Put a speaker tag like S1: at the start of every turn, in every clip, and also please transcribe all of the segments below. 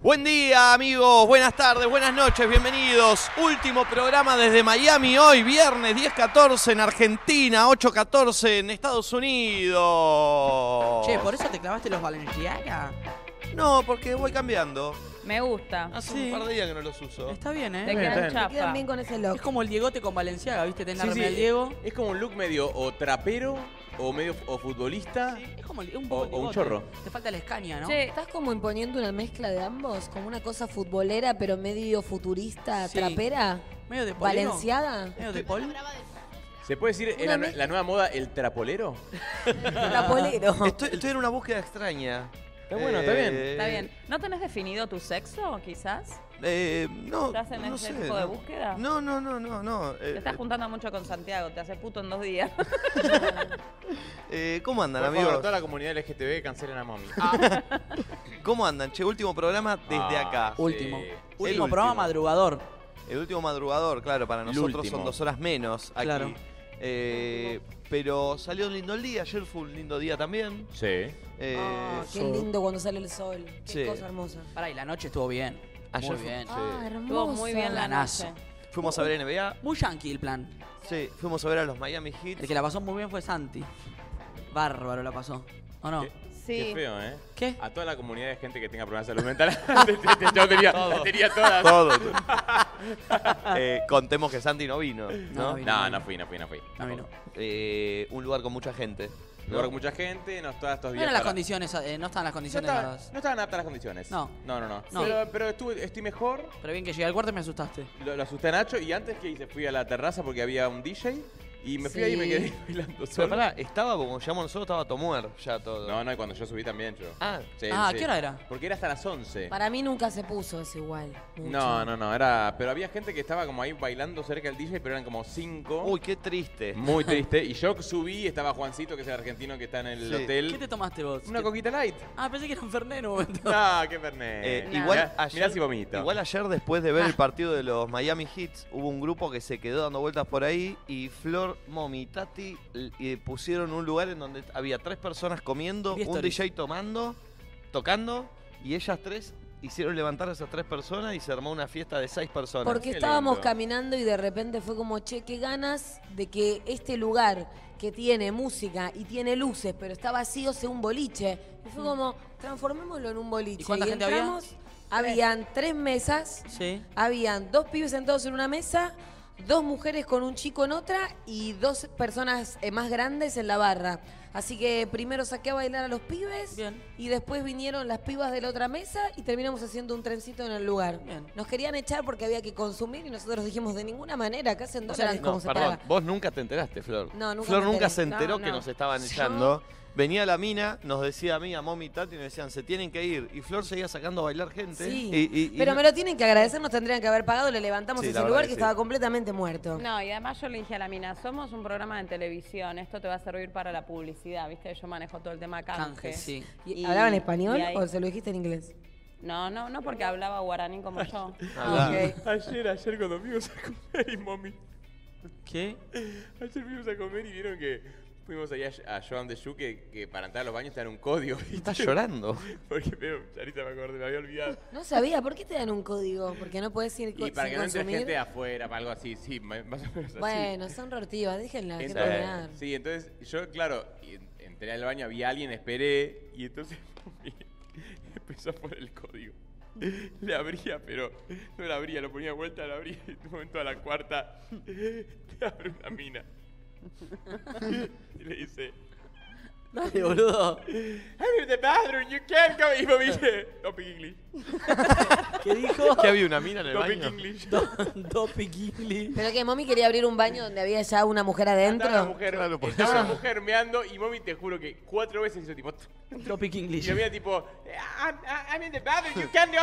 S1: Buen día amigos, buenas tardes, buenas noches, bienvenidos. Último programa desde Miami hoy, viernes 10.14 en Argentina, 8.14 en Estados Unidos.
S2: Che, ¿por eso te clavaste los Valenciaga?
S1: No, porque voy cambiando.
S3: Me gusta.
S1: Hace
S2: Sí.
S1: un par de días que no los uso.
S2: Está bien,
S3: Te
S2: ¿eh?
S4: bien,
S3: quedan
S4: está
S3: chapa.
S5: Me quedan bien con ese
S2: Es
S5: look.
S2: como el Diegote con Valenciaga, ¿viste? Tenés
S4: Sí,
S2: la
S4: sí.
S2: remera del Diego.
S4: Es como un look medio o trapero o medio f- o futbolista.
S2: Es como el- un poco
S4: O-
S2: el
S4: o un
S2: Diegote.
S4: chorro.
S2: Te falta la escaña, ¿no?
S3: Che,
S5: Estás como imponiendo una mezcla de ambos, como una cosa futbolera pero medio futurista,
S2: Sí.
S5: trapera,
S2: Medio de polero.
S5: valenciada.
S2: Medio de pol.
S4: ¿Se puede decir en
S5: Una
S4: la, nue-
S5: mezcla.
S4: la nueva moda el trapolero?
S5: Trapolero.
S1: Estoy, estoy en una búsqueda extraña. Eh,
S4: Está bueno, está bien.
S3: está bien. ¿No tenés definido tu sexo, quizás?
S1: Eh, no,
S3: ¿Estás en
S1: no
S3: ese
S1: sé,
S3: tipo de
S1: no.
S3: búsqueda?
S1: No, no, no, no, no. eh,
S3: Te estás juntando mucho con Santiago, te hace puto en dos días.
S1: eh, ¿Cómo andan,
S4: Por favor,
S1: amigos?
S4: toda la comunidad LGTB cancelen a mami.
S2: Ah,
S1: ¿Cómo andan? Che, último programa desde
S4: Ah.
S1: acá.
S2: Último.
S4: Sí.
S2: Último
S1: El
S2: programa
S1: último.
S2: madrugador.
S1: El último madrugador, claro, para
S4: El
S1: nosotros son
S4: último.
S1: dos horas menos aquí.
S2: Claro.
S1: Eh, pero salió un lindo el día, ayer fue un lindo día también.
S4: Sí.
S1: Eh,
S5: Ah, qué lindo cuando sale el sol. Qué
S1: Sí.
S5: cosa hermosa.
S2: Pará, y la noche estuvo bien.
S1: Ayer
S2: Muy
S1: fue-
S2: bien.
S5: Ah, hermosa.
S3: Estuvo muy bien la
S2: Planazo.
S3: noche.
S1: Fuimos a ver NBA,
S2: Muy yankee el plan.
S1: sí, fuimos a ver a los Miami Heat.
S2: El que la pasó muy bien fue Santi. Bárbaro la pasó. ¿O no?
S4: Qué- Qué
S3: Sí.
S4: feo, ¿eh?
S2: ¿Qué?
S4: A toda la comunidad de gente que tenga problemas de salud mental. Este chavo tenía, tenía todas.
S1: Todos. Eh, contemos que Santi no vino, ¿no?
S2: No, no vino.
S4: No, no fui, no fui, no fui.
S2: No vino.
S1: Eh, un lugar con mucha gente. ¿no?
S4: Lugar con mucha gente, no estaba estos
S2: No
S4: días.
S2: eran las
S4: para-
S2: condiciones, eh, no estaban las
S4: No,
S2: condiciones.
S4: estaba-
S2: dadas.
S4: no estaban aptas las condiciones.
S2: No.
S4: No, no, no.
S2: No.
S4: Pero, Ah, pero estuve- estoy mejor.
S2: Pero bien que llegué al cuarto y me asustaste.
S4: Lo, lo asusté a Nacho y antes que hice fui a la terraza porque había un DJ y me fui ahí y me
S5: Sí.
S4: quedé bailando
S1: Pero
S4: solo.
S1: pará, estaba como llamamos nosotros, estaba Tomuer ya todo.
S4: No, no, y cuando yo subí también yo.
S1: Ah,
S4: Sí,
S2: Ah,
S4: sí.
S2: ¿qué hora era?
S4: Porque era hasta las 11.
S5: Para mí nunca se puso es igual. mucho.
S4: No, no, no, era... Pero había gente que estaba como ahí bailando cerca del DJ, pero eran como 5.
S1: uy, qué triste.
S4: Muy triste. Y yo subí, estaba Juancito, que es el argentino que está en el
S1: Sí.
S2: ¿Qué te
S4: hotel.
S2: tomaste vos?
S4: Una
S2: ¿Qué-
S4: coquita light.
S2: Ah, pensé que era un Fernet en un momento.
S4: Ah, qué fernet.
S1: Eh,
S3: Nah.
S1: igual,
S4: mirá,
S1: ayer,
S4: mirá si Ah. vomito.
S1: igual ayer, después de ver el partido de los Miami Heat, hubo un grupo que se quedó dando vueltas por ahí y Flor, Momi, Tati l- eh, pusieron un lugar en donde había tres personas comiendo,
S2: Vi
S1: un
S2: stories.
S1: DJ tomando, tocando y ellas tres hicieron levantar a esas tres personas y se armó una fiesta de seis personas.
S5: Porque
S4: Qué
S5: estábamos
S4: lindo.
S5: caminando y de repente fue como, che, qué ganas de que este lugar que tiene música y tiene luces, pero está vacío, sea un boliche. Y fue como, transformémoslo en un boliche.
S2: Mm. ¿Y cuánta gente había?
S5: entramos, Habían tres mesas,
S2: Sí.
S5: habían dos pibes sentados en una mesa, dos mujeres con un chico en otra y dos personas eh, más grandes en la barra. Así que primero saqué a bailar a los pibes
S2: Bien.
S5: y después vinieron las pibas de la otra mesa y terminamos haciendo un trencito en el lugar.
S2: Bien.
S5: Nos querían echar porque había que consumir y nosotros dijimos de ninguna manera, acá hacen
S2: O
S5: dólares
S2: sea,
S5: como
S1: No,
S5: se
S1: perdón,
S5: paga.
S1: vos nunca te enteraste, Flor.
S5: No, nunca
S1: Flor
S5: me
S1: nunca
S5: enteré.
S1: se enteró
S3: No,
S1: que
S3: no.
S1: nos estaban
S5: Yo-
S1: echando. Venía la mina, nos decía a mí, a Momi, Tati, y nos decían, se tienen que ir. Y Flor seguía sacando a bailar gente.
S5: Sí,
S1: Y- y- y
S5: pero
S1: no-
S5: me lo tienen que agradecer, nos tendrían que haber pagado, le levantamos
S1: Sí, la
S5: ese
S1: verdad
S5: lugar
S1: que
S5: que
S1: sí.
S5: estaba completamente muerto.
S3: No, y además yo le dije a la mina, somos un programa de televisión, esto te va a servir para la publicidad, ¿viste? Yo manejo todo el tema canje.
S2: Canje, sí.
S5: ¿Y
S3: Y-
S5: ¿Hablaban
S3: y
S5: español
S3: ahí-
S5: o se lo dijiste en inglés?
S3: No, no, no porque hablaba guaraní como yo.
S1: Hablaba.
S5: Ah, ok.
S4: Ayer, ayer cuando fuimos a comer y mami.
S2: ¿Qué?
S4: Ayer fuimos a comer y vieron que fuimos allá a Joan de Yu que, que para entrar a los baños te dan un código. ¿viste?
S1: Estás llorando.
S4: Porque pero, ahorita me acordé, me había olvidado.
S5: No sabía, ¿por qué te dan un código? Porque no puedes ir co-
S4: Y para
S5: sin
S4: que no entre
S5: consumir.
S4: gente de afuera, para algo así, sí, ma- más o menos así.
S5: Bueno, son rotivas, déjenla, que
S4: Entonces-
S5: terminar.
S4: sí, entonces yo, claro, y en- entré al baño, había alguien, esperé, y entonces mami empezó por el código. Le abría, pero no la abría, lo ponía de vuelta, la abría, y en un momento a la cuarta te abre una mina. Y le dice,
S2: Dale, boludo.
S4: I'm in the bathroom, you can't go. Y mami dice, no speak English,
S2: ¿Qué dijo?
S1: ¿Qué había una mina en el
S4: no speak
S1: baño?
S4: English.
S2: Dope Gigli.
S5: Pero que mami quería abrir un baño donde había ya una mujer
S4: Estaba una
S5: adentro.
S4: mujer,
S1: Claro, por
S4: estaba una
S1: eso.
S4: mujer meando y mami te juro que cuatro veces hizo tipo...
S2: Dope
S4: Y yo mira tipo, I'm, I'm in the bathroom, you can't go.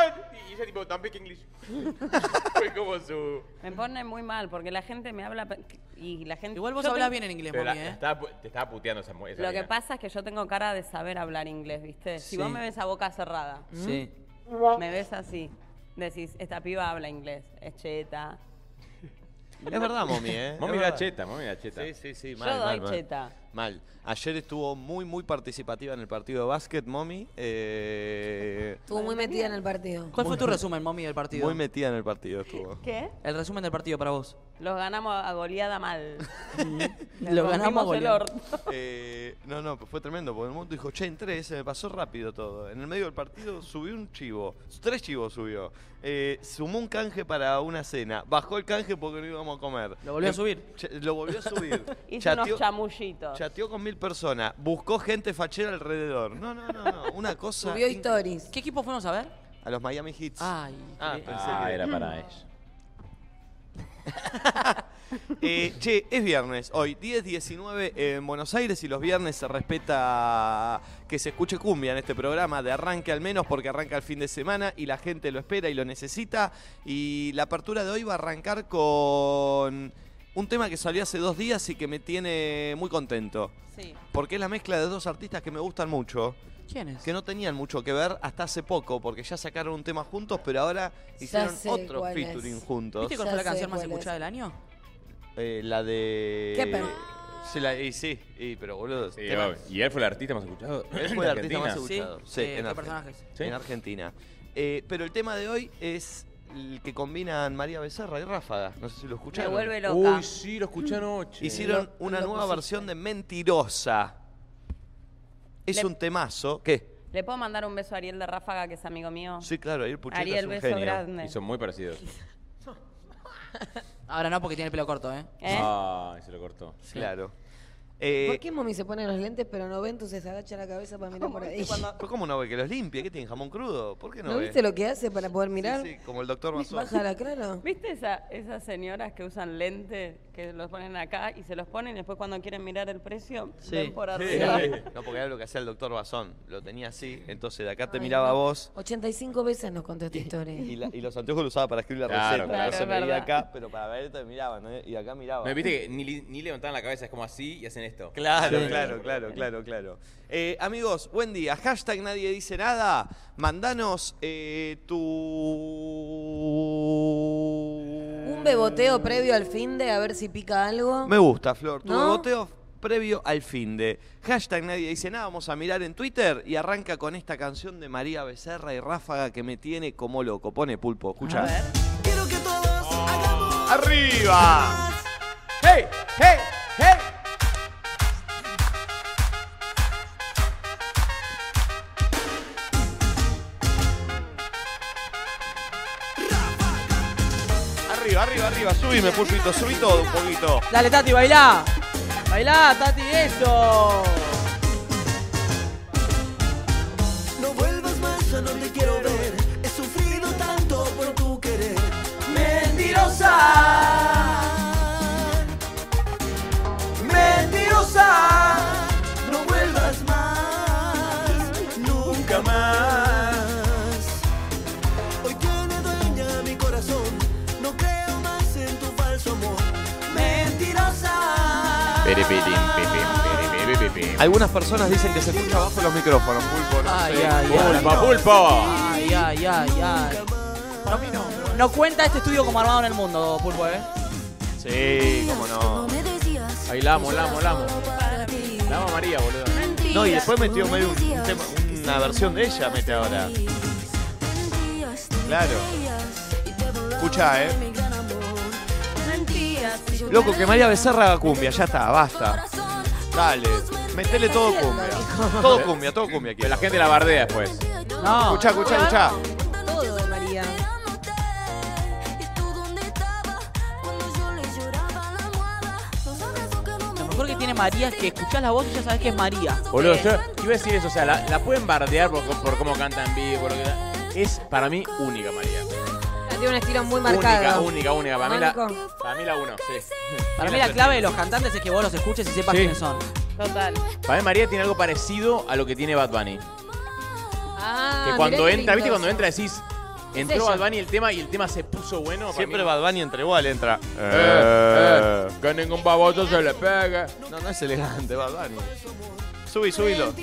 S4: Y ella tipo, don't speak English. Fue como su...
S3: Me pone muy mal porque la gente me habla pe- y la gente...
S2: Igual vos
S3: yo
S2: hablás
S3: tengo-
S2: bien en inglés,
S4: Pero la-
S2: mami,
S4: te
S2: ¿eh?
S4: estaba pu- te estaba puteando esa mujer.
S3: Lo que pasa es que yo tengo cara de saber hablar inglés, ¿viste?
S2: Sí.
S3: Si vos me ves a boca cerrada,
S2: Sí.
S3: me ves así, decís, esta piba habla inglés, es cheta.
S1: Es verdad, Momi, ¿eh?
S4: Mami
S1: Es
S4: era
S1: verdad. ¿eh?
S4: cheta, mami era cheta.
S1: Sí, sí, sí.
S3: Yo
S1: mal,
S3: doy
S1: mal, mal.
S3: cheta.
S1: Mal. Ayer estuvo muy, muy participativa en el partido de básquet, mommy. Eh,
S5: Estuvo muy metida en el partido.
S2: ¿Cuál fue tu resumen, mommy, del partido?
S1: muy metida en el partido estuvo.
S3: ¿Qué?
S2: El resumen del partido para vos.
S3: Los ganamos a goleada mal. Les
S2: Lo ganamos a
S3: rompimos el
S2: goleada.
S3: orto.
S1: Eh, no, no, pues fue tremendo, porque el mundo dijo, che, entré, se me pasó rápido todo. En el medio del partido subió un chivo, tres chivos subió. Eh, sumó un canje para una cena, bajó el canje porque no íbamos a comer.
S2: Lo volvió a
S1: Eh,
S2: subir.
S1: che- Lo volvió a subir.
S3: Hizo
S1: Chateó-
S3: unos chamullitos.
S1: Chateó con mil personas, buscó gente fachera alrededor. No, no, no, no. Una cosa.
S5: Subió stories.
S2: ¿Qué equipo fuimos a ver?
S1: A los Miami Hits.
S2: Ay.
S1: Ah,
S2: qué-
S1: pensé que-
S4: era para eso.
S1: Eh, che, es viernes hoy, 10-19 en Buenos Aires y los viernes se respeta que se escuche cumbia en este programa, de arranque al menos, porque arranca el fin de semana y la gente lo espera y lo necesita. Y la apertura de hoy va a arrancar con un tema que salió hace dos días y que me tiene muy contento,
S3: Sí.
S1: porque es la mezcla de dos artistas que me gustan mucho.
S2: ¿Quién es?
S1: que no tenían mucho que ver hasta hace poco, porque ya sacaron un tema juntos, pero ahora hicieron
S5: sé
S1: otro
S5: cuál es.
S1: featuring juntos.
S2: ¿Viste cuál
S5: Ya
S2: fue la
S5: sé
S2: canción más
S5: cuál es.
S2: escuchada del año?
S1: Eh, la de.
S5: Qué per-
S1: Se la- y sí, y, pero boludo.
S4: Sí,
S1: tema-
S4: obvio. y él fue el artista más escuchado.
S1: Él fue el artista más
S4: escuchado.
S2: Sí.
S1: escuchado. Sí,
S2: Eh,
S1: en,
S2: ¿qué
S1: Argen-
S2: personajes?
S4: Sí.
S1: en Argentina. Eh, pero el tema de hoy es el que combinan María Becerra y Ráfaga. No sé si lo
S3: Me
S1: escucharon.
S3: vuelve loca.
S4: Uy, sí, lo escuché anoche.
S1: Hicieron
S5: Lo-
S1: una
S5: lo
S1: nueva
S5: pusiste.
S1: versión de Mentirosa. Es
S3: Le-
S1: un temazo. ¿Qué?
S3: ¿Le puedo mandar un beso a Ariel de Ráfaga, que es amigo mío?
S1: Sí, claro, ahí el Pucheta es
S3: Ariel,
S1: un
S3: beso
S1: genio.
S3: grande.
S4: Y son muy parecidos.
S2: Ahora no, porque tiene el pelo corto, ¿eh?
S3: ¿Eh?
S4: Ay, se lo cortó.
S1: Claro. Eh,
S5: ¿Por qué Mommy se pone los lentes pero no ve, entonces se agacha la cabeza para mirar por ahí?
S1: Pero ¿Cómo no ve que los limpia? ¿Qué tiene jamón crudo? ¿Por qué no,
S5: ¿No
S1: ve?
S5: viste lo que hace para poder mirar?
S1: Sí, sí, como el doctor Mazón.
S5: Baja la claro.
S3: ¿Viste esa- esas señoras que usan lentes, que los ponen acá y se los ponen y después cuando quieren mirar el precio,
S2: Sí.
S3: ven por
S4: Sí.
S3: arriba?
S1: No, porque era lo que hacía el doctor Bazón. Lo tenía así, entonces de acá te miraba a vos
S5: 85 veces nos contó esta
S1: y,
S5: historia.
S1: la- y los anteojos los usaba para escribir la
S4: Claro,
S1: receta.
S4: claro.
S1: Entonces
S3: Claro, es
S1: veía
S3: verdad.
S1: acá, pero para ver te miraban, ¿eh? Y acá miraba.
S4: No, viste que ni, li- ni levantaban la cabeza, es como así y hacen esto.
S1: Claro,
S4: Sí.
S1: claro, claro, claro, claro. Eh, amigos, buen día. Hashtag nadie dice nada. Mandanos eh, tu...
S5: Un beboteo previo al fin de a ver si pica algo.
S1: Me gusta, Flor. Tu
S5: ¿No?
S1: boteo previo al fin de. Hashtag nadie dice nada. Vamos a mirar en Twitter y arranca con esta canción de María Becerra y Ráfaga que me tiene como loco. Pone pulpo, escucha. ¡Arriba! ¡Hey! ¡Hey! ¡Hey! Arriba, arriba, arriba, subime, pulpito, subí todo un poquito.
S2: Dale, Tati, bailá. Bailá, Tati, eso.
S6: No vuelvas más, ya no te quiero ver. He sufrido tanto por tu querer. Mentirosa. Mentirosa. No vuelvas más, nunca más. Hoy tiene dueña mi corazón. No creo más en tu falso amor. Mentirosa.
S4: Perepitín, pipín, perepitín.
S1: Algunas personas dicen que se escucha bajo los micrófonos, pulpo. No
S2: Ay,
S1: sé.
S2: ay, ay.
S4: ¡Pulpa, pulpo!
S2: Ay, ay, ay, ay. No, no, no cuenta este estudio como armado en el mundo, Pulpo, ¿eh?
S1: Sí, cómo no.
S4: Ahí la amo, la amo, la amo. La amo a María, boludo.
S1: No, y después metió medio un, un tema- una versión de ella, mete ahora. Claro. Escucha, eh. Loco, que María Becerra haga cumbia, ya está, basta. Dale, metele todo cumbia. Todo cumbia, todo cumbia aquí.
S4: Que la gente la bardea después.
S2: No.
S1: Escucha, escucha, escucha.
S5: Todo de María.
S2: Lo mejor que tiene María es que escuchás la voz y ya sabes que es María.
S4: Boludo, yo iba a decir eso, o sea, la, la pueden bardear por, por cómo canta en vivo, por lo que- Es para mí única, María.
S5: Tiene un estilo muy marcado.
S4: Única, única, única. Para mí la,
S5: Único.
S4: para mí la uno, sí.
S2: Para mí la clave de los cantantes es que vos los escuches y sepas
S4: Sí.
S2: quiénes son.
S3: Total.
S4: Para mí María tiene algo parecido a lo que tiene Bad Bunny.
S5: Ah,
S4: Que
S5: mirá
S4: cuando
S5: qué lindo
S4: entra, ¿viste? Cuando
S5: eso.
S4: entra decís, entró Bad Bunny el tema y el tema se puso bueno. para
S1: Siempre
S4: mí-
S1: Bad Bunny entre igual entra.
S4: Eh, eh, que ningún baboso se le pega.
S1: No, no es elegante, Bad Bunny. Subí, subilo.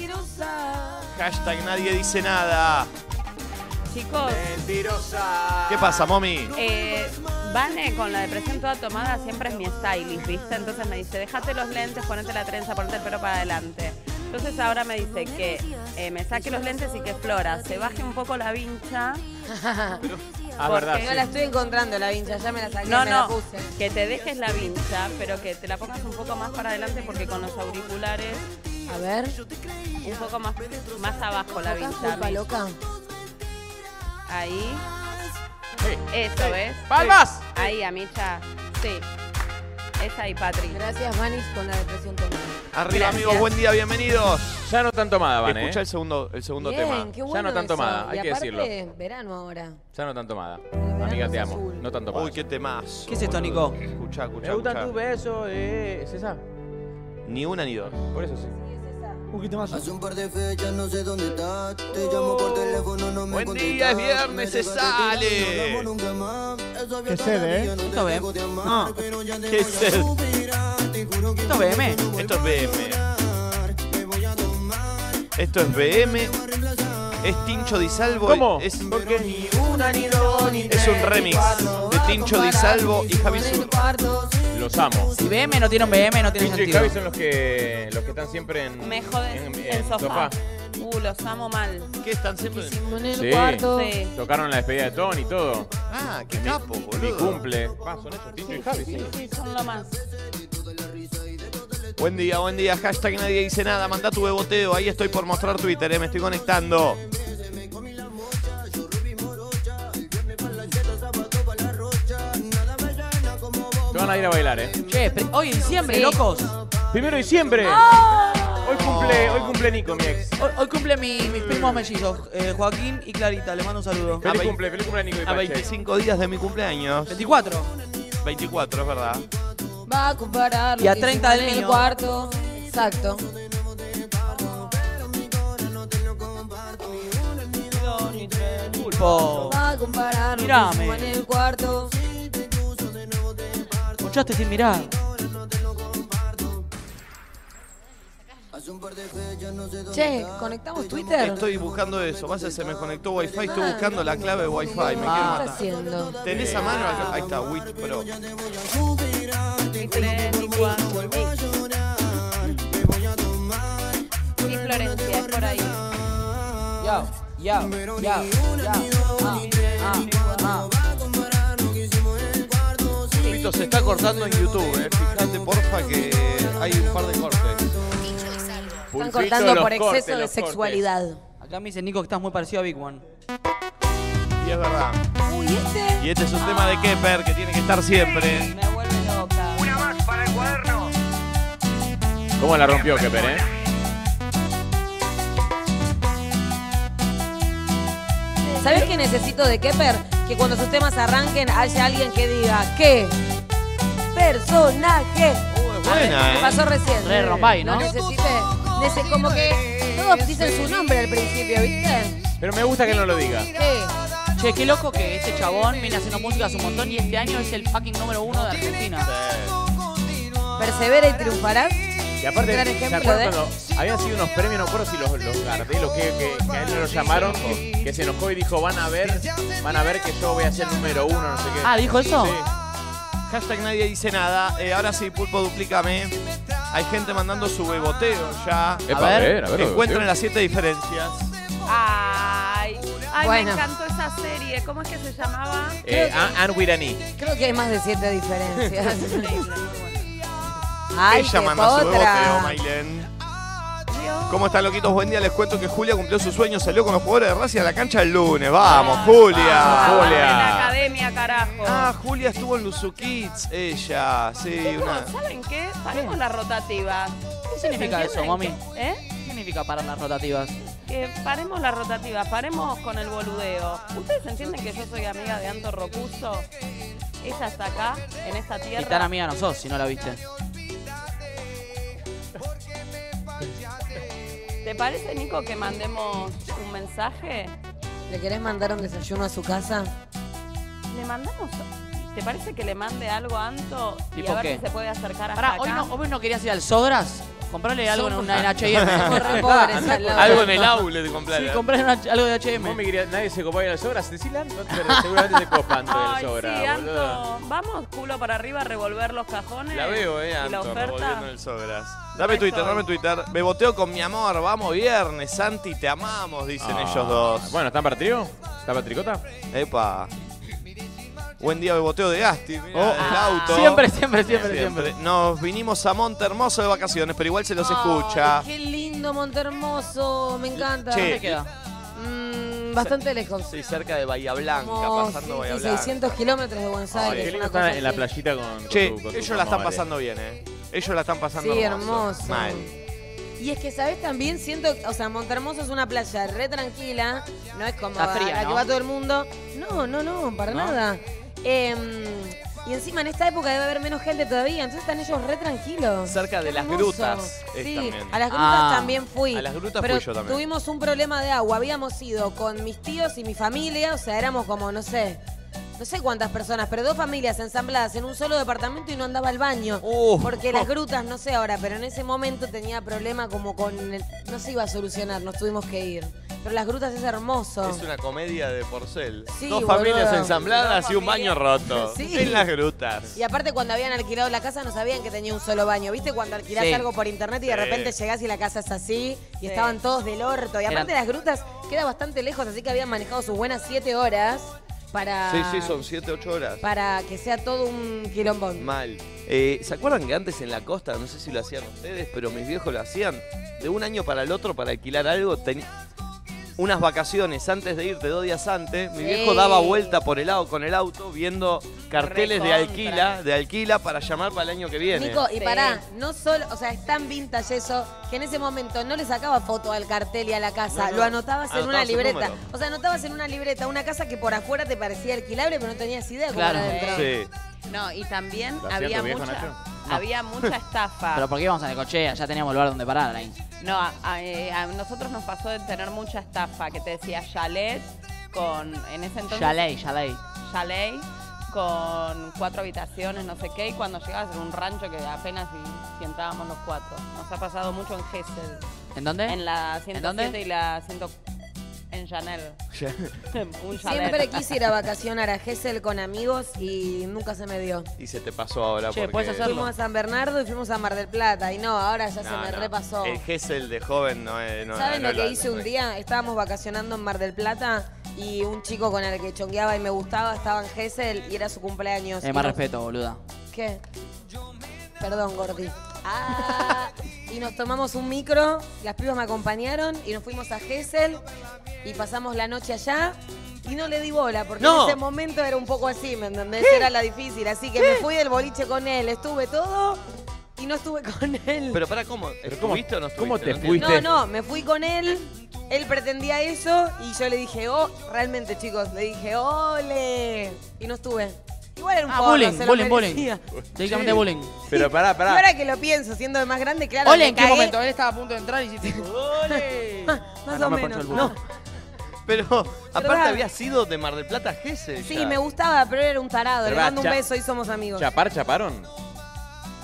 S1: Hashtag nadie dice nada.
S3: Chicos,
S1: ¿Qué pasa, mommy?
S3: eh, Vane, con la depresión toda tomada, siempre es mi stylist, ¿viste? Entonces me dice, déjate los lentes, ponete la trenza, ponete el pelo para adelante. Entonces ahora me dice que eh, me saque los lentes y que Flora se baje un poco la vincha.
S7: Ah,
S3: Porque
S7: verdad.
S5: Que no la estoy encontrando la vincha, ya me la saqué,
S3: No,
S5: me la
S3: no,
S5: puse.
S3: que te dejes la vincha, pero que te la pongas un poco más para adelante porque con los auriculares
S5: A ver,
S3: un poco más, más abajo la
S5: acá
S3: vincha.
S5: culpa
S3: ¿ves?
S5: loca.
S3: Ahí,
S7: Sí.
S3: eso, ¿ves?
S7: ¡Palmas!
S3: Ahí, Amicha. Sí. Es ahí, Patri.
S5: Gracias, Manis, con la depresión tomada.
S1: Arriba,
S3: Gracias.
S1: amigos, buen día, bienvenidos.
S7: Ya no tan tomada, Van,
S1: Escucha
S7: ¿eh?
S1: el segundo, el segundo
S5: Bien,
S1: tema.
S5: qué bueno
S7: no tan
S5: eso.
S7: tomada, hay
S5: y
S7: que
S5: aparte,
S7: decirlo.
S5: verano ahora.
S7: Ya no tan tomada.
S5: verano
S7: Amiga, te
S5: es
S7: amo.
S5: azul.
S7: No tan tomada.
S1: Uy, qué temas.
S2: ¿Qué es esto, Nico?
S1: Escucha,
S7: Me
S1: escucha.
S7: gustan tus besos, eh. ¿Es esa?
S1: Ni una ni dos.
S7: Por eso sí.
S8: Hace un par de fechas no sé dónde estás. Te
S7: Oh.
S8: llamo por teléfono, no me
S1: Buen
S8: contestas.
S1: día, es viernes,
S8: Me
S1: se
S8: dejas de
S1: sale.
S8: tirar, no hablamos nunca más. Eso
S9: Qué
S8: bien
S9: sed,
S8: todavía
S9: ¿eh?
S8: no te
S2: Esto ve.
S8: dejo de amar,
S2: Ah.
S8: pero ya te
S1: Qué
S8: voy a
S1: sed.
S8: superar. Te juro que
S2: Esto es BM.
S1: Esto es BM.
S8: me voy a tomar.
S1: Esto es BM. Es Tincho Di Salvo.
S7: ¿Cómo?
S1: Es,
S7: Porque ni
S8: Una, ni dos, ni
S1: es un remix de Tincho Di Salvo y Javi
S5: En el
S1: Sur.
S5: cuarto,
S7: Los amo.
S2: Si BM no tiene un BM, no tiene
S7: Pincho y Javi
S2: sentido.
S7: son los que, los que están siempre en,
S3: Me jodes
S7: en,
S3: el
S7: en
S3: sofá. Uh, los amo mal.
S1: ¿Qué están siempre?
S5: en el
S7: Sí.
S5: cuarto.
S3: Sí.
S7: Tocaron en la despedida de Tony y todo.
S1: Ah, qué capo,
S7: Mi
S1: boludo.
S7: cumple. Ah, son ellos, Tincho y Javi, sí.
S3: Sí, son lo más.
S1: Buen día, buen día. Hashtag nadie dice nada. Mandá tu beboteo. Ahí estoy por mostrar Twitter, eh. me estoy conectando.
S7: Te van a ir a bailar, eh.
S2: Che, pre- hoy en diciembre,
S5: Sí.
S2: locos.
S7: Primero de diciembre. Hoy cumple, hoy cumple Nico, mi ex.
S2: Hoy, hoy cumple mi- mis primos mellizos, eh, Joaquín y Clarita. Les mando un saludo.
S1: A
S7: Feliz
S1: vein-
S7: cumple, feliz cumple Nico y
S1: A
S7: Pache.
S1: 25 días de mi cumpleaños.
S2: 24.
S1: 24, es verdad.
S5: Va a comparar lo
S2: Y a
S5: que
S2: 30
S5: hicimos
S2: del
S5: en el
S2: mío.
S5: cuarto. Exacto.
S2: Pulpo.
S5: Va a comparar lo que
S2: Oh. Mirame.
S5: hicimos en el cuarto.
S2: Escuchaste sin mirar.
S5: Che, ¿conectamos Twitter?
S1: Estoy buscando eso. Pasa, se me conectó Wi-Fi. Estoy buscando la clave de Wi-Fi. Me quiero
S2: Ah,
S5: ¿Qué está
S1: matar.
S5: haciendo?
S1: ¿Tenés a mano? acá? Ahí está, Wit Pro.
S3: Ni tres, ni cuatro, ni- Ni Florencia, es por ahí.
S2: Yo, yo, yo, yo. Ah, ah, ah.
S1: Pito, se está cortando en YouTube. eh. Fíjate, porfa, que hay un par de cortes.
S5: Están
S7: Pulpito,
S5: cortando
S7: los
S5: por exceso
S7: cortes,
S5: de
S7: los cortes.
S5: sexualidad.
S2: Acá me dice Nico que estás muy parecido a Big One.
S1: Y es verdad.
S5: Uy, este.
S1: Y este es un tema de Kepper que tiene que estar siempre.
S3: Me vuelve loca.
S7: ¿Cómo la rompió Keper, eh?
S5: ¿Sabés qué necesito de Kepper? Que cuando sus temas arranquen haya alguien que diga ¿Qué? Personaje.
S1: Uh, es buena,
S5: Me
S1: eh.
S5: pasó recién.
S2: Re Rombay, ¿no?
S5: necesité. Nece- como que todos dicen su nombre al principio, ¿viste?
S7: Pero me gusta que no lo diga.
S5: ¿Qué?
S2: Che, qué loco que este chabón viene haciendo música hace un montón y este año es el fucking número uno de Argentina.
S5: Persevera y triunfarás.
S7: Y aparte,
S5: Gran
S7: ¿se
S5: ejemplo
S7: acuerdan
S3: ¿eh?
S5: de-
S7: cuando habían sido unos premios? No recuerdo si los, los Gardel o qué, que, que a él lo llamaron, que se enojó y dijo, van a ver, van a ver que yo voy a ser número uno, no sé qué.
S2: Ah, ¿dijo eso?
S7: Sí.
S1: Hashtag nadie dice nada. Eh, ahora sí, Pulpo, duplícame. Hay gente mandando su beboteo ya.
S7: Epa, a ver, a ver,
S1: Encuentren
S7: beboteo.
S1: las siete diferencias.
S3: Ay, ay
S5: Bueno.
S3: me encantó esa serie. ¿Cómo es que se llamaba?
S7: Eh, Ann Ann with an E.
S5: Creo que hay más de siete diferencias. Ay,
S1: Ella
S5: qué
S1: manda su beboteo,
S5: potra.
S1: Mailén. ¿Cómo están, loquitos? Buen día. Les cuento que Julia cumplió su sueño. Salió con los jugadores de Racing a la cancha el lunes. ¡Vamos,
S2: Ah,
S1: Julia!
S7: Vamos, Julia.
S3: En la academia, carajo.
S1: Ah, Julia estuvo en Luzu Kids, ella. Sí, una...
S3: ¿Saben qué? Paremos la rotativa.
S2: ¿Qué significa eso, mami?
S3: ¿Eh?
S2: ¿Qué significa parar las rotativas?
S3: Que paremos la rotativa, paremos con el boludeo. ¿Ustedes entienden que yo soy amiga de Anto Rocuso? Ella está acá, en esta
S2: Y tan
S3: tierra.
S2: amiga no sos si no la viste.
S3: ¿Te parece, Nico, que mandemos un mensaje?
S5: ¿Le querés mandar un desayuno a su casa?
S3: ¿Le mandamos? ¿Te parece que le mande algo a Anto? Y
S2: ¿Tipo
S3: a ver
S2: qué?
S3: si se puede acercar hasta
S2: Pará,
S3: acá.
S2: ¿hoy no, hoy no querías ir al Sodras? Comprale algo en
S5: Somos-
S2: una en
S5: Somos re
S2: H&M.
S5: pobres, al lado.
S7: Algo en el outlet de comprar.
S2: Sí, comprale una- algo de H&M.
S7: Vos me querías, nadie se copaba de las obras. Decíle a Anto, pero seguramente se copa Anto de las
S3: Ay,
S7: obras.
S3: sí,
S7: boludo.
S2: Ah,
S3: Anto. Vamos, culo para arriba, a revolver los cajones.
S7: La veo, eh,
S3: Y la
S7: Anto,
S3: oferta.
S1: Volviendo en el Sogras. Dame
S3: Ahí
S1: Twitter,
S3: estoy.
S1: dame Twitter. Me boteo con mi amor, vamos viernes, Santi, te amamos, dicen
S7: Ah,
S1: ellos dos.
S7: Bueno, ¿están para trío? ¿Están para tricota?
S1: Epa. Buen día, boteo de Gasti. mirá,
S7: Oh.
S1: en el auto.
S2: Ah. Siempre, siempre, siempre, siempre.
S1: Nos vinimos a Monte Hermoso de vacaciones, pero igual se los escucha.
S5: Ay, Qué lindo, Montermoso. Me encanta.
S1: Che.
S2: ¿Dónde queda?
S5: Mm, bastante lejos.
S1: Sí, cerca de Bahía Blanca,
S5: Como
S1: pasando
S5: Oh, sí,
S1: Bahía
S5: sí,
S1: Blanca.
S5: 600 kilómetros de Buenos
S1: Ay,
S5: Aires.
S7: Qué lindo
S5: una
S7: estar
S5: cosa
S7: en la
S5: así.
S7: playita con. con
S1: Che,
S7: tu- con tu
S1: ellos la están
S7: mamá,
S1: pasando bien, ¿eh? Ellos la están pasando
S5: Sí,
S1: hermoso.
S5: hermoso.
S1: Mal.
S5: Y es que, ¿sabés? También siento, o sea, Montermoso es una playa re tranquila, no es como
S2: Está fría,
S5: a la
S2: ¿no?
S5: que va todo el mundo. No, no, no, para
S2: ¿No?
S5: nada. Em, y encima en esta época debe haber menos gente todavía, entonces están ellos re tranquilos.
S1: Cerca de las
S5: Hermoso.
S1: grutas. es
S5: Sí,
S1: también.
S5: a las grutas
S2: Ah.
S5: también fui.
S1: A las grutas
S5: pero
S1: fui yo también.
S5: Tuvimos un problema de agua, habíamos ido con mis tíos y mi familia, o sea, éramos como, no sé, no sé cuántas personas, pero dos familias ensambladas en un solo departamento y no andaba al baño.
S1: Uh.
S5: Porque las grutas, no sé ahora, pero en ese momento tenía problema como con el- no se iba a solucionar, nos tuvimos que ir. Pero las grutas es hermoso.
S1: Es una comedia de porcel.
S5: Sí,
S1: Dos familias
S5: boludo.
S1: ensambladas
S3: Dos
S1: y un baño
S3: familias.
S1: roto.
S5: Sí.
S1: En las grutas.
S5: Y aparte cuando habían alquilado la casa no sabían que tenía un solo baño. ¿Viste cuando alquilás
S2: Sí.
S5: algo por internet y de
S1: Sí.
S5: repente llegás y la casa es así y estaban todos del orto? Y
S2: Eran-
S5: aparte las grutas queda bastante lejos, así que habían manejado sus buenas siete horas para,
S1: Sí, sí, son 7, 8 horas.
S5: para que sea todo un quilombón.
S1: Mal. Eh, ¿Se acuerdan que antes en la costa, no sé si lo hacían ustedes, pero mis viejos lo hacían? De un año para el otro, para alquilar algo, teni- unas vacaciones antes de irte, dos días antes, mi
S5: Sí.
S1: viejo daba vuelta por el lado con el auto viendo carteles de
S3: Recontra.
S1: alquila, de alquila para llamar para el año que viene.
S5: Nico, y
S3: Sí.
S5: pará, no solo, o sea, es tan vintage eso que en ese momento no le sacaba foto al cartel y a la casa,
S1: No, no.
S5: lo anotabas, en
S1: Anotabas
S5: una
S1: el
S5: libreta.
S1: número.
S5: o sea, anotabas en una libreta una casa que por afuera te parecía alquilable, pero no tenías idea cómo
S2: Claro.
S5: era adentro.
S1: Sí.
S3: No, y también
S7: ¿Lo hacía
S3: había
S7: tu viejo,
S3: mucha,
S7: Nacho?
S2: No.
S3: había mucha estafa.
S2: Pero porque íbamos en el coche, allá teníamos lugar donde parar ahí.
S3: No, a, a- eh, a nosotros nos pasó de tener mucha estafa, que te decía chalet con, en ese entonces,
S2: Chalet, chalet.
S3: chalet con cuatro habitaciones, no sé qué, y cuando llegabas era un rancho que apenas si, si entrábamos los cuatro. Nos ha pasado mucho en Gesell,
S2: ¿En dónde?
S3: en la
S2: ¿En
S3: 107
S2: dónde?
S3: y la 100, en Chanel. un chalet.
S5: Siempre quise ir a vacacionar a Gessel con amigos y nunca se me dio.
S1: Y se te pasó ahora
S2: Che,
S1: porque...
S2: ¿puedes hacerlo?
S5: Fuimos a San Bernardo y fuimos a Mar del Plata y no, ahora ya se
S1: No,
S5: me
S1: no.
S5: repasó.
S1: El Gessel de joven no es... No,
S5: ¿Saben
S1: no
S5: lo que hice
S1: no
S5: un
S1: es.
S5: día? Estábamos vacacionando en Mar del Plata y un chico con el que chongueaba y me gustaba estaba en Gessel y era su cumpleaños.
S2: Eh,
S5: Y
S2: más
S5: nos-
S2: respeto, boluda.
S5: ¿Qué? Perdón, Gordi. Ah, y nos tomamos un micro, las pibas me acompañaron y nos fuimos a Gessel y pasamos la noche allá. Y no le di bola, porque
S1: No.
S5: en ese momento era un poco así, ¿me entendés? Era la difícil. Así que me fui del boliche con él, estuve todo y no estuve con él.
S1: Pero para ¿cómo?
S7: cómo-
S1: ¿Estuviste o no estuviste?
S7: cómo te
S1: No entiendo.
S7: fuiste?
S5: no, no, me fui con él. Él pretendía eso y yo le dije, oh, realmente chicos, le dije, ole. Y no estuve. Igual era un
S2: Ah,
S5: forro,
S2: bullying,
S5: se lo
S2: bullying, bullying.
S5: merecía.
S2: Directamente bullying.
S7: Pero pará,
S5: Y
S7: pará.
S5: ahora que lo pienso, siendo de más grande, claro.
S2: Ole,
S5: me
S2: ¿en qué
S5: cagué.
S2: momento? Él estaba a punto de entrar y hiciste... ¡Ole!
S5: Más
S2: Ah,
S5: o
S2: no me
S5: menos.
S2: ponchó el
S5: No.
S2: bullying.
S1: Pero aparte
S5: Verdad.
S1: había sido de Mar del Plata a Gessel
S5: Sí,
S1: ya.
S5: me gustaba, pero era un tarado.
S7: Pero
S5: le
S7: va,
S5: mando un
S7: cha-
S5: beso y somos amigos.
S7: ¿Chapar, chaparon?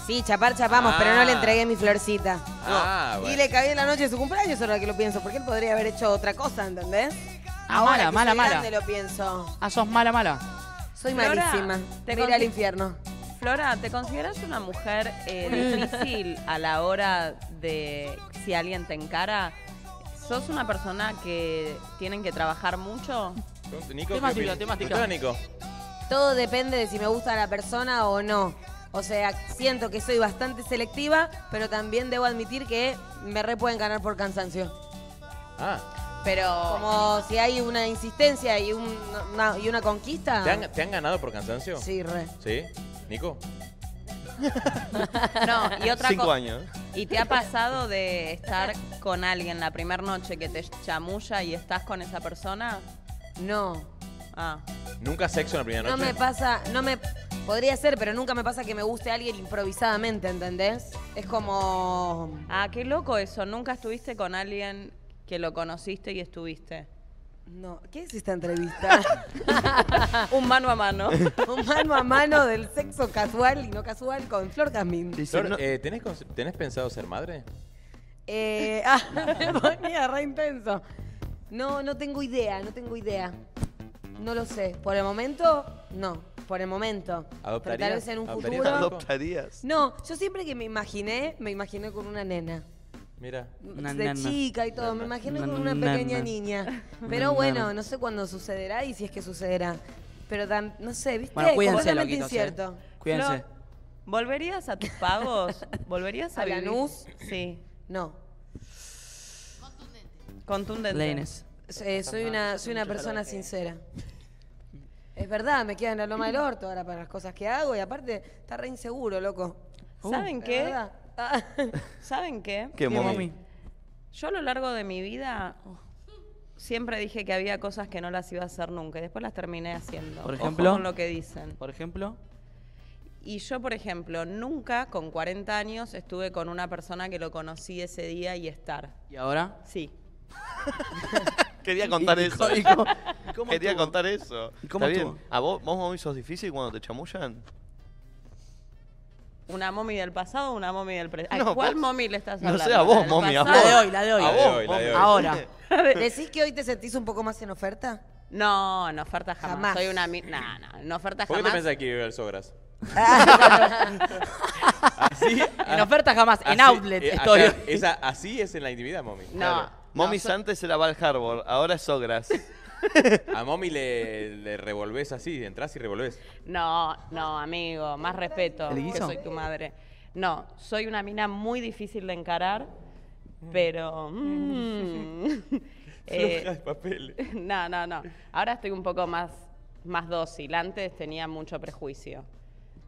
S5: Sí, chapar, chapamos, pero no le
S7: Ah.
S5: entregué mi florcita.
S7: Ah,
S5: Y
S7: bueno.
S5: le cagué la noche de su cumpleaños, ahora que lo pienso, porque él podría haber hecho otra cosa, ¿entendés?
S2: Ah, mala,
S5: ahora que
S2: mala,
S5: soy
S2: mala.
S5: grande lo pienso.
S2: Ah, sos mala, mala.
S5: Soy
S3: Flora,
S5: malísima.
S3: te
S5: Me iré al
S3: consi-
S5: infierno.
S3: Flora, ¿te consideras una mujer eh, difícil a la hora de si alguien te encara? ¿Sos una persona que tienen que trabajar mucho?
S7: Nico, ¿qué
S2: Temática,
S7: opinas?
S2: temática.
S7: ¿Gustaba, Nico?
S5: Todo depende de si me gusta la persona o no. O sea, siento que soy bastante selectiva, pero también debo admitir que me re pueden ganar por cansancio.
S7: Ah,
S3: Pero
S5: Como si hay una insistencia y, un- una, y una conquista.
S7: ¿te han, te han ganado por cansancio?
S5: Ah. Sí, re.
S7: ¿Sí? ¿Nico?
S3: no, y otra
S1: Cinco
S3: cosa.
S1: años.
S3: ¿Y te ha pasado de estar con alguien la primera noche que te chamulla y estás con esa persona?
S5: No.
S3: Ah,
S7: ¿Nunca sexo en la primera
S5: No
S7: noche?
S5: me pasa, no me. Podría ser, pero nunca me pasa que me guste alguien improvisadamente, ¿entendés? Es como.
S3: ah qué loco eso. Nunca estuviste con alguien que lo conociste y estuviste.
S5: No, ¿qué es esta entrevista?
S3: Un mano a mano.
S5: Un mano a mano del sexo casual y no casual con Flor Casmin.
S1: Dice,
S7: Flor,
S1: no-
S7: eh, ¿tenés, cons- tenés pensado ser madre?
S5: Eh, ah, me ponía re intenso. No, no tengo idea, no tengo idea. No lo sé. Por el momento, no. Por el momento. Pero
S7: ¿Adoptarías?
S5: tal vez en un
S7: ¿Adoptarías
S5: futuro.
S7: algo?
S1: ¿Adoptarías?
S5: No, yo siempre que me imaginé, me imaginé con una nena.
S7: Mira.
S2: Una
S5: de
S2: nana.
S5: chica y todo, me imagino con una
S2: Nana.
S5: pequeña niña. Pero bueno, no sé cuándo sucederá y si es que sucederá. Pero tam- no sé, ¿viste?
S2: Bueno, cuídense,
S5: Completamente
S2: loquitos. eh.
S5: incierto.
S2: Cuídense.
S3: Flor, ¿Volverías a tus pagos? ¿Volverías a,
S5: ¿A
S3: vivir?
S5: Lanús?
S3: Sí.
S5: No.
S3: Contundente.
S2: Leines.
S5: Eh, soy una, soy una persona sincera. Es verdad, me queda en la loma del orto ahora para las cosas que hago y aparte está re inseguro, loco.
S2: Uh,
S3: ¿Saben
S5: La
S3: qué?
S5: verdad. Ah,
S3: ¿Saben qué?
S1: ¿Qué,
S2: Bien,
S1: mami?
S2: mami.
S3: Yo a lo largo de mi vida siempre dije que había cosas que no las iba a hacer nunca y después las terminé haciendo.
S2: Por
S3: Ojo
S2: ejemplo.
S3: con lo que dicen.
S2: Por ejemplo,
S3: Y yo, por ejemplo, nunca con 40 años estuve con una persona que lo conocí ese día y estar.
S2: ¿y ahora?
S3: Sí.
S1: Quería contar eso.
S2: ¿Y cómo- y cómo
S1: Quería
S2: estuvo?
S1: contar eso.
S2: ¿Y cómo
S1: ¿Está bien?
S2: estuvo?
S1: ¿A vos, vos mami, sos difícil cuando te chamullan?
S3: ¿Una momi del pasado o una momi del presente?
S1: No,
S3: ¿Cuál
S1: vos-
S3: momi le estás
S1: no
S3: hablando?
S1: sé, a vos,
S3: ¿La del
S1: momi, a
S3: pasado?
S1: vos.
S2: La de hoy, la de hoy.
S1: A
S7: La de
S1: vos,
S7: hoy, la
S1: mami.
S7: de hoy.
S2: Ahora.
S5: ¿Decís que hoy te sentís un poco más en oferta?
S3: No, no oferta jamás.
S5: Jamás.
S3: Soy una... mi- No, no, no oferta
S7: ¿Por qué te
S3: jamás.
S7: pensás que iba al Sogras?
S2: En oferta jamás, en
S7: ah, Así-
S2: outlet
S7: eh,
S2: estoy.
S7: acá- esa, así es en la intimidad, mommy.
S3: No.
S1: Claro. Momis
S3: no, so-
S1: antes era Val Harbor, ahora es Sogras.
S7: A mommy le, le revolvés así, entras y revolvés.
S3: No, no, amigo, más respeto.
S2: ¿El
S3: Que
S2: guiso?
S3: soy tu madre. No, soy una mina muy difícil de encarar, pero. mm, eh,
S7: Floja de papel.
S3: no, no, no. Ahora estoy un poco más, más dócil. Antes tenía mucho prejuicio.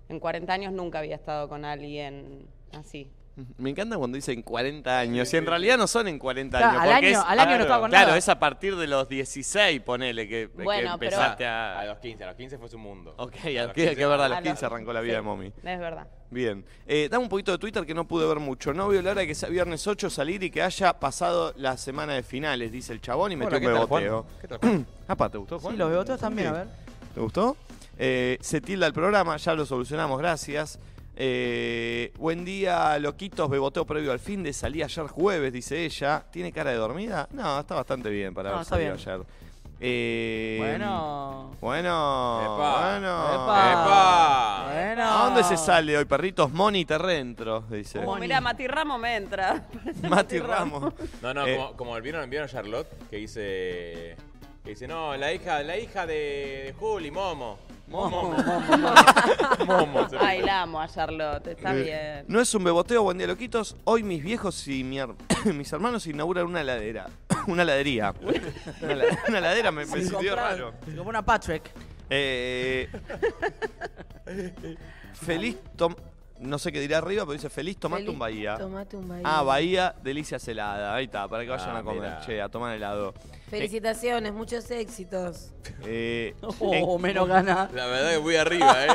S3: En 40 años nunca había estado con alguien así.
S1: Me encanta cuando dicen 40 años. Y en realidad no son en 40
S2: Claro,
S1: años.
S2: al
S1: porque
S2: año-
S1: es-
S2: al año no
S1: claro,
S2: estaba con
S1: Claro,
S2: nada.
S1: es a partir de los 16, ponele, que, que
S3: Bueno, pero-
S1: empezaste
S7: a
S1: a...
S7: los 15, a los 15 fue su mundo.
S1: Ok, a
S7: los
S1: los 15, que es verdad, a los
S3: A los-
S1: 15 arrancó la vida de mommy.
S3: Es verdad.
S1: Bien. Eh, dame un poquito de Twitter que no pude ver mucho. No veo la hora de que sea viernes 8 salir y que haya pasado la semana de finales, dice el chabón y me
S7: Hola,
S1: metió
S7: ¿qué
S1: un
S7: tal, Juan?
S1: beboteo.
S7: ¿Qué tal, Juan?
S1: Apa, ¿te gustó, Juan?
S2: Sí, los beboteos también,
S1: Sí.
S2: a ver.
S1: ¿Te gustó? Eh, se tilda el programa, ya lo solucionamos, gracias. Eh, buen día, loquitos, beboteo previo al fin de salí ayer jueves, dice ella. ¿Tiene cara de dormida? No, está bastante bien para
S2: No,
S1: haber
S2: está
S1: salido
S2: bien.
S1: ayer. Eh,
S2: Bueno.
S1: Bueno,
S7: Epa.
S1: bueno.
S7: Epa.
S2: Bueno.
S1: ¿A dónde se sale hoy, perritos? Moni, te reentro, dice.
S3: Uh,
S2: Moni.
S3: mira, Mati Ramos me entra.
S1: Mati Ramos.
S7: No, no,
S1: Eh,
S7: como, como vieron, vieron a Charlotte, que dice. Que dice, no, la hija, la hija de, de Juli, Momo. Momo. Momo. se puso.
S3: Ay, la amo a Charlotte, está
S1: Eh,
S3: bien.
S1: No es un beboteo, buen día, loquitos. Hoy mis viejos y mi her- mis hermanos inauguran una heladera. una heladería. una, la- una heladera me, me
S2: Se
S1: sintió
S2: compra-
S1: raro.
S2: se compró una Patrick.
S1: Eh, feliz tom- No sé qué dirá arriba, pero dice feliz tomate
S5: Feliz
S1: un bahía.
S5: Tomate un bahía.
S1: Ah, Bahía, delicias helada. Ahí está, para que vayan
S7: Ah,
S1: a comer,
S7: mirá.
S1: che, a tomar helado.
S5: Felicitaciones, muchos éxitos.
S1: Eh,
S2: Oh, menos ganas.
S7: La verdad que muy arriba, ¿eh?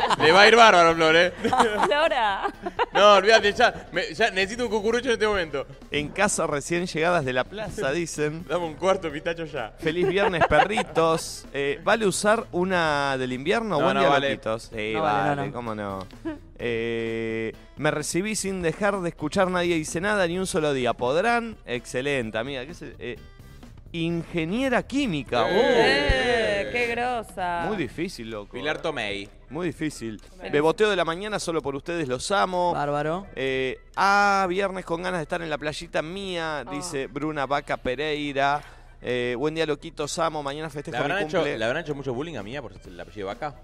S7: Le va a ir bárbaro, Flor, ¿eh?
S3: Flora.
S7: No, olvídate, ya, me- ya necesito un cucurucho en este momento.
S1: en casa recién llegadas de la plaza, dicen.
S7: Dame un cuarto, pistacho, ya.
S1: Feliz viernes, perritos. Eh, ¿Vale usar una del invierno?
S7: No,
S1: Buen
S7: no
S1: día,
S7: vale.
S1: loquitos. Sí,
S2: No
S1: vale,
S2: vale, no, no.
S1: cómo no. Eh, me recibí sin dejar de escuchar nadie dice nada ni un solo día. ¿Podrán? Excelente, amiga. ¿Qué se- eh, ingeniera química.
S7: Uh.
S3: Eh, qué grosa.
S1: Oh, muy difícil, loco. eh.
S7: Pilar Tomei.
S1: Muy difícil. Beboteo de la mañana solo por ustedes, los amo.
S2: Bárbaro.
S1: Eh, ah, viernes con ganas de estar en la playita
S2: Ah.
S1: mía, dice Bruna Vaca Pereira. Eh, buen día, loquitos, amo. Mañana
S7: ¿Le
S1: festejo mi
S7: habrán, hecho,
S1: cumple.
S7: ¿Le habrán hecho mucho bullying a mía por el apellido Vaca?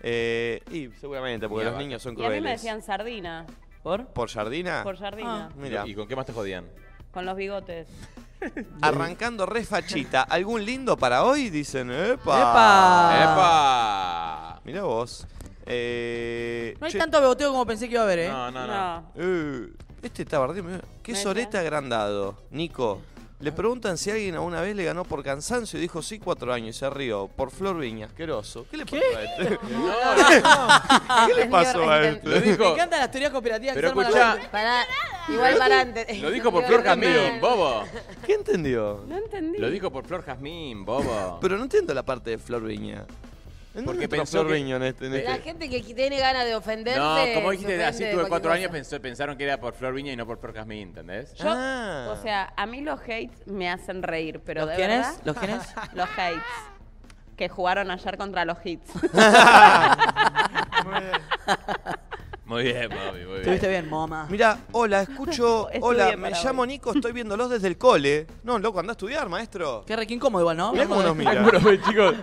S1: Eh, y seguramente, porque
S7: Mía
S1: los
S7: Vaca.
S1: niños son
S3: Y a mí me
S1: crueles.
S3: decían sardina.
S2: ¿Por?
S1: ¿Por jardina?
S3: Por jardina.
S1: Mira,
S7: ¿Y con qué más te jodían?
S3: Con los bigotes.
S1: arrancando re fachita. ¿Algún lindo para hoy? Dicen, ¡epa!
S2: ¡Epa!
S7: ¡Epa!
S1: Mira vos. Eh,
S2: No hay
S1: che,
S2: tanto beboteo como pensé que iba a haber, ¿eh?
S7: No, no, no.
S1: eh, este está bardido, mirá. Qué
S3: ¿Neta?
S1: sorete agrandado, Nico.
S2: Ah.
S1: Le preguntan si alguien alguna vez le ganó por cansancio y dijo sí cuatro años y se rió. Por Flor Viña, asqueroso. ¿Qué le pasó a este?
S7: No,
S1: ¿Qué le pasó a
S5: Entendió,
S1: este?
S7: Lo
S2: Me
S7: dijo.
S2: encantan las teorías conspirativas
S7: Pero
S2: que se arman
S7: escuchá,
S2: la gente.
S5: Para, Igual para antes.
S7: Lo dijo por Flor Jazmín,
S5: también.
S7: bobo.
S1: ¿Qué entendió?
S3: No entendí.
S7: Lo dijo por Flor Jazmín, bobo.
S1: Pero no entiendo la parte de Flor Viña. ¿En dónde
S7: Porque
S1: está
S7: pensó
S1: Flor
S7: que-
S1: Viña en este? en
S5: La
S1: este?
S5: gente que tiene ganas de ofenderse.
S7: No, como
S5: se
S7: dijiste,
S5: ofende
S7: así
S5: de
S7: tuve
S5: cualquier
S7: cuatro años,
S5: cosa.
S7: pensó- pensaron que era por Flor Viña y no por Flor Jazmín, ¿entendés?
S3: Yo,
S1: Ah.
S3: o sea, a mí los hates me hacen reír, pero
S2: ¿Los
S3: de
S2: quiénes?
S3: verdad.
S2: ¿Los quiénes?
S3: Los hates que jugaron ayer contra los hits.
S7: Muy bien, Bobby, Eh, muy bien.
S2: Estuviste bien, moma.
S1: Mira, hola, escucho.
S3: Estudié
S1: hola,
S3: para
S1: me
S3: hoy.
S1: llamo Nico, estoy viéndolos desde el cole. No, loco, anda a estudiar, maestro.
S2: Qué requín cómodo igual, ¿no?
S1: Mirá cómo nos mira.
S7: Bueno, chicos,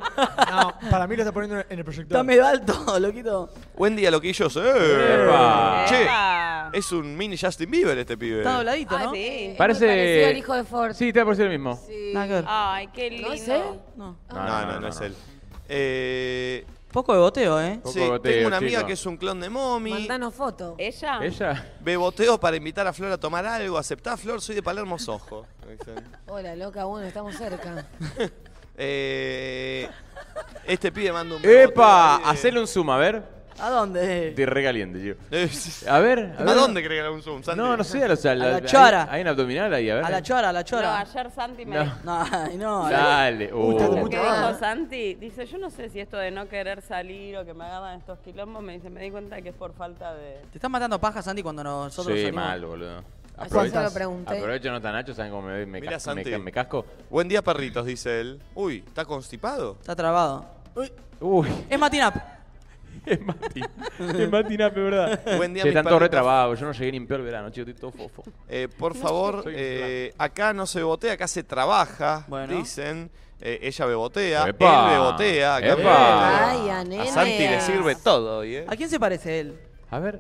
S9: No, para mí lo está poniendo en el proyector.
S2: Está medio alto, loquito.
S1: Buen día, loquillos. ¡Eh!
S7: Epa.
S1: Che,
S3: Epa.
S1: es un mini Justin Bieber este pibe.
S2: Está dobladito,
S3: Ah,
S2: ¿no?
S5: Eh,
S3: sí.
S5: es
S7: Parece-
S5: muy parecido al hijo de Ford.
S7: Sí, te va a parecer lo mismo.
S5: Sí.
S2: Nada que ver.
S3: Ay, qué lindo.
S5: ¿No es él?
S2: No.
S1: No, no, no, es él. Eh,
S2: Poco de boteo, ¿eh?
S1: sí,
S7: Poco
S1: tengo
S7: boteo,
S1: una amiga
S7: chico.
S1: que es un clon de mommy.
S5: Mandanos foto.
S3: ¿Ella?
S7: Ah. ¿Ella?
S1: Beboteo para invitar a Flor a tomar algo. ¿Aceptá, Flor? Soy de Palermo Sojo.
S5: Hola, loca, bueno, estamos cerca.
S1: Eh, este pibe manda un beboteo ahí de-
S7: ¡Epa! Hacele un zoom, a ver.
S2: ¿A dónde?
S7: Te regaliente, chico.
S1: Eh,
S7: A ver.
S1: ¿A dónde crees que le hago un zoom, Santi?
S7: No, no sé, a, los,
S2: la chora.
S7: Hay, hay un abdominal ahí, a ver.
S2: A la chora, a la
S3: No,
S2: chora.
S3: ayer Santi me.
S7: No.
S3: dijo-
S2: No, ay, no.
S7: Dale.
S9: Uy, está
S7: uh.
S9: con
S3: Lo
S9: mucho-
S3: que
S9: Mucha
S3: dijo
S9: banda.
S3: Santi, dice, yo no sé si esto de no querer salir o que me agarran estos quilombos, me dice, me di cuenta que es por falta de...
S2: Te estás matando paja, Sandy, cuando nosotros
S7: Sí,
S2: salimos?
S7: mal, boludo.
S5: Ayer se
S7: Aprovecho,
S5: lo pregunté.
S7: aprovecho no tan nacho, ¿saben cómo me, me,
S1: Mirá,
S7: cas- me
S1: Santi.
S7: ca- me casco?
S1: Buen día, perritos, dice él. Uy, ¿está constipado?
S2: Está trabado.
S7: Uy,
S2: Es matinap.
S7: es Mati. es Mati Nape, ¿verdad?
S1: Buen día,
S7: Che,
S1: mis
S7: están todos
S1: perritos.
S7: retrabados. Yo no llegué ni en peor verano, chico. Estoy todo fofo.
S1: Eh, por favor,
S7: Soy un
S1: eh, acá no se bebotea, acá se trabaja,
S2: Bueno.
S1: dicen. Eh, ella bebotea,
S7: ¡Epa!
S1: él bebotea. Acá
S7: ¡Epa!
S1: bebotea.
S5: Ay, a nene.
S1: Santi le sirve todo hoy, ¿eh?
S2: ¿A quién se parece él?
S7: A ver,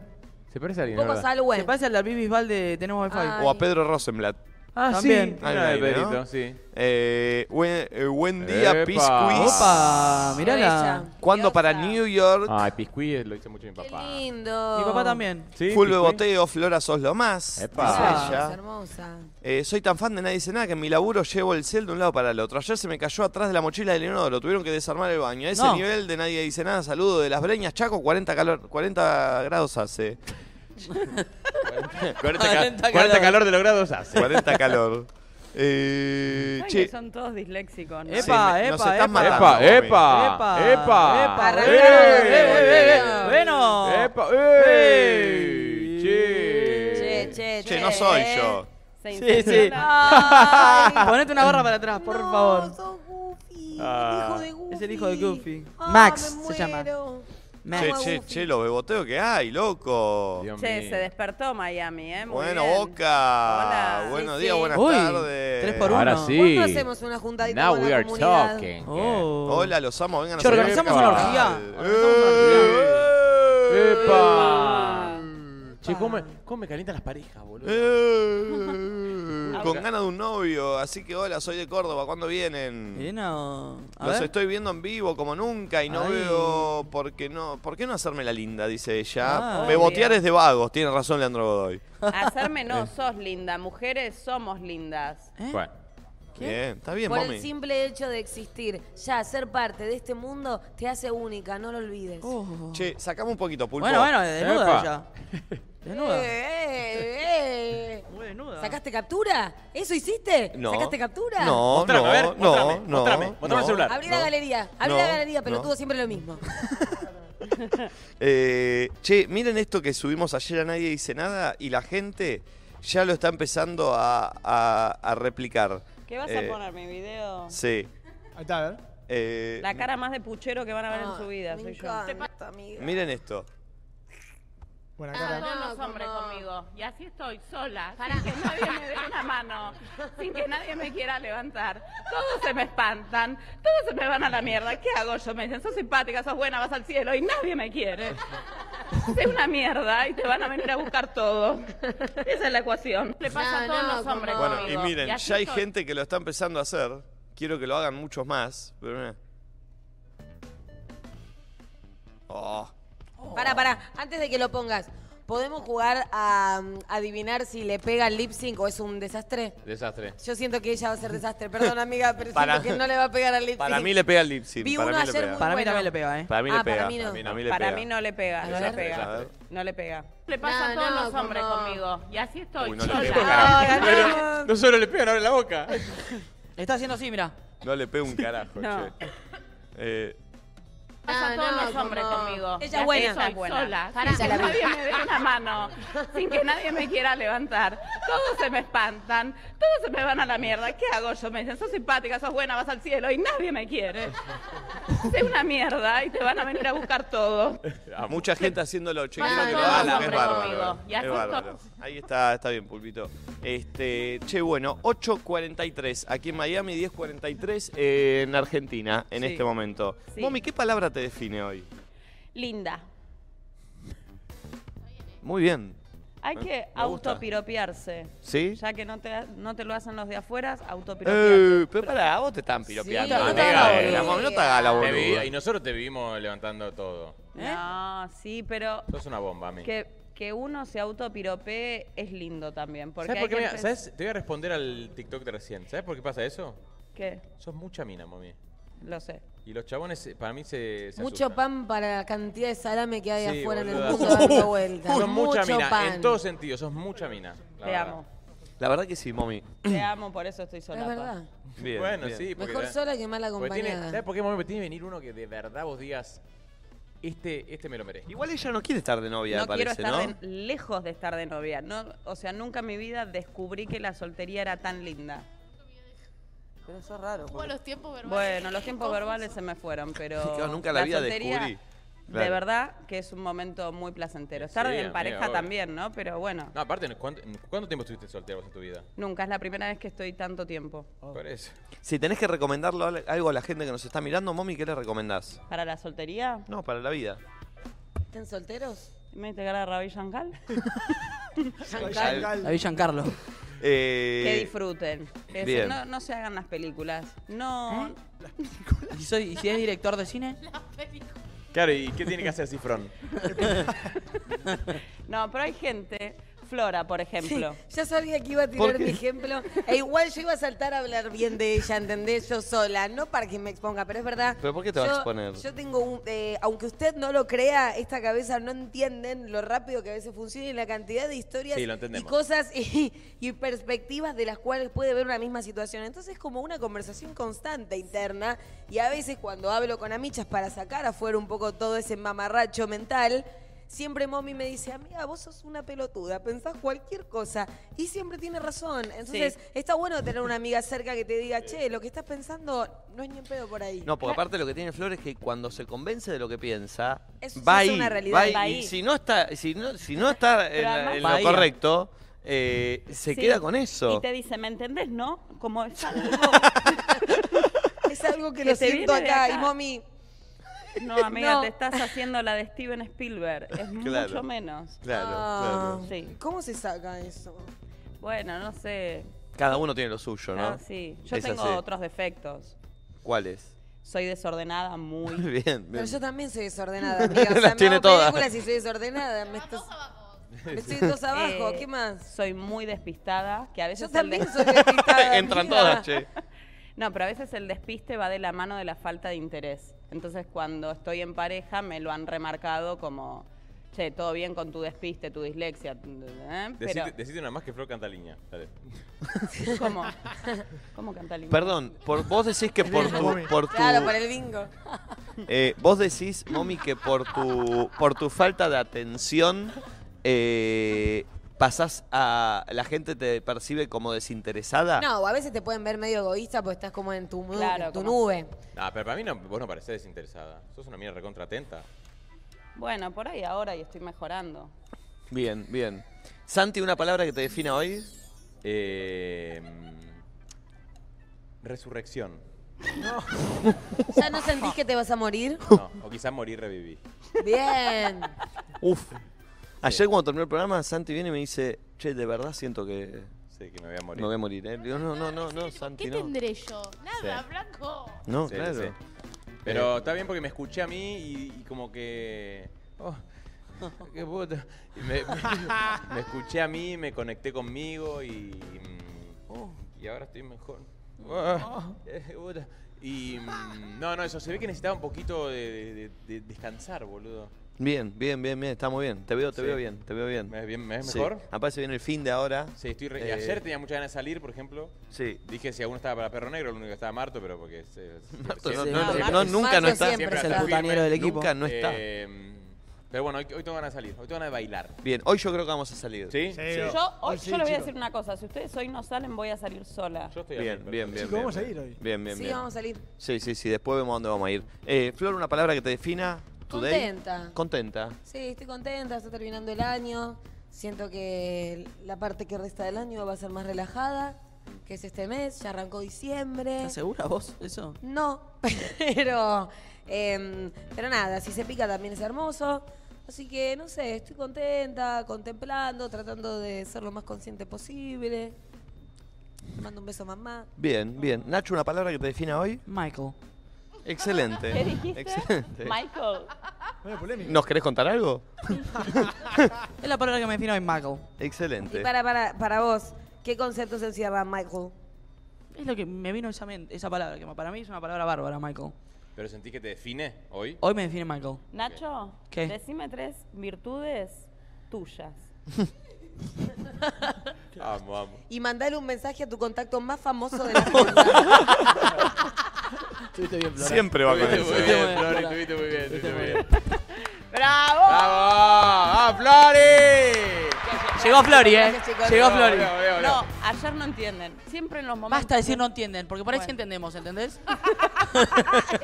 S7: ¿se parece a
S5: Un
S7: alguien?
S5: poco
S7: la verdad?
S5: Salwen.
S2: Se parece al de Albi Bisbal de Tenemos Wi-Fi.
S5: Ah.
S1: O a Pedro Rosenblatt.
S2: Ah,
S7: También.
S2: sí.
S1: Hay
S7: Mira,
S1: un aire,
S7: Pedrito,
S1: ¿no?
S7: sí.
S1: Eh, buen, eh, buen día,
S7: ¡Epa!
S1: Piscuis.
S2: Opa, mirala.
S5: Ella.
S1: ¿Cuándo para
S3: Diosa.
S1: New York?
S7: Ay, Piscuí lo hice mucho mi
S5: Qué
S7: papá.
S5: lindo.
S2: Mi papá también.
S7: Sí,
S1: Full
S7: Piscuí.
S1: beboteo, Flora, sos lo más.
S7: ¡Epa!
S1: dice ella.
S5: Es hermosa.
S1: Eh, soy tan fan de Nadie Dice Nada que en mi laburo llevo el cel de un lado para el otro. Ayer se me cayó atrás de la mochila de Leonardo. Tuvieron que desarmar el baño. A ese
S2: No.
S1: nivel de Nadie Dice Nada, saludo de las breñas. Chaco, 40, calor, 40 grados hace.
S7: 40,
S2: Cuarenta
S7: ca-
S2: calor.
S7: 40 calor de los grados hace.
S1: 40 calor. Eh,
S3: Ay,
S1: che,
S3: que son todos disléxicos, ¿no?
S2: Epa,
S1: me- nos
S2: epa,
S1: estás
S2: epa.
S1: matando,
S7: ¡Epa,
S1: Gomi.
S7: epa!
S2: Epa,
S7: ¡Epa!
S2: epa,
S5: Para
S7: ¡Eh!
S5: arrancar,
S7: ¡Eh!
S5: eh,
S2: bueno.
S7: ¡Epa! ¡Eh!
S5: Che,
S7: ¡Che!
S5: che, che.
S1: Che, no soy yo.
S3: Se
S2: Sí,
S3: incendió
S2: sí.
S3: la-
S2: Ponete una barra para atrás, por
S5: no,
S2: favor.
S5: sos Goofy.
S7: Ah.
S5: El hijo de Goofy.
S2: Es el hijo de Goofy.
S5: Ah,
S2: Max
S5: me
S2: se llama.
S5: muero.
S2: Me-
S1: Che,
S5: Amo a
S1: che,
S5: Goofy.
S1: che, los beboteos que hay, loco.
S7: Dios
S3: Che,
S7: mío.
S3: se despertó Miami, ¿eh? Muy
S1: bueno,
S3: bien.
S1: Boca.
S3: Hola.
S1: Buenos
S5: Sí,
S1: días,
S5: sí.
S1: buenas
S2: Uy,
S1: tardes.
S2: tres por uno.
S7: Ahora
S2: Uno.
S7: sí.
S5: ¿Cuándo hacemos una juntadita
S7: Now
S5: con la
S7: we are
S5: comunidad?
S7: talking.
S2: Oh.
S1: Hola, los amo, vengan a
S2: Che, ¿organizamos
S1: cerca.
S2: una orgía?
S1: Eh.
S7: Eh. ¡Epa! Che,
S5: Epa.
S7: ¿cómo me, cómo me calientan las parejas, boludo?
S1: Eh, Con ganas de un novio, así que hola, soy de Córdoba, ¿cuándo vienen?
S2: Bueno, a
S1: Los
S2: ver.
S1: estoy viendo en vivo como nunca y no
S2: Ay.
S1: veo por qué no, por qué no hacerme la linda, dice ella.
S2: Ah.
S1: Bebotear es de vagos, tiene razón Leandro Godoy.
S3: Hacerme
S1: Eh.
S3: no, sos linda. Mujeres somos lindas.
S2: ¿Eh?
S7: Bueno,
S1: Bien, está bien,
S5: Por
S1: mami.
S5: el simple hecho de existir, ya ser parte de este mundo te hace única, no lo olvides.
S2: Oh.
S1: Che, sacame un poquito, pulpo.
S2: Bueno, bueno, desnuda
S7: Epa.
S2: ella. Desnuda.
S5: Eh, eh, eh.
S2: Muy desnuda.
S5: ¿Sacaste captura? ¿Eso hiciste?
S1: No.
S5: ¿Sacaste captura?
S1: No,
S7: Mostrame,
S1: no,
S7: a ver,
S1: no,
S7: mostrame,
S1: no,
S7: mostrame,
S1: no.
S7: mostrame el celular.
S5: Abrí la
S1: No.
S5: galería, abrí la
S1: No,
S5: galería, pero
S1: no.
S5: tuvo siempre lo mismo.
S1: Eh, che, miren esto que subimos ayer a nadie dice nada y la gente ya lo está empezando a, a- a replicar.
S3: ¿Qué vas
S1: Eh,
S3: a poner, mi video?
S1: Sí.
S9: Ahí está, a ver.
S1: Eh,
S3: La cara más de puchero que van a ver en su vida,
S5: me
S3: soy yo.
S5: encanta, amiga.
S1: miren esto.
S9: Buena
S5: Ah,
S9: cara.
S5: no.
S3: Todos los hombres conmigo. Y así estoy sola, para que nadie me dé una mano, sin que nadie me quiera levantar. Todos se me espantan, todos se me van a la mierda. ¿Qué hago yo? Me dicen, sos simpática, sos buena, vas al cielo y nadie me quiere. Es una mierda y te van a venir a buscar todo. Esa es la ecuación. Le pasa a
S5: No,
S3: todos
S5: no,
S3: los hombres
S5: como-
S1: Bueno, y
S3: conmigo.
S1: miren,
S3: así
S1: ya hay
S3: estoy.
S1: gente que lo está empezando a hacer. Quiero que lo hagan muchos más. Pero mirá. Oh.
S5: Pará, pará, antes de que lo pongas. ¿Podemos jugar a mm, adivinar si le pega el lip sync o es un desastre?
S7: Desastre.
S5: Yo siento que ella va a ser desastre. Perdón, amiga, pero
S1: Para-
S5: siento que no le va a pegar al lip sync.
S1: Para mí le pega el lip sync.
S5: Vi
S1: para
S5: uno
S1: mí le
S5: ayer
S1: pega.
S5: muy
S2: Para mí
S5: bueno.
S2: también le pega, ¿eh?
S1: Para mí
S5: Ah,
S1: le
S5: para
S1: pega.
S5: mí no.
S1: le
S3: Para
S1: pega.
S3: mí no le pega, no le
S1: Desastre,
S3: pega.
S1: desastre.
S3: No le pega. Le pasa
S5: No,
S3: a todos
S5: no,
S3: los hombres
S5: como-
S3: conmigo. Y así estoy.
S1: Uy, no le
S3: sola.
S1: pego,
S5: Ay,
S1: carajo.
S5: ganamos.
S7: No solo le pegan ahora en la boca.
S2: Le está haciendo así, mira.
S1: No le pega un carajo,
S3: No.
S1: che. Eh,
S3: Le pasa a
S5: Ah, No,
S3: todos
S5: no,
S3: los hombres
S5: como-
S3: conmigo.
S5: Ella
S3: Y así
S5: buena.
S3: soy
S5: Ella buena.
S3: sola.
S5: Pará. Ella
S3: sin que
S5: la-
S3: nadie me dé una mano. Sin que nadie me quiera levantar. Todos se me espantan. Todos se me van a la mierda. ¿Qué hago yo? Me dicen, sos simpática, sos buena, vas al cielo. Y nadie me quiere. Sé una mierda y te van a venir a buscar todo.
S1: a mucha gente haciéndolo, che.
S3: Pasa
S1: Quiero que lo
S3: todo
S1: hagan,
S3: hombre
S1: es bárbaro.
S3: conmigo. Y
S1: Es
S3: así
S1: bárbaro. Ahí está, está bien, Pulpito. Este, che, bueno, 8.43 aquí en Miami, 10.43 en Argentina en
S2: Sí.
S1: este momento.
S3: Sí.
S1: Momi, ¿qué palabra te define hoy?
S3: Linda.
S1: Muy bien.
S3: Hay que
S1: Ah, me gusta.
S3: autopiropearse.
S1: ¿Sí?
S3: Ya que no te, no te lo hacen los de afuera, autopiropearse.
S1: Eh, pero pará, vos te están piropeando.
S5: Sí,
S1: de
S5: no te
S1: negra,
S5: hagas la
S1: eh, la Momi, no te hagas la
S7: Te vi-
S1: boluda.
S7: y nosotros te vivimos levantando todo.
S3: ¿Eh? No, sí, pero
S7: Sos una bomba, mí.
S3: que, que uno se autopiropee es lindo también. Porque
S7: ¿Sabes
S3: hay
S7: por qué?
S3: que
S7: mira?
S3: empe-
S7: ¿Sabes? Te voy a responder al TikTok de recién. ¿Sabes por qué pasa eso?
S3: ¿Qué?
S7: Sos mucha mina, mami.
S3: Lo sé.
S7: Y los chabones, eh, para mí, se. se
S5: Mucho
S7: asustan.
S5: pan para la cantidad de salame que hay
S7: Sí,
S5: afuera en el
S7: boluda.
S5: mundo dando vueltas.
S7: Sos mucha
S5: Mucho
S7: mina,
S5: pan.
S7: en todo sentido, sos mucha mina. la
S3: Te
S7: verdad.
S3: amo.
S1: La verdad que sí, Momi.
S3: Te amo, por eso estoy
S5: Es
S3: sola.
S5: verdad.
S1: Bien,
S7: bueno,
S1: bien.
S7: sí. porque
S5: Mejor
S7: la-
S5: sola que mal
S7: porque tiene- ¿Sabes
S5: acompañada.
S7: por qué, mami? Porque Tiene que venir uno que de verdad vos digas, este, este me lo merezco.
S1: Igual ella no quiere estar de novia,
S3: No
S1: me parece,
S3: quiero estar
S1: ¿no?
S3: de- lejos de estar de novia. No, o sea, nunca en mi vida descubrí que la soltería era tan linda.
S2: Pero eso es raro.
S10: Como los tiempos verbales.
S3: Bueno, los tiempos verbales se me fueron, pero
S1: Claro, nunca la vida
S3: soltería,
S1: descubrí.
S3: De
S1: Claro.
S3: verdad que es un momento muy placentero. Estar
S7: Sí,
S3: en
S7: amiga,
S3: pareja
S7: obvio.
S3: también, ¿no? Pero bueno,
S7: No, aparte, ¿cuánto, cuánto tiempo estuviste soltero vos en tu vida?
S3: nunca es la primera vez que estoy tanto tiempo.
S1: Oh.
S7: Por eso.
S1: Si tenés que recomendarlo al- algo a la gente que nos está mirando, Momi, ¿qué le recomendás?
S3: Para la soltería,
S1: No, para la vida.
S5: ¿Están solteros?
S3: me integrar a Ravi Shankar.
S2: La vi Giancarlo.
S1: Eh,
S3: Que disfruten. Que se-
S1: bien.
S3: no, no se hagan las películas.
S5: ¿Eh?
S3: No.
S2: ¿Y, soy, ¿Y si es director de cine?
S7: Claro, ¿y qué tiene que hacer Cifrón?
S3: No, pero hay gente. Flora, por ejemplo.
S5: Ya sabía que iba a tirar mi ejemplo. E igual yo iba a saltar a hablar bien de ella, ¿entendés? Yo sola, no para que me exponga, pero es verdad.
S1: ¿Pero por qué te va a
S5: Yo-
S1: exponer?
S5: Yo tengo un. eh, aunque usted no lo crea, esta cabeza no entienden lo rápido que a veces funciona y la cantidad de historias
S7: Sí,
S5: y
S7: lo entendemos.
S5: cosas y, y perspectivas de las cuales puede ver una misma situación. Entonces es como una conversación constante interna y a veces cuando hablo con amichas para sacar afuera un poco todo ese mamarracho mental. Siempre mommy me dice, amiga, vos sos una pelotuda, pensás cualquier cosa. Y siempre tiene razón. Entonces,
S3: Sí.
S5: está bueno tener una amiga cerca que te diga, che, lo que estás pensando no es ni en pedo por ahí.
S1: No, porque aparte lo que tiene Flor es que cuando se convence de lo que piensa,
S5: Eso ya
S1: va
S5: es
S1: ahí,
S5: una
S1: va
S5: realidad.
S1: ahí.
S3: Va
S1: Y
S3: ahí.
S1: si no está, si no, si no está en,
S3: Pero además-
S1: en
S2: Va ahí.
S1: lo correcto, eh, se
S3: Sí.
S1: queda con eso.
S3: Y te dice, ¿me entendés? No, como es algo.
S5: Es algo que,
S3: Que
S5: lo
S3: te
S5: siento
S3: viene de
S5: acá,
S3: acá.
S5: y mami.
S3: No, amiga,
S5: No.
S3: te estás haciendo la de Steven Spielberg. Es
S1: Claro.
S3: mucho menos.
S1: Claro,
S5: ah,
S1: claro.
S3: Sí.
S5: ¿Cómo se saca eso?
S3: Bueno, no sé.
S1: Cada uno tiene lo suyo, ¿no?
S3: Ah, sí. Yo
S1: Es
S3: tengo
S1: así.
S3: otros defectos.
S1: ¿Cuáles?
S3: Soy desordenada muy.
S1: bien, bien.
S5: Pero yo también soy desordenada, amiga. O sea, me
S1: tiene
S5: hago
S1: todas.
S5: películas y soy desordenada. Me estás... Me estoy dos abajo,
S3: Eh,
S5: ¿qué más?
S3: Soy muy despistada, que a veces
S5: Yo
S3: el
S5: también
S3: des-
S5: soy despistada.
S1: Entran
S5: amiga.
S1: todas, che.
S3: No, pero a veces el despiste va de la mano de la falta de interés. Entonces, cuando estoy en pareja, me lo han remarcado como, che, todo bien con tu despiste, tu dislexia. ¿eh? Pero,
S7: Decite, decite una más que Flor Cantaliña. Dale.
S3: ¿cómo? ¿Cómo canta Lin?
S1: Perdón, por, vos decís que por tu, por tu-
S5: Claro, para el bingo.
S1: Eh, vos decís, Momi, que por tu, por tu falta de atención eh, pasás a... La gente te percibe como desinteresada.
S5: No, a veces te pueden ver medio egoísta porque estás como en tu, nu-
S3: Claro,
S5: en tu
S3: como-
S5: nube.
S7: No, pero para mí no, vos no parecés desinteresada. Sos una mierda recontra atenta.
S3: Bueno, por ahí ahora y estoy mejorando.
S1: Bien, bien. Santi, una palabra que te defina hoy.
S7: Eh, mm, resurrección.
S5: ¿Ya no sentís que te vas a morir?
S7: No, o quizás morir reviví.
S5: Bien.
S1: Uf. Ayer cuando terminó el programa, Santi viene y me dice, che, de verdad siento que
S7: Sí, que me voy a morir.
S1: me voy a morir. ¿eh?". Le digo, no, no, no, no,
S10: ¿Qué
S1: Santi, no.
S10: tendré yo? Nada,
S7: Sí.
S10: blanco.
S1: No,
S7: Sí,
S1: claro. Eh.
S7: sí. Pero está bien porque me escuché a mí y, y como que. oh,
S4: qué puta. Y me, me- me escuché a mí, me conecté conmigo y. mm, Y ahora estoy mejor. Ah, eh, puta. Y. mm, No, no, eso se ve que necesitaba un poquito de, de- de descansar, boludo.
S1: Bien, bien, bien, bien, está muy bien. Te veo, te
S4: Sí.
S1: veo bien, te veo bien.
S4: ¿Me ves bien- me ves
S1: Sí.
S4: mejor?
S1: Aparte viene el fin de ahora.
S4: Sí, estoy re- y
S1: Eh,
S4: Ayer tenía muchas ganas de salir, por ejemplo.
S1: Sí.
S4: Dije si alguno estaba para Perro Negro, el único que estaba Marto, pero porque. se- se-
S1: Marto
S4: siempre-
S2: sí.
S1: no, no,
S2: Ah,
S1: no,
S5: Marto
S1: nunca no
S5: siempre
S1: está.
S5: siempre
S2: Es el
S5: está.
S2: putañero del equipo.
S1: Nunca no está.
S4: Eh, pero bueno, hoy, hoy tengo ganas de salir, hoy tengo ganas de bailar.
S1: Bien, hoy yo creo que vamos a salir.
S4: ¿Sí?
S11: Sí.
S3: Yo, hoy,
S11: Hoy sí,
S3: yo les voy a
S11: chicos.
S3: decir una cosa. Si ustedes hoy no salen, voy a salir sola.
S4: Yo estoy
S1: Bien,
S4: así,
S1: bien, bien.
S4: perfecto.
S1: bien,
S11: vamos a
S1: bien.
S11: ir hoy.
S1: Bien, bien,
S5: Sí,
S1: bien.
S5: vamos a salir.
S1: Sí, sí, sí, después vemos a dónde vamos a ir. Eh, Flor, una palabra que te defina. Today.
S5: Contenta.
S1: Contenta.
S5: Sí, estoy contenta, está terminando el año. Siento que la parte que resta del año va a ser más relajada, que es este mes, ya arrancó diciembre.
S2: ¿Estás segura vos? Eso.
S5: No, pero, em, pero nada, si se pica también es hermoso. Así que, no sé, estoy contenta, contemplando, tratando de ser lo más consciente posible. Te mando un beso, mamá.
S1: Bien, bien. Nacho, una palabra que te defina hoy.
S2: Michael.
S1: Excelente.
S3: ¿Qué dijiste?
S1: Excelente.
S3: Michael.
S11: Medio polémico.
S1: ¿Nos querés contar algo?
S2: Es la palabra que me define hoy, Michael.
S1: Excelente.
S5: Y para, para, para vos, ¿qué conceptos encierra Michael?
S2: Es lo que me vino esa, men- esa palabra, que para mí es una palabra bárbara, Michael.
S4: ¿Pero sentís que te define hoy?
S2: Hoy me define Michael.
S3: Nacho,
S2: ¿Qué?
S3: decime tres virtudes tuyas.
S4: Vamos, vamos.
S5: Y mandale un mensaje a tu contacto más famoso de la prensa.
S2: Estuviste bien,
S1: Siempre va con
S4: Estuviste muy
S1: eso.
S2: Estuviste muy
S4: bien,
S2: bien, Flora.
S4: Flores, estuviste muy bien, estuviste muy
S2: muy
S4: bien.
S3: ¡Bravo!
S4: ¡Vamos!
S1: ¡Ah,
S4: ¡A Flores!
S2: Llegó Flori, eh.
S5: Gracias, chicos.
S2: Llegó
S4: No,
S2: Flori.
S4: no, no, no.
S3: No, ayer no entienden. Siempre en los momentos.
S2: Basta de decir no entienden, porque por ahí sí
S3: Bueno.
S2: entendemos, ¿entendés?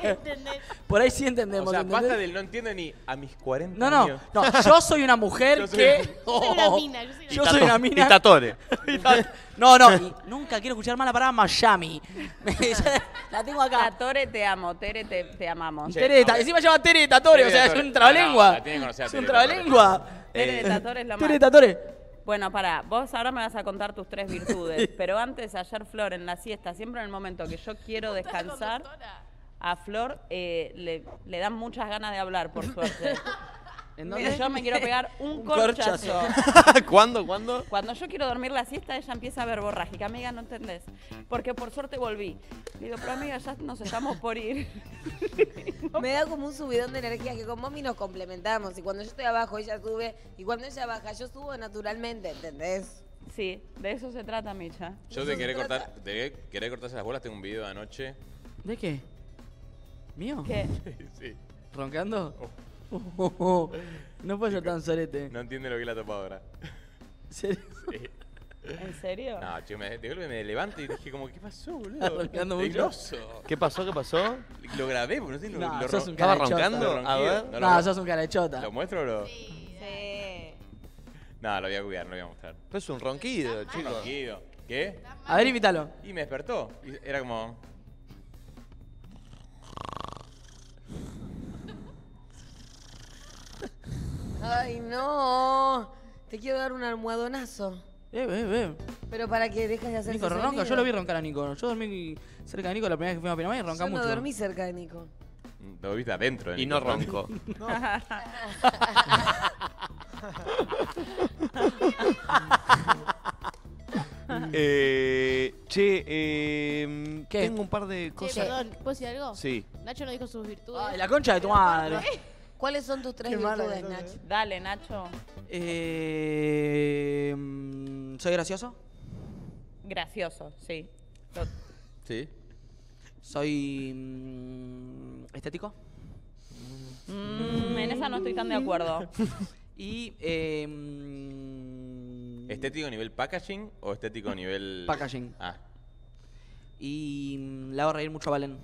S12: ¿Entendés?
S2: Por ahí sí entendemos,
S4: O sea,
S2: ¿entendés?
S4: basta del no entienden ni a mis 40
S2: No, no,
S4: años.
S2: no. Yo soy una mujer
S4: Yo soy-
S2: que. Oh.
S12: Yo soy una mina, yo soy una
S2: Yo soy una mina.
S1: Dictatore.
S2: No, no. y nunca quiero escuchar más la palabra Miami. la tengo
S3: La
S2: acá.
S3: Tore te amo, Tere te, te amamos.
S4: Che,
S2: Tereta.
S4: ahora-
S2: Encima lleva Tereta, Tore. O sea, es
S4: Tere,
S2: un
S4: Tore. Ah, No, no,
S2: trabalengua.
S4: la tiene que conocer a
S2: es un
S4: Tere, Tore.
S2: trabalengua.
S3: Tere
S1: Eh,
S3: de Tatore es lo más.
S2: Tereta, Tore.
S3: Bueno, pará, vos ahora me vas a contar tus tres virtudes, pero antes, ayer Flor en la siesta, siempre en el momento que yo quiero descansar,
S12: conductora.
S3: a Flor eh, le, le dan muchas ganas de hablar, por suerte.
S2: ¿En
S3: Mira, yo me quiero pegar un,
S2: Un corchazo.
S3: corchazo.
S1: ¿Cuándo, cuándo?
S3: Cuando yo quiero dormir la siesta, ella empieza a ver borrágica. Amiga, no entendés. Porque por suerte volví. Le digo, pero amiga, ya nos estamos por ir.
S5: Me da como un subidón de energía que con Momi nos complementamos. Y cuando yo estoy abajo, ella sube. Y cuando ella baja, yo subo naturalmente, ¿entendés?
S3: Sí, de eso se trata, Micha.
S4: Yo te quería cortar, te quería cortarse las bolas, tengo un video de anoche.
S2: ¿De qué? ¿Mío?
S3: ¿Qué?
S4: Sí.
S2: ¿Roncando? Oh, oh, oh. No puedo ser tan sorete.
S4: No entiende lo que es la topadora.
S2: ¿Serio?
S4: Sí.
S3: ¿En serio?
S4: No, chico, me, de golpe me levanto y dije como, ¿qué pasó, boludo?
S2: Estás roncando mucho.
S4: Peligroso.
S1: ¿Qué pasó? ¿Qué pasó?
S4: Lo grabé porque no sé, lo,
S2: No,
S4: lo
S2: sos un
S4: ro-
S1: ¿Estaba
S2: Carachota.
S1: roncando? A ver.
S4: No,
S2: No,
S4: lo-
S2: sos un carachota.
S4: ¿Lo muestro, bro?
S12: Sí,
S3: Sí.
S4: No, lo voy a cuidar, lo voy a mostrar.
S1: Pero es un ronquido, chicos.
S4: Tranquilo. ¿Qué?
S2: A ver, invítalo.
S4: Y me despertó. Y era como.
S5: Ay, no. Te quiero dar un almohadonazo.
S2: Eh, eh, eh.
S5: Pero para que dejes de hacer
S2: Nico
S5: ese
S2: ronca,
S5: sonido.
S2: yo lo vi roncar a Nico. Yo dormí cerca de Nico la primera vez que fuimos a Pinamar y ronca
S5: Yo
S2: mucho.
S5: no dormí cerca de Nico.
S4: Lo viste adentro.
S1: Y no ronco. eh, che, eh,
S2: ¿Qué?
S1: tengo un par de
S12: Che,
S1: cosas.
S12: perdón, ¿puedo decir algo?
S1: Sí.
S12: Nacho no dijo sus virtudes.
S2: Ay, la concha de tu madre.
S5: ¿Cuáles son tus tres
S11: Qué mala
S5: virtudes,
S11: que sos,
S5: Nacho?
S11: eh.
S3: Dale, Nacho.
S2: Eh, mm, ¿Soy gracioso?
S3: Gracioso, sí. Lo-
S4: Sí.
S2: ¿Soy mm, estético?
S3: Mm, en esa no estoy tan de acuerdo.
S2: Y... Eh, mm,
S4: ¿Estético a nivel packaging o estético a nivel.
S2: Packaging.
S4: Ah.
S2: Y mm, le hago reír mucho a Valen.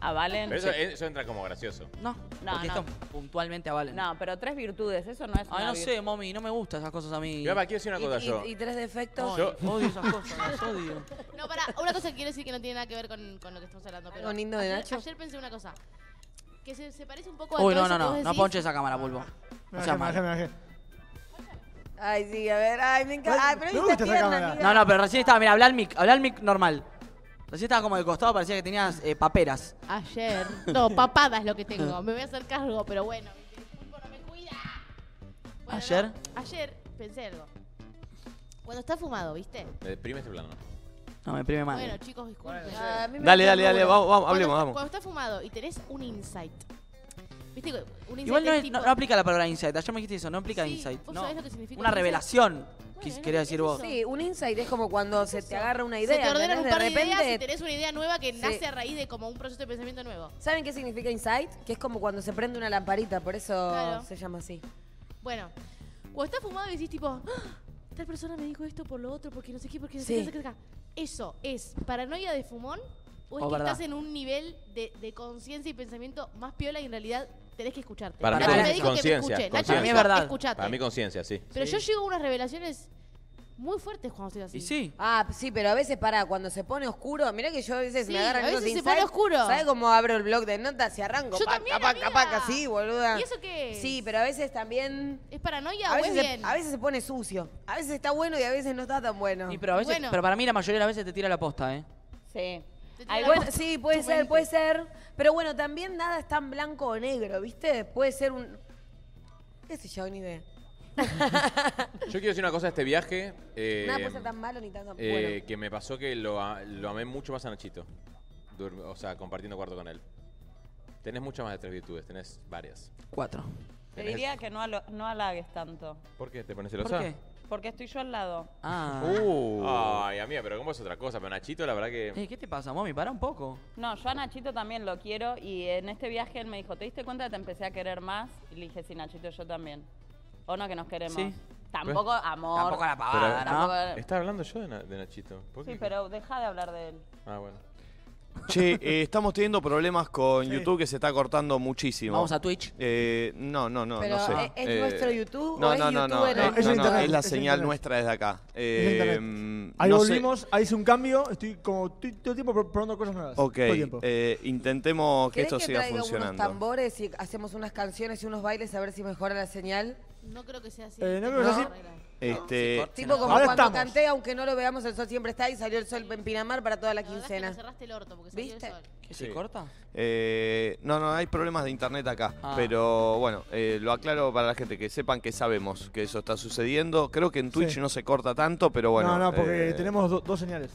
S3: A Valen.
S4: Pero eso,
S3: sí.
S4: eso entra como gracioso.
S2: No,
S3: No,
S2: porque
S3: no.
S2: esto puntualmente a Valen.
S3: No, pero tres virtudes, eso no es.
S2: Ay,
S3: una
S2: no
S3: vir-
S2: sé, mami, no me gustan esas cosas a mí.
S4: Yo papá, quiero decir una cosa
S5: ¿Y-
S4: yo.
S5: y, y tres defectos?
S2: Ay, Odio esas cosas, las odio.
S12: No, para, una cosa que quiero decir que no tiene nada que ver con, con lo que estamos hablando. Pero
S5: ¿Algo lindo de
S12: ayer,
S5: Nacho?
S12: ayer pensé una cosa. Que se, se parece un poco a
S2: Uy,
S12: todo
S2: no, no,
S12: eso que
S2: no,
S12: vos
S2: no
S12: decís.
S2: ponche esa cámara, pulpo.
S11: Me
S2: O
S11: bajé,
S2: sea,
S11: me bajé, me bajé.
S5: Ay, sí, a ver. Ay, me encanta. Ay, pero
S11: Me
S5: ella
S11: gusta
S5: está
S11: esa cámara.
S5: tierna, amiga.
S2: No, no, pero recién estaba, mira, habla al mic, habla al mic normal. Recién estaba como de costado, parecía que tenías eh, paperas.
S12: Ayer. No, papada es lo que tengo. Me voy a hacer cargo, pero bueno. mi pulpo no me cuida. Bueno,
S2: ¿Ayer?
S12: no, ayer pensé algo. Cuando está fumado, ¿viste?
S4: Me deprime este plano.
S2: No, me prime mal.
S12: Bueno, Ah, chicos, disculpen.
S3: A mí me
S1: Dale,
S3: da
S1: dale, dale,
S3: ternura.
S1: vamos, vamos,
S12: Cuando
S1: hablemos,
S12: está-
S1: vamos.
S12: Cuando está fumado y tenés un insight. ¿Viste? que Un insight
S2: Igual no,
S12: es
S2: es-
S12: tipo...
S2: no- no aplica la palabra insight. Ayer me dijiste eso, no aplica
S12: Sí,
S2: insight.
S12: ¿vos
S2: no.
S12: sabés lo que significa
S2: Una
S12: insight?
S2: revelación, quis-
S12: Bueno,
S2: quería
S12: es
S2: decir vos.
S12: eso.
S5: Sí, un insight es como cuando se te agarra una idea.
S12: se te ordenan un
S5: ¿entendés?
S12: par de,
S5: de repente,
S12: ideas y tenés una idea nueva que
S5: Sí.
S12: nace a raíz de como un proceso de pensamiento nuevo.
S5: ¿Saben qué significa insight? Que es como cuando se prende una lamparita, por eso
S12: Claro.
S5: se llama así.
S12: Bueno, cuando estás fumado y decís tipo, "Ah, tal persona me dijo esto por lo otro, porque no sé qué, porque no sé
S5: Sí.
S12: qué, no sé qué, no sé qué". Eso es paranoia de fumón o es
S2: O
S12: que
S2: verdad.
S12: estás en un nivel de, de conciencia y pensamiento más piola y en realidad tenés que escucharte.
S4: Para
S2: mí
S12: Nacho
S2: es
S12: me dijo que me
S4: conciencia,
S12: escuche. Nacho
S4: conciencia.
S12: me
S4: Para mí es
S12: dijo,
S2: verdad.
S12: Escuchate.
S4: Para mí conciencia, sí.
S12: Pero
S2: Sí.
S12: yo llego a unas revelaciones muy fuertes cuando estoy así.
S2: Y sí.
S5: Ah, sí, pero a veces para cuando se pone oscuro, mirá que yo a veces
S12: Sí,
S5: me agarran
S12: a veces
S5: esos
S12: se
S5: insights.
S12: pone oscuro.
S5: ¿Sabes cómo abro el blog de notas y arranco?
S12: Yo
S5: paca,
S12: también,
S5: paca,
S12: amiga.
S5: paca, sí, boluda.
S12: ¿Y eso qué es?
S5: Sí, pero a veces también.
S12: ¿Es paranoia
S5: A
S12: o es
S5: veces, se,
S12: bien?
S5: a veces se pone sucio. A veces está bueno y a veces no está tan bueno.
S2: Y pero, a veces,
S12: Bueno.
S2: pero para mí la mayoría de las veces te tira la posta, ¿eh?
S3: Sí.
S12: Te tira
S5: Ay,
S12: la
S5: bueno,
S12: posta.
S5: sí, puede
S12: Tu
S5: ser,
S12: mente.
S5: puede ser. Pero bueno, también nada es tan blanco o negro, ¿viste? Puede ser un. ¿Qué sé yo? Ni idea.
S4: Yo quiero decir una cosa de este viaje. eh,
S5: nada puede ser tan malo ni tan tan
S4: eh,
S5: bueno.
S4: Que me pasó que lo, a- lo amé mucho más a Nachito. Dur- o sea, compartiendo cuarto con él. Tenés muchas más de tres virtudes, tenés varias.
S2: Cuatro.
S3: Te
S4: Tenés-
S3: diría que no, halo- no halagues tanto.
S4: ¿Por qué? ¿Te pones celosa? Uh.
S2: ¿Por qué?
S3: Porque estoy yo al lado.
S2: Ah.
S4: Ay, amiga, pero ¿cómo es otra cosa? Pero Nachito, la verdad que.
S2: Eh, ¿Qué te pasa, mami? Para un poco.
S3: No, yo a Nachito también lo quiero y en este viaje él me dijo, ¿te diste cuenta que te empecé a querer más? Y le dije, sí, Nachito, yo también. O no, que nos queremos.
S2: Sí.
S3: Tampoco
S4: Pues,
S3: amor.
S2: Tampoco la pavada,
S4: Pero-
S2: ¿no?
S3: Tampoco-
S4: Estaba hablando yo de, Na- de Nachito. ¿Por
S3: Sí,
S4: qué?
S3: pero deja de hablar de él.
S4: Ah, bueno.
S1: Che, eh, estamos teniendo problemas con YouTube que se está cortando muchísimo.
S2: Vamos a Twitch.
S1: Eh, no, no, no,
S5: Pero,
S1: no sé. Eh,
S5: ¿es- es nuestro YouTube
S1: no,
S5: o es
S1: no, no, no,
S5: youtuber?
S1: eh,
S9: No, es
S1: no, no,
S9: internet,
S1: es la
S9: es
S1: señal
S9: internet.
S1: nuestra desde acá. Eh, mm,
S9: Ahí
S1: no sé.
S9: volvimos, ahí hice un cambio, estoy como t- todo el tiempo pro- probando cosas nuevas.
S1: Ok,
S9: Todo el tiempo.
S1: eh, intentemos que
S5: ¿Querés
S1: esto
S5: que
S1: siga
S5: traiga unos
S1: funcionando.
S5: tambores y hacemos unas canciones y unos bailes a ver si mejora la señal?
S12: No creo que sea así.
S9: Eh, no creo
S12: Tengo
S9: que sea
S12: que
S9: así.
S12: arreglar.
S1: Este,
S5: Tipo como
S9: Ahora
S5: cuando
S9: estamos.
S5: canté, aunque no lo veamos, el sol siempre está y salió el sol en Pinamar para toda la
S12: La verdad es que me
S5: quincena.
S12: cerraste el orto porque salió
S5: ¿Viste?
S12: el sol.
S2: ¿Qué
S1: Sí.
S2: se corta?
S1: eh, no, no, hay problemas de internet acá,
S2: Ah.
S1: pero bueno, eh, lo aclaro para la gente que sepan que sabemos que eso está sucediendo. Creo que en Twitch
S9: Sí.
S1: no se corta tanto, pero bueno.
S9: no, no, porque
S1: eh,
S9: tenemos do- dos señales.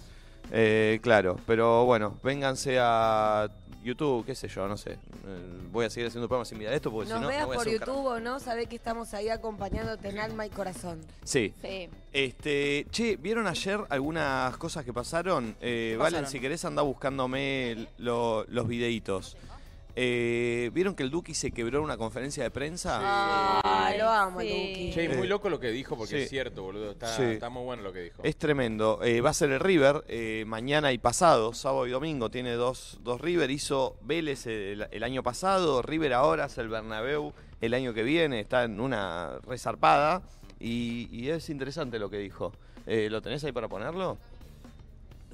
S1: Eh, claro, pero bueno, vénganse a YouTube, qué sé yo, no sé. Eh, voy a seguir haciendo programas sin mirar esto porque Pues si
S5: Nos
S1: no,
S5: veas
S1: no voy a
S5: por
S1: hacer un carajo.
S5: YouTube o no, sabés que estamos ahí acompañándote en alma y corazón.
S1: Sí.
S3: Sí.
S1: Este, che, ¿vieron ayer algunas cosas que pasaron? Eh, Valen,
S2: pasaron?
S1: si querés anda buscándome el- lo- los videitos. Eh, ¿Vieron que el Duki se quebró en una conferencia de prensa?
S5: Ah, lo amo,
S3: Sí.
S5: Duki.
S4: Che, y muy
S1: Eh,
S4: loco lo que dijo porque
S1: sí.
S4: es cierto, boludo. Está,
S1: Sí.
S4: está muy bueno lo que dijo.
S1: Es tremendo. Eh, va a ser el River eh, mañana y pasado, sábado y domingo. Tiene dos, dos River. Hizo Vélez el, el año pasado, River ahora, hace el Bernabéu el año que viene. Está en una resarpada. Y, y es interesante lo que dijo. Eh, ¿Lo tenés ahí para ponerlo?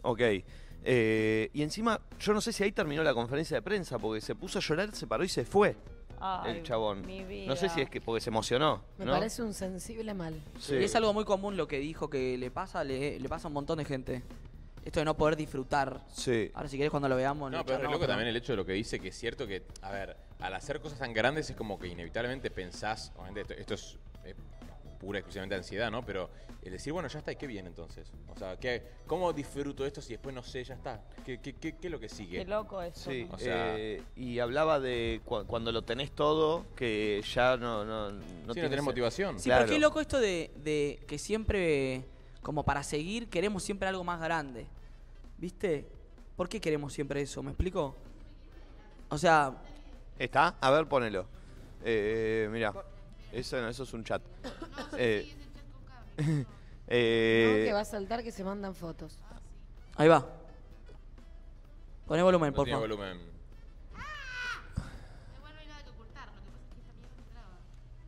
S1: Ok. Eh, y encima, yo no sé si ahí terminó la conferencia de prensa, porque se puso a llorar, se paró y se fue
S3: Ay,
S1: el chabón.
S3: Mi vida.
S1: No sé si es que porque se emocionó.
S5: Me
S1: ¿no?
S5: parece un sensible mal.
S1: Sí.
S2: Y es algo muy común lo que dijo que le pasa, le, le pasa a un montón de gente. Esto de no poder disfrutar.
S1: Sí.
S2: Ahora si querés cuando lo veamos.
S4: No,
S2: lo
S4: pero es re
S2: charlamos,
S4: loco también el hecho de lo que dice, que es cierto que, a ver, al hacer cosas tan grandes es como que inevitablemente pensás, obviamente esto, esto es eh, pura y exclusivamente ansiedad, ¿no? Pero el decir, bueno, ya está, ¿y qué viene entonces? O sea, ¿qué, ¿cómo disfruto esto si después no sé, ya está? ¿Qué, qué, qué- qué es lo que sigue?
S3: Qué loco eso.
S1: Sí,
S4: O sea-
S1: eh, y hablaba de cua- cuando lo tenés todo, que ya no, no, no
S4: si no
S1: tiene
S4: tenés
S1: sen-
S4: motivación.
S2: Sí,
S1: Claro.
S2: pero qué loco esto de, de que siempre, como para seguir, queremos siempre algo más grande. ¿Viste? ¿Por qué queremos siempre eso? ¿Me explico? O sea,
S1: ¿Está? A ver, ponelo. Eh, mirá, eso, no, eso es un chat. Eh, eh,
S5: No, que va a saltar que se mandan fotos.
S2: ahí va. Poné volumen,
S4: No
S2: por
S4: tiene
S2: favor.
S4: volumen.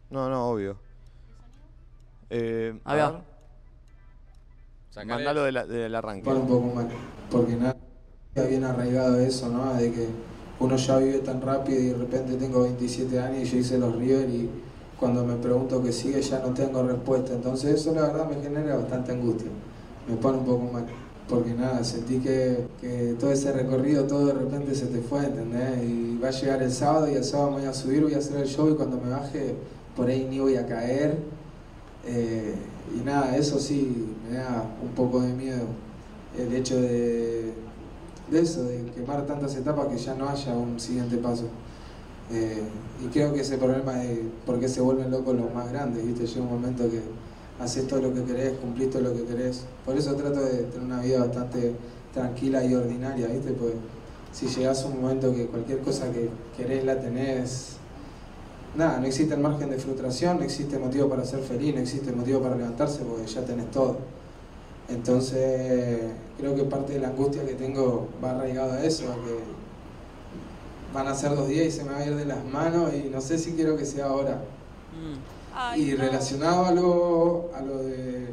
S1: no, no, obvio. Eh,
S2: Ahí va.
S4: Sacale-
S1: Mandalo de la- del arranque.
S11: un poco mal, porque nada, está bien arraigado eso, ¿no? De que uno ya vive tan rápido y de repente tengo 27 años y yo hice los River y cuando me pregunto qué sigue ya no tengo respuesta, entonces eso la verdad me genera bastante angustia, me pone un poco mal, porque nada, sentí que, que todo ese recorrido, todo de repente se te fue, ¿entendés? Y va a llegar el sábado y el sábado me voy a subir, voy a hacer el show y cuando me baje por ahí ni voy a caer. Eh, y nada, eso sí me da un poco de miedo. El hecho de, de eso, de quemar tantas etapas que ya no haya un siguiente paso. Eh, y creo que ese problema de por qué se vuelven locos los más grandes, ¿viste? Llega un momento que haces todo lo que querés, cumplís todo lo que querés. Por eso trato de tener una vida bastante tranquila y ordinaria, ¿viste? Porque si llegás a un momento que cualquier cosa que querés la tenés, nada, no existe el margen de frustración, no existe motivo para ser feliz, no existe motivo para levantarse porque ya tenés todo. Entonces, creo que parte de la angustia que tengo va arraigado a eso, a que van a ser dos días y se me va a ir de las manos y no sé si quiero que sea ahora.
S3: Ay,
S11: Y
S3: no.
S11: relacionado a lo, a lo de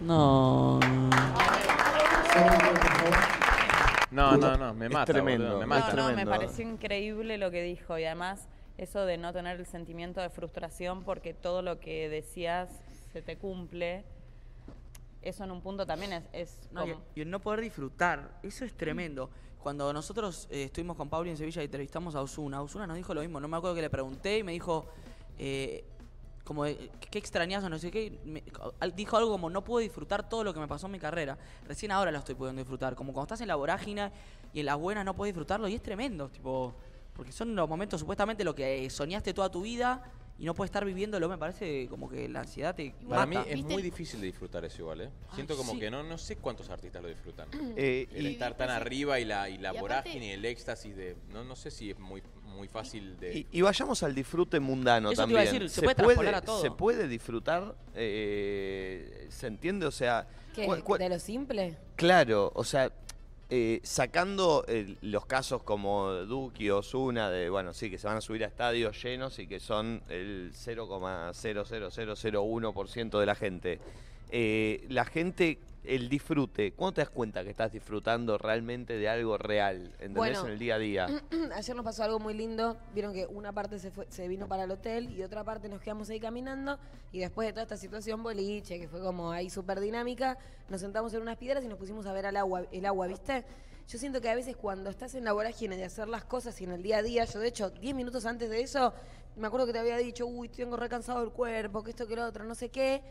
S2: No.
S7: No, no, no, me
S4: Es
S7: mata,
S4: tremendo,
S7: boludo, me
S4: es
S7: mata.
S3: No, no, me
S4: tremendo.
S3: pareció increíble lo que dijo y además eso de no tener el sentimiento de frustración porque todo lo que decías se te cumple. Eso en un punto también es, es
S2: No, y,
S3: como-
S2: y el no poder disfrutar, eso es tremendo. Cuando nosotros eh, estuvimos con Pauli en Sevilla y entrevistamos a Osuna, Osuna nos dijo lo mismo. No me acuerdo que le pregunté y me dijo, eh, como, eh, ¿qué extrañas o no sé qué? Me- al- dijo algo como, no puedo disfrutar todo lo que me pasó en mi carrera. Recién ahora lo estoy pudiendo disfrutar. Como cuando estás en la vorágina y en las buenas no puedes disfrutarlo y es tremendo. Tipo, porque son los momentos, supuestamente, lo que eh, soñaste toda tu vida y no puedes estar viviéndolo. Me parece como que la ansiedad te.
S4: Para
S2: mata.
S4: mí es
S10: ¿Viste
S4: muy
S10: el-
S4: difícil de disfrutar eso igual, ¿eh?
S2: Ay,
S4: Siento como
S2: sí.
S4: que no, no sé cuántos artistas lo disfrutan.
S1: Eh,
S4: El
S10: Y viste
S4: estar tan
S3: Pues
S10: si-
S4: arriba y la, Pues y la
S10: y aparte-
S4: vorágine, el éxtasis de... No, no sé si es muy, muy fácil de...
S1: Y, y vayamos al disfrute mundano
S2: Eso te
S1: también.
S2: iba a decir, se puede traspolar a todo.
S1: se puede disfrutar, eh, ¿se entiende? O sea,
S5: ¿Qué?
S1: cua- cua-
S5: ¿De lo simple?
S1: claro, o sea, eh, sacando eh, los casos como Duki o Osuna, de, bueno, sí, que se van a subir a estadios llenos y que son el 0,00001% de la gente. Eh, la gente, el disfrute, ¿cuándo te das cuenta que estás disfrutando realmente de algo real? ¿Entendés?
S5: Bueno.
S1: en el día a día.
S5: Ayer nos pasó algo muy lindo. Vieron que una parte se, fue- se vino para el hotel y otra parte nos quedamos ahí caminando. Y después de toda esta situación boliche, que fue como ahí súper dinámica, nos sentamos en unas piedras y nos pusimos a ver al agua, el agua, ¿viste? Yo siento que a veces cuando estás en la vorágine de hacer las cosas y en el día a día, yo de hecho, 10 minutos antes de eso, me acuerdo que te había dicho, uy, tengo recansado el cuerpo, que esto, que lo otro, no sé qué.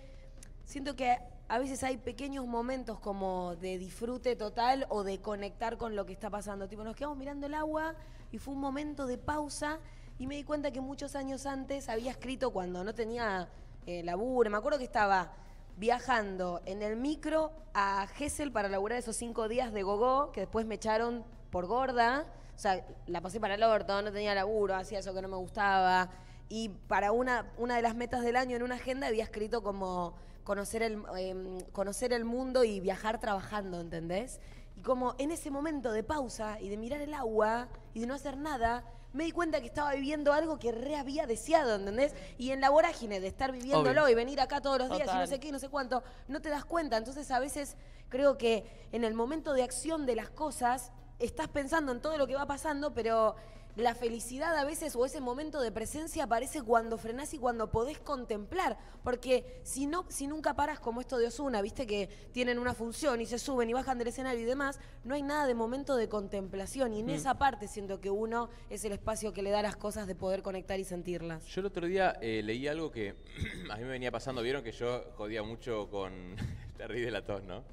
S5: Siento que a veces hay pequeños momentos como de disfrute total o de conectar con lo que está pasando. Tipo, nos quedamos mirando el agua y fue un momento de pausa y me di cuenta que muchos años antes había escrito cuando no tenía eh, laburo. Me acuerdo que estaba viajando en el micro a Gessel para laburar esos cinco días de gogó que después me echaron por gorda. O sea, la pasé para el orto, no tenía laburo, hacía eso que no me gustaba. Y para una, una de las metas del año en una agenda había escrito como conocer el, em, conocer el mundo y viajar trabajando, ¿entendés? Y como en ese momento de pausa y de mirar el agua y de no hacer nada, me di cuenta que estaba viviendo algo que re había deseado, ¿entendés? Y en la vorágine de estar viviéndolo
S2: Obvio.
S5: y venir acá todos los días y no
S3: Total.
S5: sé qué, y no sé cuánto, no te das cuenta. Entonces a veces creo que en el momento de acción de las cosas estás pensando en todo lo que va pasando, pero la felicidad a veces o ese momento de presencia aparece cuando frenás y cuando podés contemplar, porque si no si nunca paras como esto de Osuna, viste que tienen una función y se suben y bajan del escenario y demás, no hay nada de momento de contemplación y en esa parte siento que uno es el espacio que le da a las cosas de poder conectar y sentirlas.
S4: Yo el otro día eh, leí algo que a mí me venía pasando. Vieron que yo jodía mucho con... Te reí de la tos, ¿no?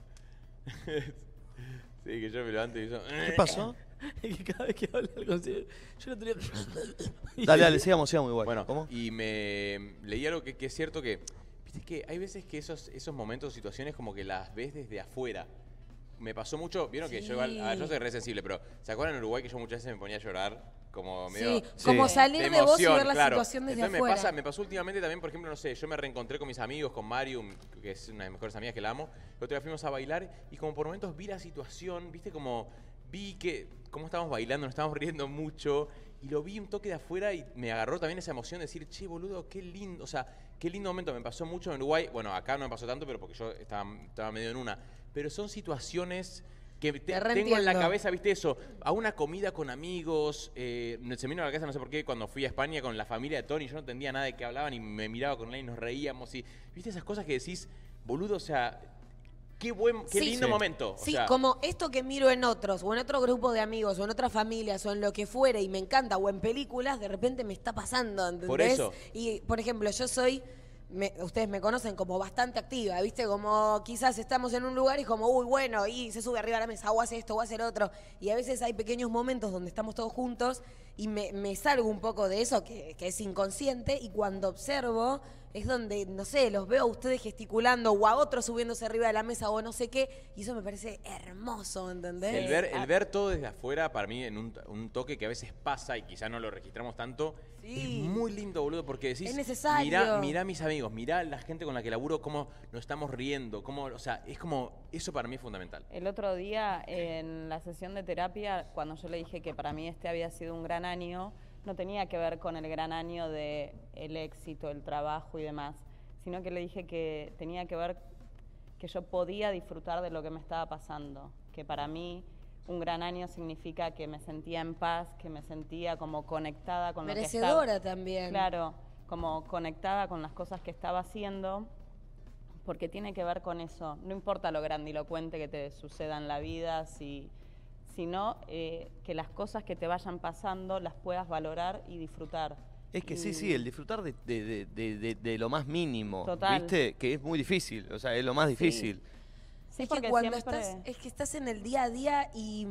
S4: sí, que yo me levanto y yo...
S1: ¿Qué pasó?
S2: que cada vez que habla algo así, yo no tenía.
S1: Dale, dale, sigamos, sigamos igual.
S4: Bueno,
S1: ¿Cómo?
S4: y me leí algo que, que es cierto que, viste que hay veces que esos, esos momentos, situaciones como que las ves desde afuera. Me pasó mucho, vieron que yo igual, ah, yo soy re sensible, pero ¿se acuerdan en Uruguay que yo muchas veces me ponía a llorar? Como medio...
S5: Sí, como
S4: de
S5: salir de vos y
S4: emoción,
S5: ver la
S4: claro.
S5: situación desde
S4: Entonces
S5: afuera.
S4: Me, pasa, me pasó últimamente también, por ejemplo, no sé, yo me reencontré con mis amigos, con Marium, que es una de mis mejores amigas que la amo. El otro día fuimos a bailar y como por momentos vi la situación, viste como vi que cómo estábamos bailando, nos estábamos riendo mucho y lo vi un toque de afuera y me agarró también esa emoción de decir, che, boludo, qué lindo, o sea, qué lindo momento. Me pasó mucho en Uruguay, bueno, acá no me pasó tanto, pero porque yo estaba, estaba medio en una. Pero son situaciones que te- tengo en la
S5: reentiendo.
S4: cabeza cabeza, viste eso, a una comida con amigos, eh, se me vino a la casa, no sé por qué, cuando fui a España con la familia de Tony, yo no entendía nada de qué hablaban y me miraba con él y nos reíamos y, viste esas cosas que decís, boludo, o sea, Qué buen, qué
S5: Sí.
S4: lindo
S5: Sí.
S4: momento. o
S5: Sí,
S4: sea,
S5: como esto que miro en otros, o en otro grupo de amigos, o en otras familias, o en lo que fuere, y me encanta, o en películas, de repente me está pasando, ¿entendés?
S4: Por eso.
S5: Y, por ejemplo, yo soy, me- ustedes me conocen como bastante activa, ¿viste? Como quizás estamos en un lugar y es como, uy, bueno, y se sube arriba a la mesa, o hace esto, o hace el otro. Y a veces hay pequeños momentos donde estamos todos juntos y me, me salgo un poco de eso, que, que es inconsciente, y cuando observo... Es donde, no sé, los veo a ustedes gesticulando o a otros subiéndose arriba de la mesa o no sé qué, y eso me parece hermoso, ¿entendés?
S4: El ver, el
S5: Ah,
S4: ver todo desde afuera, para mí, en un, un toque que a veces pasa y quizá no lo registramos tanto, es muy lindo, boludo, porque decís,
S5: Es necesario.
S4: mirá, mirá mis amigos, mirá la gente con la que laburo, cómo nos estamos riendo, cómo, o sea, es como, eso para mí es fundamental.
S3: El otro día en la sesión de terapia, cuando yo le dije que para mí este había sido un gran año, no tenía que ver con el gran año de el éxito, el trabajo y demás, sino que le dije que tenía que ver que yo podía disfrutar de lo que me estaba pasando, que para mí un gran año significa que me sentía en paz, que me sentía como conectada Ah, con lo que
S5: Merecedora
S3: estaba
S5: también.
S3: Claro, como conectada con las cosas que estaba haciendo porque tiene que ver con eso. No importa lo grandilocuente que te suceda en la vida, si, sino eh, que las cosas que te vayan pasando las puedas valorar y disfrutar.
S1: Es que
S3: Y-
S1: sí, sí, el disfrutar de, de- de- de- de- de lo más mínimo,
S3: Total.
S1: ¿viste? Que es muy difícil, o sea, es lo más difícil.
S3: Sí,
S5: es
S3: porque
S5: que cuando
S3: siempre-
S5: estás, es que estás en el día a día y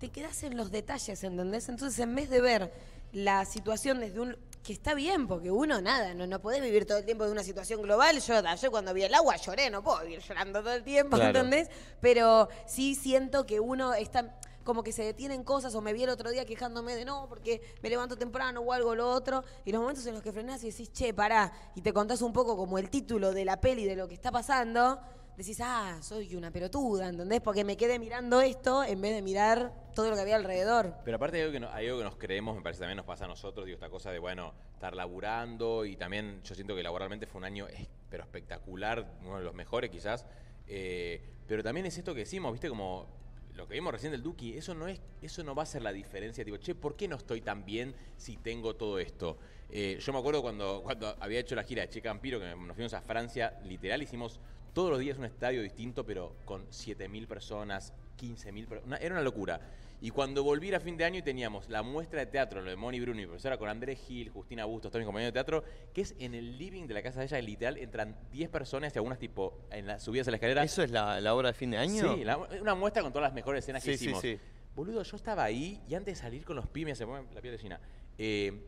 S5: te quedas en los detalles, ¿entendés? Entonces, en vez de ver la situación desde un que está bien, porque uno nada, no, no podés vivir todo el tiempo de una situación global. Yo ayer cuando vi el agua lloré, no puedo vivir llorando todo el tiempo,
S12: Claro.
S5: ¿entendés? Pero sí siento que uno está como que se detienen cosas o me vi el otro día quejándome de no, porque me levanto temprano o algo, lo otro, y los momentos en los que frenás y decís, che, pará, y te contás un poco como el título de la peli de lo que está pasando, decís, ah, soy una pelotuda, ¿entendés? Porque me quedé mirando esto en vez de mirar todo lo que había alrededor.
S4: Pero aparte hay algo, que no- hay algo que nos creemos, me parece también nos pasa a nosotros, digo, esta cosa de, bueno, estar laburando y también yo siento que laboralmente fue un año, es- pero espectacular, uno de los mejores quizás, eh, pero también es esto que decimos, viste, como lo que vimos recién del Duki, eso no, es, eso no va a ser la diferencia, digo, che, ¿por qué no estoy tan bien si tengo todo esto? Eh, yo me acuerdo cuando, cuando había hecho la gira de Che Campiro, que nos fuimos a Francia, literal hicimos todos los días un estadio distinto, pero con 7.000 personas, 15.000 personas. Era una locura. Y cuando volví era fin de año y teníamos la muestra de teatro, lo de Moni Bruno, mi profesora, con Andrés Gil, Justina Bustos, todos mis compañeros de teatro, que es en el living de la casa de ella, literal, entran 10 personas y algunas tipo en las subidas a la escalera.
S1: ¿Eso es la, la obra de fin de año?
S4: Sí, la- una muestra con todas las mejores escenas que
S1: Sí, sí,
S4: hicimos.
S1: sí.
S4: Boludo, yo estaba ahí y antes de salir con los pymes, se pone la piel de China, eh,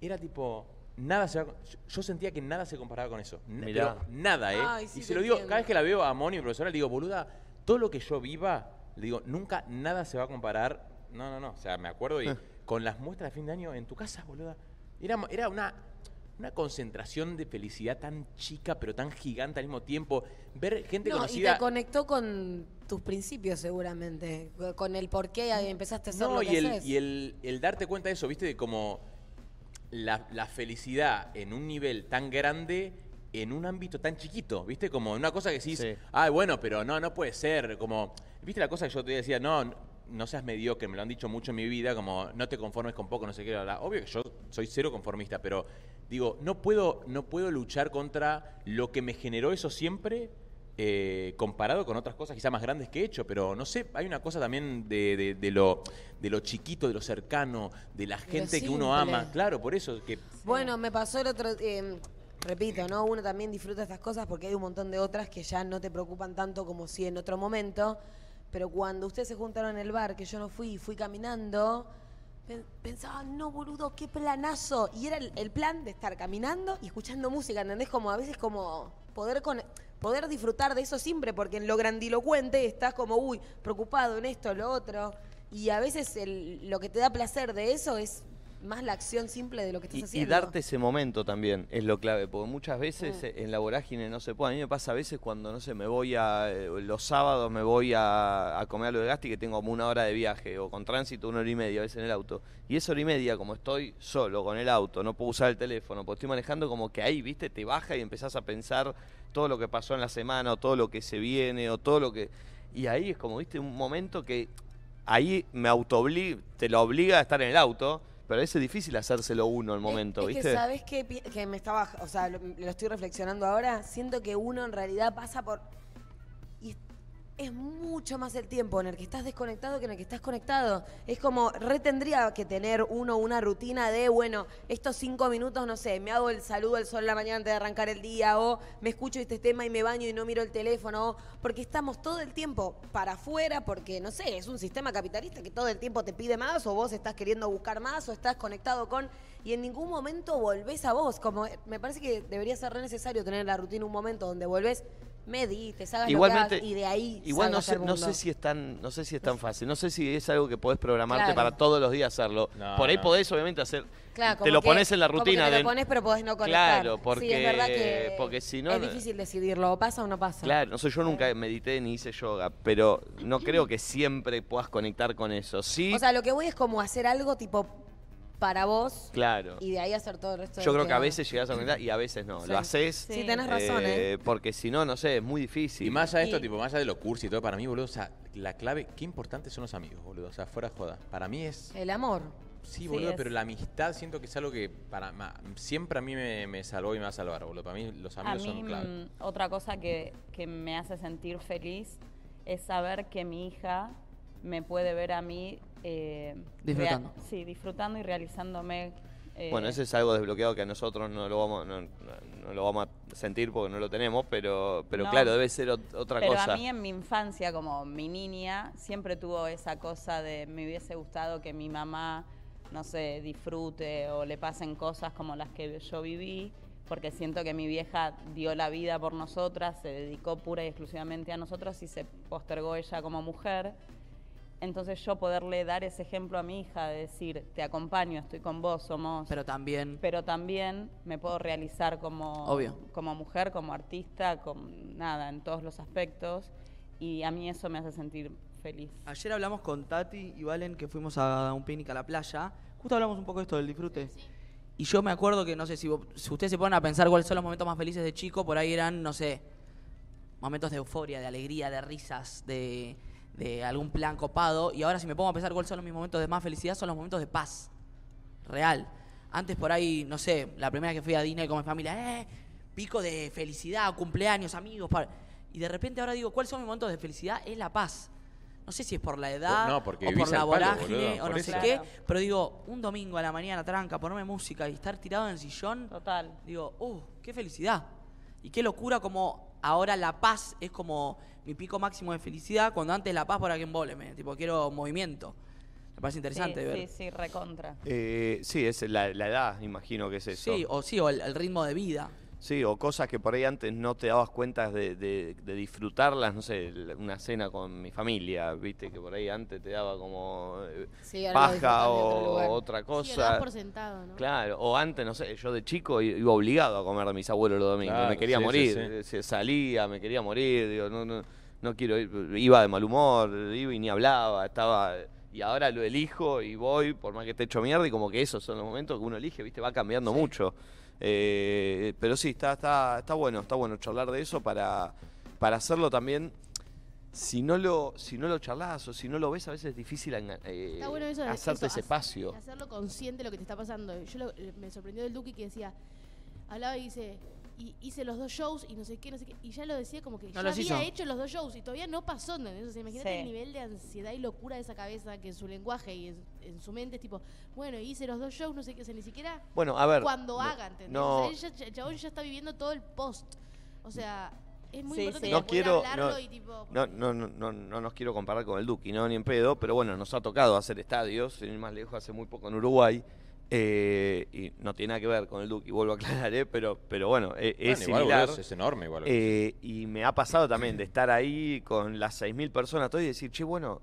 S4: era tipo, nada se va con- yo- Yo sentía que nada se comparaba con eso. N-
S1: Mirá.
S4: pero nada, ¿eh?
S1: Ay, sí,
S4: y se
S1: te
S4: lo digo,
S1: entiendo.
S4: cada vez que la veo a Moni, mi profesora, le digo, boluda, todo lo que yo viva, le digo, nunca nada se va a comparar. No, no, no. O sea, me acuerdo y
S1: Ah.
S4: con las muestras de fin de año en tu casa, boluda. Era, era una, una concentración de felicidad tan chica, pero tan gigante al mismo tiempo. Ver gente
S5: No, y
S4: conocida.
S5: te conectó con tus principios seguramente, con el por qué empezaste a hacer
S4: No,
S5: lo
S4: y,
S5: que
S4: el,
S5: haces.
S4: y el, el darte cuenta de eso, viste, de como la, la felicidad en un nivel tan grande en un ámbito tan chiquito, viste, como una cosa que decís, ay, bueno, pero no, no puede ser, como, viste la cosa que yo te decía, no, n- no seas mediocre, me lo han dicho mucho en mi vida, como, no te conformes con poco, no sé qué, bla, bla. obvio que yo soy cero conformista, pero digo, no puedo, no puedo luchar contra lo que me generó eso siempre, eh, comparado con otras cosas quizá más grandes que he hecho, pero no sé, hay una cosa también de, de- de lo, de lo chiquito, de lo cercano, de la gente que uno
S5: simple.
S4: ama, claro, por eso que...
S5: Bueno, me pasó el otro. eh, repito, ¿no? Uno también disfruta estas cosas porque hay un montón de otras que ya no te preocupan tanto como si en otro momento. Pero cuando ustedes se juntaron en el bar, que yo no fui, fui caminando, pen- pensaba, no, boludo, qué planazo. Y era el, el plan de estar caminando y escuchando música, ¿entendés? Como a veces como poder con. Poder disfrutar de eso siempre, porque en lo grandilocuente estás como, uy, preocupado en esto, lo otro. Y a veces el- lo que te da placer de eso es más la acción simple de lo que estás
S1: Y, y
S5: haciendo.
S1: darte ese momento también es lo clave, porque muchas veces
S5: Mm.
S1: eh, en la vorágine no se puede. A mí me pasa a veces cuando, no sé, me voy a. eh, los sábados me voy a, a comer algo de gasti que tengo como una hora de viaje, o con tránsito una hora y media, a veces en el auto. Y esa hora y media, como estoy solo con el auto, no puedo usar el teléfono, porque estoy manejando, como que ahí, viste, te baja y empezás a pensar todo lo que pasó en la semana, o todo lo que se viene, o todo lo que. Y ahí es como, viste, un momento que ahí me auto te lo obliga a estar en el auto, pero es difícil hacérselo uno el momento,
S5: Es
S1: ¿viste?
S5: que sabes que, que me estaba, o sea, lo, lo estoy reflexionando ahora, siento que uno en realidad pasa por y es es mucho más el tiempo en el que estás desconectado que en el que estás conectado. Es como, re tendría que tener uno una rutina de, bueno, estos cinco minutos, no sé, me hago el saludo al sol de la mañana antes de arrancar el día, o me escucho este tema y me baño y no miro el teléfono, o- porque estamos todo el tiempo para afuera, porque, no sé, es un sistema capitalista que todo el tiempo te pide más, o vos estás queriendo buscar más, o estás conectado con, y en ningún momento volvés a vos. Como, eh, me parece que debería ser re necesario tener en la rutina un momento donde volvés, medites, hagas
S1: Igualmente,
S5: lo que hagas, Ah, y de ahí
S1: igual no
S5: salgas
S1: sé,
S5: al
S1: no
S5: mundo.
S1: sé si es tan, no sé si es tan fácil, no sé si es algo que podés programarte
S5: Claro.
S1: para todos los días hacerlo.
S4: No,
S1: Por ahí
S4: no.
S1: podés obviamente hacer,
S5: Claro,
S1: te
S5: como
S1: lo
S5: que-
S1: pones en la
S5: como que
S1: rutina
S5: te
S1: de-
S5: lo pones, pero podés no conectar.
S1: Claro, porque,
S5: Sí, es verdad que
S1: porque si no,
S5: es difícil decidirlo, o pasa o no pasa.
S1: Claro, no sé, yo nunca medité ni hice yoga, pero no creo que siempre puedas conectar con eso. Sí,
S5: O sea, lo que voy es como hacer algo tipo para vos
S1: claro.
S5: y de ahí hacer todo el resto. de
S1: Yo
S5: lo
S1: creo que a veces llegás a conectar y a veces no.
S5: Sí.
S1: Lo haces.
S5: Sí, tenés razón, ¿eh?
S1: Porque si no, no sé, es muy difícil.
S4: Y más allá de esto, tipo, más allá de lo cursi y todo, para mí, boludo, o sea, la clave, qué importantes son los amigos, boludo. O sea, fuera de joda. Para mí es.
S5: El amor.
S4: Sí, boludo,
S5: es.
S4: pero la amistad siento que es algo que para ma- siempre a mí me, me salvó y me va a salvar, boludo. Para mí los
S3: A
S4: amigos
S3: mí,
S4: son clave.
S3: mm, otra cosa que, que me hace sentir feliz es saber que mi hija me puede ver a mí. eh,
S2: Disfrutando.
S3: rea- Sí, disfrutando y realizándome. eh,
S1: Bueno, ese es algo desbloqueado que a nosotros no lo vamos, no, no- no lo vamos a sentir porque no lo tenemos, pero, pero
S3: No.
S1: claro, debe ser ot- otra
S3: pero
S1: cosa.
S3: a mí en mi infancia, como mi niña, siempre tuvo esa cosa de me hubiese gustado que mi mamá, no sé, disfrute o le pasen cosas como las que yo viví, porque siento que mi vieja dio la vida por nosotras, se dedicó pura y exclusivamente a nosotros y se postergó ella como mujer. Entonces yo poderle dar ese ejemplo a mi hija de decir, te acompaño, estoy con vos, somos...
S2: Pero también.
S3: Pero también me puedo realizar como,
S2: Obvio.
S3: como mujer, como artista, con nada, en todos los aspectos. Y a mí eso me hace sentir feliz.
S2: Ayer hablamos con Tati y Valen que fuimos a un picnic a la playa. Justo hablamos un poco de esto del disfrute. Y yo me acuerdo que, no sé, si, vos- si ustedes se ponen a pensar cuáles son los momentos más felices de chico, por ahí eran, no sé, momentos de euforia, de alegría, de risas, de, de algún plan copado. Y ahora si me pongo a pensar cuáles son los mis momentos de más felicidad, son los momentos de paz. Real. Antes por ahí, no sé, la primera que fui a Disney con mi familia, eh, pico de felicidad, cumpleaños, amigos. pa- Y de repente ahora digo, ¿cuáles son mis momentos de felicidad? Es la paz. No sé si es por la edad,
S4: No, porque
S2: o
S4: vivís
S2: por la
S4: al palo,
S2: vorágine,
S4: boludo,
S2: o
S4: por
S2: no
S4: eso.
S2: sé qué,
S4: Claro.
S2: pero digo, un domingo a la mañana, tranca, ponerme música y estar tirado en el sillón.
S3: Total.
S2: Digo, uh, qué felicidad. Y qué locura como ahora la paz es como mi pico máximo de felicidad, cuando antes la paz para que embóleme. Tipo, quiero movimiento. Me parece interesante
S3: sí,
S2: ver.
S3: Sí, sí, recontra.
S1: Eh, sí, es la, la edad, imagino que es eso.
S2: Sí, o sí, o el, el ritmo de vida.
S1: Sí, o cosas que por ahí antes no te dabas cuenta de, de- de disfrutarlas, no sé, la- una cena con mi familia, viste, que por ahí antes te daba como eh,
S12: Sí, algo
S1: paja
S12: disfrutable en otro
S1: o
S12: lugar.
S1: otra
S12: Sí, lo das
S1: cosa.
S12: por sentado, ¿no?
S1: Claro, o antes, no sé, yo de chico i- iba obligado a comer de mis abuelos los domingos,
S4: Claro,
S1: me quería
S4: sí,
S1: morir,
S4: sí,
S1: eh, se- salía, me quería morir, digo, no, no, no quiero ir, iba de mal humor, iba y ni hablaba, estaba... Y ahora lo elijo y voy, por más que esté hecho mierda, y como que esos son los momentos que uno elige, viste, va cambiando mucho. Eh, pero sí, está, está, está bueno, está bueno charlar de eso para, para hacerlo también. Si no, lo, si no lo charlas o si no lo ves, a veces es difícil enga- eh,
S12: Está bueno eso de-
S1: hacerte
S12: eso,
S1: ese
S12: hac-
S1: espacio.
S12: Hacerlo consciente de lo que te está pasando. Yo lo- me sorprendió del Duque que decía, hablaba y dice, "Y hice los dos shows y no sé qué, no sé qué. Y ya lo decía como que yo
S2: los
S12: había
S2: hizo.
S12: hecho los dos shows y todavía no pasó. ¿entendés? O sea, imagínate
S3: Sí.
S12: el nivel de ansiedad y locura de esa cabeza que en su lenguaje y en, en su mente es tipo, bueno, hice los dos shows, no sé qué, o sea, ni siquiera
S1: Bueno, a ver,
S12: cuando
S1: no-
S12: haga, ¿entendés?
S1: no-
S12: O sea, él ya, el chabón ya está viviendo todo el post. O sea, es muy
S3: Sí,
S12: importante
S3: sí.
S12: que
S1: No quiero,
S12: hablarlo
S1: no,
S12: y tipo...
S1: no, no, no, no, no nos quiero comparar con el Duki, no, ni en pedo, pero bueno, nos ha tocado hacer estadios, sin ir más lejos, hace muy poco en Uruguay, eh, y no tiene nada que ver con el Duki, vuelvo a aclarar, eh, pero, pero bueno, eh, es
S4: Bueno, igual,
S1: similar.
S4: boludo, es- es enorme igual.
S1: Eh, y me ha pasado también de estar ahí con las 6.000 personas todo y decir, che, bueno,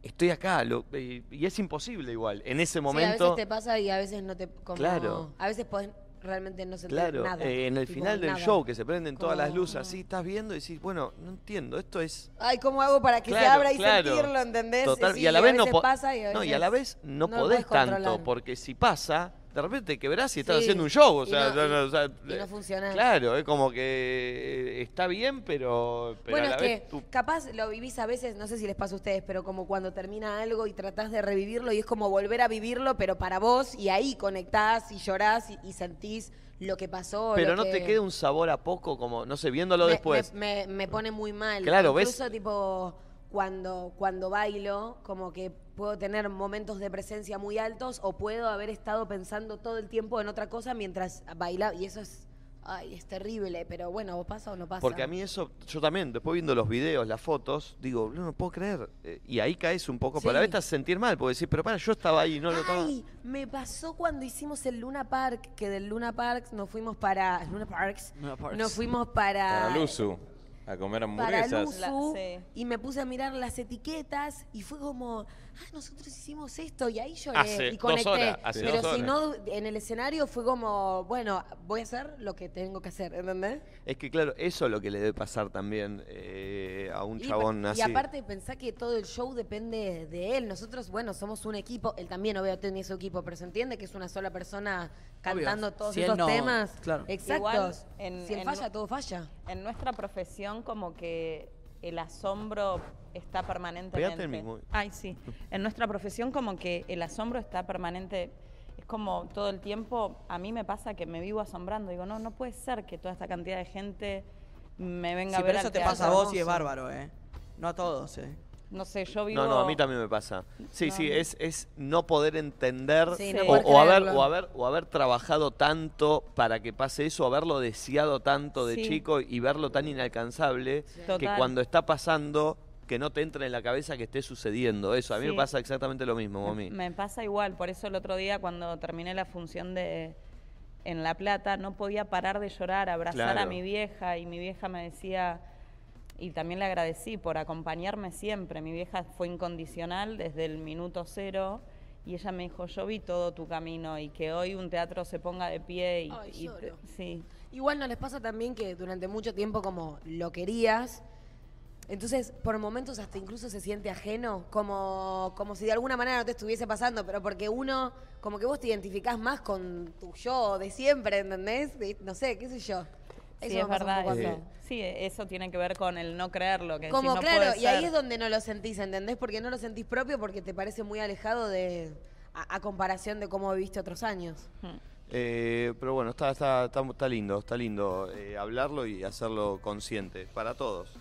S1: estoy acá, lo- y, y es imposible igual, en ese
S5: Sí, a
S1: momento...
S5: veces te pasa y a veces no te. como-
S1: Claro.
S5: A veces podés realmente no sentir
S1: Claro,
S5: nada.
S1: eh, en el
S5: tipo,
S1: final del
S5: nada.
S1: show que se prenden todas las
S5: Como-
S1: luces, así estás viendo y decís, bueno, no entiendo, esto es
S5: Ay, ¿cómo hago para que se
S1: Claro,
S5: abra y
S1: claro.
S5: sentirlo, entendés?
S1: Total,
S5: Sí,
S1: y a la vez no
S5: veces
S1: po-
S5: pasa y a
S1: no,
S5: veces
S1: y a la vez no
S5: lo
S1: podés
S5: podés controlar.
S1: tanto, porque si pasa, de repente te quebrás y estás
S5: Sí.
S1: haciendo un show. O
S5: Y
S1: sea,
S5: no-
S1: no- no, o sea,
S5: y no
S1: eh,
S5: funciona.
S1: Claro, es como que eh, está bien, pero, pero
S5: bueno,
S1: a la
S5: es
S1: vez
S5: que
S1: tú-
S5: capaz lo vivís a veces, no sé si les pasa a ustedes, pero como cuando termina algo y tratás de revivirlo y es como volver a vivirlo, pero para vos, y ahí conectás y llorás y, y sentís lo que pasó.
S1: Pero
S5: lo
S1: no
S5: que-
S1: te queda un sabor a poco, como, no sé, viéndolo
S5: me-
S1: después.
S5: Me, me- me pone muy mal.
S1: Claro, ¿ves?
S5: Incluso, tipo, cuando, cuando bailo, como que puedo tener momentos de presencia muy altos o puedo haber estado pensando todo el tiempo en otra cosa mientras bailaba. Y eso es, ay, es terrible. Pero bueno, ¿o pasa o no pasa?
S1: Porque a mí eso, yo también, después viendo los videos, las fotos, digo, no, no puedo creer. Eh, Y ahí caes un poco, pero a la vez
S5: Sí.
S1: te hace sentir mal, porque decís, pero para, yo estaba ahí, no lo estaba.
S4: Ah.
S5: Ay, me pasó cuando hicimos el Luna Park, que del Luna Park nos fuimos para... Luna Parks.
S4: Luna Parks.
S5: Nos fuimos para...
S4: Para Luzu, a comer
S5: para
S4: hamburguesas.
S5: Luzu y me puse a mirar las etiquetas y fue como, ah, nosotros hicimos esto y ahí lloré
S4: Hace
S5: y
S4: dos
S5: conecté.
S4: horas, hace
S5: pero
S4: dos
S5: si no,
S4: horas.
S5: en el escenario fue como, bueno, voy a hacer lo que tengo que hacer, ¿entendés?
S1: Es que claro, eso es lo que le debe pasar también eh, a un
S5: Y
S1: chabón
S5: pa- y,
S1: así.
S5: aparte pensá que todo el show depende de él. Nosotros, bueno, somos un equipo, él también obviamente tenía su equipo, pero se entiende que es una sola persona cantando todos
S2: Si él
S5: esos
S2: no-
S5: temas.
S2: claro.
S5: Exacto.
S3: Igual, en-
S5: si él
S3: en-
S5: falla, todo falla.
S3: En nuestra profesión como que el asombro está
S1: Pegate
S3: permanentemente.
S1: el mismo.
S3: Ay, sí. En nuestra profesión como que el asombro está permanente. Es como todo el tiempo, a mí me pasa que me vivo asombrando. Digo, no, no puede ser que toda esta cantidad de gente me venga a
S2: Sí,
S3: ver
S2: pero eso
S3: al
S2: te
S3: teatro.
S2: pasa a vos y es bárbaro, ¿eh? No a todos, ¿eh?
S3: No sé, yo vivo...
S1: No, no, a mí también me pasa. Sí,
S3: No.
S1: sí, es, es no poder entender
S3: Sí, no
S1: o,
S3: poder
S1: o haber,
S3: creerlo.
S1: o, haber, o haber trabajado tanto para que pase eso, haberlo deseado tanto de
S3: Sí.
S1: chico y verlo tan inalcanzable que
S3: Total.
S1: cuando está pasando, que no te entra en la cabeza que esté sucediendo eso. A mí
S3: Sí.
S1: me pasa exactamente lo mismo, mami.
S3: Me pasa igual, por eso el otro día cuando terminé la función de en La Plata no podía parar de llorar, abrazar a
S1: Claro.
S3: mi vieja y mi vieja me decía y también le agradecí por acompañarme siempre. Mi vieja fue incondicional desde el minuto cero y ella me dijo, "Yo vi todo tu camino y que hoy un teatro se ponga de pie y,
S5: Ay,
S3: y te-
S5: lloro.
S3: sí,
S5: Igual no les pasa también que durante mucho tiempo como lo querías, entonces por momentos hasta incluso se siente ajeno, como, como si de alguna manera no te estuviese pasando, pero porque uno, como que vos te identificás más con tu yo de siempre, ¿entendés? De- no sé, qué sé yo.
S3: Sí,
S5: me
S3: es
S5: pasa un
S3: verdad.
S5: poco a mí.
S3: eso. Sí, eso tiene que ver con el no creerlo. Que decís,
S5: Como
S3: "No
S5: claro,
S3: puede
S5: y ahí
S3: ser".
S5: es donde no lo sentís, ¿entendés? Porque no lo sentís propio porque te parece muy alejado de a, a comparación de cómo viviste otros años.
S1: Eh, pero bueno, está, está, está, está lindo, está lindo eh, hablarlo y hacerlo consciente para todos.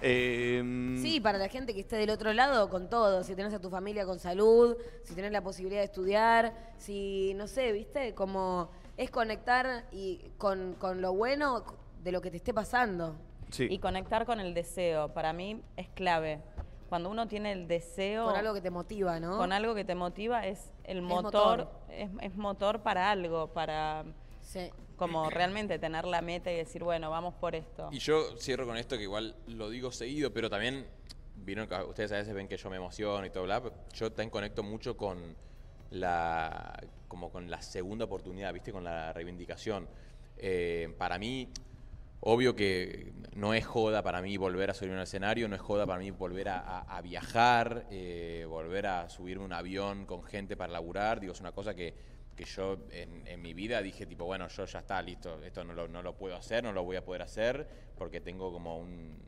S1: Eh,
S5: Sí, para la gente que esté del otro lado, con todo. Si tenés a tu familia con salud, si tenés la posibilidad de estudiar, si, no sé, viste, como es conectar y con, con lo bueno de lo que te esté pasando.
S3: Y conectar con el deseo, para mí es clave. Cuando uno tiene el deseo...
S5: Con algo que te motiva, ¿no?
S3: Con algo que te motiva es el
S5: Es
S3: motor,
S5: motor.
S3: es, es motor para algo, para como realmente tener la meta y decir, bueno, vamos por esto.
S4: Y yo cierro con esto que igual lo digo seguido, pero también vieron que ustedes a veces ven que yo me emociono y todo bla, pero yo también conecto mucho con la como con la segunda oportunidad, ¿viste? Con la reivindicación. Eh, para mí Obvio que no es joda para mí volver a subirme a un escenario, no es joda para mí volver a, a- a viajar, eh, volver a subirme a un avión con gente para laburar. Digo, es una cosa que, que yo en, en mi vida dije, tipo, bueno, yo ya está, listo, esto no lo, no lo puedo hacer, no lo voy a poder hacer, porque tengo como un.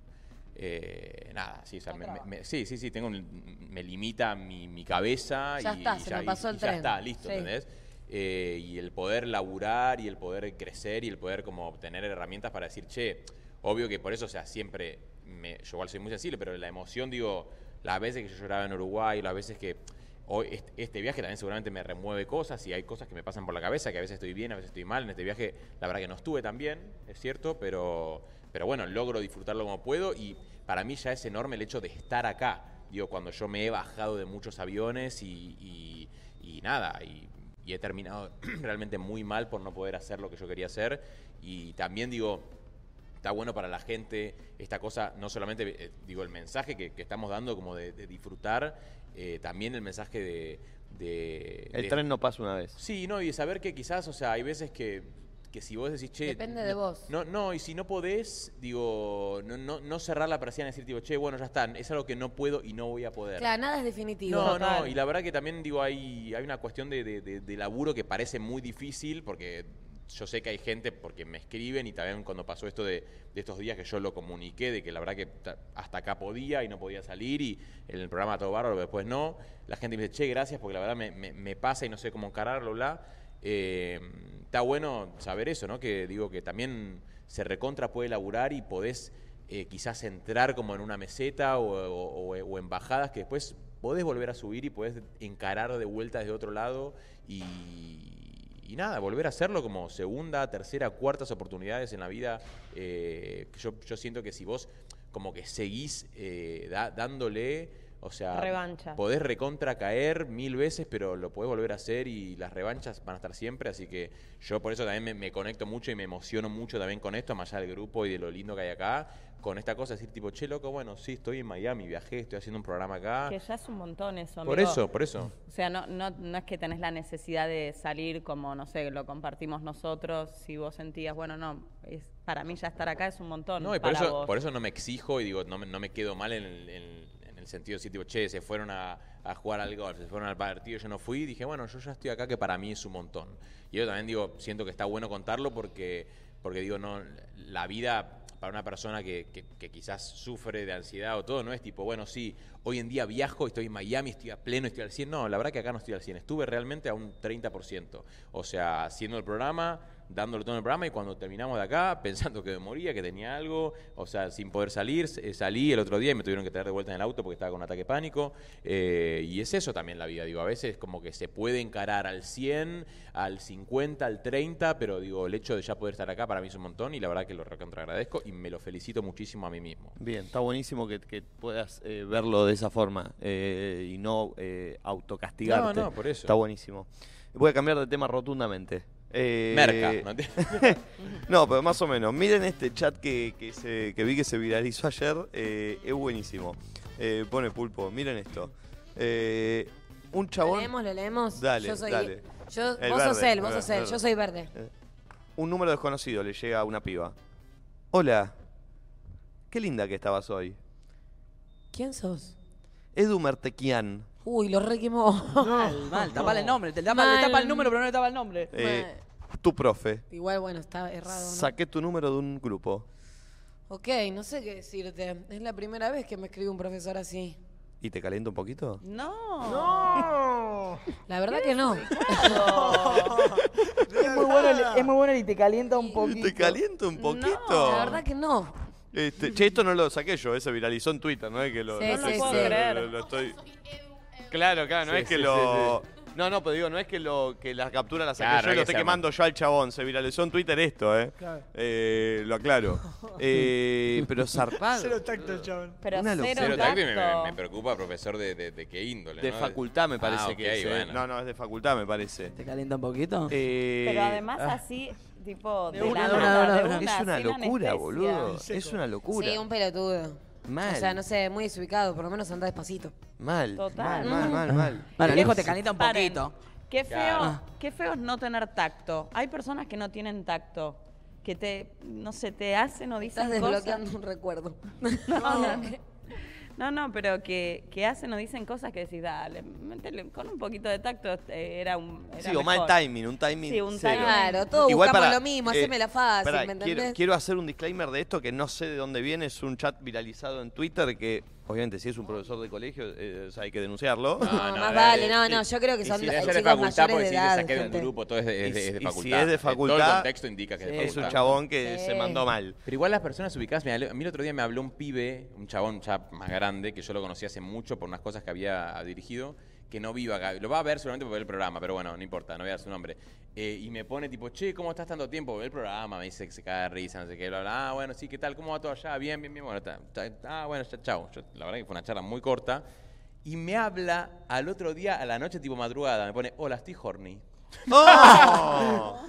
S4: eh, nada, sí, o sea, me- me- sí, sí, sí, tengo un- me limita mi, mi cabeza
S5: Ya
S4: y,
S5: está,
S4: y
S5: se
S4: ya,
S5: me
S4: y-
S5: pasó el
S4: y ya
S5: tren.
S4: está, listo,
S5: Sí.
S4: ¿entendés? Eh, y el poder laburar y el poder crecer y el poder como obtener herramientas para decir, che, obvio que por eso, o sea, siempre, me- yo igual soy muy sensible, pero la emoción, digo, las veces que yo lloraba en Uruguay, las veces que hoy est- este viaje también seguramente me remueve cosas y hay cosas que me pasan por la cabeza, que a veces estoy bien, a veces estoy mal, en este viaje la verdad que no estuve tan bien, es cierto, pero, pero bueno, logro disfrutarlo como puedo y para mí ya es enorme el hecho de estar acá. Digo, cuando yo me he bajado de muchos aviones y- y y nada, y, y he terminado realmente muy mal por no poder hacer lo que yo quería hacer. Y también digo, está bueno para la gente esta cosa, no solamente, eh, digo, el mensaje que, que estamos dando como de, de disfrutar, eh, también el mensaje de... de-
S1: el
S4: de-
S1: tren no pasa una vez.
S4: Sí, no, y de saber que quizás, o sea, hay veces que, que si vos decís, che.
S13: Depende de
S4: no-
S13: vos.
S4: No, no, y si no podés, digo, no, no, no cerrar la persiana y decir, tipo, che, bueno, ya está, es algo que no puedo y no voy a poder.
S5: Claro, nada es definitivo.
S4: No, no, y la verdad que también digo, hay, hay una cuestión de, de- de- de laburo que parece muy difícil porque yo sé que hay gente porque me escriben y también cuando pasó esto de, de estos días que yo lo comuniqué, de que la verdad que ta- hasta acá podía y no podía salir y en el programa todo bárbaro, pero después no, la gente me dice, che, gracias porque la verdad me, me- me pasa y no sé cómo encararlo, bla. Eh, está bueno saber eso, ¿no? Que digo que también se recontra puede laburar y podés eh, quizás entrar como en una meseta o, o- o- o en bajadas que después podés volver a subir y podés encarar de vuelta desde otro lado y, y nada, volver a hacerlo como segunda, tercera, cuartas oportunidades en la vida. Eh, yo, yo siento que si vos como que seguís eh, da- dándole, o sea,
S13: Revancha.
S4: ah, podés recontra caer mil veces, pero lo podés volver a hacer y las revanchas van a estar siempre, así que yo por eso también me, me conecto mucho y me emociono mucho también con esto, más allá del grupo y de lo lindo que hay acá, con esta cosa de decir tipo, che loco, bueno, sí, estoy en Miami, viajé, estoy haciendo un programa acá.
S3: Que ya es un montón eso.
S4: ah. Por
S3: amigo.
S4: eso, por eso.
S3: O sea, no, no, no es que tenés la necesidad de salir como, no sé, lo compartimos nosotros. Si vos sentías, bueno, no, es, para mí ya estar acá es un montón.
S4: No, y por
S3: para
S4: eso,
S3: vos.
S4: por eso no me exijo y digo, no me, no me quedo mal en, el- en- en el sentido de decir, tipo, che, se fueron a, a jugar al golf, se fueron al partido, yo no fui, y dije, bueno, yo ya estoy acá que para mí es un montón. Y yo también digo, siento que está bueno contarlo porque, porque digo, no, la vida para una persona que, que- que quizás sufre de ansiedad o todo, no es tipo, bueno, sí, hoy en día viajo, estoy en Miami, estoy a pleno, estoy al 100. No, la verdad que acá no estoy al 100, estuve realmente a un 30%. O sea, haciendo el programa, dándole todo en el programa y cuando terminamos de acá, pensando que me moría, que tenía algo, o sea, sin poder salir, eh, salí el otro día y me tuvieron que traer de vuelta en el auto porque estaba con ataque de pánico. Eh, y es eso también la vida, digo, a veces como que se puede encarar al 100, al 50, al 30, pero digo, el hecho de ya poder estar acá para mí es un montón y la verdad que lo recontra agradezco y me lo felicito muchísimo a mí mismo.
S1: Bien, está buenísimo que, que puedas eh, verlo de esa forma eh, y no eh, autocastigarte.
S4: No, no, por eso.
S1: Está buenísimo. Voy a cambiar de tema rotundamente. Eh,
S4: Merca, ¿no?
S1: no, pero más o menos. Miren este chat que, que se- que vi que se viralizó ayer. eh, es buenísimo. Eh, pone pulpo, miren esto. Eh, un
S5: ¿Lo
S1: chabón...
S5: leemos? ¿Lo leemos?
S1: Dale,
S5: Yo soy-
S1: dale.
S5: yo- vos
S1: El
S5: sos
S1: verde,
S5: él, vos
S1: el
S5: sos él, yo soy verde.
S1: Eh, Un número desconocido le llega a una piba. Hola, qué linda que estabas hoy.
S5: ¿Quién sos?
S1: Edu Mertequian.
S5: Uy, lo re quemó.
S2: Mal, mal, tapale el nombre, te tapa,
S5: Mal.
S2: le tapa el número, pero no le tapa el nombre.
S1: Eh, tu profe.
S5: Igual, bueno, está errado. ¿no?
S1: Saqué tu número de un grupo.
S5: Ok, no sé qué decirte. Es la primera vez que me escribe un profesor así.
S1: ¿Y te calienta un poquito?
S5: No. No. La verdad que no.
S2: Es muy bueno, el- es muy bueno y te calienta un poquito.
S1: ¿Te calienta un poquito?
S5: La verdad que no.
S1: Este, che, esto no lo saqué yo, ese viralizó en Twitter, no es que lo.
S5: Sí,
S1: lo-
S5: sí, sí.
S1: lo- lo-
S5: No lo puedo
S1: lo- lo estoy- Claro, claro, no
S4: Sí,
S1: es que
S4: sí,
S1: lo. No, no, pero digo, no es que lo que la captura la saqué
S4: Claro,
S1: yo y
S4: que
S1: lo estoy
S4: se armó.
S1: quemando yo al chabón. Se viralizó en Twitter esto, ¿eh?
S9: Claro.
S1: Eh, lo aclaro. Eh, pero zarpado.
S9: Cero tacto el chabón.
S4: Una
S1: cero
S4: locura. tacto y me,
S1: tacto.
S4: me- me preocupa, profesor, de, de- de qué índole.
S1: De
S4: ¿no?
S1: facultad me parece
S4: Ah, ok,
S1: que es. ¿eh?
S4: bueno.
S1: No, no, es de facultad me parece. ¿Te
S2: calienta un poquito?
S3: Pero además así, tipo, de,
S1: una,
S3: la
S1: de
S3: nada,
S1: una,
S3: de
S1: de una.
S3: una,
S1: Es una
S3: sin
S1: locura,
S3: anestesia.
S1: boludo. Es una locura.
S5: Sí, un pelotudo.
S1: Mal.
S5: O sea, no sé, muy desubicado. Por lo menos anda despacito.
S1: Mal,
S3: Total.
S1: mal,
S9: Ah.
S1: mal, mal.
S2: Bueno, el hijo te calienta un
S3: Paren.
S2: poquito.
S3: Qué feo,
S2: Claro. Ah.
S3: qué feo es no tener tacto. Hay personas que no tienen tacto, que te, no sé, te hacen o dicen
S5: Estás
S3: cosas.
S5: desbloqueando un recuerdo.
S3: No, no. No, no, pero que, que hacen o dicen cosas que decís, dale, métele, con un poquito de tacto eh, era un. era
S1: Sí, o mal
S3: mejor.
S1: timing, un timing.
S3: Sí, un
S1: cero.
S3: timing.
S5: Claro, todos
S1: Igual
S5: buscamos
S1: para,
S5: lo mismo,
S1: eh,
S5: hacémela fácil,
S1: pará,
S5: ¿me
S1: quiero,
S5: entendés?
S1: quiero hacer un disclaimer de esto que no sé de dónde viene. Es un chat viralizado en Twitter que, obviamente, si es un profesor de colegio, eh, o sea, hay que denunciarlo.
S4: No, no,
S5: más vale, no, no, yo creo que
S4: Y
S5: son
S4: si
S5: eh,
S4: debe ser
S5: chicos
S4: de facultad,
S5: mayores
S4: porque
S5: de
S4: si le
S5: edad.
S4: saqué de un
S5: gente.
S4: grupo, todo es de, es de-
S1: Y
S4: es de
S1: si- y
S4: facultad.
S1: si es de
S4: Eh, Todo
S1: facultad,
S4: el contexto indica que es de
S1: es
S4: facultad.
S1: un chabón que Sí. se mandó mal.
S4: Pero igual las personas ubicadas, me habló- a mí el otro día me habló un pibe, un chabón ya más grande, que yo lo conocí hace mucho por unas cosas que había dirigido, que no vive acá. Lo va a ver seguramente por ver el programa, pero bueno, no importa, no voy a dar su nombre. Eh, y me pone tipo, che, ¿cómo estás tanto tiempo? Ve el programa, me dice que se cae de risa, no sé qué, bla, bla. Ah, bueno, sí, ¿qué tal? ¿Cómo va todo allá? Bien, bien, bien. Bueno, está, está- ah, bueno, ya, chao. Yo- la verdad que fue una charla muy corta. Y me habla al otro día, a la noche, tipo madrugada. Me pone, hola, estoy horny. ¡Oh!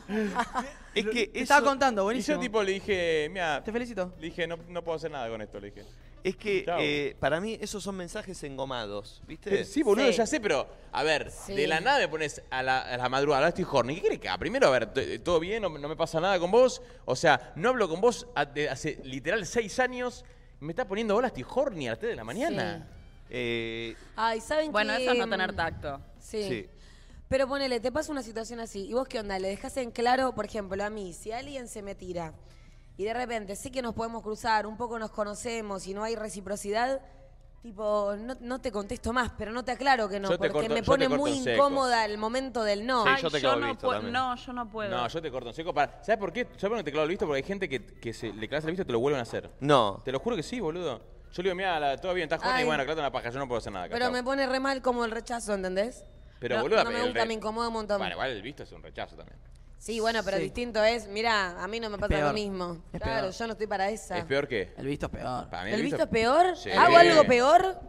S1: es que
S2: estaba contando, buenísimo.
S4: Y yo tipo le dije, mira,
S2: te felicito.
S4: Le dije, no, no puedo hacer nada con esto, le dije.
S1: es que
S4: Chao.
S1: eh, para mí esos son mensajes engomados, ¿viste?
S4: Sí, boludo, ya sé, pero a ver,
S1: Sí.
S4: de la nada me pones a la, a la madrugada, ahora estoy horny. ¿Qué crees que haga? Primero, a ver, t- eh, ¿todo bien? No, me- no me pasa nada con vos? O sea, no hablo con vos a- de- hace literal seis años. Me está poniendo hola, estoy horny a las 3 de la mañana. Eh,
S5: Ay, ¿saben
S3: Bueno,
S5: que,
S3: eso es no
S5: mm,
S3: tener tacto.
S5: Sí. Pero ponele, te pasa una situación así. ¿Y vos qué onda? ¿Le dejás en claro, por ejemplo, a mí, si alguien se me tira y de repente sé que nos podemos cruzar, un poco nos conocemos y no hay reciprocidad, tipo, no, no te contesto más, pero no te aclaro que no,
S4: Yo te
S5: porque
S4: corto-
S5: me
S4: yo
S5: pone
S4: te corto
S5: muy
S4: en seco.
S5: incómoda el momento del no.
S4: Sí, yo Ay, te yo clavo el no visto pu- también. no,
S3: yo no
S4: No, yo te corto en seco. Para, ¿Sabes por qué? ¿Sabes por qué te clavo el visto? Porque hay gente que, que se, le clavas el visto y te lo vuelven a hacer.
S1: No.
S4: Te lo juro que sí, boludo. Yo le digo, mira, todo bien, estás horny
S5: Ay.
S4: y bueno, clavate una paja, yo no puedo hacer nada. acá,
S5: pero
S4: chao".
S5: me pone re mal como el rechazo, ¿entendés?
S4: Pero,
S5: no,
S4: boluda,
S5: no me
S4: el
S5: gusta,
S4: re-
S5: me incomoda un montón.
S4: Bueno, igual el visto es un rechazo también.
S5: Sí, bueno, pero
S2: Sí.
S5: distinto es, mira, a mí no me pasa lo
S2: peor.
S5: mismo.
S2: Es
S5: claro,
S2: peor.
S5: yo no estoy para esa.
S4: ¿Es peor que?
S2: El visto es peor.
S4: Para mí
S5: ¿El visto es peor? ¿Hago
S4: Sí.
S5: algo peor?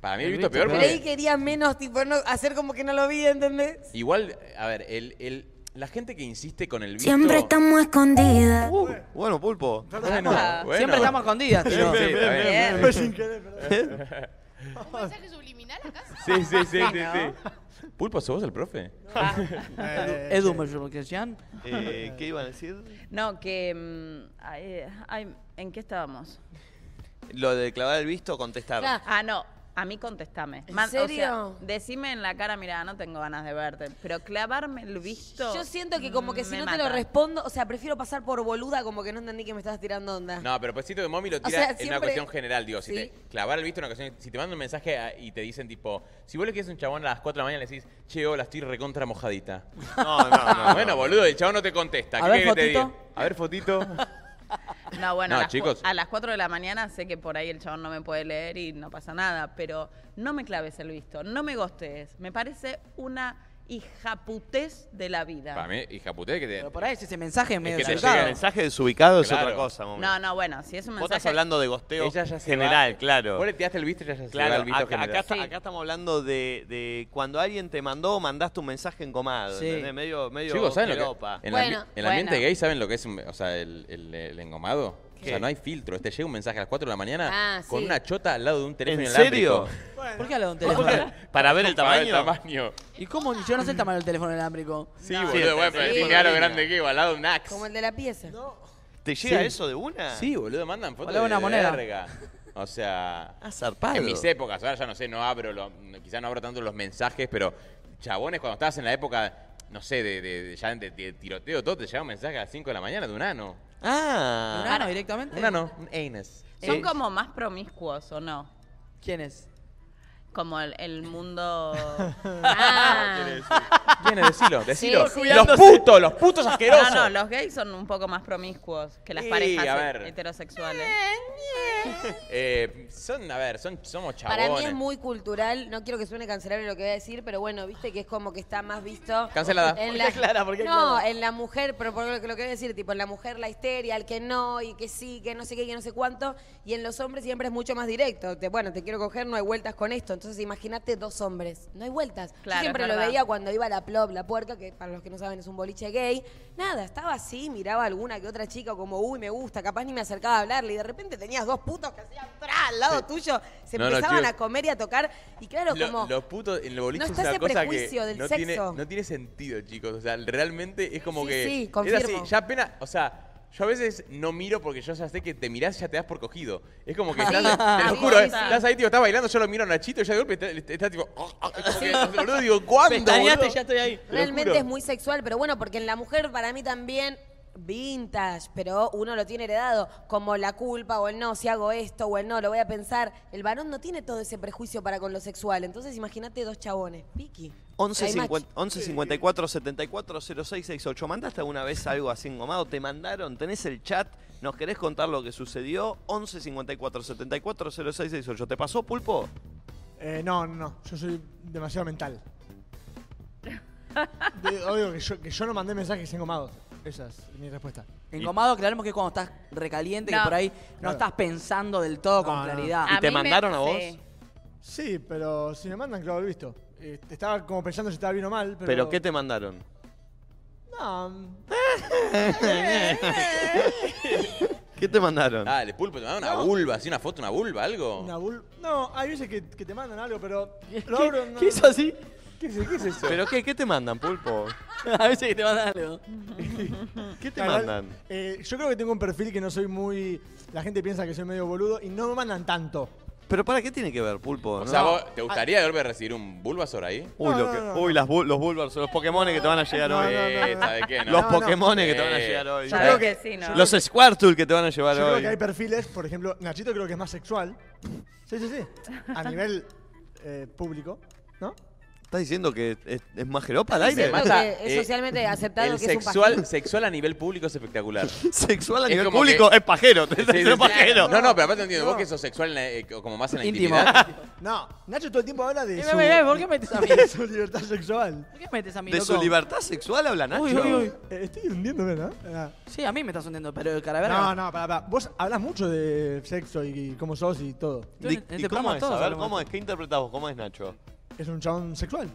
S4: Para mí el visto es peor
S5: Creí
S4: porque...
S5: que quería menos, tipo, no- hacer como que no lo vi, ¿entendés?
S4: Igual, a ver, el, el, la gente que insiste con el visto...
S8: Siempre estamos escondidas.
S4: Uh,
S1: Bueno, pulpo.
S4: Bueno, bueno.
S2: Siempre estamos escondidas, tío.
S4: Sí, sí, está bien.
S2: Fue sin querer,
S12: ¿Un mensaje subliminal acá?
S4: Sí, sí, sí, sí, sí. Pulpo, ¿sos vos el profe?
S5: Ah.
S2: Eh, Edu, ¿me lo que sean?
S1: Eh, ¿Qué iban a decir?
S3: No, que... mm, ay, ay, ¿En qué estábamos?
S1: Lo de clavar el visto, contestar.
S3: Ah, no. A mí contestame.
S5: ¿En
S3: Man- o sea,
S5: serio?
S3: decime en la cara, mira, no tengo ganas de verte. Pero clavarme el visto.
S5: Yo siento que como que si
S3: me
S5: no te
S3: mata.
S5: lo respondo, o sea, prefiero pasar por boluda como que no entendí que me estabas tirando onda.
S4: No, pero pasito de mommy lo
S5: O
S4: tira
S5: sea,
S4: en una
S5: siempre-
S4: cuestión general, digo. Si
S5: Sí.
S4: te clavar el visto en una cuestión... Si te mandan un mensaje a- y te dicen, tipo... Si vos le quieres un chabón a las 4 de la mañana, le decís... Che, hola, estoy recontra mojadita.
S1: No, no, no.
S4: bueno, boludo, el chabón no te contesta.
S2: A
S4: ¿Qué
S2: ver,
S4: querés que te
S2: fotito.
S4: diga? A ver, fotito.
S3: No, bueno,
S4: No,
S3: a, las
S4: chicos.
S3: cu- a las 4 de la mañana sé que por ahí el chabón no me puede leer y no pasa nada, pero no me claves el visto, no me gostes. Me parece una hijaputez de la vida.
S4: Para mí, hija puté, que te...
S2: Pero por ahí es ese mensaje medio
S1: que te
S2: desubicado.
S1: llega el mensaje desubicado es
S4: Claro.
S1: otra cosa, momento.
S3: No, no, bueno, si es un
S1: Vos
S3: mensaje...
S1: estás hablando de gosteo
S4: Ella ya se
S1: general,
S4: va.
S1: claro.
S4: Vos le tiraste el visto y ya se va
S1: Claro,
S4: el visto
S1: acá,
S4: general.
S1: acá está- acá estamos hablando de, de cuando alguien te mandó o mandaste un mensaje engomado,
S4: Sí.
S1: ¿entendés? Medio, medio
S4: Chicos, ¿saben lo
S1: falopa.
S4: que, en, el ambi- en el ambiente gay, ¿saben lo que es o sea, el, el- el engomado? O sea, no hay filtro. Te llega un mensaje a las 4 de la mañana
S2: Ah,
S4: con
S2: sí.
S4: una chota al lado de un teléfono
S1: ¿En
S4: inalámbrico.
S2: ¿Por qué habla de un teléfono?
S1: Para ver el
S4: Para ver el
S1: tamaño.
S4: tamaño.
S2: ¿Y cómo? Yo no sé el tamaño del teléfono inalámbrico.
S4: Sí, boludo, bueno, pero sí, mirá lo grande que iba, al lado de un axe.
S5: Como el de la pieza.
S1: ¿Te llega
S4: Sí.
S1: eso de una?
S4: Sí, boludo, mandan fotos
S1: Hola,
S4: de
S1: una moneda.
S4: verga. O sea,
S1: Ah, zarpado.
S4: en mis épocas, ahora ya no sé, no abro, lo- quizá no abro tanto los mensajes, pero chabones, cuando estabas en la época, no sé, de, de- de- ya de, de tiroteo, todo, te llegaba un mensaje a las 5 de la mañana de un ano.
S1: Ah.
S2: ¿Un ano directamente?
S4: Un ano, un anus.
S3: Son
S4: Sí.
S3: como más promiscuos, ¿o no?
S2: Eh, ¿Quién es?
S3: Como el, el mundo... Ah.
S4: Viene, decilo, decilo.
S3: Sí, sí.
S4: Los putos, los putos asquerosos.
S3: No, no, los gays son un poco más promiscuos que las
S4: Sí,
S3: parejas
S4: a ver.
S3: heterosexuales.
S4: Eh, son, a ver, son, somos chabones.
S5: Para mí es muy cultural, no quiero que suene cancelable lo que voy a decir, pero bueno, viste que es como que está más visto.
S4: Cancelada.
S5: En
S4: ¿Por
S5: la,
S4: qué Clara? ¿Por qué
S5: no,
S4: Clara?
S5: en la mujer, pero por lo que lo que voy a decir, tipo, en la mujer la histeria, el que no, y que sí, que no sé qué, que no sé cuánto. Y en los hombres siempre es mucho más directo. Te- bueno, te quiero coger, no hay vueltas con esto. Entonces imagínate dos hombres, no hay vueltas. Yo
S3: Claro,
S5: siempre
S3: es
S5: lo
S3: verdad.
S5: veía cuando iba a la plop, la puerca, que para los que no saben es un boliche gay. Nada, estaba así, miraba alguna que otra chica como, uy, me gusta, capaz ni me acercaba a hablarle. Y de repente tenías dos putos que hacían tra al lado tuyo, se
S4: No, no,
S5: empezaban
S4: tío.
S5: a comer y a tocar. Y claro,
S4: Lo-
S5: como...
S4: los putos en el boliche
S5: No
S4: es
S5: está
S4: una
S5: ese
S4: cosa que
S5: prejuicio del
S4: no,
S5: sexo.
S4: Tiene, no tiene sentido, chicos. O sea, realmente es como
S5: Sí,
S4: que.
S5: sí,
S4: es así,
S5: confirmo.
S4: ya apenas. O sea. Yo a veces no miro porque yo ya sé que te mirás y ya te das por cogido. Es como que
S5: Ah, Sí,
S4: estás, te lo
S5: sí,
S4: juro,
S5: sí,
S4: ¿eh?
S5: sí.
S4: estás ahí, tío, estás bailando, yo lo miro a Nachito y ya de golpe está- está, tipo. oh, oh, es como que, boludo, digo, ¿cuándo?
S2: Pestañeaste
S4: boludo?
S2: y ya estoy ahí.
S4: Te lo
S5: Realmente
S4: juro.
S5: es muy sexual, pero bueno, porque en la mujer para mí también vintage, pero uno lo tiene heredado, como la culpa o el no, si hago esto o el no, lo voy a pensar. El varón no tiene todo ese prejuicio para con lo sexual, entonces imagínate dos chabones, Piki.
S1: 11,
S5: Hay
S1: 50 11 54 74 06 68. ¿Mandaste alguna vez algo así engomado? ¿Te mandaron? ¿Tenés el chat? ¿Nos querés contar lo que sucedió? 11 54 74 06 68. ¿Te pasó, Pulpo?
S9: Eh, no, no, no. Yo soy demasiado mental. De- obvio que yo, que yo no mandé mensajes engomados. Esa es mi respuesta.
S2: Engomado, aclaremos que es cuando estás recaliente,
S9: No.
S2: que por ahí no
S9: Claro.
S2: estás pensando del todo con
S9: No, no.
S2: claridad.
S9: ¿Y A te mí me- mandaron a vos?
S2: Sí.
S9: Sí, pero si me mandan, claro, lo he visto. Eh, estaba como pensando si estaba bien o mal, pero...
S1: ¿Pero, qué te mandaron?
S2: Eh.
S9: No,
S1: ¿Qué te mandaron?
S4: Dale, pulpo, te mandaron una
S9: No.
S4: vulva, así una foto, una vulva, algo.
S9: Una bul- No, hay veces que, que te mandan algo, pero lo
S4: ¿Qué-
S9: abro. no-
S4: qué hizo así?
S9: ¿Qué es, qué es eso?
S1: ¿Pero qué, qué te mandan, Pulpo?
S2: A veces que te mandan algo.
S1: ¿Qué te
S9: La verdad,
S1: mandan?
S9: eh, yo creo que tengo un perfil que no soy muy. La gente piensa que soy medio boludo y no me mandan tanto.
S1: ¿Pero para qué tiene que ver, Pulpo?
S4: O
S1: ¿No?
S4: sea, vos, ¿te gustaría de volver a recibir un Bulbasaur ahí?
S1: Uy, lo que- uy, las bu- los Bulbars, los Pokémon que te van a llegar
S4: No,
S1: hoy.
S4: no, no, no. ¿Sabes qué? No.
S1: Los
S4: No, no.
S1: Pokémon que te van a
S4: Sí.
S1: llegar hoy.
S4: Yo creo
S3: que sí, ¿no?
S1: Los Squirtle que te van a llevar
S9: Yo creo
S1: hoy.
S9: que hay perfiles, por ejemplo, Nachito creo que es más sexual. Sí, sí, sí. A nivel eh, público, ¿no?
S1: ¿Estás diciendo que es, es más jeropa al
S4: Sí,
S1: aire?
S4: me mata.
S1: eh,
S5: Es socialmente aceptado
S4: El
S5: que es un
S4: sexual, sexual a nivel público es espectacular.
S1: Sexual a
S4: Es
S1: nivel
S4: como
S1: público
S4: que-
S1: es pajero.
S4: Sí,
S1: te
S4: sí,
S1: estás
S4: sí.
S1: diciendo pajero.
S4: No, no, pero aparte entiendo, vos que sos sexual en la- eh, como más en la
S2: Íntimo.
S4: intimidad.
S9: No, Nacho todo el tiempo habla de
S2: Eh,
S9: su,
S2: eh, eh, ¿por qué metes a mí?
S9: de su libertad sexual.
S2: ¿Por qué metes a mí,
S1: ¿De
S2: loco?
S1: su libertad sexual habla Nacho?
S2: Uy, uy, uy.
S9: Eh, estoy hundiéndome, ¿no? Ah.
S2: Sí, a mí me estás hundiendo, pero el calavera...
S9: No, no, pará, pará. Vos hablas mucho de sexo y, y cómo sos y todo.
S1: Di-
S2: En este
S1: ¿Y cómo
S2: programa
S1: es?
S2: todos
S1: A ver,
S2: hablamos
S1: ¿cómo
S2: de
S1: es? ¿Qué interpretás vos? ¿Cómo es Nacho?
S9: Es un chabón sexual.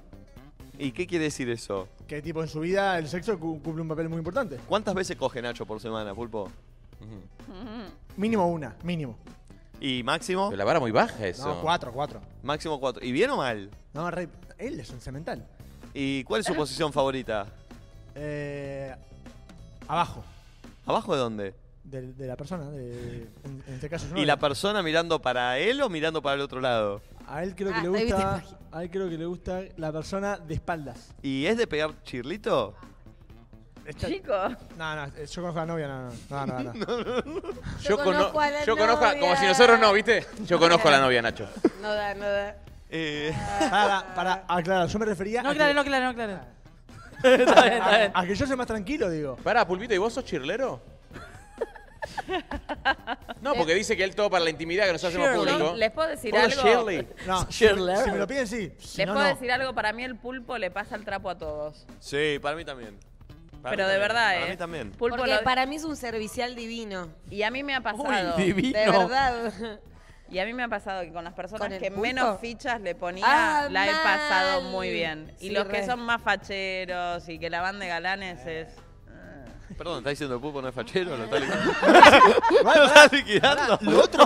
S1: ¿Y qué quiere decir eso?
S9: Que tipo en su vida el sexo cu- cumple un papel muy importante.
S1: ¿Cuántas veces coge Nacho por semana, Pulpo?
S9: Mínimo una, mínimo.
S1: ¿Y máximo?
S4: Pero la vara muy baja eso.
S9: No, cuatro, cuatro.
S1: Máximo cuatro. ¿Y bien o mal?
S9: No, re- él es un cemental.
S1: ¿Y cuál es su posición favorita?
S9: Eh, abajo
S1: ¿Abajo de dónde?
S9: de, de la persona, de, en, en este caso es
S1: ¿Y la persona mirando para él o mirando para el otro lado?
S9: A él creo que
S5: Ah,
S9: le
S5: ahí viste
S9: gusta. A él creo que le gusta la persona de espaldas.
S1: ¿Y es de pegar chirlito?
S9: Esta-
S3: Chico.
S9: No, no, eh, yo conozco a la novia, no, no, no, no, no.
S4: Yo, cono-
S3: conozco a la
S4: yo conozco, a- como si
S3: novia.
S4: nosotros no, ¿viste? Yo conozco a la novia, Nacho.
S3: No da, no da.
S1: Eh,
S9: Para, para aclarar, yo me refería
S2: No,
S9: a,
S2: claro,
S9: que,
S2: no, claro, no, claro. está bien, está bien.
S9: a que yo soy más tranquilo, digo.
S4: Para, Pulpito, ¿y vos sos chirlero? No, porque dice que él todo para la intimidad, que nos hacemos
S2: Shirley.
S4: público.
S3: ¿Les puedo decir
S4: Todo
S3: algo?
S4: Shirley.
S9: No, si,
S2: Shirley.
S9: si me lo piden, sí. Si
S3: Les
S9: no,
S3: puedo
S9: no.
S3: decir algo, para mí el pulpo le pasa el trapo a todos.
S1: sí, para mí también. Para
S3: Pero
S1: mí también,
S3: de verdad,
S1: Para
S3: eh.
S1: mí también.
S3: Pulpo
S5: Porque
S3: lo-
S5: para mí es un servicial divino.
S3: Y a mí me ha pasado.
S2: Uy, divino.
S5: De verdad.
S3: Y a mí me ha pasado que con las personas
S5: ¿Con el
S3: que
S5: pulpo?
S3: menos fichas le ponía,
S5: Ah,
S3: la he
S5: mal.
S3: pasado muy bien. Y
S5: Sí,
S3: los que
S5: re.
S3: son más facheros y que la van de galanes es...
S1: Perdón, ¿está diciendo el pulpo no es fachero? ¿Lo está liquidando? ¿Lo está liquidando? Lo otro.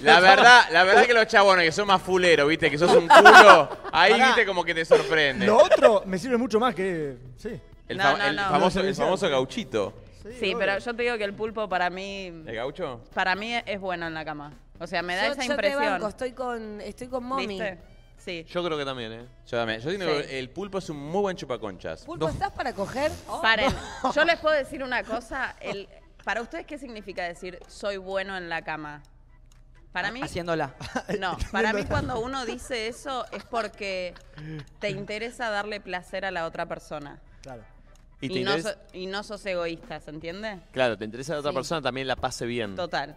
S4: La verdad, la verdad que los chabones que son más fuleros, viste, que sos un culo, ahí
S9: Pará.
S4: viste como que te sorprende.
S9: Lo otro me sirve mucho más que. Sí.
S4: El,
S3: No,
S4: fa-
S3: no,
S4: el
S3: no.
S4: famoso, el famoso gauchito.
S3: Sí,
S9: obvio.
S3: pero yo te digo que el pulpo para mí,
S4: ¿El gaucho?
S3: para mí es bueno en la cama. O sea, me da
S5: Yo-
S3: esa
S5: yo te
S3: impresión.
S5: banco, estoy con, estoy con mommy.
S3: ¿Viste? Sí.
S1: Yo creo que también, ¿eh?
S4: Yo también. Yo siento
S3: Sí.
S4: que el pulpo es un muy buen chupaconchas.
S5: Pulpo, ¿estás para coger? Oh.
S3: Paren, yo les puedo decir una cosa. El, para ustedes, ¿qué significa decir soy bueno en la cama? Para mí,
S2: Haciéndola.
S3: no. Para mí, cuando uno dice eso es porque te interesa darle placer a la otra persona.
S9: Claro.
S1: ¿Y te
S3: no,
S1: interesa-
S3: so- y no sos egoísta, ¿se entiende?
S1: Claro, te interesa que otra
S3: Sí.
S1: persona también la pase bien.
S3: Total.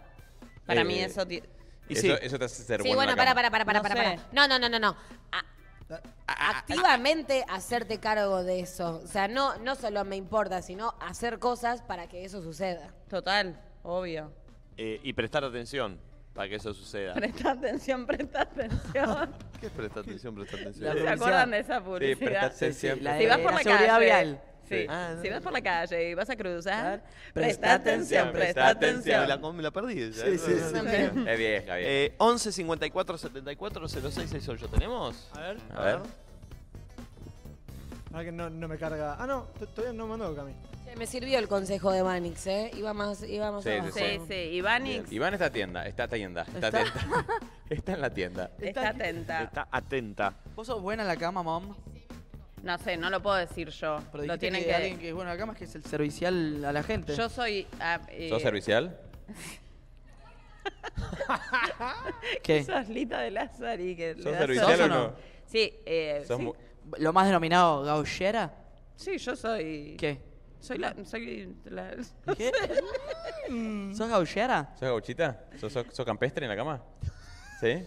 S3: Para
S4: Eh,
S3: mí, eso. ti-
S1: Y
S4: eso,
S1: sí.
S4: eso te hace ser
S5: Sí,
S4: bueno
S5: bueno,
S4: en
S5: para,
S4: la
S5: para,
S4: cama.
S5: para, para,
S3: No
S5: para,
S3: sé.
S5: para. No, no, no, no, no. A- activamente hacerte cargo de eso. O sea, no, no solo me importa, sino hacer cosas para que eso suceda.
S3: Total, obvio.
S1: Eh, y prestar atención para que eso suceda.
S3: Presta atención, presta atención.
S1: ¿Qué es prestar atención, prestar
S2: La
S1: atención?
S3: ¿Se
S2: publicidad.
S3: acuerdan de esa
S4: Sí,
S3: publicidad?
S4: prestaste siempre.
S2: la
S3: Si
S2: de-
S3: vas por la,
S2: seguridad
S3: calle,
S2: vial.
S3: Sí.
S1: Ah,
S3: si
S1: no.
S3: vas por la calle y vas a cruzar,
S2: Presta
S3: presta atención,
S4: atención,
S3: presta
S4: presta
S1: Me
S3: atención.
S1: la, me la perdí. ya.
S9: Sí, sí, sí.
S4: Es vieja, vieja.
S1: Eh, 11 54 74 06 68. ¿Tenemos?
S9: A ver.
S4: A ver.
S9: Para que no, no me carga. Ah, no, t- todavía no me mandó a mí.
S5: Che, me sirvió el consejo de Manix, ¿eh? Iba más, iba más
S4: Sí, sí,
S5: abajo.
S3: Sí, sí, Ivanix
S4: Iván está tienda, está tienda, está,
S2: Está-
S4: tienda. está en la tienda.
S3: está atenta.
S1: Está atenta.
S2: ¿Vos sos buena en la cama, mom?
S3: No sé, no lo puedo decir yo.
S2: Pero
S3: lo
S2: dijiste
S3: tienen
S2: que,
S3: que.
S2: alguien que es bueno en la cama es que es el servicial a la gente.
S3: Yo soy. ah, eh,
S4: ¿Sos servicial?
S2: ¿Qué?
S3: Sos Lita de Lázari. Que le
S4: ¿Sos
S3: das
S4: servicial
S3: sos
S4: o no?
S3: Sí, eh,
S4: Sos
S3: sí.
S4: mu-
S2: ¿Lo más denominado gauchera?
S3: Sí, yo soy.
S2: ¿Qué?
S3: Soy la. Soy la-
S2: ¿Qué?
S3: Mm.
S2: ¿Sos
S5: Ah.
S2: gauchera?
S4: ¿Sos gauchita? ¿Sos, sos- sos campestre en la cama? ¿Sí?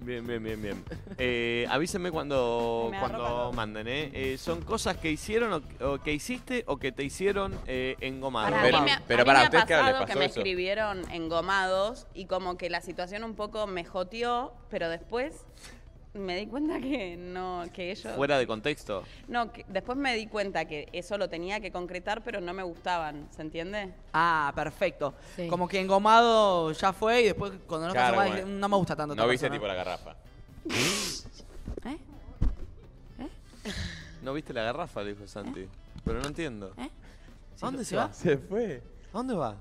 S1: Bien, bien, bien, bien. Eh, avísenme cuando,
S3: Me agarró
S1: cuando
S3: calor.
S1: manden, ¿eh? Eh, Son cosas que hicieron o, o que hiciste o que te hicieron eh, engomado.
S3: Para
S4: Ah, Pero-
S3: mí me,
S4: pero
S3: a mí
S4: para
S3: me
S4: ustedes,
S3: ha
S4: claro, ¿les
S3: pasado que
S4: pasó
S3: me
S4: eso?
S3: escribieron engomados y como que la situación un poco me joteó, pero después me di cuenta que no, que ellos...
S1: Fuera de contexto.
S3: No, que- después me di cuenta que eso lo tenía que concretar, pero no me gustaban, ¿se entiende?
S2: Ah, perfecto. Como que engomado ya fue y después cuando no
S4: Claro,
S2: pasó más,
S4: bueno.
S2: no me gusta tanto.
S4: No
S2: esta
S4: viste
S2: persona.
S4: tipo la garrafa.
S3: ¿Eh?
S1: No viste la garrafa, le dijo Santi. Pero no entiendo.
S2: Sí,
S1: ¿A dónde
S2: lo-
S1: se va?
S4: Se fue.
S1: ¿A dónde va?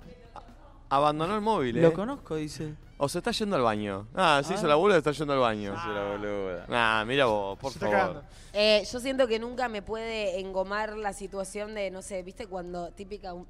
S1: Abandonó el móvil, ¿eh?
S2: Lo conozco, dice.
S1: O se está yendo al baño. Ah, se
S5: Ah.
S1: hizo la boluda, está yendo al baño.
S4: Se la boluda.
S1: Ah, mira vos, por
S5: está
S1: favor.
S5: Eh, yo siento que nunca me puede engomar la situación de, no sé, viste cuando típica un,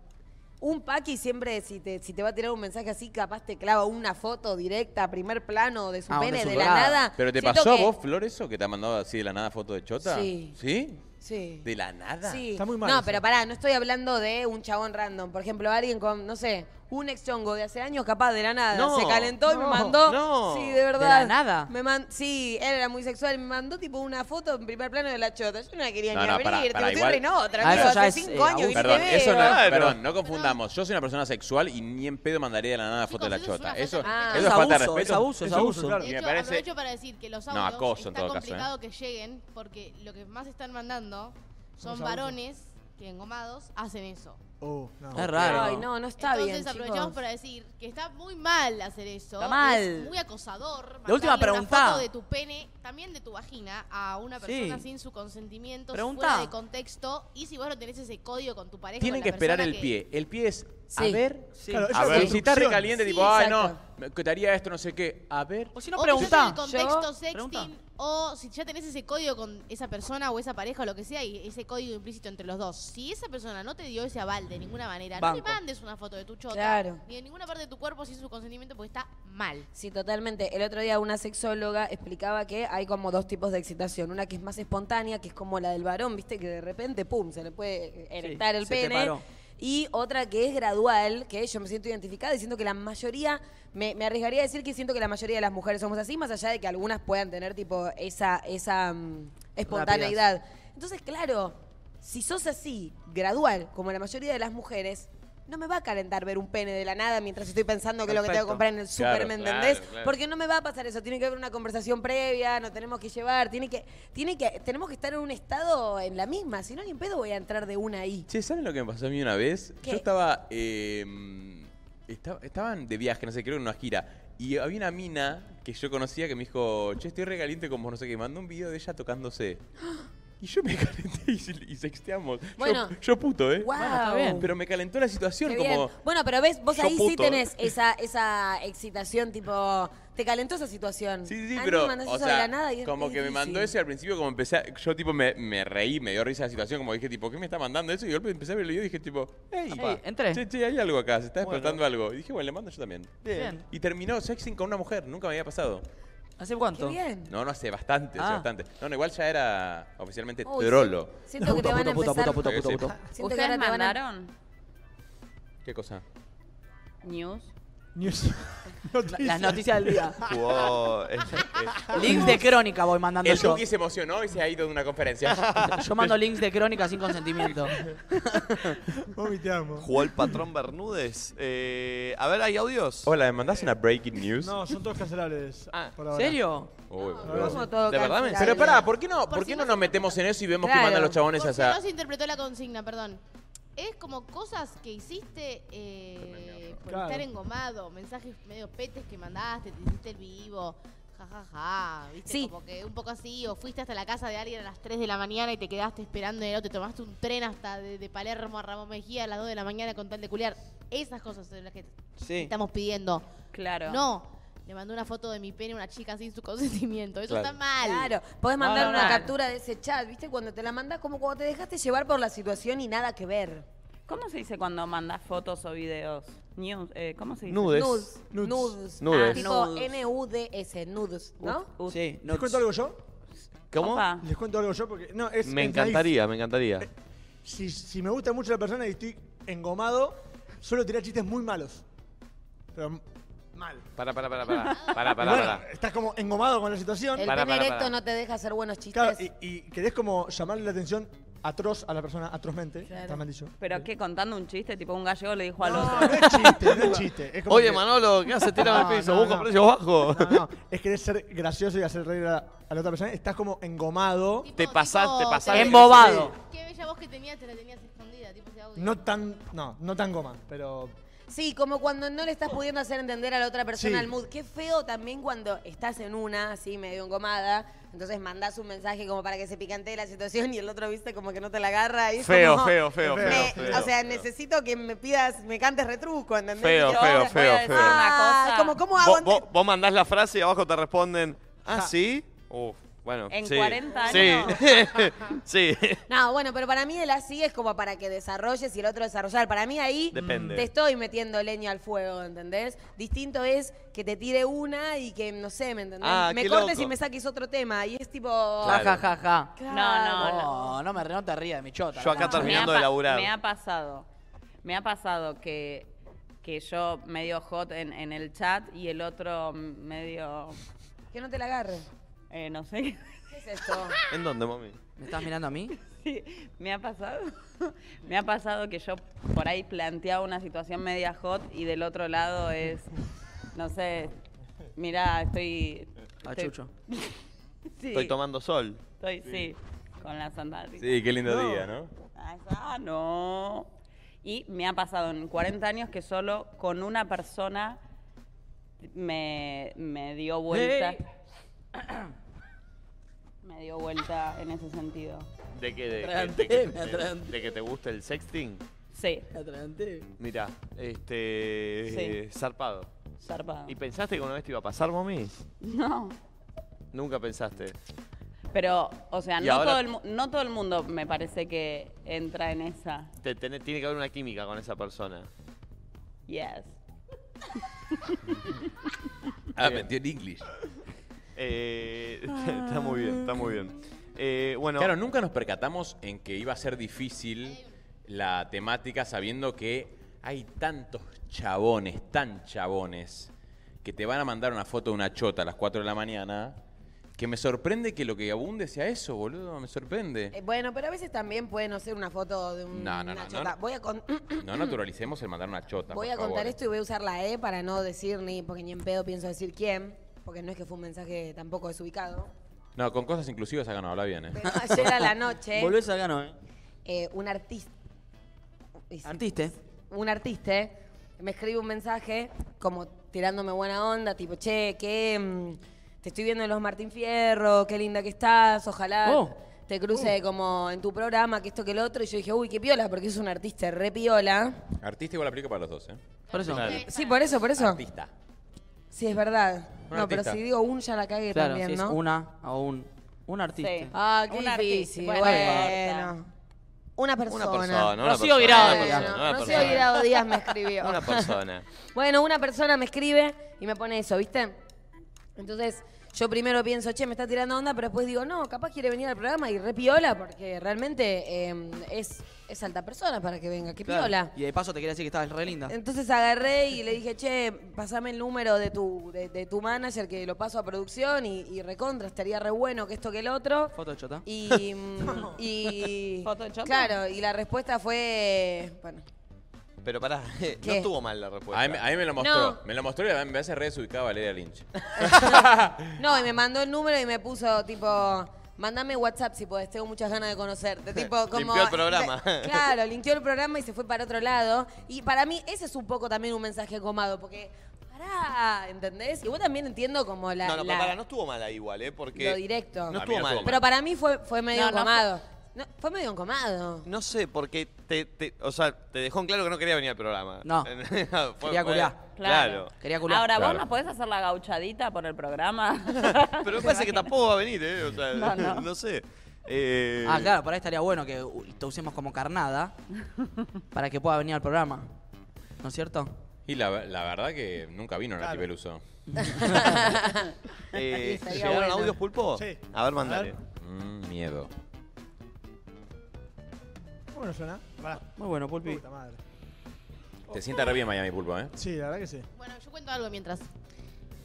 S5: un paqui siempre si te, si te va a tirar un mensaje así, capaz te clava una foto directa, primer plano de su
S4: Ah,
S5: pene,
S4: de
S5: de,
S4: su
S5: la
S4: dorada.
S5: nada.
S4: ¿Pero te
S5: Siento
S4: pasó a
S5: que-
S4: vos, Flor, eso? ¿Que te ha mandado así de la nada foto de chota?
S5: Sí.
S4: ¿Sí?
S5: Sí.
S4: ¿De la nada?
S5: Sí. No, pero pará, no estoy hablando de un chabón random. Por ejemplo, alguien con, no sé, un ex chongo de hace años, capaz de la nada.
S2: No,
S5: se calentó y me
S2: no,
S5: mandó.
S2: no.
S5: Sí, de verdad.
S2: ¿De la nada?
S5: Me man- sí, él era muy sexual. Me mandó tipo una foto en primer plano de la chota. Yo no la quería
S4: No,
S5: ni
S4: no,
S5: abrir.
S4: pará,
S5: te
S4: pará,
S5: lo
S4: igual-
S5: estoy renota,
S4: Ah,
S5: amigo.
S4: eso ya
S5: Hace
S4: es,
S5: cinco años que ni
S4: Perdón,
S5: te veo.
S4: eso no,
S5: eh, Claro.
S4: perdón, no confundamos. Yo soy una persona sexual y ni en pedo mandaría de la nada foto de la chota. Eso,
S5: Ah.
S4: eso
S5: Es
S4: es falta de
S5: abuso,
S4: respeto.
S5: es abuso, es abuso, claro.
S4: Y
S12: De
S4: me
S12: hecho,
S4: parece.
S12: aprovecho para decir que los
S4: No,
S12: audios
S4: acoso en
S12: está
S4: todo caso, ¿eh?
S12: complicado que lleguen porque lo que más están mandando
S9: Los
S12: son
S9: audios.
S12: varones que engomados hacen eso.
S9: Oh, no.
S2: Es raro.
S5: Ay, no, no está
S12: Entonces
S5: bien,
S12: aprovechamos
S5: chicos.
S12: para decir que está muy mal hacer eso.
S2: Está mal.
S12: Es muy acosador.
S2: La última
S12: mandarle
S2: pregunta.
S12: Una foto de tu pene, también de tu vagina, a una persona
S2: Sí.
S12: sin su consentimiento, si
S2: Pregunta.
S12: fuera de contexto. Y si vos no tenés ese código con tu pareja.
S4: Tienen
S12: con
S4: que
S12: la persona
S4: esperar el
S12: que-
S4: pie. Eh, El pie es. A
S12: Sí.
S4: ver.
S12: Sí. Claro,
S2: es
S4: a
S2: una
S4: ver. Si estás
S2: construcción.
S4: recaliente, tipo,
S12: Sí,
S4: ay,
S12: exacto.
S4: no, me quedaría esto, no sé qué. A ver.
S2: O si
S12: O
S2: preguntá.
S12: quizás en el contexto
S2: Yo-
S12: sexting, o si ya tenés ese código con esa persona o esa pareja o lo que sea, y ese código implícito entre los dos. Si esa persona no te dio ese aval de ninguna manera, no
S5: Banco.
S12: le mandes una foto de tu chota,
S5: Claro.
S12: ni de ninguna parte de tu cuerpo sin su consentimiento, porque está mal.
S5: Sí, totalmente. El otro día una sexóloga explicaba que hay como dos tipos de excitación. Una que es más espontánea, que es como la del varón, viste, que de repente, pum, se le puede erectar el
S2: se te
S5: pene.
S2: paró.
S5: Y otra que es gradual, que yo me siento identificada y siento que la mayoría, me, me arriesgaría a decir que siento que la mayoría de las mujeres somos así, más allá de que algunas puedan tener tipo esa, esa mm, espontaneidad. Entonces, claro, si sos así, gradual, como la mayoría de las mujeres, no me va a calentar ver un pene de la nada mientras estoy pensando que es lo que tengo
S2: Perfecto.
S5: que comprar en el súper,
S4: Claro,
S5: ¿me
S4: claro,
S5: entendés?
S4: claro.
S5: Porque no me va a pasar eso, tiene que haber una conversación previa, nos tenemos que llevar, tiene que, tiene que, tenemos que estar en un estado en la misma, si no ni en pedo voy a entrar de una ahí.
S4: Che, ¿saben lo que me pasó a mí una vez?
S5: ¿Qué?
S4: Yo estaba, eh, esta- Estaban de viaje, no sé, creo en una gira. Y había una mina que yo conocía que me dijo, che, estoy regaliente con vos, no sé qué. y Mandó un video de ella tocándose. Y yo me calenté y, se- y sexteamos. Yo-
S5: Bueno.
S4: Yo, puto, ¿eh?
S5: Guau. Bueno, está bien.
S4: Pero me calentó la situación
S5: Qué
S4: como...
S5: bien. Bueno, pero ves, vos
S4: yo
S5: ahí sí
S4: puto,
S5: tenés
S4: ¿eh?
S5: esa, esa excitación, tipo, te calentó esa situación.
S4: Sí, sí,
S5: A mí
S4: pero,
S5: me mandás
S4: o
S5: eso de
S4: sea,
S5: la nada y es-
S4: como
S5: es
S4: que me mandó
S5: difícil.
S4: ese al principio, como empecé, a- yo tipo me, me reí, me dio risa la situación, como dije, tipo, ¿qué me está mandando eso? Y de golpe empecé a ver el video y dije, tipo, hey,
S2: Apa. entré.
S4: Che, che, hay algo acá, se está
S2: Bueno.
S4: despertando algo. Y dije, bueno, le mando yo también.
S2: Bien.
S4: Y terminó sexing con una mujer, nunca me había pasado.
S2: ¿Hace cuánto?
S5: Qué bien.
S4: No, no, hace bastante, hace
S2: Ah.
S4: bastante. No, no, igual ya era oficialmente
S5: Uy,
S4: trolo.
S5: sí. Siento que te van a
S2: puta,
S5: empezar...
S2: puta, puta,
S4: Sí.
S2: puta.
S5: Siento que
S3: ¿Ustedes
S5: ahora te van a-
S3: mandaron
S4: ¿Qué cosa?
S3: news?
S9: News. Noticias.
S2: Las noticias del día.
S1: Jugó- eh, eh,
S2: links de crónica voy mandando
S4: El
S2: yo.
S4: Duki se emocionó y se ha ido de una conferencia.
S2: Ah, Yo mando links de crónica sin consentimiento.
S9: Mami, te amo.
S1: jugó el patrón Bermúdez. Eh, a ver, ¿hay audios?
S4: Hola, ¿me mandás una breaking news?
S9: No, son todos cancelables. por
S2: Ah, ¿En
S9: ahora.
S2: serio?
S4: Uy, boludo.
S5: ¿Cómo todo
S1: ¿De verdad me-
S5: cancelable?
S4: Pero pará, ¿por qué no, ¿por
S12: Por
S4: qué
S12: si
S4: no
S12: no
S4: nos
S12: se-
S4: metemos en eso y vemos
S5: Claro.
S4: qué mandan los chabones
S12: Porque
S4: a esa...
S12: no se interpretó la consigna, perdón. Es como cosas que hiciste eh, por
S9: Claro.
S12: estar engomado, mensajes medio petes que mandaste, te hiciste el vivo, jajaja, ja, ja, viste,
S5: Sí.
S12: como que un poco así, o fuiste hasta la casa de alguien a las 3 de la mañana y te quedaste esperando, y te tomaste un tren hasta de, de Palermo a Ramón Mejía a las 2 de la mañana con tal de culiar. Esas cosas son las que
S2: Sí.
S12: estamos pidiendo.
S3: Claro.
S12: No, le mandó una foto de mi pene a una chica sin su consentimiento, eso
S4: Claro.
S12: está mal.
S5: Claro, podés mandar
S3: Ah,
S5: una
S3: mal.
S5: captura de ese chat, ¿viste? Cuando te la mandas, como cuando te dejaste llevar por la situación y nada que ver.
S3: ¿Cómo se dice cuando mandas fotos o videos? News, eh, ¿Cómo se dice?
S1: Nudes.
S5: Nudes.
S9: Nudes.
S5: Nudes.
S1: Nudes.
S5: Ah, tipo
S3: Ah, nudes.
S5: N-U-D-S, nudes, ¿no?
S3: Ut-
S2: Sí.
S9: ¿Les
S2: no-
S9: cuento algo yo?
S1: ¿Cómo?
S3: Opa.
S9: Les cuento algo yo porque. No, es.
S1: Me
S9: es
S1: encantaría, me encantaría.
S9: naif. Si, si me gusta mucho la persona y estoy engomado, suelo tirar chistes muy malos. Pero. m- Mal.
S1: Para, para, para, para. Para, para,
S9: Y bueno,
S1: para.
S9: Estás como engomado con la situación.
S5: El
S1: Pará,
S5: pene
S1: pará,
S5: erecto
S1: pará.
S5: no te deja hacer buenos
S9: Claro,
S5: chistes.
S9: y, y querés como llamarle la atención atroz a la persona, atrozmente. Está mal dicho. Eh,
S3: Pero que contando un chiste, tipo un gallego le dijo al otro.
S9: No es chiste, no es chiste. Es como
S1: Oye,
S9: que-
S1: Manolo, ¿qué haces? Tírame
S9: No,
S1: el piso,
S9: no,
S1: busca
S9: no.
S1: precios bajos.
S9: No, no. Es querer ser gracioso y hacer reír a, a la otra persona. Estás como engomado.
S1: Te pasás, te pasás.
S9: Sí.
S1: de-
S12: Qué bella voz que tenías, te la tenías escondida, tipo ese audio.
S9: No tan, no, no tan goma, pero
S5: Sí, como cuando no le estás pudiendo hacer entender a la otra persona
S9: Sí.
S5: el mood. Qué feo también cuando estás en una, así medio engomada, entonces mandás un mensaje como para que se picante la situación y el otro, viste, como que no te la agarra. Y es
S1: Feo,
S5: como,
S1: feo, feo,
S5: me-
S1: feo, feo,
S5: O sea,
S1: feo.
S5: necesito que me pidas, me cantes retruco, ¿entendés?
S1: Feo,
S5: Y yo,
S1: feo,
S5: voy a
S1: feo,
S5: decir
S1: feo.
S5: una cosa. Ah, Como, ¿cómo hago?
S1: Vos, vos- vos mandás la frase y abajo te responden, ¿ah, sí? Uf, bueno,
S5: En
S1: sí.
S5: 40 años.
S1: Sí. sí.
S5: No, bueno, pero para mí el así es como para que desarrolles y el otro desarrollar. Para mí ahí
S1: Depende.
S5: te estoy metiendo leña al fuego, ¿entendés? Distinto es que te tire una y que, no sé, ¿me entendés?
S2: Ah,
S5: me
S2: qué
S5: cortes
S2: loco.
S5: y me saques otro tema. Y es tipo...
S2: Ja, ja, ja, ja.
S5: Claro.
S3: No, no,
S2: no. No me re- no te rías de mi chota.
S1: Yo acá
S2: No.
S1: terminando
S3: Me
S1: de
S3: ha pa-
S1: laburar.
S3: Me ha pasado. Me ha pasado que, que yo medio hot en, en el chat y el otro medio.
S5: Que no te la agarre.
S3: eh, no sé.
S5: ¿Qué es esto?
S1: ¿En dónde, mami?
S2: ¿Me estás mirando a mí?
S3: Sí, me ha pasado. Me ha pasado que yo por ahí planteaba una situación media hot y del otro lado es, no sé, mira, estoy...
S1: Ah,
S3: estoy-
S1: chucho.
S3: Sí,
S1: Estoy tomando sol.
S3: Estoy, sí, con la sandalia.
S4: Sí, qué lindo día, ¿no?
S3: Ah, esa- ah, no. Y me ha pasado en 40 años que solo con una persona me, me dio vuelta. me dio vuelta en ese sentido.
S1: ¿De qué? ¿De,
S3: Atraganté,
S1: que- de que-
S3: me
S1: de-
S3: atraganté.
S1: de que te gusta el sexting?
S3: Sí.
S1: Mira, este. Zarpado.
S3: Zarpado.
S1: ¿Y pensaste que una vez te iba a pasar, mami?
S3: No.
S1: Nunca pensaste.
S3: Pero, o sea,
S1: Y
S3: no,
S1: ahora-
S3: todo el, mu- no todo el mundo me parece que entra en esa.
S1: Te, tené- tiene que haber una química con esa persona.
S3: Yes.
S4: Ah, metió en English.
S1: Eh, está muy bien, está muy bien. Eh, bueno.
S4: Claro, nunca nos percatamos en que iba a ser difícil la temática sabiendo que hay tantos chabones, tan chabones, que te van a mandar una foto de una chota a las 4 de la mañana, que me sorprende que lo que abunde sea eso, boludo, me sorprende.
S5: Eh, bueno, pero a veces también pueden hacer una foto de un,
S4: No, no,
S5: una
S4: no,
S5: chota.
S4: no.
S5: Voy a, con-
S4: No naturalicemos el mandar una chota.
S5: voy
S4: por
S5: a contar
S4: favor.
S5: esto y voy a usar la E para no decir ni, porque ni en pedo pienso decir quién, porque no es que fue un mensaje tampoco desubicado.
S4: No, con cosas inclusivas acá no habla bien, ¿eh?
S5: Pero ayer a la noche,
S2: Volvés acá, no, ¿eh?
S5: eh, un artista,
S2: Artiste.
S5: un artista ¿eh? me escribe un mensaje como tirándome buena onda, tipo, che, que mm, te estoy viendo en los Martín Fierro, qué linda que estás, ojalá
S2: Oh.
S5: te cruce como en tu programa, que esto, que el otro. Y yo dije, uy, qué piola, porque es un artista re piola.
S4: Artista igual aplica para los dos, ¿eh?
S2: Por eso.
S5: Sí, por eso, por eso.
S4: Artista.
S5: Sí, es verdad.
S2: Un
S5: no, pero
S2: artista.
S5: si digo un, ya la cagué
S2: Claro,
S5: también,
S2: si
S5: ¿no?
S2: es una o un, un artista.
S5: Ah, qué
S3: Un artista.
S5: difícil.
S3: Bueno,
S5: Bueno. Una persona.
S1: persona, una
S2: Rocío
S1: persona,
S2: Guirado.
S1: una persona, una
S5: no sé,
S1: persona.
S5: Guirado Díaz me escribió.
S1: Una persona.
S5: Bueno, una persona me escribe y me pone eso, ¿viste? Entonces, yo primero pienso, che, me está tirando onda, pero después digo, no, capaz quiere venir al programa y re piola, porque realmente eh, es, es alta persona para que venga, qué
S2: Claro.
S5: piola.
S2: Y de paso te quería decir que estabas re linda.
S5: Entonces agarré y le dije, che, pasame el número de tu, de, de tu manager que lo paso a producción y, y recontra, estaría re bueno que esto que el otro.
S2: Foto de chota.
S5: Y, mm, y claro, y la respuesta fue, bueno,
S1: Pero pará, no
S5: ¿Qué?
S1: estuvo mal la respuesta.
S4: A mí, a mí me lo mostró.
S5: No.
S4: Me lo mostró y me hace re desubicada Valeria Lynch.
S5: no, y me mandó el número y me puso tipo, mandame WhatsApp si podés, tengo muchas ganas de conocerte, tipo como
S1: Limpió el programa.
S5: Claro, linkeó el programa y se fue para otro lado. Y para mí ese es un poco también un mensaje gomado, porque pará, ¿entendés? Y vos también entiendo como la
S1: no, no,
S5: la-
S1: pero pará, no estuvo mal ahí igual, ¿eh? Porque.
S5: lo directo.
S1: No estuvo mal.
S5: Pero para mí fue, fue medio
S3: No, no,
S5: encomado. No, fue medio encomado.
S1: No sé, porque te, te- o sea, te dejó en claro que no quería venir al programa.
S2: No.
S1: Fue-
S2: Quería
S1: fue-
S2: culiar.
S1: Claro.
S2: Quería culiar.
S3: Ahora,
S1: Claro.
S3: ¿vos no podés hacer la gauchadita por el programa?
S1: Pero me parece que tampoco va a venir, ¿eh? O sea, no,
S3: No, no.
S1: sé. Eh,
S2: Ah, claro, por ahí estaría bueno que uh, te usemos como carnada para que pueda venir al programa. ¿No es cierto?
S4: Y la, la verdad que nunca vino Nati Peluso.
S1: eh,
S5: Estaría
S1: ¿Llegaron
S5: bueno.
S1: audios pulpo?
S9: Sí.
S1: A ver, mandale.
S4: Mm, miedo.
S9: bueno, suena. Pará.
S2: Muy bueno, Pulpi.
S9: Puta madre.
S4: Te sienta re bien Miami Pulpo, ¿eh?
S9: Sí, la verdad que sí.
S12: Bueno, yo cuento algo mientras.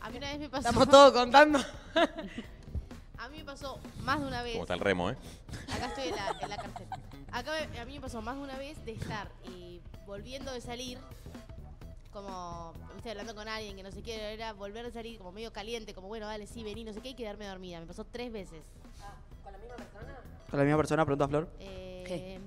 S12: A mí una vez me pasó.
S5: Estamos todos contando.
S12: A mí me pasó más de una vez.
S4: Como está el remo, ¿eh?
S12: Acá estoy en la, en la cárcel. Acá me- a mí me pasó más de una vez de estar eh, volviendo de salir, como, viste, hablando con alguien que no sé qué, era volver de salir como medio caliente, como, bueno, dale, sí, vení, no sé qué, y quedarme dormida. Me pasó tres veces.
S5: ¿Con la misma persona?
S2: Con la misma persona, preguntó Flor.
S12: Eh,
S5: ¿Qué?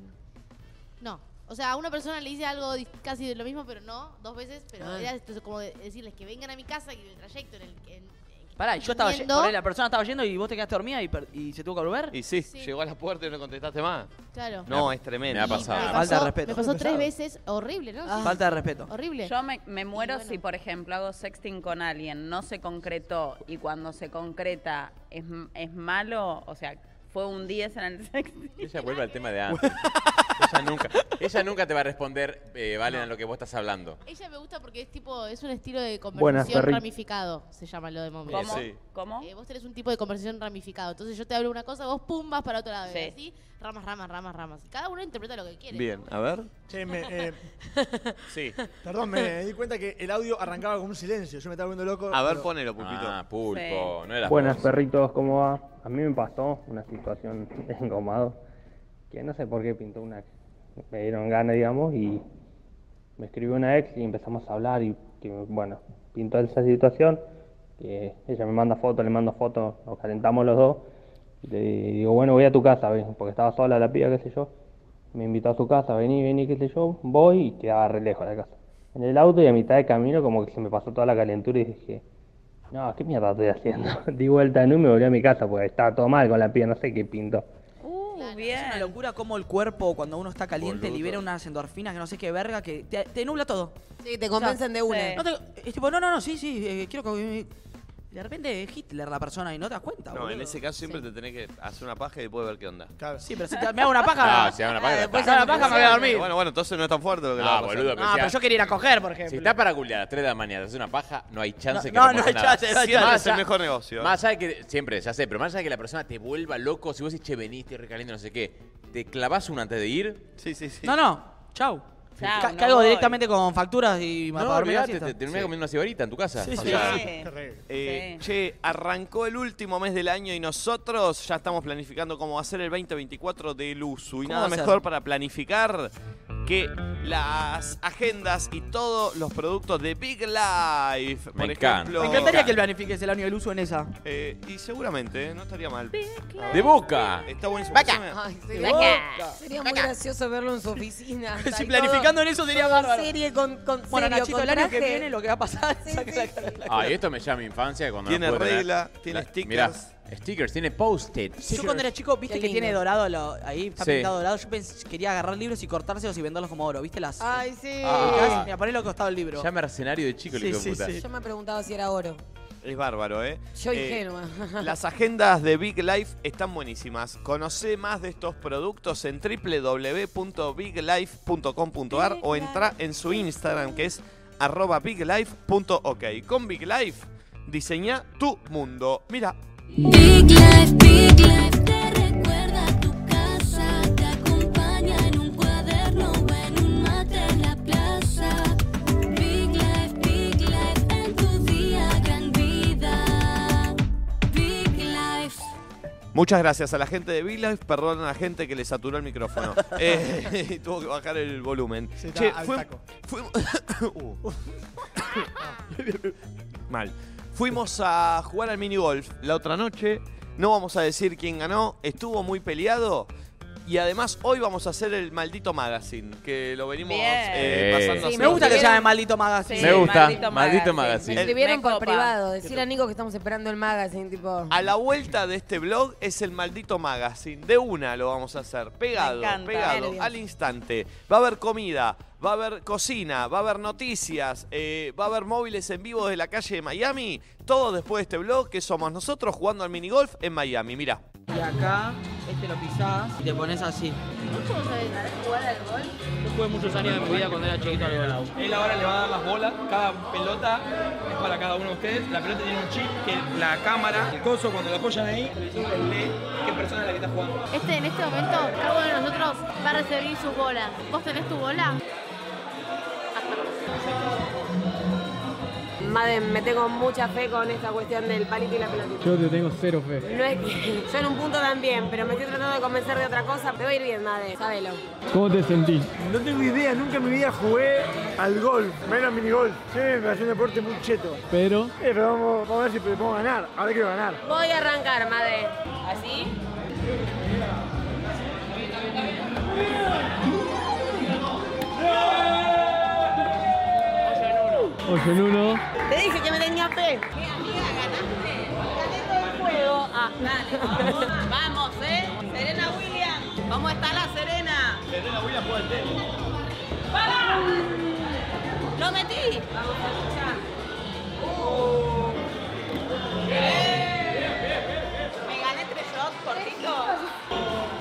S12: No. O sea, a una persona le hice algo dis- casi de lo mismo, pero no, dos veces, pero
S2: Ah.
S12: era esto, como de- decirles que vengan a mi casa, que el trayecto en el en-
S2: Pará, y yo estaba
S12: Durmiendo.
S2: yendo. Por ahí la persona estaba yendo y vos te quedaste dormida y, per- y se tuvo que volver.
S1: Y sí, llegó a la puerta y no contestaste más.
S12: Claro.
S1: No, es tremendo.
S2: Me ha pasado.
S12: Me
S2: Ah, Falta de
S12: pasó-
S2: respeto.
S12: Me pasó tres
S2: Pesado.
S12: veces, horrible, ¿no? Sí.
S2: Falta de respeto.
S12: Horrible.
S3: Yo me, me muero si, por ejemplo, hago sexting con alguien, no se concretó y cuando se concreta es, m- es malo, o sea, fue un 10 en el sexting.
S4: Ella vuelve al tema de antes. ella, nunca, ella nunca te va a responder, eh, Valen, a lo que vos estás hablando.
S12: Ella me gusta porque es tipo, es un estilo de
S4: Buenas,
S12: conversación
S4: Ferri.
S12: ramificado, se llama lo de momento.
S4: ¿Cómo? Sí.
S3: ¿Cómo?
S12: vos tenés un tipo de conversación ramificado. Entonces yo te hablo una cosa, vos pum, vas para otro lado. Y así, ramas, ramas, ramas, ramas. Cada uno interpreta lo que quiere.
S1: Bien, a ver.
S9: Che, me, eh,
S1: Sí.
S9: perdón, me di cuenta que el audio arrancaba con un silencio. Yo me estaba volviendo loco.
S1: A ver,
S9: pero-
S1: ponelo, Pulpito.
S4: Ah, pulpo. No era
S13: Buenas perritos, ¿cómo va? A mí me pasó una situación engomado que no sé por qué pintó una me dieron ganas, digamos, y me escribió una ex y empezamos a hablar y que, bueno, pintó esa situación, que ella me manda fotos, le mando fotos, nos calentamos los dos, y le digo, bueno, voy a tu casa, ven, porque estaba sola la piba, qué sé yo, me invitó a su casa, vení, vení, qué sé yo, voy y quedaba re lejos la casa. En el auto y a mitad de camino como que se me pasó toda la calentura y dije, no, ¿qué mierda estoy haciendo? Di vuelta no y me volví a mi casa porque estaba todo mal con la piba, no sé qué pinto.
S3: Uh,
S2: Es una locura cómo el cuerpo, cuando uno está caliente,
S13: Boludo.
S2: libera unas endorfinas que no sé qué verga, que te, te nubla todo.
S5: Sí, te convencen de una.
S2: No te- es tipo, no, no, no, sí, sí, eh, quiero que. De repente es Hitler la persona y no te das cuenta,
S1: No,
S2: boludo.
S1: en ese caso siempre te tenés que hacer una paja y después ver qué onda.
S2: Sí, pero si te- me hago una paja.
S1: No, Ah, si hago una paja,
S2: eh,
S1: ya
S2: Después
S1: está.
S2: hago una paja, me voy a dormir.
S1: Bueno, bueno, entonces no es tan fuerte lo
S4: Ah,
S1: que le va a pasar.
S4: boludo,
S2: No, pero yo quería ir a coger, por
S4: Si
S2: ejemplo.
S4: está para culiar a las 3 de la mañana, te haces una paja, no hay
S2: No,
S4: chance que
S2: no,
S4: pase
S2: no hay
S4: nada.
S2: chance, no hay
S4: Siempre
S2: chance.
S4: es el
S1: mejor negocio.
S4: Más allá de que, siempre, ya sé, pero más allá de que la persona te vuelva loco, si vos decís, che, veniste, recaliente, no sé qué, ¿te clavas una antes de ir?
S1: Sí, sí, sí.
S2: No, no. Chau.
S3: Chau,
S2: Ca-
S3: no
S2: caigo
S3: voy.
S2: directamente con facturas y me
S4: No,
S2: apago dormir la
S4: olvidate,
S2: siesta.
S4: te, te terminás comiendo una cigarrita en tu casa.
S1: Sí,
S4: O
S1: sí,
S4: sea,
S1: sí. Eh, Che, arrancó el último mes del año y nosotros ya estamos planificando cómo va a ser el 2024 del uso. Y
S2: ¿Cómo
S1: nada
S2: va a ser?
S1: mejor para planificar que las agendas y todos los productos de Big Life.
S4: Me
S1: por
S4: encanta.
S1: ejemplo.
S2: Me encantaría que el planifiques el año del uso en esa.
S1: Eh, y seguramente, eh, no estaría mal.
S4: De boca.
S1: Está buenísimo. Pásame.
S5: Ay,
S1: De
S5: sería,
S1: boca.
S5: sería muy gracioso verlo en su oficina.
S2: Si
S5: Está ahí
S2: planificando
S5: todo-
S2: en eso sería
S5: todo
S2: bárbaro.
S5: Serie con, con
S2: Bueno,
S5: serio,
S2: Nachito,
S5: con
S2: el año que
S5: traje.
S2: viene lo que va a pasar.
S4: Ah, y esto me llama infancia cuando
S1: Tiene
S4: no pude tener-
S1: regla, tiene
S4: la-
S1: stickers.
S4: Mirá, stickers, tiene post-its.
S2: Yo cuando era chico, viste
S5: Qué
S2: que
S5: lindo.
S2: tiene dorado lo- ahí, está
S4: Sí.
S2: pintado dorado. Yo pens- quería agarrar libros y cortárselos y venderlos como oro, ¿viste? Las.
S5: Ay, sí.
S4: Ah.
S2: Mira, ponelo costado el libro.
S4: Ya mercenario de chico, le digo puta.
S5: Yo me preguntaba si era oro.
S1: Es bárbaro, ¿eh?
S5: Yo
S1: Eh,
S5: ingenua.
S1: Las agendas de Big Life están buenísimas. Conoce más de estos productos en www.biglife.com.ar o entra en su Instagram que es arroba biglife.ok. Con Big Life diseña tu mundo. Mira,
S14: Big Life, Big Life te recuerda a tu casa, te acompaña en un cuaderno o en un mate en la plaza. Big Life, Big Life en tu día, gran vida. Big Life.
S1: muchas gracias a la gente de Big Life. Perdón a la gente que le saturó el micrófono. Eh, y tuvo que bajar el volumen.
S9: Se
S1: Che,
S9: está al
S1: fue-
S9: taco.
S1: Uh. Mal. Fuimos a jugar al minigolf la otra noche. No vamos a decir quién ganó. Estuvo muy peleado. Y además hoy vamos a hacer el maldito magazine, que lo venimos
S3: Bien.
S1: eh,
S4: Sí.
S1: pasando
S4: Sí,
S1: hace
S2: me gusta que se
S1: mucho
S2: llame maldito magazine.
S1: Sí,
S4: Me gusta,
S1: maldito
S4: maldito,
S1: magazine.
S4: magazine.
S5: Me escribieron
S3: Me
S5: por
S3: copa.
S5: privado. Decir a Nico que estamos esperando el magazine, tipo.
S1: A la vuelta de este blog es el maldito magazine. De una lo vamos a hacer. Pegado,
S3: Me encanta.
S1: pegado,
S3: Nervios.
S1: al instante. Va a haber comida, va a haber cocina, va a haber noticias, eh, va a haber móviles en vivo de la calle de Miami. Todo después de este blog que somos nosotros jugando al minigolf en Miami. Mirá.
S2: Y acá, este lo pisás y te pones así.
S14: ¿Cómo sabes jugar al gol?
S2: Yo jugué muchos años de mi vida cuando era chiquito al golf.
S15: Él ahora le va a dar las bolas, cada pelota es para cada uno de ustedes. La pelota tiene un chip que la cámara, el coso, cuando la apoyan ahí, el televisor les lee qué persona es la que está jugando.
S12: Este, en este momento, cada uno de nosotros va a recibir sus bolas. ¿Vos tenés tu bola?
S5: Madden, me tengo mucha fe con esta cuestión del palito y la pelotita.
S6: Yo te tengo cero fe.
S5: No es que yo en un punto también, pero me estoy tratando de convencer de otra cosa. Te va a ir bien, Madden, sabelo.
S6: ¿Cómo te sentís?
S9: No tengo idea, nunca en mi vida jugué al golf, menos minigolf. Siempre me pareció un deporte muy cheto.
S6: Pero.
S9: Eh, pero vamos, vamos a ver si podemos ganar. Ahora quiero ganar.
S5: Voy a arrancar, Madden. ¿Así?
S6: Ocho en uno.
S5: Te dije que me tenía fe. Mira, amiga, ganaste. Gané todo el juego. Ah, dale, vamos. vamos, eh. Serena Williams. ¿Cómo está la Serena? Serena Williams puede ser. ¡Para! ¡Lo metí! Uh. Vamos a escuchar. Eh. Me gané tres shots cortito.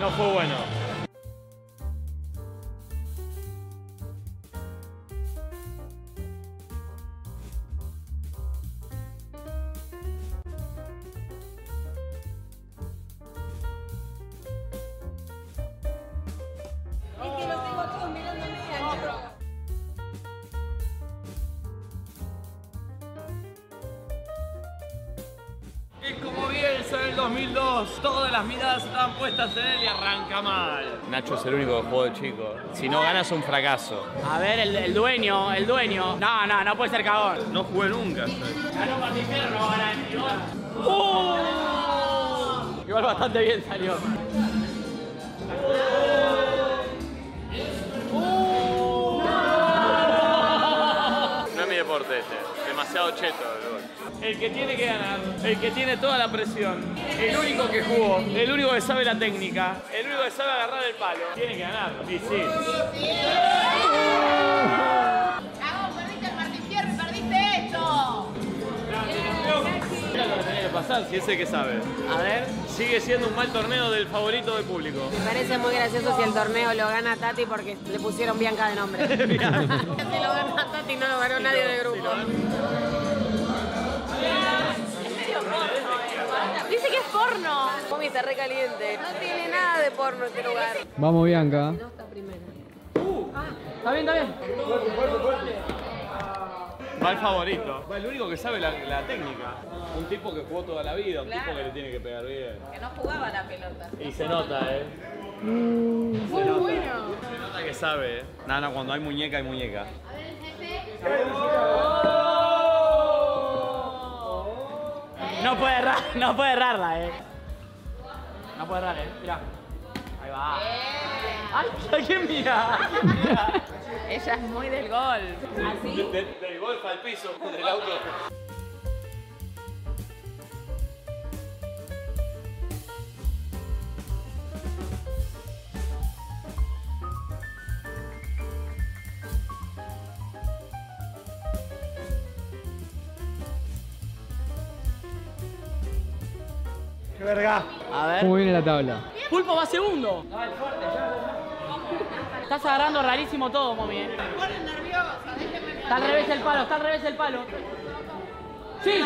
S1: No fue bueno.
S5: Es que los tengo a todos mirando a mí.
S1: Es como Bielsa en el 2002. Todas las miradas están puestas en él y arranca mal.
S16: Nacho es el único que jugó de chico. Si no ganas, un fracaso.
S2: A ver, el, el dueño, el dueño. No, no, no puede ser cagón.
S1: No jugué nunca.
S2: Uh. Igual bastante bien salió.
S1: No es mi deporte este. Demasiado cheto.
S2: El que tiene que ganar, el que tiene toda la presión, el único que jugó, el único que sabe la técnica, el único que sabe agarrar el palo, tiene que ganar. Y sí.
S17: Cagón, perdiste el Martín Fierro y perdiste esto.
S1: Mira lo que tenía que pasar si ese que sabe. A ver. Sigue siendo un mal torneo del favorito del público.
S5: Me parece muy gracioso si el torneo lo gana Tati porque le pusieron Bianca de nombre. si lo gana Tati no lo ganó nadie del grupo. Es medio porno, eh. Dice que es porno. Mami está recaliente. No tiene nada de porno este lugar.
S6: Vamos, Bianca.
S5: Está bien, está bien.
S1: Va el favorito. Va el único que sabe la, la técnica. Un tipo que jugó toda la vida, un tipo que le tiene que pegar bien.
S5: Que no jugaba la pelota.
S1: Y se nota, ¿eh?
S5: Muy bueno.
S1: Se nota que sabe, ¿eh? No, no, cuando hay muñeca, hay muñeca.
S2: No puede errar, no puede errarla, eh. No puede errar, eh. Mirá. Ahí va. ¡Ay, qué mira!
S3: Eh. Ella es muy del gol.
S1: De- de- del golf al piso, del auto.
S9: ¡Qué verga!
S2: A ver.
S6: ¿Cómo viene la tabla?
S2: Pulpo va segundo. Estás agarrando rarísimo todo, mami. eh. Está al revés el palo, está al revés el palo. Sí.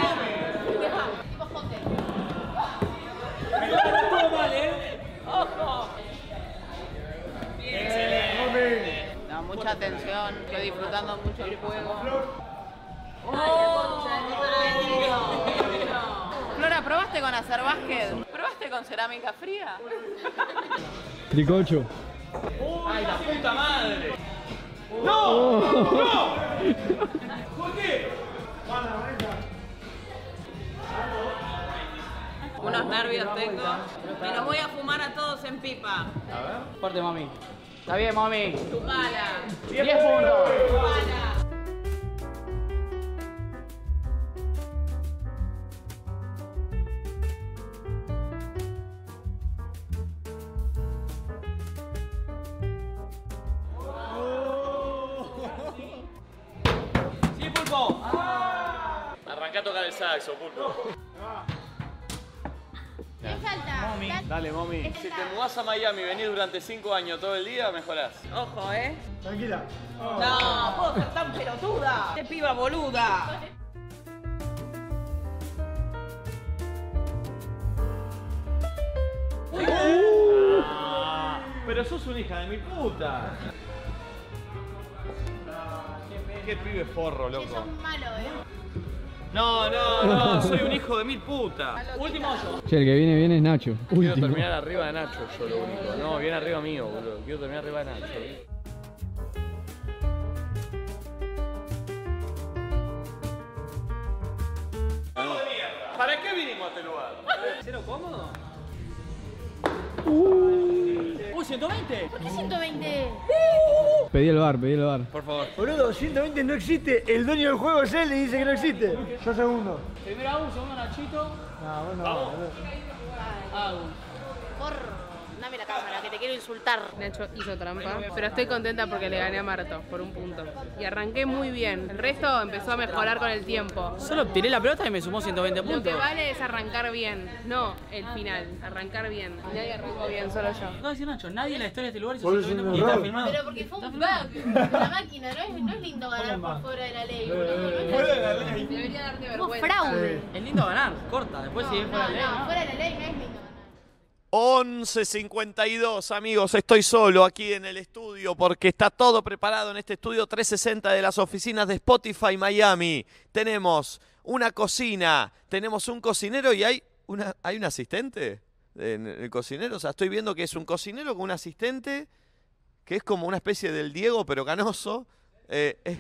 S2: Todo mal, eh.
S3: ¡Ojo!
S9: Excelente.
S3: Da mucha atención, estoy disfrutando mucho el juego. Flora, ¿probaste con hacer básquet? ¿Probaste con cerámica fría?
S6: Tricocho.
S1: ¡Ay, la puta madre!
S6: ¡No!
S1: ¡No!
S7: ¿Por qué?
S3: Unos nervios tengo. Me los voy a fumar a todos en pipa.
S2: Fuerte, mami. Está bien, mami.
S3: Tu mala.
S2: 10 puntos.
S1: ¡Sí, pulpo! Arrancá a tocar el saxo, pulpo. Dale, mami. Si te mudás a Miami y venís durante 5 años todo el día, mejorás.
S3: Ojo, eh.
S9: Tranquila.
S3: No, puedo ser tan pelotuda. ¡Qué piba boluda!
S1: Uh.
S6: Ah, pero sos una hija de mi puta.
S18: Qué pibe forro, loco.
S12: Malo, ¿eh?
S6: No, no, no, soy un hijo de mil putas. Último hoyo.
S11: Che, el que viene bien es Nacho.
S19: Quiero
S11: Último.
S19: terminar arriba de Nacho, yo lo único. No, bien arriba mío, boludo. Quiero terminar arriba de Nacho.
S6: ¿Para qué vinimos a este lugar? ¿Cero cómodo? ¡Uy, 120!
S12: ¿Por qué 120?
S11: Pedí el bar, pedí el bar.
S6: Por favor.
S9: Boludo, 120 no existe. El dueño del juego es él y dice que no existe. Yo segundo.
S6: Primero Agus, segundo Nachito.
S9: No, bueno,
S6: Vamos.
S9: boludo.
S12: Au. Porro, dame la cámara, que te quiero insultar.
S20: Nacho hizo trampa, pero estoy contenta porque le gané a Marto por un punto. Y arranqué muy bien. El resto empezó a mejorar con el tiempo.
S2: Solo tiré la pelota y me sumó 120
S20: Lo que
S2: puntos.
S20: vale es arrancar bien, no el final. Arrancar bien. Nadie arrancó bien, solo yo.
S2: Acaba de decir Nacho, nadie en la historia de este lugar hizo
S20: Por eso
S2: 120 puntos. Y
S20: es un
S2: está
S20: error.
S2: filmado.
S12: Pero porque fue un bug. La máquina, no es, no es lindo ganar por fuera de la ley. boludo, no
S6: Fuera de
S12: es
S6: la ley.
S20: Debería darte
S12: Vos
S20: vergüenza.
S12: fraude.
S2: Es lindo ganar, corta. Después si es fuera de ley,
S12: No,
S2: ¿no?
S12: fuera de la ley no es lindo.
S1: 11.52, amigos, estoy solo aquí en el estudio porque está todo preparado en este estudio 360 de las oficinas de Spotify Miami. Tenemos una cocina, tenemos un cocinero y hay una hay un asistente en el cocinero, o sea, estoy viendo que es un cocinero con un asistente que es como una especie del Diego pero canoso. Eh, es,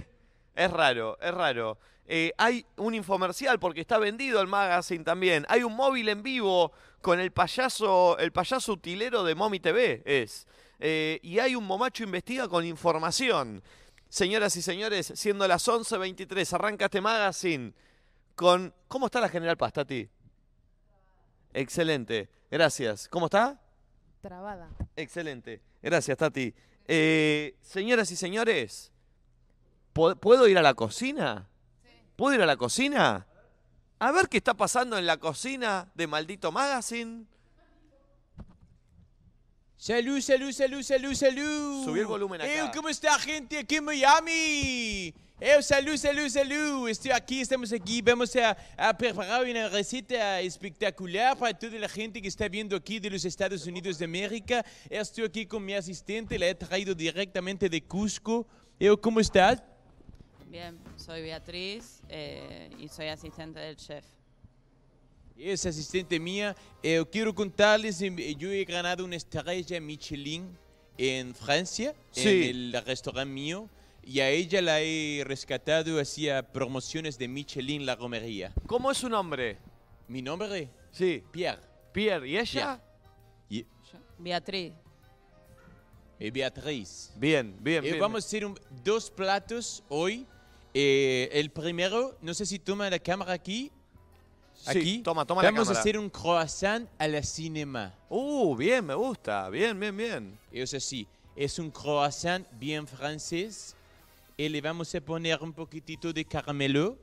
S1: es raro, es raro. Eh, hay un infomercial porque está vendido el magazine también. Hay un móvil en vivo con el payaso, el payaso utilero de Momi TV es. Eh, y hay un momacho investiga con información. Señoras y señores, siendo las 11.23, arranca este magazine con... ¿Cómo está la General Paz, Tati? Excelente, gracias. ¿Cómo está?
S21: Trabada.
S1: Excelente. Gracias, Tati. Eh, señoras y señores, ¿po- ¿puedo ir a la cocina? ¿Puedo ir a la cocina? A ver qué está pasando en la cocina de Maldito Magazine.
S4: Salud, salud, salud, salud, salud.
S1: Subí el volumen acá.
S4: Eh, ¿Cómo está, gente? Aquí en Miami. Eh, salud, salud, salud. Estoy aquí, estamos aquí. Vamos a, a preparar una receta espectacular para toda la gente que está viendo aquí de los Estados Unidos de América. Estoy aquí con mi asistente, la he traído directamente de Cusco. Eh, ¿Cómo estás?
S3: Bien, soy Beatriz eh, y soy asistente del chef.
S4: Es asistente mía. Eh, quiero contarles, eh, yo he ganado una estrella Michelin en Francia,
S1: Sí.
S4: en el restaurante mío, y a ella la he rescatado hacia promociones de Michelin La Romería.
S1: ¿Cómo es su nombre?
S4: ¿Mi nombre?
S1: Sí.
S4: Pierre.
S1: Pierre, ¿y ella?
S3: Beatriz,
S4: Eh, Beatriz.
S1: Bien, bien,
S4: Eh,
S1: bien.
S4: Vamos a hacer un- dos platos hoy. Eh, el primero, no sé si toma la cámara aquí.
S1: Sí,
S4: Aquí.
S1: toma, toma la
S4: Vamos
S1: cámara.
S4: a hacer un croissant a la cinema.
S1: Uh, bien, me gusta. Bien, bien, bien.
S4: Es así. Es un croissant bien francés. Y le vamos a poner un poquitito de caramelo.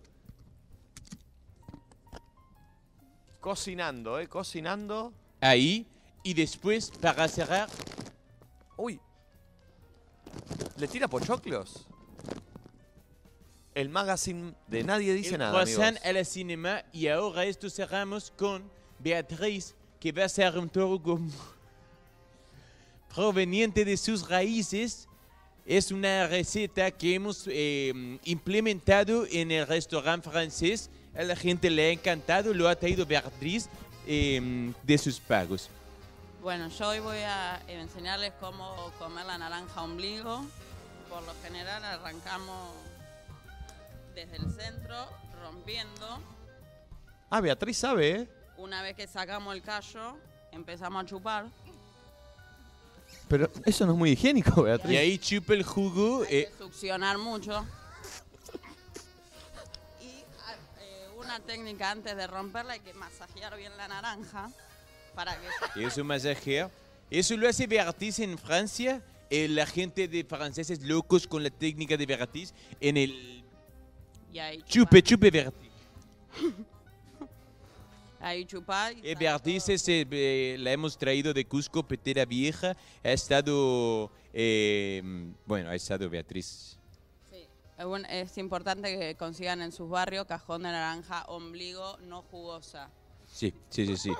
S1: Cocinando, ¿eh? Cocinando.
S4: Ahí. Y después, para cerrar,
S1: Uy. ¿Le tira pochoclos? El magazine de Nadie Dice
S4: el
S1: Nada, amigos.
S4: croissant a la cinema. Y ahora esto cerramos con Beatriz, que va a ser un toro con- proveniente de sus raíces. Es una receta que hemos eh, implementado en el restaurante francés. A la gente le ha encantado, lo ha traído Beatriz eh, de sus pagos.
S3: bueno, yo hoy voy a enseñarles cómo comer la naranja ombligo. Por lo general arrancamos desde el centro, rompiendo.
S1: Ah, Beatriz sabe, ¿eh?
S3: Una vez que sacamos el callo, empezamos a chupar.
S1: Pero eso no es muy higiénico, Beatriz.
S4: Y ahí chupa el jugo. eh,
S3: succionar mucho. Y ah, eh, una técnica antes de romperla hay que masajear bien la naranja para que
S4: es un masajeo. Eso lo hace Beatriz en Francia. Eh, la gente de franceses locos con la técnica de Beatriz en el
S3: y ahí
S4: chupe, chupe Beatriz.
S3: ahí chupar y
S4: Eh, Beatriz es, eh, eh, la hemos traído de Cusco, Petera Vieja. Ha estado, eh, bueno, ha estado Beatriz.
S3: Eh, bueno, es importante que consigan en sus barrios cajón de naranja ombligo no jugosa.
S4: Sí, sí, sí, sí.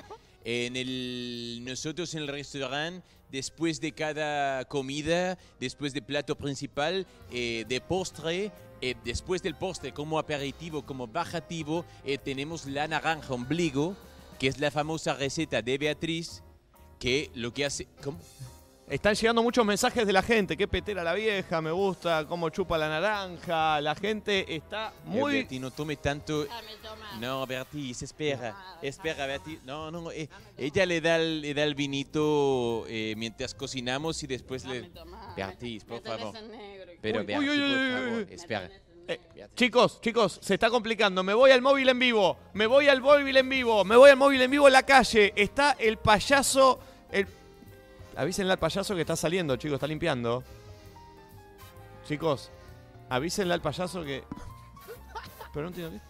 S22: En el, nosotros en el restaurante, después de cada comida, después del plato principal, eh, de postre, eh, después del postre como aperitivo, como bajativo, eh, tenemos la naranja ombligo, que es la famosa receta de Beatriz, que lo que hace... ¿cómo?
S1: Están llegando muchos mensajes de la gente. Qué petera la vieja, me gusta, cómo chupa la naranja. La gente está
S22: Eh,
S1: muy.
S22: Berti, no tome tanto. No, Berti, se espera. Espera, Berti. No, no, eh, ella le da el, le da el vinito eh, mientras cocinamos y después le. Berti, por favor. Pero
S1: Uy,
S22: Berti,
S1: uy, uy, uy,
S22: por
S1: uy,
S22: favor,
S1: uy.
S22: espera.
S1: Eh, Chicos, chicos, se está complicando. Me voy al móvil en vivo. Me voy al móvil en vivo. Me voy al móvil en vivo en la calle. Está el payaso. El... Avísenle al payaso que está saliendo, chicos. Está limpiando. Chicos, avísenle al payaso que. Pero no entiendo qué.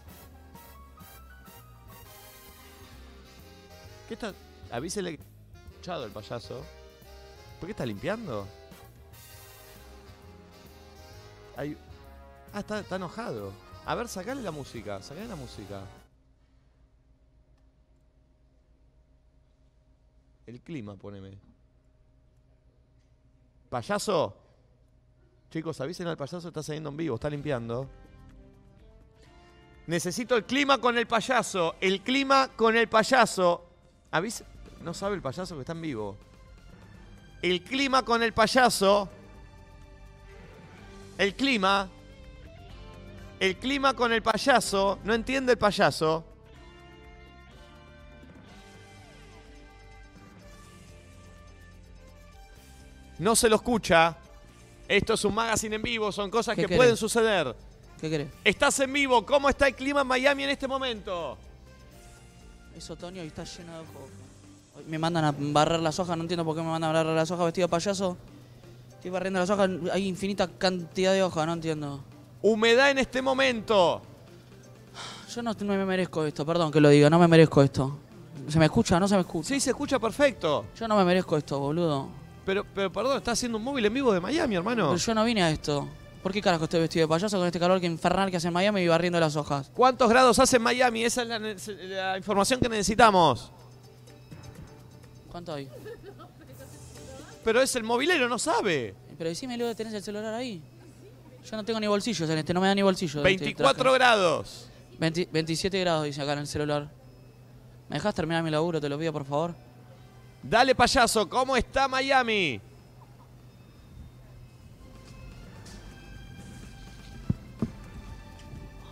S1: ¿Qué está? Avísenle. Chado el payaso. ¿Por qué está limpiando? Hay- Ah, está, está enojado. A ver, sacale la música, sacale la música. El clima, poneme. Payaso. Chicos, avisen al payaso, está saliendo en vivo, está limpiando. Necesito el clima con el payaso. El clima con el payaso. Avise- No sabe el payaso que está en vivo. El clima con el payaso. El clima. El clima con el payaso. No entiende el payaso. No se lo escucha. Esto es un magazine en vivo. Son cosas
S2: ¿Qué
S1: que
S2: querés?
S1: pueden suceder.
S2: ¿Qué querés?
S1: Estás en vivo. ¿Cómo está el clima en Miami en este momento?
S2: Es otoño y está lleno de ojos. Hoy Me mandan a barrer las hojas, no entiendo por qué me mandan a barrer las hojas vestido de payaso. Estoy barriendo las hojas, hay infinita cantidad de hojas, no entiendo.
S1: Humedad en este momento.
S2: Yo no, no me merezco esto, perdón que lo diga, no me merezco esto. ¿Se me escucha? No se me escucha.
S1: Sí, se escucha perfecto.
S2: Yo no me merezco esto, boludo.
S1: Pero, pero perdón, está haciendo un móvil en vivo de Miami, hermano.
S2: Pero yo no vine a esto. ¿Por qué carajo estoy vestido de payaso con este calor que infernal que hace en Miami y barriendo las hojas?
S1: ¿Cuántos grados hace en Miami? Esa es la, ne- la información que necesitamos.
S2: ¿Cuánto hay?
S1: Pero es el movilero, no sabe.
S2: Pero decímelo, tenés el celular ahí. Yo no tengo ni bolsillos en este, no me da ni bolsillo. este
S1: 24
S2: traje.
S1: grados.
S2: 20 27 grados dice acá en el celular. ¿Me dejas terminar mi laburo? Te lo pido, por favor.
S1: Dale, payaso, ¿cómo está Miami?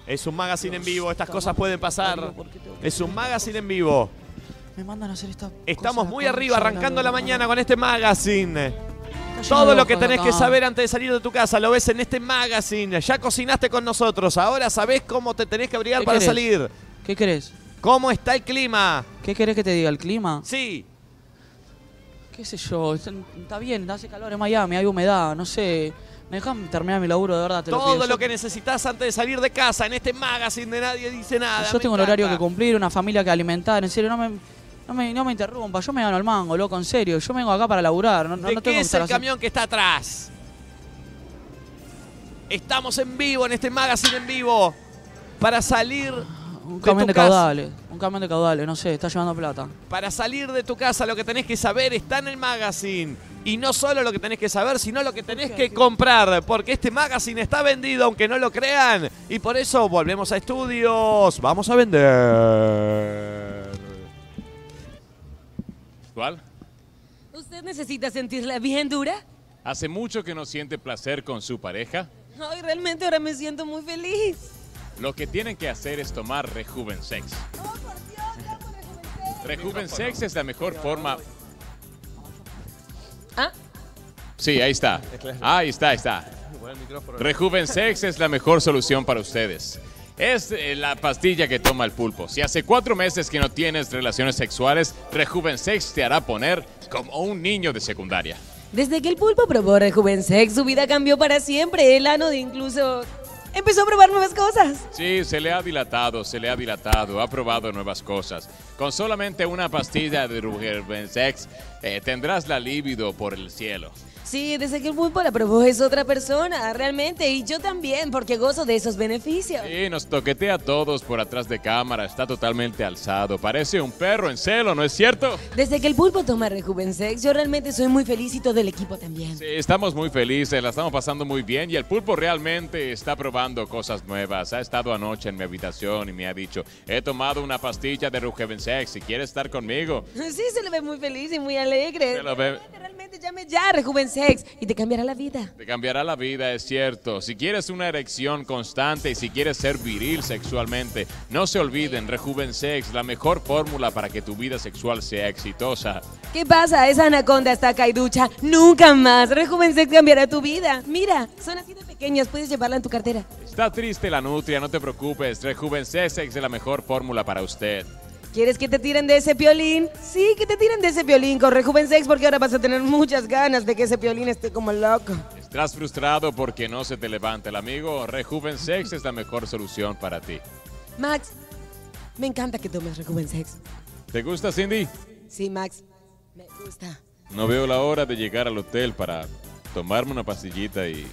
S1: Es un magazine en vivo, estas cosas pueden pasar. Es un magazine en vivo.
S2: Me mandan a hacer esta.
S1: Estamos
S2: cosa
S1: muy
S2: acá,
S1: arriba,
S2: yo
S1: arrancando
S2: hablando-
S1: la mañana con este magazine.
S2: Está lleno
S1: Todo
S2: de
S1: lo que
S2: hojas
S1: tenés
S2: acá.
S1: que saber antes de salir de tu casa lo ves en este magazine. Ya cocinaste con nosotros, ahora sabés cómo te tenés que abrigar
S2: ¿Qué
S1: para
S2: querés?
S1: salir.
S2: ¿Qué querés?
S1: ¿Cómo está el clima?
S2: ¿Qué querés que te diga? ¿El clima?
S1: Sí.
S2: ¿Qué sé yo? Está, está bien, hace calor en Miami, hay humedad, no sé. ¿Me dejas terminar mi laburo de verdad? Te lo
S1: Todo
S2: pido.
S1: lo,
S2: Yo-
S1: que necesitas antes de salir de casa en este magazine de nadie dice nada.
S2: Yo
S1: me
S2: tengo un horario que
S1: encanta.
S2: cumplir, una familia que alimentar, en serio, no me, no me, no me interrumpa, yo me gano el mango, loco, en serio, yo vengo acá para laburar, no, no,
S1: ¿De
S2: no tengo
S1: qué
S2: que
S1: es
S2: estar
S1: el
S2: así.
S1: camión que está atrás? Estamos en vivo en este magazine en vivo para salir
S2: Un camión
S1: tu
S2: de
S1: casa.
S2: caudales, un camión de caudales, no sé, está llevando plata.
S1: Para salir de tu casa lo que tenés que saber está en el magazine. Y no solo lo que tenés que saber, sino lo que tenés que comprar. Porque este magazine está vendido, aunque no lo crean. Y por eso volvemos a estudios. Vamos a vender.
S23: ¿Cuál?
S5: ¿Usted necesita sentirla bien dura?
S23: ¿Hace mucho que no siente placer con su pareja?
S5: Ay, realmente ahora me siento muy feliz.
S23: Lo que tienen que hacer es tomar Rejuvensex. Rejuvensex es la mejor forma.
S5: ¿Ah?
S23: Sí, ahí está. Ahí está, ahí está. Rejuvensex es la mejor solución para ustedes. Es eh, la pastilla que toma el pulpo. Si hace cuatro meses que no tienes relaciones sexuales, Rejuvensex te hará poner como un niño de secundaria.
S5: Desde que el pulpo probó Rejuvensex, su vida cambió para siempre. El ano de incluso empezó a probar nuevas cosas.
S23: Sí, se le ha dilatado, se le ha dilatado, ha probado nuevas cosas. Con solamente una pastilla de Rejuvensex eh, tendrás la libido por el cielo.
S5: Sí, desde que el pulpo, pero vos es otra persona, realmente, y yo también, porque gozo de esos beneficios.
S23: Sí, nos toquetea a todos por atrás de cámara, está totalmente alzado, parece un perro en celo, ¿no es cierto?
S5: Desde que el pulpo toma Rejuvensex, yo realmente soy muy feliz y todo el equipo también.
S23: Sí, estamos muy felices, la estamos pasando muy bien y el pulpo realmente está probando cosas nuevas. Ha estado anoche en mi habitación y me ha dicho, he tomado una pastilla de Rejuvensex, si quieres estar conmigo.
S5: Sí, se lo ve muy feliz y muy alegre.
S23: Se lo ve-
S5: Realmente llame ya Rejuvensex y te cambiará la vida.
S23: Te cambiará la vida, es cierto. Si quieres una erección constante y si quieres ser viril sexualmente, no se olviden, Rejuvensex, la mejor fórmula para que tu vida sexual sea exitosa.
S5: ¿Qué pasa? Esa anaconda está acá y ducha. Nunca más. Rejuvensex cambiará tu vida. Mira, son así de pequeñas, puedes llevarla en tu cartera.
S23: Está triste la nutria, no te preocupes, Rejuvensex es la mejor fórmula para usted.
S5: ¿Quieres que te tiren de ese piolín? Sí, que te tiren de ese piolín con Rejuvensex porque ahora vas a tener muchas ganas de que ese piolín esté como loco.
S23: Estás frustrado porque no se te levanta el amigo, Rejuvensex es la mejor solución para ti.
S5: Max, me encanta que tomes Rejuvensex.
S23: ¿Te gusta, Cindy?
S5: Sí, Max, me gusta.
S23: No veo la hora de llegar al hotel para tomarme una pastillita y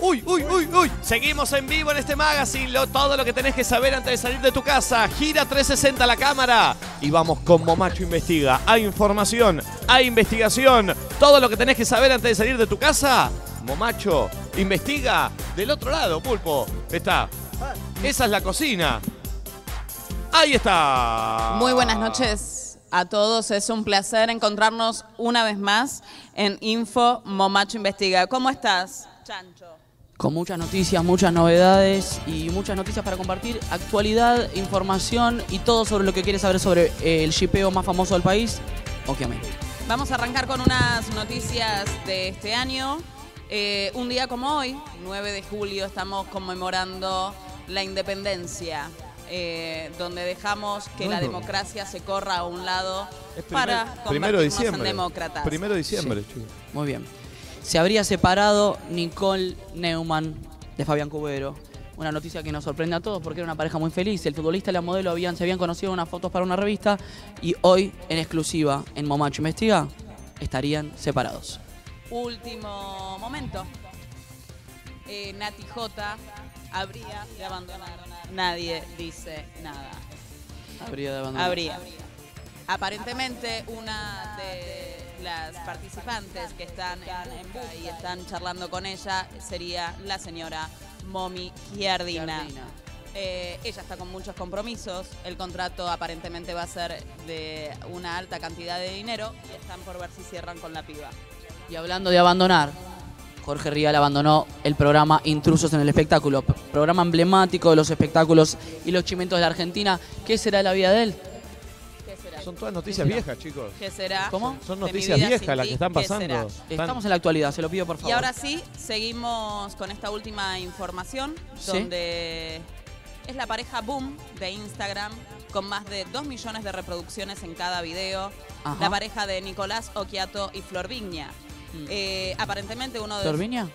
S1: Uy, uy, uy, uy. Seguimos en vivo en este magazine. Lo- todo lo que tenés que saber antes de salir de tu casa. Gira 360 la cámara. Y vamos con Momacho Investiga. Hay información, hay investigación. Todo lo que tenés que saber antes de salir de tu casa. Momacho Investiga. Del otro lado, pulpo. Está. Esa es la cocina. Ahí está.
S3: Muy buenas noches a todos. Es un placer encontrarnos una vez más en Info Momacho Investiga. ¿Cómo estás, Chancho?
S2: Con muchas noticias, muchas novedades y muchas noticias para compartir. Actualidad, información y todo sobre lo que quieres saber sobre eh, el shipeo más famoso del país. Obviamente.
S3: Vamos a arrancar con unas noticias de este año. Eh, un día como hoy, 9 de julio, estamos conmemorando la independencia, eh, donde dejamos que la
S1: Bueno.
S3: democracia se corra a un lado para
S1: Primer-
S3: convertirnos en demócratas.
S2: Muy bien. Se habría separado Nicole Neumann de Fabián Cubero. Una noticia que nos sorprende a todos porque era una pareja muy feliz. El futbolista y la modelo habían, se habían conocido en unas fotos para una revista y hoy, en exclusiva, en Momacho Investiga, estarían separados.
S3: Último momento. Eh, Nati J habría de abandonar. Nadie dice nada.
S2: Habría de abandonar.
S3: Habría. Aparentemente una de las participantes que están en en busca y están charlando con ella sería la señora Momi Giardina.
S2: Giardina.
S3: Eh, ella está con muchos compromisos, el contrato aparentemente va a ser de una alta cantidad de dinero y están por ver si cierran con la piba.
S2: Y hablando de abandonar, Jorge Rial abandonó el programa Intrusos en el Espectáculo, p- programa emblemático de los espectáculos y los chimentos de la Argentina. ¿Qué será de la vida de él?
S1: Son todas noticias
S2: ¿Qué será?
S1: viejas, chicos.
S3: ¿Qué será?
S2: ¿Cómo?
S1: Son noticias viejas las que están pasando.
S2: Estamos en la actualidad, se lo pido por favor.
S3: Y ahora sí, seguimos con esta última información,
S2: Sí.
S3: donde es la pareja Boom de Instagram, con más de 2 millones de reproducciones en cada video.
S2: Ajá.
S3: La pareja de Nicolás Oquiato y Flor Vigna. Eh, aparentemente uno de...
S2: Mm. ¿Flor Vigna?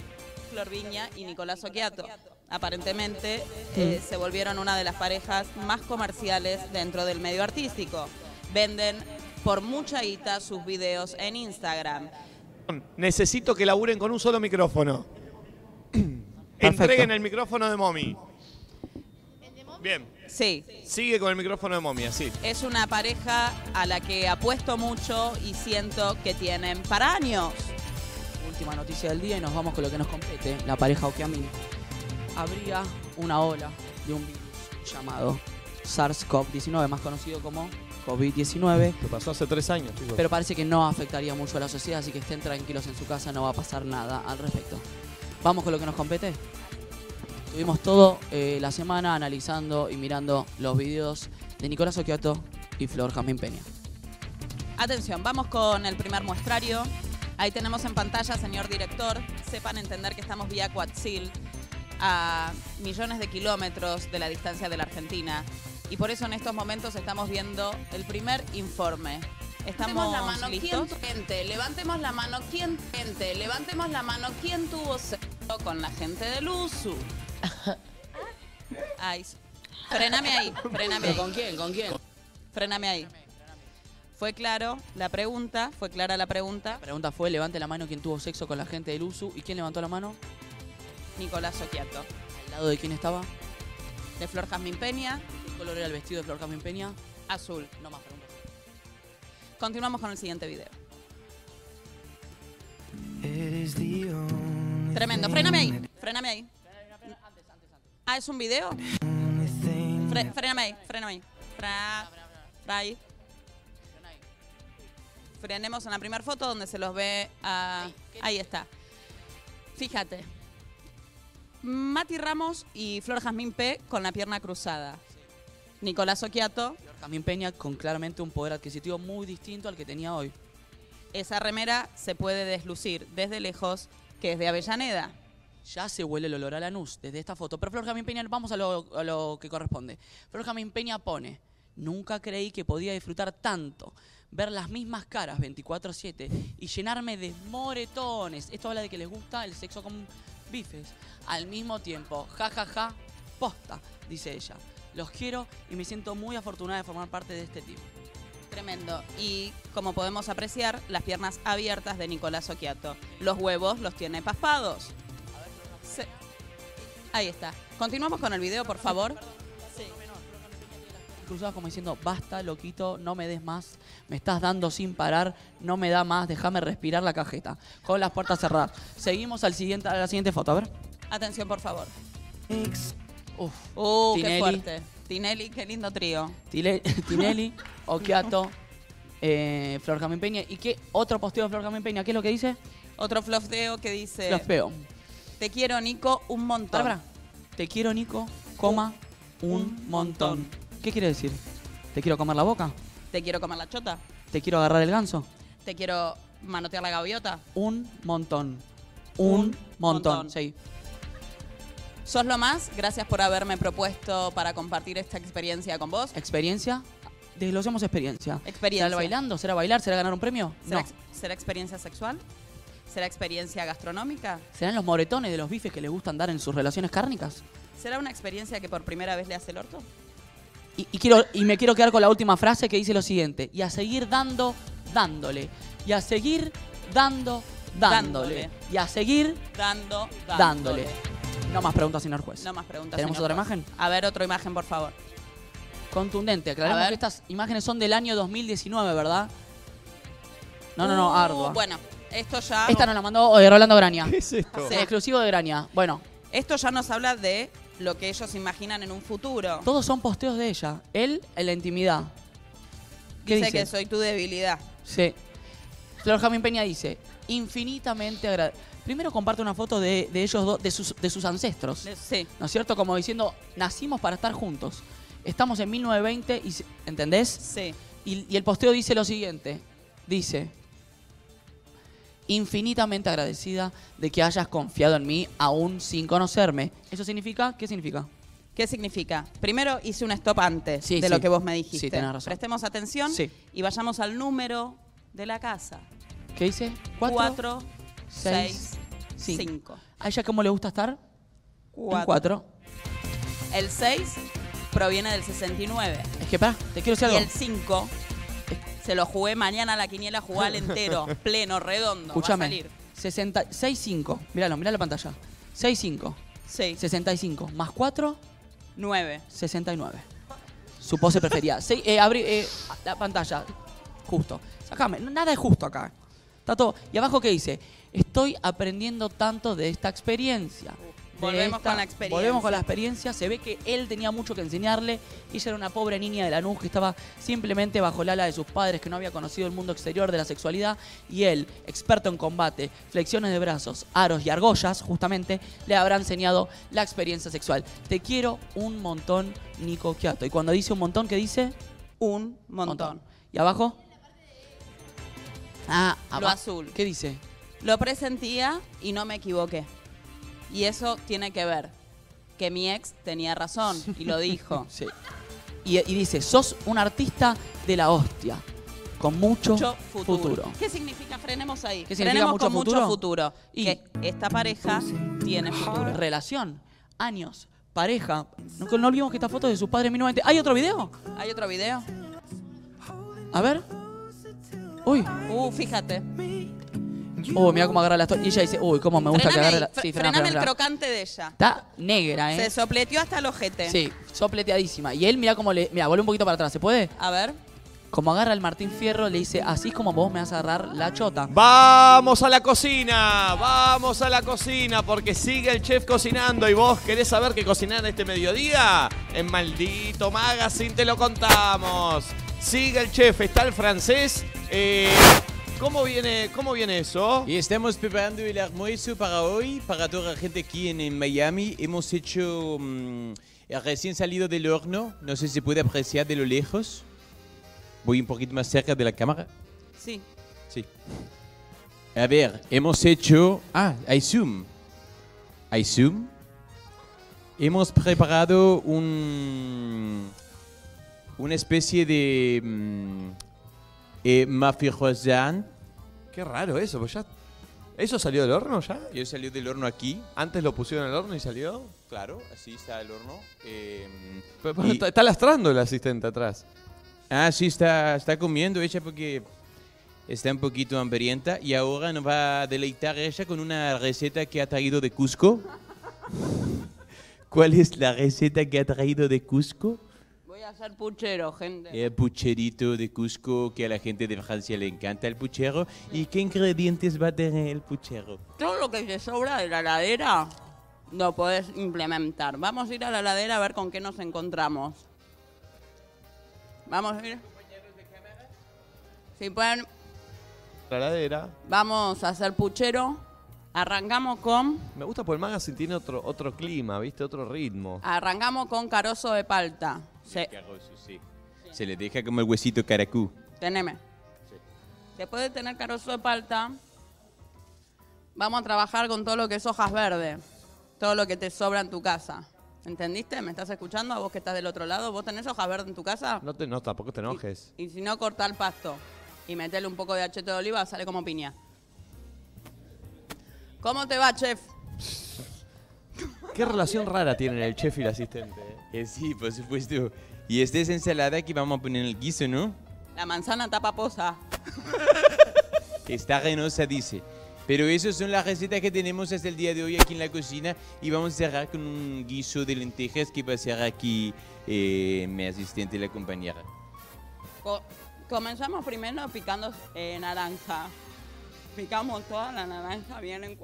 S3: Flor Vigna y Nicolás Oquiato. Aparentemente
S2: Mm.
S3: eh, se volvieron una de las parejas más comerciales dentro del medio artístico. Venden por mucha guita sus videos en Instagram.
S1: Necesito que laburen con un solo micrófono. Entreguen el micrófono de Momi. Bien.
S3: Sí.
S1: Sigue con el micrófono de Momi, así.
S3: Es una pareja a la que apuesto mucho y siento que tienen para años.
S2: Última noticia del día y nos vamos con lo que nos compete, la pareja Okiamin. Habría una ola de un virus llamado SARS-CoV-19, más conocido como COVID-19.
S1: Que pasó hace tres años, chicos.
S2: Pero parece que no afectaría mucho a la sociedad, así que estén tranquilos en su casa, no va a pasar nada al respecto. Vamos con lo que nos compete. Tuvimos todo eh, la semana analizando y mirando los videos de Nicolás Oquiato y Flor Jamín Peña.
S3: Atención, vamos con el primer muestrario. Ahí tenemos en pantalla, señor director, sepan entender que estamos vía Coatzil, a millones de kilómetros de la distancia de la Argentina. Y por eso en estos momentos estamos viendo el primer informe. Estamos Levantemos la mano, listos. ¿quién gente? Levantemos la mano, ¿quién gente? Levantemos la mano, ¿quién tuvo sexo con la gente del USU? Ay, frename ahí, frename ahí.
S2: ¿Con quién? ¿Con quién?
S3: Frename ahí. Fue claro la pregunta, fue clara la pregunta.
S2: La pregunta fue, levante la mano quien tuvo sexo con la gente del USU. ¿Y quién levantó la mano?
S3: Nicolás Oquiato.
S2: ¿Al lado de quién estaba?
S3: De Flor Jazmín Peña,
S2: ¿Qué color era el vestido de Flor Carmen Peña?
S3: azul. No más preguntas. Continuamos con el siguiente video. Tremendo. Frename ahí. Frename ahí. Ah, ¿es un video? Fre- frename ahí. Frename ahí. Fra, fra ahí. Frenemos en la primera foto donde se los ve a... Ahí está. Fíjate. Mati Ramos y Flor Jazmín P. con la pierna cruzada. Nicolás Oquiato,
S2: Camín Peña con claramente un poder adquisitivo muy distinto al que tenía hoy.
S3: esa remera se puede deslucir desde lejos que es de Avellaneda.
S2: Ya se huele el olor a Lanús desde esta foto. Pero Flor Jamín Peña, vamos a lo, a lo que corresponde. Flor Jamín Peña pone, nunca creí que podía disfrutar tanto, ver las mismas caras 24/7 y llenarme de moretones. Esto habla de que les gusta el sexo con bifes. Al mismo tiempo, ja, ja, ja, posta, dice ella. Los quiero y me siento muy afortunada de formar parte de este team.
S3: Tremendo. Y como podemos apreciar, las piernas abiertas de Nicolás Oquiato. Los huevos los tiene paspados. Se- Ahí está. Continuamos con el video, por favor.
S2: cruzados como diciendo, basta, loquito, no me des más, me estás dando sin parar, no me da más, déjame respirar la cajeta, con las puertas cerradas. Seguimos al siguiente, a la siguiente foto, a ver.
S3: Atención, por favor.
S2: Uf,
S3: Uh, qué
S2: Tinelli.
S3: fuerte. Tinelli, qué lindo trío.
S2: Tile- Tinelli, Okiato, eh, Flor Jamín Peña. ¿Y qué otro posteo de Flor Jamín Peña? ¿Qué es lo que dice?
S3: Otro flofdeo que dice...
S2: Los veo.
S3: Te quiero, Nico, un montón.
S2: Te quiero, Nico, coma un montón. ¿Qué quiere decir? ¿Te quiero comer la boca?
S3: Te quiero comer la chota.
S2: ¿Te quiero agarrar el ganso?
S3: Te quiero manotear la gaviota.
S2: Un montón. Un montón. Sí.
S3: Sos lo más. Gracias por haberme propuesto para compartir esta experiencia con vos.
S2: ¿Experiencia? Desglosemos experiencia.
S3: Experiencia.
S2: ¿Será el bailando? ¿Será bailar? ¿Será ganar un premio?
S3: ¿Será,
S2: No.
S3: ex- será experiencia sexual? ¿Será experiencia gastronómica?
S2: ¿Serán los moretones de los bifes que le gustan dar en sus relaciones cárnicas?
S3: ¿Será una experiencia que por primera vez le hace el orto?
S2: Y, y quiero, y me quiero quedar con la última frase que dice lo siguiente. Y a seguir dando, dándole. Y a seguir dando, dándole.
S3: Dándole.
S2: Y a seguir
S3: Dando, dándole.
S2: dándole. No más preguntas, señor juez.
S3: No más preguntas.
S2: ¿Tenemos
S3: señor
S2: otra
S3: juez.
S2: imagen?
S3: A ver, otra imagen, por favor.
S2: Contundente. Aclaremos
S3: A ver.
S2: que estas imágenes son del año 2019, ¿verdad? No, no, no, ardua.
S3: Uh, bueno, esto ya.
S2: Esta nos la mandó eh, Rolando Graña. ¿Qué
S3: es esto?
S2: Exclusivo de Graña. Bueno,
S3: Esto ya nos habla de lo que ellos imaginan en un futuro.
S2: todos son posteos de ella. Él en la intimidad. ¿Qué
S3: dice,
S2: dice?
S3: que soy tu debilidad.
S2: Sí. Flor Jamín Peña dice, infinitamente agradecido. Primero comparte una foto de, de ellos dos, de sus, de sus ancestros.
S3: Le- Sí.
S2: ¿No es cierto? Como diciendo, nacimos para estar juntos. Estamos en 1920 y... se- ¿Entendés?
S3: Sí.
S2: Y, y el posteo dice lo siguiente. Dice, infinitamente agradecida de que hayas confiado en mí aún sin conocerme. ¿Eso significa? ¿Qué significa?
S3: ¿Qué significa? Primero hice un stop antes
S2: Sí,
S3: de
S2: sí.
S3: lo que vos me dijiste.
S2: Sí, tenés razón.
S3: Prestemos atención
S2: Sí.
S3: y vayamos al número de la casa.
S2: ¿Qué dice? Cuatro,
S3: 4,
S2: seis,
S3: 6, 5.
S2: ¿A ella cómo le gusta estar? En cuatro.
S3: El 6 proviene del 69.
S2: Es que, pará, te quiero
S3: Y
S2: decir algo.
S3: el 5 se lo jugué mañana a la quiniela, jugar entero, pleno, redondo. Va a
S2: Escúchame.
S3: salir.
S2: 65. Míralo, mirá la pantalla. 65.
S3: Sí.
S2: 65. Más 4,
S3: 9.
S2: 69. Su pose preferida. Sí, eh, abrí eh, la pantalla. Justo. Sacame. Nada es justo acá. Está todo. Y abajo, ¿qué dice? Estoy aprendiendo tanto de esta experiencia. De
S3: Volvemos
S2: esta-
S3: con la experiencia.
S2: Volvemos con la experiencia. Se ve que él tenía mucho que enseñarle. Ella era una pobre niña de la Lanús que estaba simplemente bajo el ala de sus padres, que no había conocido el mundo exterior de la sexualidad. Y él, experto en combate, flexiones de brazos, aros y argollas, justamente, le habrá enseñado la experiencia sexual. Te quiero un montón, Nico Quiato. Y cuando dice un montón, ¿qué dice?
S3: Un montón.
S2: ¿Y abajo? Ah,
S3: Lo
S2: aba-
S3: azul.
S2: ¿Qué dice?
S3: Lo presentía y no me equivoqué. Y eso tiene que ver que mi ex tenía razón y lo dijo.
S2: Sí. Y, y dice, sos un artista de la hostia, con mucho,
S3: Mucho
S2: futuro.
S3: ¿Qué significa? Frenemos ahí.
S2: ¿Qué significa
S3: Frenemos
S2: mucho
S3: con mucho
S2: futuro?
S3: futuro.
S2: Y-
S3: Que esta pareja tiene futuro.
S2: Relación, años, pareja. No, no olvidemos que esta foto es de su padre en 1990. ¿Hay otro video?
S3: ¿Hay otro video?
S2: A ver. Uy.
S3: Uh, fíjate.
S2: Oh, mira cómo agarra la estola. Y ella dice, uy, cómo me gusta que
S3: Frename
S2: agarre
S3: ahí,
S2: la.
S3: fre-
S2: frena,
S3: frename
S2: frena,
S3: el
S2: frena.
S3: crocante de ella.
S2: Está negra, eh.
S3: Se sopleteó hasta el ojete.
S2: Sí, sopleteadísima. Y él, mira cómo le. Mira, vuelve un poquito para atrás, ¿se puede?
S3: A ver.
S2: Como agarra el Martín Fierro, le dice, así es como vos me vas a agarrar la chota.
S1: Vamos a la cocina, vamos a la cocina, porque sigue el chef cocinando y vos querés saber qué cocinar este mediodía. En maldito magazine te lo contamos. Sigue el chef, está el francés. Eh, ¿Cómo viene, cómo viene eso?
S4: Y estamos preparando el almuerzo para hoy, para toda la gente aquí en, en Miami. Hemos hecho mm, eh, recién salido del horno, no sé si se puede apreciar de lo lejos. Voy un poquito más cerca de la cámara.
S3: Sí.
S4: Sí. A ver, hemos hecho... Ah, hay zoom. Hay zoom. Hemos preparado un... Una especie de... mm, eh, muffin croissant.
S1: Qué raro eso, pues ya. ¿Eso salió del horno ya?
S4: Yo salió del horno aquí.
S1: ¿Antes lo pusieron al horno y salió?
S4: Claro, así está el horno. Em,
S1: Pero,
S4: y-
S1: pero está, está lastrando el asistente atrás.
S4: ah, sí, está, está comiendo ella porque está un poquito hambrienta y ahora nos va a deleitar ella con una receta que ha traído de Cusco. ¿Cuál es la receta que ha traído de Cusco?
S3: Voy a hacer puchero, gente.
S4: El pucherito de Cusco que a la gente de Francia le encanta el puchero. ¿Y qué ingredientes va a tener el puchero?
S3: Todo lo que te sobra de la ladera lo podés implementar. Vamos a ir a la ladera a ver con qué nos encontramos. Vamos a ir. Si pueden,
S1: La ladera.
S3: vamos a hacer puchero. Arrancamos con
S1: Me gusta porque el magazine tiene otro, otro clima, ¿viste? Otro ritmo.
S3: Ah. arrancamos con carozo de palta. Se,
S4: Se le deja como el huesito caracú.
S3: teneme. Después de tener carozo de palta, vamos a trabajar con todo lo que es hojas verdes, todo lo que te sobra en tu casa. ¿Entendiste? ¿Me estás escuchando? ¿A vos que estás del otro lado? ¿Vos tenés hojas verdes en tu casa?
S1: No, te, no tampoco te enojes.
S3: Y si no, cortar pasto. Y meterle un poco de achete de oliva, sale como piña. ¿Cómo te va, chef?
S1: Qué relación rara tienen el chef y el asistente.
S4: Eh, sí, por supuesto. Y esta es ensalada que vamos a poner en el guiso, ¿no?
S3: La manzana tapa posa.
S4: Está renosa, dice. Pero esas son las recetas que tenemos hasta el día de hoy aquí en la cocina. Y vamos a cerrar con un guiso de lentejas que va a ser aquí eh, mi asistente, la compañera.
S3: Co- comenzamos primero picando eh, naranja. Picamos toda la naranja bien en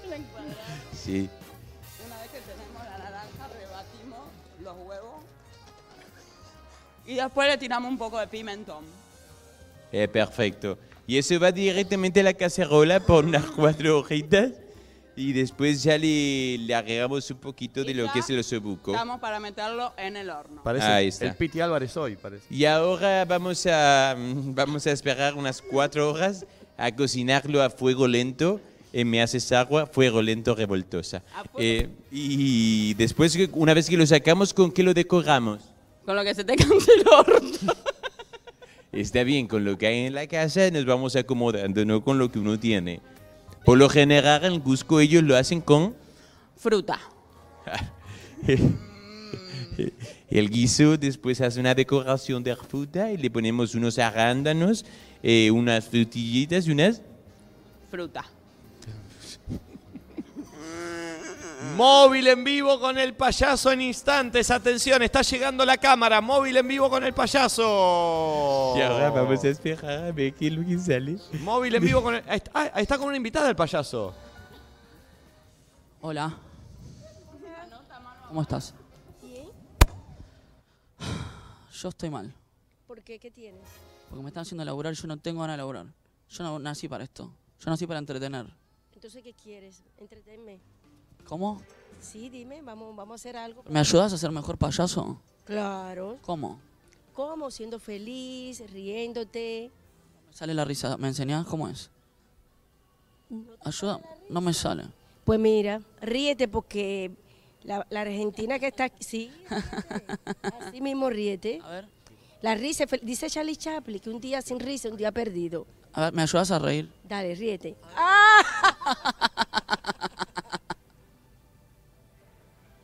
S3: bien encuadrada.
S4: Sí.
S3: Una vez que tenemos la naranja, rebatimos los huevos. Y después le tiramos un poco de pimentón.
S4: Eh, perfecto. Y eso va directamente a la cacerola por unas cuatro hojitas. Y después ya le, le agregamos un poquito de lo que es el osobuco.
S3: Estamos para meterlo en el horno.
S1: Parece
S4: Ahí está.
S1: el Piti Álvarez hoy, parece.
S4: Y ahora vamos a, mm, vamos a esperar unas cuatro horas a cocinarlo a fuego lento. Eh, me haces agua, fuego lento, revoltosa. Eh, y después, que- una vez que lo sacamos, ¿con qué lo decoramos?
S3: Con lo que se te canse el horno.
S4: Está bien, con lo que hay en la casa nos vamos acomodando, no con lo que uno tiene. Por lo general, en Cusco ellos lo hacen con
S3: Fruta.
S4: el guiso, después hace una decoración de fruta y le ponemos unos arándanos, eh, unas frutillitas y unas...
S3: Fruta.
S1: Móvil en vivo con el payaso en instantes. Atención, está llegando la cámara. Móvil en vivo con el payaso.
S4: Y ahora vamos a esperar a ver qué es lo que sale.
S1: Móvil en vivo con el. ah, está- ah, está con una invitada el payaso.
S2: Hola. ¿Cómo estás?
S7: ¿Y?
S2: Yo estoy mal.
S7: ¿Por qué? ¿Qué tienes?
S2: Porque me están haciendo laburar, yo no tengo ganas de laburar. Yo no nací para esto. Yo nací para entretener.
S7: Entonces, ¿qué quieres? Entretenme.
S2: ¿Cómo?
S7: Sí, dime, vamos, vamos a hacer algo.
S2: ¿Me ayudas a ser mejor payaso?
S7: Claro.
S2: ¿Cómo?
S7: ¿Cómo? Siendo feliz, riéndote.
S2: Me sale la risa. ¿Me enseñás cómo es? Ayuda. No me sale.
S7: Pues mira, ríete porque la, la argentina que está aquí, sí, ríete. así mismo ríete. A
S3: ver.
S7: La risa, es fel- dice Charlie Chaplin, que un día sin risa, un día perdido.
S2: A ver, ¿me ayudas a reír?
S7: Dale, ríete. ¡Ah!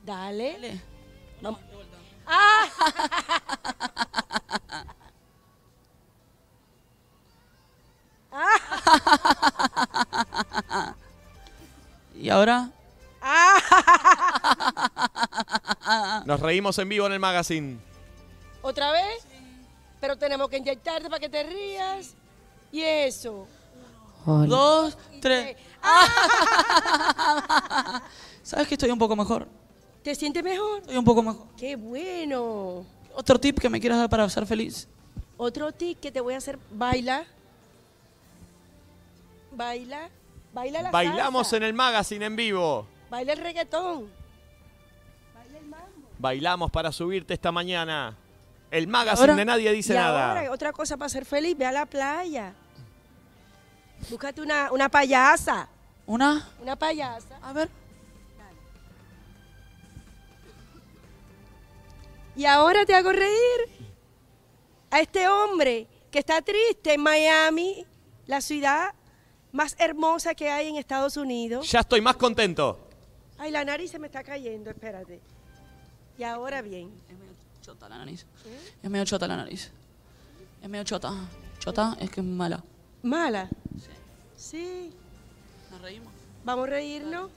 S7: Dale. Vamos. ¡Ah!
S1: ¿Y ahora? Nos reímos en vivo en el magazine.
S7: ¿Otra vez? Pero tenemos que inyectarte para que te rías. Y eso.
S2: Dos, tres. ¿Sabes que estoy un poco mejor?
S7: ¿Te sientes mejor?
S2: Estoy un poco mejor.
S7: ¡Qué bueno!
S2: ¿Otro tip que me quieras dar para ser feliz?
S7: Otro tip que te voy a hacer, baila. Baila. Baila la
S1: Bailamos
S7: salsa.
S1: en el magazine en vivo.
S7: Baila el reggaetón.
S1: Bailamos para subirte esta mañana. El magazine de nadie dice
S7: Y
S1: nada.
S7: ahora, otra cosa para ser feliz, ve a la playa. Búscate una, una payasa.
S2: ¿Una?
S7: Una payasa.
S2: A ver.
S7: Y ahora te hago reír a este hombre que está triste en Miami, la ciudad más hermosa que hay en Estados Unidos.
S1: Ya estoy más contento.
S7: Ay, la nariz se me está cayendo, espérate. Y ahora bien. ¿Eh?
S2: Chota la nariz. Es medio chota la nariz. Es medio chota. Chota es que es mala.
S7: ¿Mala? Sí.
S2: Nos reímos.
S7: Vamos a reírnos.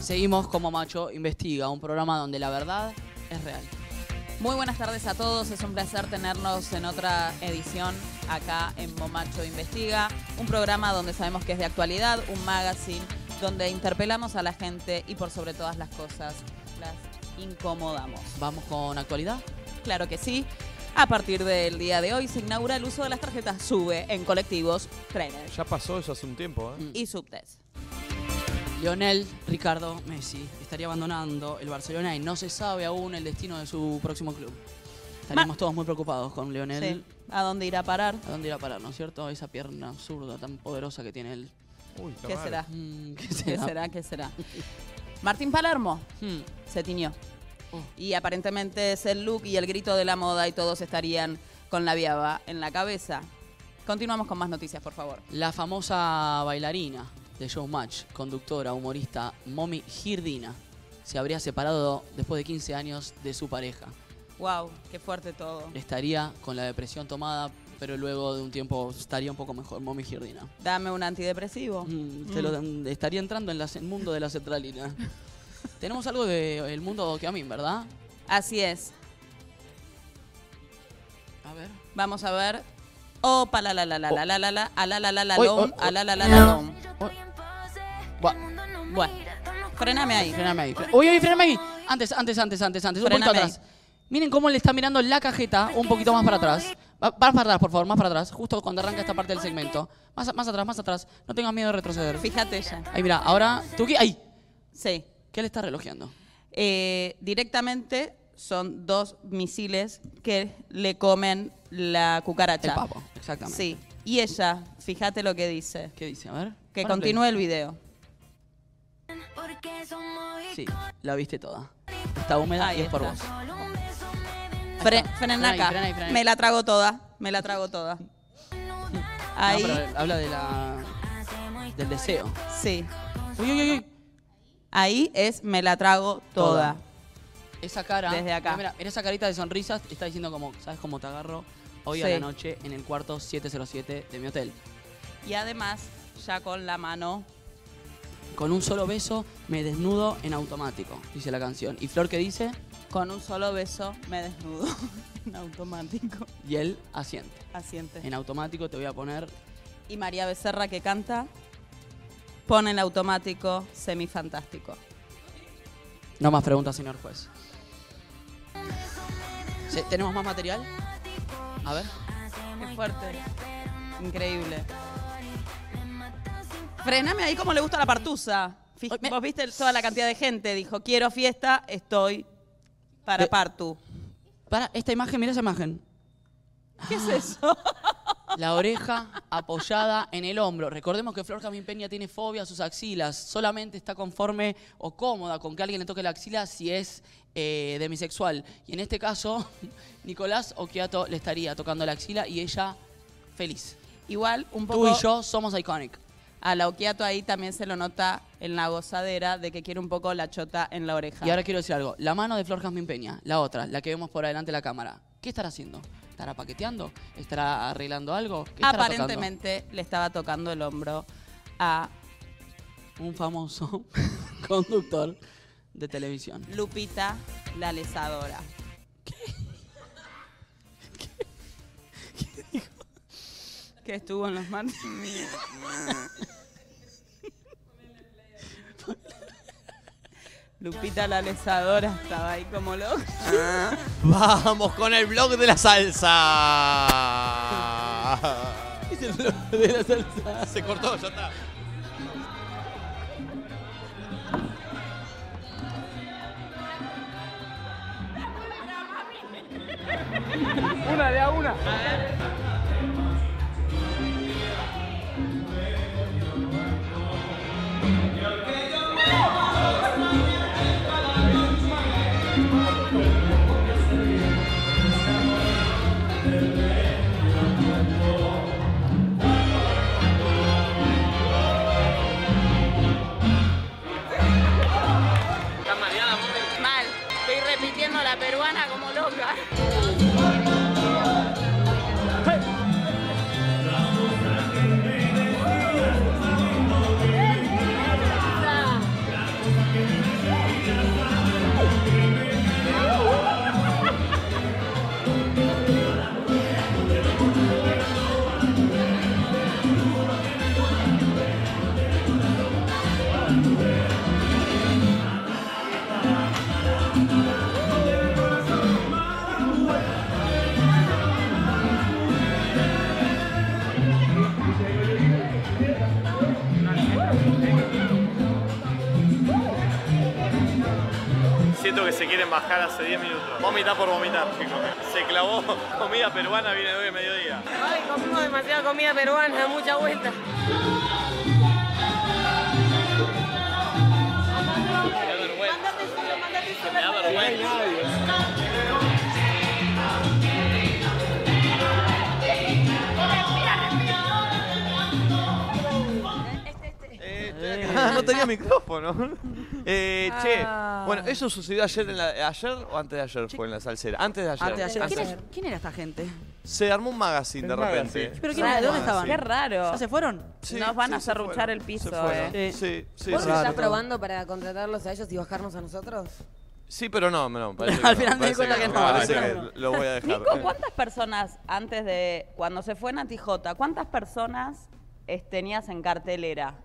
S2: Seguimos como Macho Investiga, un programa donde la verdad es real.
S3: Muy buenas tardes a todos, es un placer tenernos en otra edición acá en Momacho Investiga, un programa donde sabemos que es de actualidad, un magazine donde interpelamos a la gente y por sobre todas las cosas las incomodamos.
S2: Vamos con actualidad.
S3: Claro que sí. A partir del día de hoy se inaugura el uso de las tarjetas SUBE en colectivos, trenes
S1: Ya pasó eso hace un tiempo, ¿eh?
S3: y subtes.
S2: Lionel Ricardo Messi estaría abandonando el Barcelona y no se sabe aún el destino de su próximo club. Estaríamos todos muy preocupados con Lionel.
S3: ¿A dónde irá a parar?
S2: ¿A dónde irá a parar, no es cierto? Esa pierna absurda tan poderosa que tiene él. Uy,
S3: ¿Qué será?
S2: ¿Qué
S3: ¿Qué
S2: será?
S3: será? ¿Qué será? Martín Palermo se tiñó. Y aparentemente es el look y el grito de la moda y todos estarían con la viaba en la cabeza. Continuamos con más noticias, por favor.
S2: La famosa bailarina de Showmatch, conductora, humorista, Momi Girdina, se habría separado después de 15 años de su pareja.
S3: Wow, qué fuerte todo.
S2: Estaría con la depresión tomada, pero luego de un tiempo estaría un poco mejor, Momi Girdina.
S3: Dame un antidepresivo.
S2: Se
S3: Mm.
S2: lo dan- estaría entrando en la- el mundo de la centralina. Tenemos algo del mundo que a mí, ¿verdad?
S3: Así es.
S2: A ver.
S3: Vamos a ver. Oh, pa la la la la la la la la la la la la
S2: Uy,
S3: lom,
S2: oh, oh.
S3: a la la la la lom.
S2: Bueno,
S3: frename ahí.
S2: Frename ahí. fre- Uy, uy, frename ahí. Antes, antes, antes, antes, antes. Un
S3: Frename
S2: poquito
S3: ahí.
S2: atrás. Miren cómo le está mirando la cajeta un poquito más para atrás. Va- Más para atrás, por favor, más para atrás. Justo cuando arranca esta parte del segmento. Más, a- más atrás, más atrás. No tengas miedo de retroceder.
S3: Fíjate ya.
S2: Ahí, mira, ahora. ¿Tuki? Ahí.
S3: Sí.
S2: ¿Qué le está relojeando?
S3: Eh, directamente son dos misiles que le comen la cucaracha.
S2: El papo, exactamente.
S3: Sí. Y ella, fíjate lo que dice.
S2: ¿Qué dice? A ver.
S3: Que
S2: Ponle
S3: continúe
S2: play.
S3: el video.
S2: Sí, la viste toda. Está húmeda
S3: Ahí
S2: y es por
S3: está.
S2: vos.
S3: Fre-
S2: Frena
S3: frena
S2: ahí,
S3: acá.
S2: frena ahí, frena ahí.
S3: Me la trago toda. Me la trago toda. Ahí.
S2: No, pero habla de la. del deseo.
S3: Sí. Ahí es me la trago toda.
S2: Esa cara.
S3: Desde acá.
S2: Mira, mira esa carita de sonrisa. Está diciendo como, ¿sabes cómo te agarro? Hoy a
S3: Sí.
S2: la noche en el cuarto 707 de mi hotel.
S3: Y además, ya con la mano.
S2: Con un solo beso me desnudo en automático, dice la canción. ¿Y Flor qué dice?
S3: Con un solo beso me desnudo. en automático.
S2: Y él asiente.
S3: Asiente.
S2: En automático te voy a poner
S3: Y María Becerra que canta. Pone el automático semifantástico.
S2: no más preguntas, señor juez. Sí, ¿Tenemos más material? A ver.
S3: Qué fuerte. Increíble. Frename ahí como le gusta la partusa. Fij- Vos viste el- toda la cantidad de gente. Dijo, quiero fiesta, estoy para
S2: De-
S3: partu.
S2: Eh, Para, esta imagen, mira esa imagen.
S3: ¿Qué es eso?
S2: La oreja apoyada en el hombro. Recordemos que Flor Jamín Peña tiene fobia a sus axilas. Solamente está conforme o cómoda con que alguien le toque la axila si es eh, demisexual. Y en este caso, Nicolás Okiato le estaría tocando la axila y ella feliz.
S3: Igual, un
S2: Tú
S3: poco...
S2: y yo somos iconic.
S3: A Lauquiato ahí también se lo nota en la gozadera de que quiere un poco la chota en la oreja.
S2: Y ahora quiero decir algo. La mano de Flor Jazmín Peña, la otra, la que vemos por adelante de la cámara, ¿qué estará haciendo? ¿Estará paqueteando? ¿Estará arreglando algo? ¿Qué estará tocando?
S3: Aparentemente le estaba tocando el hombro
S2: a un famoso conductor de televisión.
S24: Lupita, la lesadora.
S2: Que estuvo en los manos. Lupita la lesadora estaba ahí como loca.
S1: Vamos con el blog de la salsa.
S2: Es el blog de la salsa.
S1: Se cortó, ya está.
S6: Una de a una.
S24: Mal. Estoy repitiendo la peruana como loca.
S6: Siento que se quieren bajar hace 10 minutos. Vomitar por vomitar, chicos. Se clavó comida peruana, viene hoy a mediodía.
S5: Ay, comimos demasiada comida peruana, mucha vuelta.
S1: Ah, no tenía micrófono. Eh, che,
S2: Ah.
S1: bueno, eso sucedió ayer, en la- ayer o antes de ayer fue en la salsera. Antes de ayer.
S2: Antes de ayer. ¿Quién, es- quién era esta gente?
S1: Se armó un magazine de
S2: Un
S1: repente.
S2: magazine. Pero ¿quién era? ¿Dónde estaban?
S1: Magazine.
S2: Qué raro. ¿Ya se fueron?
S1: Sí,
S3: Nos van
S1: sí,
S3: a
S1: se
S3: serruchar
S1: fueron.
S3: el
S1: Se
S3: piso,
S1: fueron.
S3: eh.
S1: Sí, sí,
S5: ¿Vos
S1: sí,
S5: lo
S1: sí.
S5: estás probando para contratarlos a ellos y bajarnos a nosotros?
S1: Sí, pero no, no. parece
S2: Al
S1: no,
S2: final me di
S1: parece
S2: cuenta que no.
S1: Parece
S2: Ah,
S1: que
S2: no.
S1: lo voy a dejar.
S24: Nico, ¿cuántas personas antes de cuando se fue Nati J, cuántas personas eh, tenías en cartelera?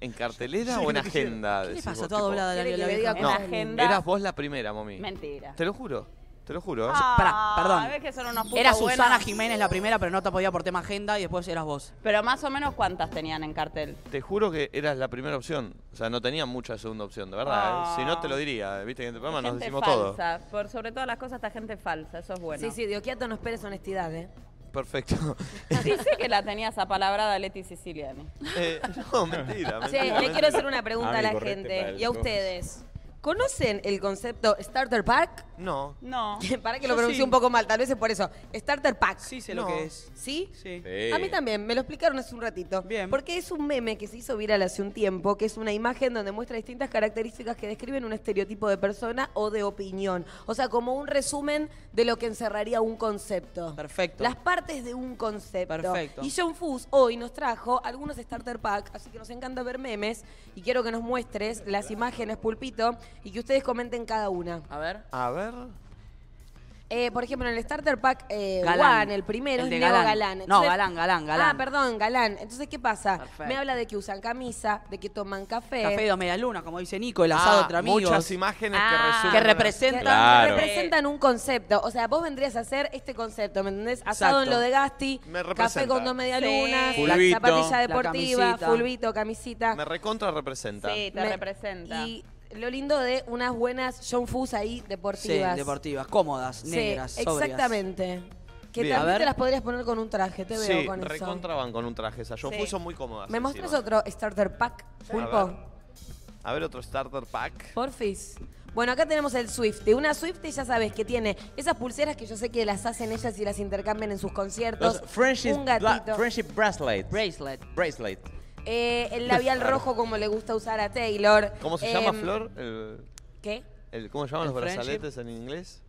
S1: ¿En cartelera
S24: Sí,
S1: o en
S24: creo que sí.
S1: agenda?
S24: ¿Qué le
S1: decís
S24: pasa?
S1: vos,
S24: Toda
S1: tipo?
S24: doblada la ¿Quiere que Lola le Vieja. diga
S1: No,
S24: con agenda?
S1: eras vos la primera, mami.
S24: Mentira.
S1: Te lo juro, te lo juro.
S2: Pará, perdón.
S24: Ah, ves que son unos putos
S2: Era Susana
S24: buenos.
S2: Jiménez la primera, pero no te podía por tema agenda y después eras vos.
S24: Pero más o menos cuántas tenían en cartel.
S1: Te juro que eras la primera opción. O sea, no tenía mucha segunda opción, de verdad. ¿eh? Si no, te lo diría. Viste que en el programa nos
S24: Gente
S1: decimos todo.
S24: falsa. Por sobre todas las cosas, esta gente falsa. Eso es bueno.
S5: Sí, sí, Dioquiato nos esperes honestidad, ¿eh?
S1: Perfecto.
S24: Dice que la tenías apalabrada Leti Siciliani.
S1: Eh, no, mentira.
S5: Sí,
S1: mentira,
S5: le quiero
S1: mentira.
S5: hacer una pregunta a la gente y a ustedes. ¿Conocen el concepto Starter Pack?
S1: No.
S24: No.
S5: Para que lo
S2: Yo
S5: pronuncie
S2: sí.
S5: un poco mal, tal vez es por eso. Starter Pack.
S2: Sí, sé lo No. que es.
S5: ¿Sí?
S2: Sí.
S5: Sí. A mí también, me lo explicaron hace un ratito. Bien. Porque es un meme que se hizo viral hace un tiempo, que es una imagen donde muestra distintas características que describen un estereotipo de persona o de opinión. O sea, como un resumen de lo que encerraría un concepto.
S2: Perfecto.
S5: Las partes de un concepto.
S2: Perfecto.
S5: Y John Fus hoy nos trajo algunos starter pack, así que nos encanta ver memes y quiero que nos muestres las imágenes, Pulpito, y que ustedes comenten cada una.
S2: A ver.
S1: A ver.
S5: Eh, por ejemplo, en el starter pack eh,
S2: Galán.
S5: One, el primero,
S2: El de
S5: es Neo
S2: Galán.
S5: Galán.
S2: No,
S5: Entonces-
S2: Galán, Galán,
S5: Ah,
S2: Galán.
S5: perdón, Galán. Entonces, ¿qué pasa?
S2: Perfecto.
S5: Me habla de que usan camisa, de que toman café.
S2: Café de media luna, como dice Nico, el asado
S1: Ah,
S2: entre amigos.
S1: muchas imágenes que
S5: Ah,
S1: resumen.
S2: que representan-
S5: Que
S1: Claro.
S5: representan un concepto. O sea, vos vendrías a hacer este concepto, ¿me entendés? Asado
S1: Exacto.
S5: en lo de Gasti,
S1: representa.
S5: café con dos media
S24: Sí.
S5: lunas,
S1: Fulbito.
S5: la zapatilla
S1: La
S5: deportiva,
S1: camisita.
S5: fulbito, camisita.
S1: Me recontra representa.
S24: Sí, te
S5: Me-
S24: representa.
S5: Y lo lindo de unas buenas John Fus ahí
S2: Sí,
S5: deportivas.
S2: deportivas, cómodas,
S5: Sí,
S2: negras, sobrias.
S5: exactamente. Que también
S1: Bien. A ver.
S5: te las podrías poner con un traje, te veo
S1: Sí,
S5: con eso.
S1: recontraban con un traje esa. Yo
S5: Sí.
S1: puso muy cómoda.
S5: ¿Me mostras otro starter pack,
S1: A
S5: pulpo?
S1: ver. A ver, otro starter pack.
S5: Porfis. Bueno, acá tenemos el Swifty. Una Swifty, ya sabes, que tiene esas pulseras que yo sé que las hacen ellas y las intercambian en sus conciertos.
S4: Los friendship,
S5: un
S4: bla-
S5: gatito.
S4: friendship bracelet.
S2: Bracelet.
S4: Bracelet.
S5: Eh, el labial
S4: Claro.
S5: rojo como le gusta usar a Taylor.
S1: ¿Cómo se llama,
S5: Em,
S1: Flor? El-
S5: ¿Qué?
S1: el- ¿Cómo se llaman
S5: El
S1: los
S5: friendship.
S1: brazaletes en inglés?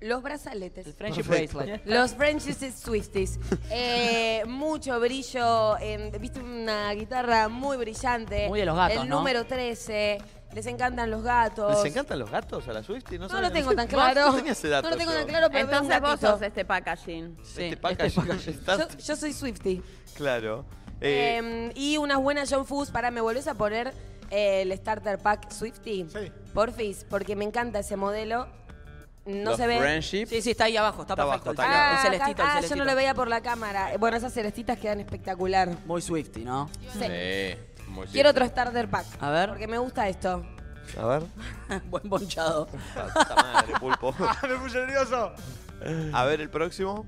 S5: Los brazaletes. El
S2: friendship bracelet.
S5: Los friendship Swifties. Eh, mucho brillo. en- Viste una guitarra muy brillante.
S1: Muy de los gatos,
S5: El
S1: ¿no?
S5: número 13. Les encantan los gatos.
S1: ¿Les encantan los gatos a la Swiftie? No,
S5: No
S1: sabía-
S5: lo tengo tan
S1: no
S5: claro.
S1: tenía ese dato
S5: No lo tengo
S1: yo.
S5: tan claro, pero veo un
S3: Entonces vos
S5: gatito.
S3: sos este packaging.
S1: Este packaging está-
S5: Yo, Este- yo soy Swifty.
S1: Claro. Eh,
S5: y unas buenas John Foods. Para, ¿me volvés a poner eh, el starter pack Swifty? Sí. Porfis, porque me encanta ese modelo. No
S2: Los
S5: se ve.
S2: friendship. Sí, sí, está ahí abajo, está perfecto, el
S5: Ah,
S2: celestito, el
S5: acá-
S2: celestito, el
S5: ah, yo no
S2: celestito.
S5: lo veía por la cámara. Eh, Bueno, esas celestitas quedan espectacular.
S2: Muy Swifty, ¿no?
S5: Sí.
S4: muy
S5: Quiero otro starter pack.
S2: A ver.
S5: Porque me gusta esto.
S1: a ver. Ah,
S2: Buen ponchado.
S1: Puta madre, pulpo.
S5: Ah, me puse nervioso.
S1: A ver el próximo.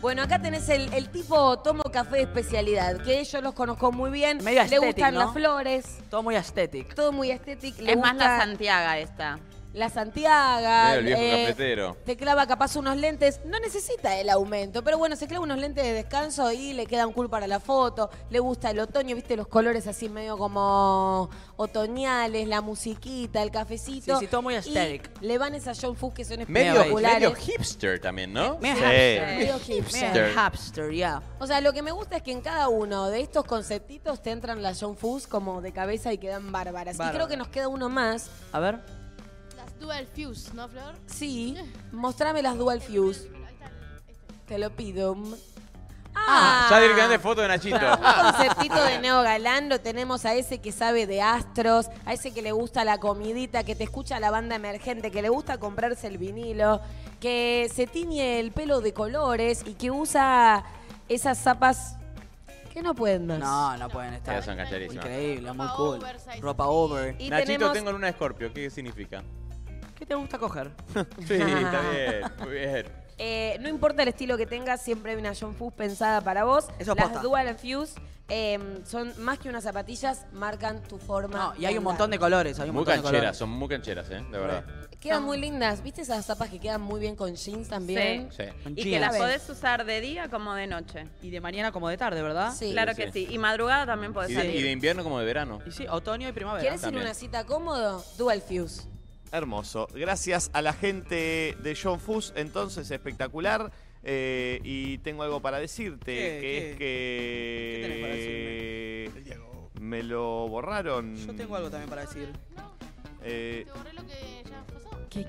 S5: Bueno, acá tenés el, el tipo tomo café de especialidad, que yo los conozco muy bien.
S2: Medio
S5: Le
S2: aesthetic,
S5: gustan
S2: ¿no?
S5: las flores,
S2: Todo muy aesthetic.
S5: todo muy estético.
S3: Es más la
S5: Santiaga esta. La Santiaga.
S4: Mira, el viejo
S5: eh,
S4: cafetero.
S5: Te clava capaz unos lentes. No necesita el aumento, pero bueno, se clava unos lentes de descanso y le quedan cool para la foto. Le gusta el otoño, viste los colores así medio como otoñales, la musiquita, el cafecito.
S2: Sí, sí, todo muy
S5: Y
S2: aesthetic.
S5: Le van esas John Fuss que son
S4: Medio,
S5: espectaculares.
S4: medio hipster también, ¿no?
S2: Medio
S4: Medio hipster.
S2: hipster, ya.
S5: O sea, lo que me gusta es que en cada uno de estos conceptitos te entran las John Fuss como de cabeza y quedan bárbaras. Y
S2: Bárbaro.
S5: creo que nos queda uno más.
S2: A ver.
S12: Las Dual Fuse, ¿no, Flor?
S5: Sí, mostrame las Dual Fuse. Te lo pido.
S4: Ah, Ya directamente foto de Nachito.
S5: Un conceptito de Neo Galán lo tenemos a ese que sabe de astros, a ese que le gusta la comidita, que te escucha la banda emergente, que le gusta comprarse el vinilo, que se tiñe el pelo de colores y que usa esas zapas que no pueden más.
S2: No, no pueden estar.
S4: Esas son cacherísimas.
S2: Increíble, muy cool. Ropa over.
S5: Y
S4: Nachito,
S5: tenemos-
S4: tengo una Scorpio. ¿Qué significa?
S2: ¿Qué te gusta coger?
S4: Sí, está bien. Muy bien.
S5: Eh, no importa el estilo que tengas, siempre hay una John Fuss pensada para vos.
S2: Eso es
S5: Las
S2: posta.
S5: Dual Fuse eh, son más que unas zapatillas, marcan tu forma.
S2: No, y hay un
S5: de
S2: montón de colores. Hay un
S4: Muy
S2: montón de
S4: cancheras,
S2: colores.
S4: son muy cancheras, ¿eh? De verdad.
S5: andar. Quedan muy lindas. ¿Viste esas zapas que quedan muy bien con jeans también?
S4: Sí.
S3: Y que las podés usar de día como de noche.
S2: Y de mañana como de tarde, ¿verdad?
S5: Sí.
S3: Claro
S4: Sí,
S3: que
S4: sí.
S3: sí. Y madrugada también podés
S4: Y de, y
S3: salir.
S4: de invierno como de verano.
S2: Y sí, otoño y primavera.
S5: ¿Quieres ir a una cita cómodo? Dual Fuse.
S1: Hermoso. Gracias a la gente de John Fuss, entonces espectacular. Eh, y tengo algo para decirte,
S2: ¿Qué?
S1: que es que me lo borraron.
S2: Yo tengo algo también para decir.
S1: Eh,
S5: ¿Qué
S1: eh,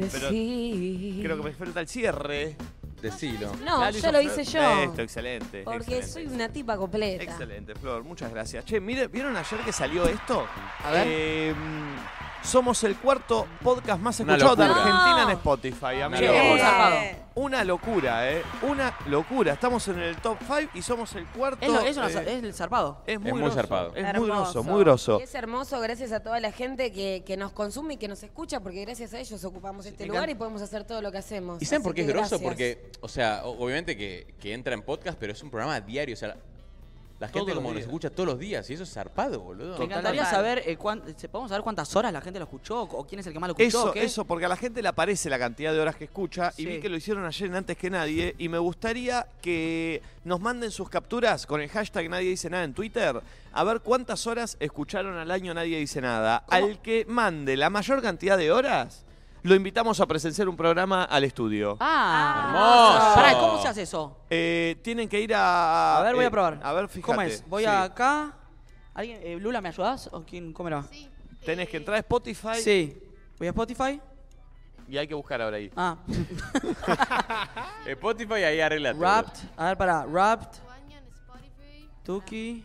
S5: quieren
S1: pero
S5: decir?
S1: creo que me falta el cierre.
S4: Decilo.
S5: No, ya lo hice yo.
S1: Esto, excelente.
S5: Porque
S1: excelente.
S5: soy una tipa completa.
S1: Excelente, Flor, muchas gracias. Che, mire, ¿vieron ayer que salió esto?
S2: A ver.
S1: Eh, mm, somos el cuarto podcast más
S4: Una
S1: escuchado de
S4: locura.
S1: Argentina en
S4: No.
S1: Spotify,
S4: Una
S1: amigo.
S4: locura.
S1: Eh, Una locura, ¿eh? Una locura. Estamos en el top 5 y somos el cuarto.
S2: Es, lo- es una-
S1: eh,
S2: es el zarpado.
S1: es muy,
S4: muy
S1: grosso,
S4: zarpado.
S1: Es muy
S5: Hermoso.
S1: grosso, muy grosso.
S5: Y es hermoso gracias a toda la gente que, que nos consume y que nos escucha, porque gracias a ellos ocupamos este
S4: me
S5: lugar
S4: encanta.
S5: y podemos hacer todo lo que hacemos.
S4: ¿Y saben
S5: Así
S4: por qué es
S5: que
S4: grosso?
S5: gracias.
S4: Porque, o sea, o- obviamente que, que entra en podcast, pero es un programa diario. O sea, la, la gente
S1: Todos
S4: como
S1: los
S4: nos
S1: días.
S4: escucha todos los días y eso es zarpado, boludo.
S2: Me encantaría saber, eh, cuán- ¿se- ¿podemos saber cuántas horas la gente lo escuchó? ¿O quién es el que más lo escuchó?
S1: Eso,
S2: ¿Qué?
S1: eso, porque a la gente le aparece la cantidad de horas que escucha y
S2: Sí.
S1: vi que lo hicieron ayer en antes que nadie y me gustaría que nos manden sus capturas con el hashtag nadie dice nada en Twitter a ver cuántas horas escucharon al año nadie dice nada. Al que mande la mayor cantidad de horas, lo invitamos a presenciar un programa al estudio.
S2: Ah,
S1: Hermoso.
S2: Pará, ¿cómo se hace eso?
S1: Eh, tienen que ir a...
S2: A ver, voy a
S1: eh,
S2: probar.
S1: A ver, fíjate.
S2: ¿Cómo es? Voy
S1: Sí.
S2: acá. ¿Alguien, eh, Lula, ¿me ayudás? ¿O quién? ¿Cómo era? Sí.
S1: Tenés que entrar a Spotify
S2: Voy a Spotify.
S1: y hay que buscar ahora ahí.
S2: Ah.
S4: Spotify ahí arregla todo.
S2: Rapt. A ver, pará. Rapt. Tuki.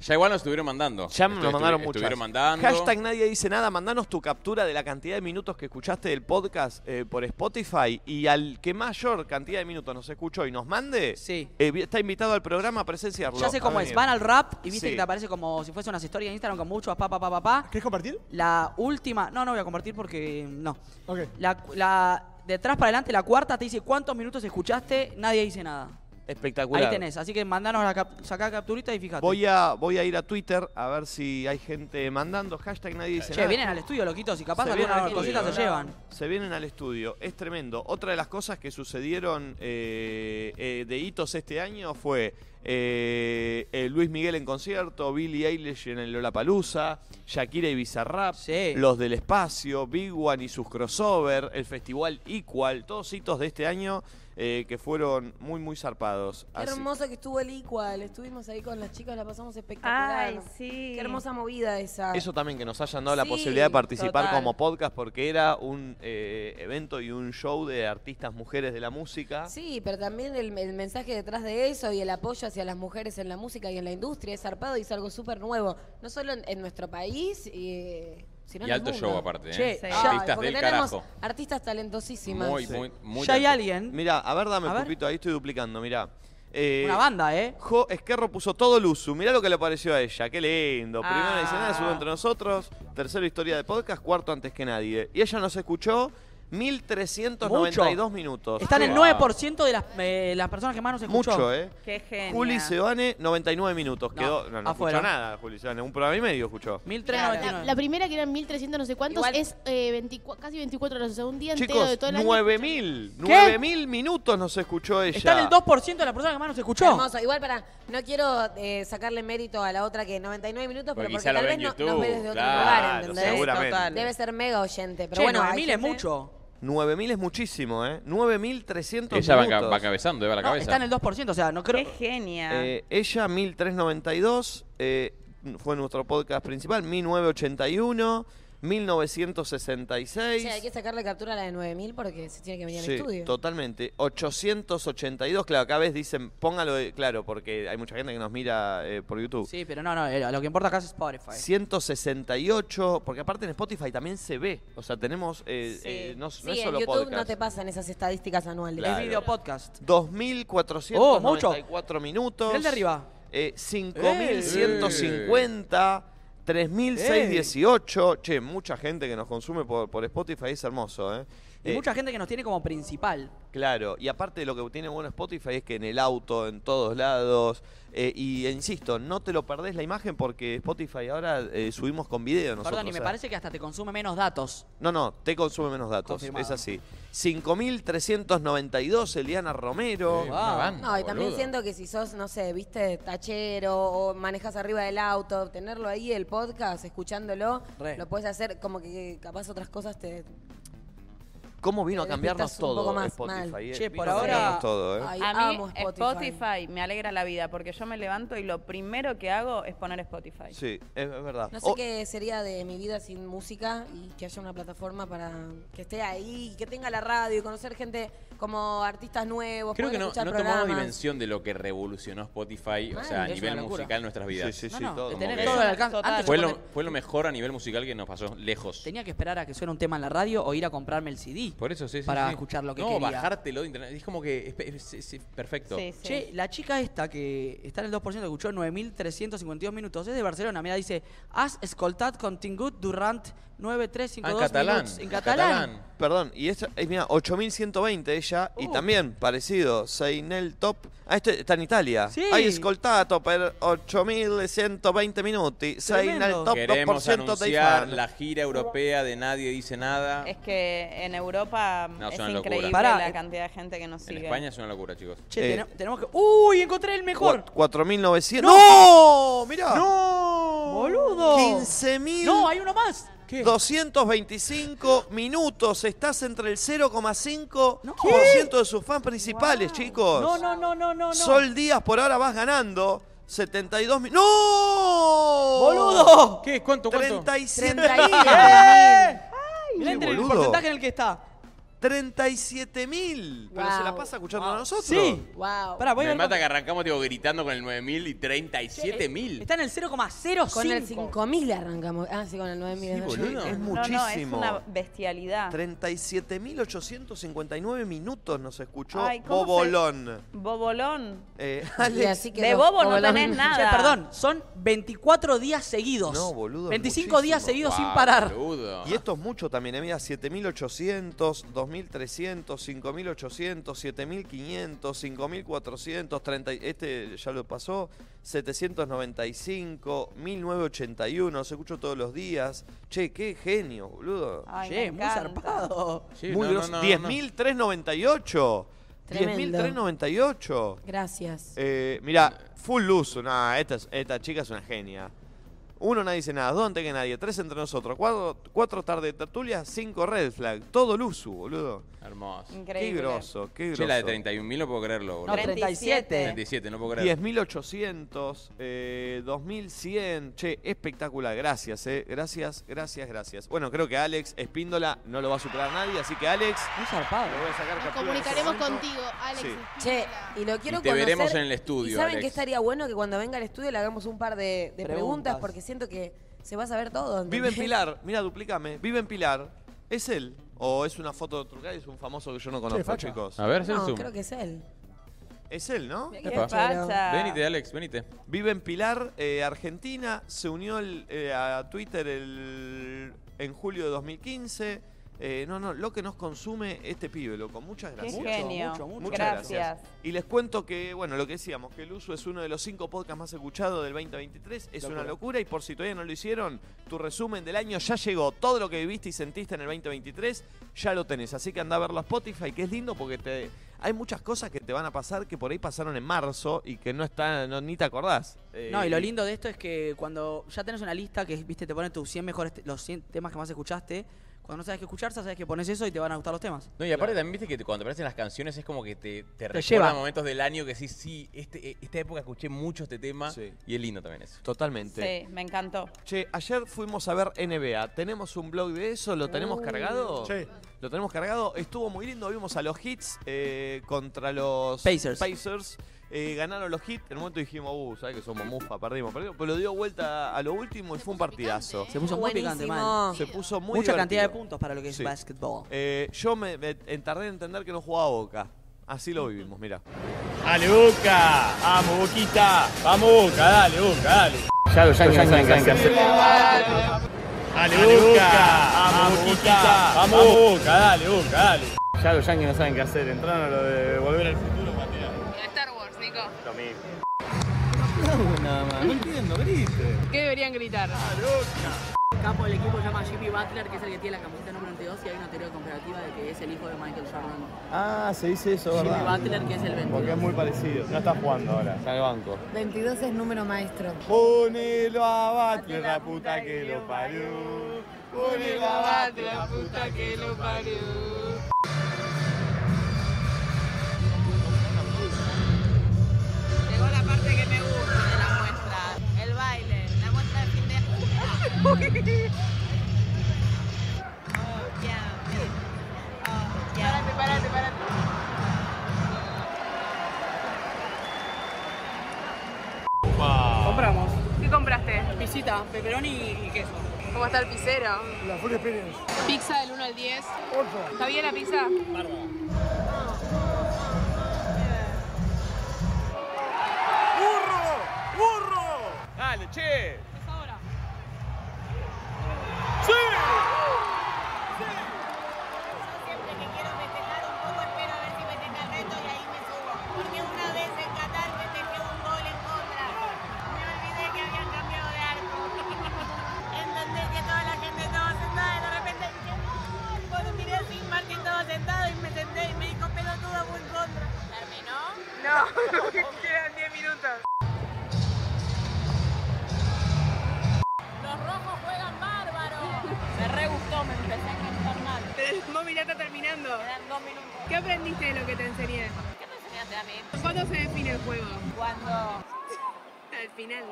S4: Ya igual nos estuvieron mandando.
S1: Ya nos
S4: Estu-
S1: mandaron
S4: estu-
S1: muchas.
S4: Estuvieron mandando.
S1: Hashtag nadie dice nada. Mandanos tu captura de la cantidad de minutos que escuchaste del podcast eh, por Spotify. Y al que mayor cantidad de minutos nos escuchó y nos mande, eh, vi- está invitado al programa a presenciarlo. Ah,
S2: Ya sé cómo
S1: A
S2: es.
S1: venir.
S2: Van al rap y viste
S1: Sí.
S2: que te aparece como si fuese unas historias en Instagram con muchos papá, papá, papá. ¿Quieres compartir? La última. No, no voy a compartir porque no. La, cu- la- de atrás para adelante, la cuarta te dice cuántos minutos escuchaste, nadie dice nada.
S4: Espectacular.
S2: Ahí tenés, así que mandanos la cap- sacá capturita y fíjate.
S1: Voy a, voy a ir a Twitter a ver si hay gente mandando. Hashtag nadie dice
S2: Che,
S1: nada.
S2: vienen al estudio, loquitos, y capaz
S1: Se
S2: alguna
S1: vienen al
S2: cosita
S1: estudio.
S2: se llevan.
S1: Se vienen al estudio. Es tremendo. Otra de las cosas que sucedieron eh, eh, de hitos este año fue eh, eh, Luis Miguel en concierto, Billie Eilish en el Lollapalooza, Shakira y Bizarrap, Los del Espacio, Big One y sus crossover, el Festival Equal, todos hitos de este año eh, que fueron muy, muy zarpados.
S4: Ah,
S5: Qué
S1: Así-
S5: hermoso que estuvo el Equal. Estuvimos ahí con las chicas, la pasamos espectacular.
S3: Ay, sí.
S5: Qué hermosa movida esa.
S1: Eso también, que nos hayan dado la
S5: Ah. Sí,
S1: posibilidad de participar
S5: total.
S1: como podcast, porque era un eh, evento y un show de artistas mujeres de la música.
S5: Sí, pero también el, el mensaje detrás de eso y el apoyo hacia las mujeres en la música y en la industria es zarpado y es algo súper nuevo. No solo en, en nuestro país, y, sino en
S4: Y
S5: el
S4: alto
S5: mundo.
S4: show aparte, ¿eh?
S5: Che,
S4: Sí.
S5: ay,
S4: Artistas
S5: porque
S4: del
S5: tenemos
S4: carajo.
S5: Artistas talentosísimas.
S4: Muy, muy, muy
S1: Ya hay
S2: alguien.
S1: Mirá, a ver, dame
S5: A
S1: un
S5: ver.
S1: poquito, ahí estoy duplicando, mirá. Eh,
S2: Una banda, ¿eh?
S1: Jo Esquerro puso todo Luzu, mirá lo que le pareció a ella, qué lindo. Primero
S2: Ah.
S1: dice nada, subo entre nosotros. Tercero, historia de podcast, cuarto, antes que nadie. Y ella nos escuchó 1392
S2: Mucho.
S1: minutos.
S2: Están el
S1: Wow.
S2: 9% de las, eh, las personas que más nos escuchó.
S1: Mucho, ¿eh?
S3: Qué genial.
S1: Juli Seoane, 99 minutos.
S2: No,
S1: Quedó, no, no
S2: afuera.
S1: escuchó nada, Juli Seoane. Un programa y medio escuchó.
S12: La, la primera que eran 1300 no sé cuántos es eh, 24 casi 24 horas, o sea, un día entero
S1: Chicos,
S12: de todo el año.
S1: 9000.
S12: escuchando.
S1: 9000 minutos nos escuchó ella.
S2: Está en el 2% de las personas que más nos escuchó.
S5: Hermoso. Igual para, no quiero eh, sacarle mérito a la otra que 99 minutos,
S1: Porque
S5: pero porque
S1: quizá lo
S5: tal vez
S1: ve en
S5: no,
S1: YouTube,
S5: nos ve desde otro
S1: claro,
S5: lugar, ¿entendés?
S1: seguramente. Total.
S5: Debe ser mega oyente, pero
S2: Che,
S5: bueno. hay
S2: 9000 es
S5: gente-
S2: mucho.
S1: 9000 es muchísimo, ¿eh? 9300
S4: Ella va, ca-
S1: minutos.
S4: va cabezando, eh, va la
S1: No,
S4: cabeza.
S2: Está en el 2%, o sea, no creo. Qué
S3: genia.
S1: Eh, ella, 1392, eh, fue nuestro podcast principal, 1981, 1966.
S5: Che, hay que sacarle captura a la de 9000 porque se tiene que venir al
S1: Sí,
S5: estudio.
S1: totalmente. 882, claro, cada vez dicen, póngalo, de- claro, porque hay mucha gente que nos mira eh, por YouTube.
S2: Sí, pero no, no, eh, lo que importa acá es Spotify.
S1: 168, porque aparte en Spotify también se ve, o sea, tenemos, eh, eh, no, no
S5: Sí,
S1: es
S5: en
S1: solo
S5: YouTube
S1: podcast.
S5: no te pasan esas estadísticas anuales.
S1: Claro. Es video
S2: podcast. Oh,
S1: 2.494 minutos.
S2: Mirá el de arriba.
S1: Eh, 5.150. 3.618. Che, mucha gente que nos consume por, por Spotify es hermoso, ¿eh?
S2: Y
S1: Eh,
S2: mucha gente que nos tiene como principal.
S1: Claro, y aparte lo que tiene bueno Spotify es que en el auto, en todos lados, eh, y insisto, no te lo perdés la imagen porque Spotify ahora eh, subimos con video nosotros.
S2: Perdón, y me
S1: ¿eh?
S2: parece que hasta te consume menos datos.
S1: No, no, te consume menos datos,
S2: Confirmado.
S1: es así. 5.392, Eliana Romero.
S5: Sí, una No, y también siento que si sos, no sé, viste, tachero o manejas arriba del auto, tenerlo ahí, el podcast, escuchándolo,
S1: Re.
S5: lo puedes hacer como que capaz otras cosas te...
S1: ¿Cómo vino a
S5: Te
S1: cambiarnos
S5: despistas un
S1: todo
S5: poco más,
S1: Spotify?
S5: mal.
S1: eh?
S5: Che,
S1: Vino
S5: por
S1: a
S5: ahora-
S1: cambiarnos todo, eh.
S5: Ay,
S3: a mí
S5: amo
S3: Spotify.
S5: Spotify.
S3: me alegra la vida porque yo me levanto y lo primero que hago es poner Spotify.
S1: Sí, es es verdad.
S5: No sé
S1: Oh,
S5: qué sería de mi vida sin música y que haya una plataforma para que esté ahí, que tenga la radio y conocer gente como artistas nuevos.
S4: Creo que
S5: poder
S4: no,
S5: escuchar
S4: no tomamos
S5: programas.
S4: dimensión de lo que revolucionó Spotify, o
S5: Mal.
S4: sea, a
S5: Es
S4: nivel
S5: una locura.
S4: musical en nuestras vidas.
S1: Sí, sí, sí, No, no, todo. de
S4: Como
S2: tener
S4: que
S2: todo el alcance. Antes
S4: Fue
S2: yo
S4: lo,
S2: cuando-
S4: fue lo mejor a nivel musical que nos pasó lejos.
S2: Tenía que esperar a que suene un tema en la radio o ir a comprarme el CD.
S4: Por eso, sí, sí,
S2: Para
S4: sí.
S2: escuchar lo que
S4: no,
S2: quería.
S4: bajártelo de internet. Es como que. es- es- es- es perfecto.
S2: Che, la chica esta que está en el 2% que escuchó 9.352 minutos es de Barcelona. Mira, dice, has escoltat contingut durant 9.352
S1: Ah,
S2: minutos. En catalán.
S1: Perdón, y esta es, mira, 8120 ella, y también parecido, Seinel Top. Ah, esto está en Italia.
S2: Sí.
S1: Hai ascoltato per 8120 minuti. Seinel Top
S4: Queremos
S1: 2% dei
S4: anunciar
S1: fan.
S4: la gira europea de Nadie Dice Nada.
S3: Es que en Europa
S4: Ah. No, es
S3: es
S4: una locura.
S3: increíble
S4: Pará,
S3: la
S4: eh,
S3: cantidad de gente que nos
S4: En
S3: sigue.
S4: España es una locura, chicos.
S1: Che, Eh,
S2: Ten- tenemos que... ¡Uy, encontré el mejor!
S1: Cua-
S14: Eh,
S1: 4900.
S2: ¡No!
S1: ¡Mirá!
S2: ¡No! ¡Boludo!
S1: 15.000.
S2: ¡No, hay uno más!
S1: 225 minutos, estás entre el 0,5% de sus fans principales, chicos.
S2: No, no, no, no, no, no.
S1: Sol Díaz por ahora vas ganando. 72 mil. ¡No!
S2: ¡Boludo!
S4: ¿Qué? ¿Cuánto?
S1: 37
S2: Mirá el
S1: boludo.
S2: porcentaje en el que está.
S1: 37 mil. Pero se la pasa escuchando a nosotros.
S5: Wow.
S2: Pará, voy a
S4: Me
S2: ver
S4: mata que arrancamos tipo, gritando con el 9000 y 37000.
S2: Está en el 0,05.
S5: Con el 5000 arrancamos. Ah, sí, con el 9000.
S1: Sí, boludo. Es
S3: No, no, es
S1: muchísimo.
S3: una bestialidad.
S1: 37.859 minutos nos escuchó
S3: Ay, ¿cómo
S1: Bobolón.
S3: Bobolón.
S1: Eh,
S3: Y así quedó. De bobo no Bobolón. tenés nada.
S2: Che, perdón, son 24 días seguidos.
S1: No, boludo.
S2: 25
S1: muchísimo.
S2: días seguidos sin parar.
S1: Y esto es mucho también, eh, mira, 7800, 2800, 2.300, 5.800, 7.500, 5.400, 30 este ya lo pasó, 795, 1.981, los escucho todos los días. Che, qué genio, boludo.
S2: Ay,
S1: che,
S2: me encanta.
S1: Sí,
S8: Muy
S1: muy
S8: grosso.
S1: grosso. 10.398.
S8: Tremendo.
S1: 10.398.
S8: Gracias.
S1: Eh, mirá, full luz. Nah, esta, es- esta chica es una genia. Uno, nadie dice nada. Dos, antes que nadie. Tres, entre nosotros. Cuatro, cuatro tarde de tertulia. Cinco, red flag. Todo luzu, boludo.
S4: Hermoso.
S1: Qué grosso, qué grosso.
S4: Che, la de 31.000 no puedo creerlo, boludo.
S1: 37.
S4: 37, no puedo creerlo.
S1: 10.800, eh, 2.100. Che, espectacular. Gracias, eh. Gracias, gracias, gracias. Bueno, creo que Alex Espíndola no lo va a superar nadie, así que Alex.
S2: Un zarpado.
S1: Lo voy a sacar captura en este
S12: Comunicaremos
S1: momento.
S12: contigo, Alex.
S1: Sí.
S5: Che, y lo quiero
S1: Y te
S5: conocer.
S1: veremos en el
S5: ¿Y
S1: estudio,
S5: saben
S1: Alex.
S5: que estaría bueno que cuando venga al estudio le hagamos un par de, de preguntas.
S1: Preguntas.
S5: porque siento que se va a saber todo. ¿entendés?
S1: Vive en Pilar. Mira, duplícame. Vive en Pilar. ¿Es él? ¿O es una foto trucada y es un famoso que yo no conozco,
S5: facha.
S1: chicos?
S4: A ver, haz el
S5: No,
S4: zoom.
S5: creo que es él.
S1: Es él, ¿no?
S5: Qué Epa. facha.
S4: Venite, Alex, venite.
S1: Vive en Pilar, eh, Argentina. Se unió el, eh, a Twitter el- en julio de 2015. Eh, no, no, lo que nos consume este pibe, loco. Muchas gracias.
S3: Qué genio.
S1: Muchas gracias. Y les cuento que, bueno, lo que decíamos, que el uso es uno de los cinco podcasts más escuchados del 2023. Es
S22: Locura.
S1: una locura y por si todavía no lo hicieron, tu resumen del año ya llegó. Todo lo que viviste y sentiste en el 2023 ya lo tenés. Así que anda a verlo a Spotify, que es lindo porque te, hay muchas cosas que te van a pasar que por ahí pasaron en marzo y que no está, no, ni te acordás. Eh,
S2: No, y lo lindo de esto es que cuando ya tenés una lista que, viste, te ponen tus 100 mejores, te- los 100 temas que más escuchaste, cuando no sabes qué escuchar, sabes que pones eso y te van a gustar los temas.
S4: No, y aparte también viste que te- cuando te aparecen las canciones es como que te, te, recuerda
S2: lleva.
S4: momentos del año que sí, sí, este, esta época escuché mucho este tema y es lindo también eso.
S1: Totalmente.
S3: Sí, me encantó.
S1: Che, ayer fuimos a ver NBA. ¿Tenemos un blog de eso? ¿Lo tenemos
S3: Uh.
S1: cargado?
S3: Sí.
S1: Lo tenemos cargado. Estuvo muy lindo. Vimos a los Hits eh, contra los Pacers. Eh, ganaron los Hits. En un momento dijimos, uh, sabes que somos mufa, perdimos, perdimos. Pero lo dio vuelta a lo último y fue un partidazo.
S2: Se puso muy picante, man.
S1: Se puso muy
S2: Mucha cantidad de
S1: divertido.
S2: puntos para lo que es
S1: Sí.
S2: básquetbol.
S1: Eh, yo me, me tardé en entender que no jugaba Boca. Así lo vivimos, mira.
S6: Dale, Boca. Vamos, Boquita. Vamos, Boca. Dale, Boca, dale.
S25: Ya los Yankees no saben qué hacer.
S6: Dale, Boca. Vamos, Boquita. Vamos, Boca. Dale, Boca, dale.
S25: Ya los Yankees no saben qué hacer. Entraron a lo de volver al futuro para tirar.
S20: Star Wars, Nico.
S25: Lo mismo. No, nada más. No entiendo, grite.
S20: ¿Qué deberían gritar?
S1: Ah,
S26: Capo del equipo se llama Jimmy Butler, que es el que tiene la camiseta número 92 y hay una teoría comparativa de que es el hijo de Michael Jordan.
S25: Ah, se dice eso,
S26: Jimmy
S25: ¿verdad?
S26: Butler, que es el 22.
S25: Porque es muy parecido. No está jugando ahora, está en el banco.
S5: 22 es número maestro.
S25: Ponelo a Butler, la puta que lo parió. Ponelo a Butler, la puta que lo parió.
S3: Llegó la parte que me gusta de la muestra. El baile, la muestra de fin de...
S26: Parate, parate, parate.
S20: Compramos. ¿Qué compraste? Pisita, pepperoni y queso. ¿Cómo está el pizzero?
S9: La full experience.
S20: Pizza del 1 al 10. ¿Está bien la pizza?
S6: ¡Burro! ¡Burro! Dale, che. ¡Sí!
S14: Siempre que quiero festejar un poco, espero a ver si festeja el reto y ahí me subo. Porque una vez en Qatar festejé un gol en contra. Me olvidé que habían cambiado de arco. Entendé que toda la gente estaba sentada y de repente dije, "Gol". Cuando miré así, Martín estaba sentado y me senté y me dijo, pelotudo, fue en contra. ¿Terminó?
S20: quedan 10 minutos.
S14: Los rojos juegan bárbaro.
S20: Me re gustó, me empecé a cansar mal. Pero el móvil ya está terminando. Quedan 2 minutos. ¿Qué aprendiste de lo que te enseñé?
S14: ¿Qué me enseñaste a mí?
S20: ¿Cuándo se define el juego?
S14: Cuando...
S20: Al final.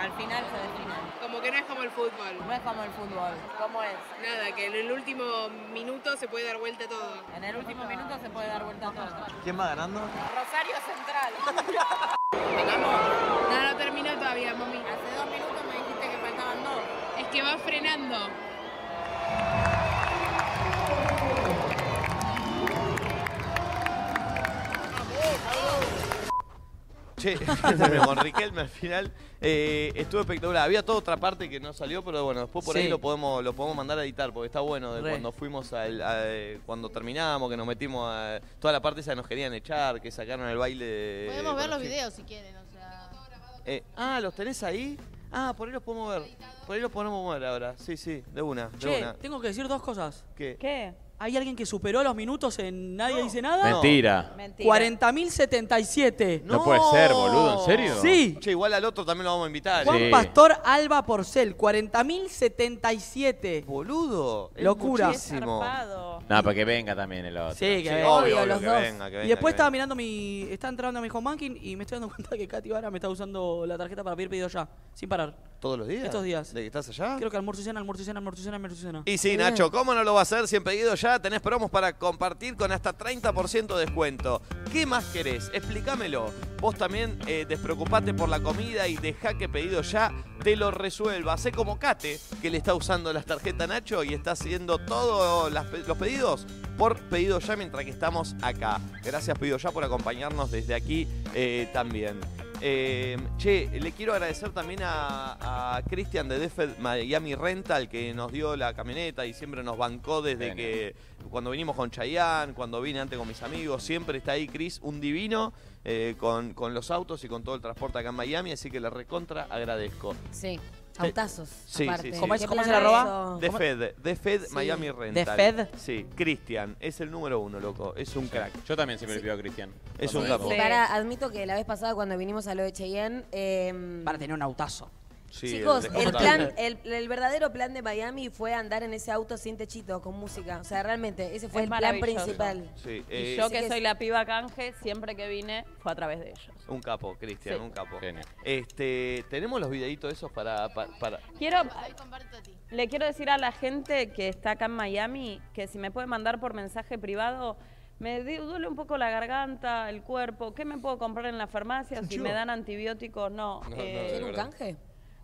S3: Al final se define.
S20: Como que no es como el fútbol.
S3: No es como el fútbol. ¿Cómo es?
S20: Nada, que en el último minuto se puede dar vuelta todo.
S3: En el último minuto se puede dar vuelta todo.
S22: ¿Quién va ganando?
S3: Rosario Central.
S20: No, no terminó todavía, mami. Hace dos minutos me dijiste que faltaban dos. Es que va frenando.
S1: Che, terminamos con Riquelme al final eh, estuvo espectacular. Había toda otra parte que no salió, pero bueno, después por ahí
S2: Sí.
S1: lo podemos, lo podemos mandar a editar, porque está bueno de
S2: Re.
S1: cuando fuimos al, a- cuando terminábamos, que nos metimos a toda la parte esa que nos querían echar, que sacaron el baile de-
S12: Podemos ver
S1: eh, bueno,
S12: los
S1: sí.
S12: videos si quieren, o sea.
S1: Eh, ah, ¿los tenés ahí? Ah, por ahí los podemos ver. Por ahí los podemos ver ahora. Sí, sí, de una, de
S2: Che,
S1: una.
S2: tengo que decir dos cosas.
S1: ¿Qué?
S2: Hay alguien que superó los minutos en Nadie dice nada.
S23: Mentira.
S1: Mentira.
S2: 40.077.
S23: No puede ser, boludo, ¿en serio?
S2: Sí.
S1: Che, igual al otro también lo vamos a invitar.
S2: Juan
S1: eh.
S2: Pastor Alba Porcel, 40.077.
S1: Boludo. es
S2: Locura.
S1: muchísimo.
S23: No, para que venga también el otro.
S2: Sí, que venga.
S1: Ah,
S2: y después estaba mirando mi. Está entrando mi home banking y me estoy dando cuenta que Katy Vara me está usando la tarjeta para pedir pedido ya, sin parar.
S1: ¿Todos los días?
S2: Estos días.
S1: ¿De que estás allá?
S2: Creo que almuerzo y cena, almuerzo y cena, almuerzo y cena, almuerzo y cena.
S1: Y sí, Nacho, ¿cómo no lo va a hacer si en pedido ya tenés promos para compartir con hasta 30% de descuento? ¿Qué más querés? Explícamelo. Vos también eh, despreocupate por la comida y dejá que pedido ya te lo resuelva. Sé como Kate, que le está usando las tarjetas a Nacho y está haciendo todos las pe- los pedidos por pedido ya mientras que estamos acá. Gracias, pedido ya, por acompañarnos desde aquí eh, también. Eh, che, le quiero agradecer también a, a Cristian de Defed Miami Rental que nos dio la camioneta y siempre nos bancó desde que cuando vinimos con Chayanne, cuando vine antes con mis amigos, siempre está ahí Chris, un divino eh, con, con los autos y con todo el transporte acá en Miami, así que le recontra agradezco.
S5: Sí. Autazos.
S1: Sí,
S5: aparte.
S1: sí, sí.
S5: ¿Qué plan eso?
S1: Defed, Defed
S5: Sí.
S1: Miami Rental.
S5: Defed.
S1: Sí, Cristian, es el número uno, loco, es un crack.
S23: Yo también siempre le pido a Cristian.
S1: Es
S23: Cuando
S1: un
S23: vengo.
S1: capo.
S5: Y para, admito que la vez pasada cuando vinimos a lo de Cheyenne. eh,
S2: Para tener un autazo.
S1: Sí,
S5: Chicos,
S1: el-
S5: el, plan, el, el verdadero plan de Miami fue andar en ese auto sin techito, con música. O sea, realmente, ese fue
S3: Es
S5: el plan
S3: maravilloso.
S5: principal.
S1: Sí,
S3: Y
S1: eh,
S3: yo que soy la piba canje, siempre que vine fue a través de ellos.
S1: Un capo, Cristian,
S3: Sí.
S1: un capo. Este, tenemos los videitos esos para, pa- para,
S3: Quiero, le quiero decir a la gente que está acá en Miami que si me puede mandar por mensaje privado, me di- duele un poco la garganta, el cuerpo, ¿qué me puedo comprar en la farmacia? Si
S5: Yo.
S3: me dan antibióticos, no.
S5: No, no,
S3: eh,
S5: de ¿Tiene un verdad. canje?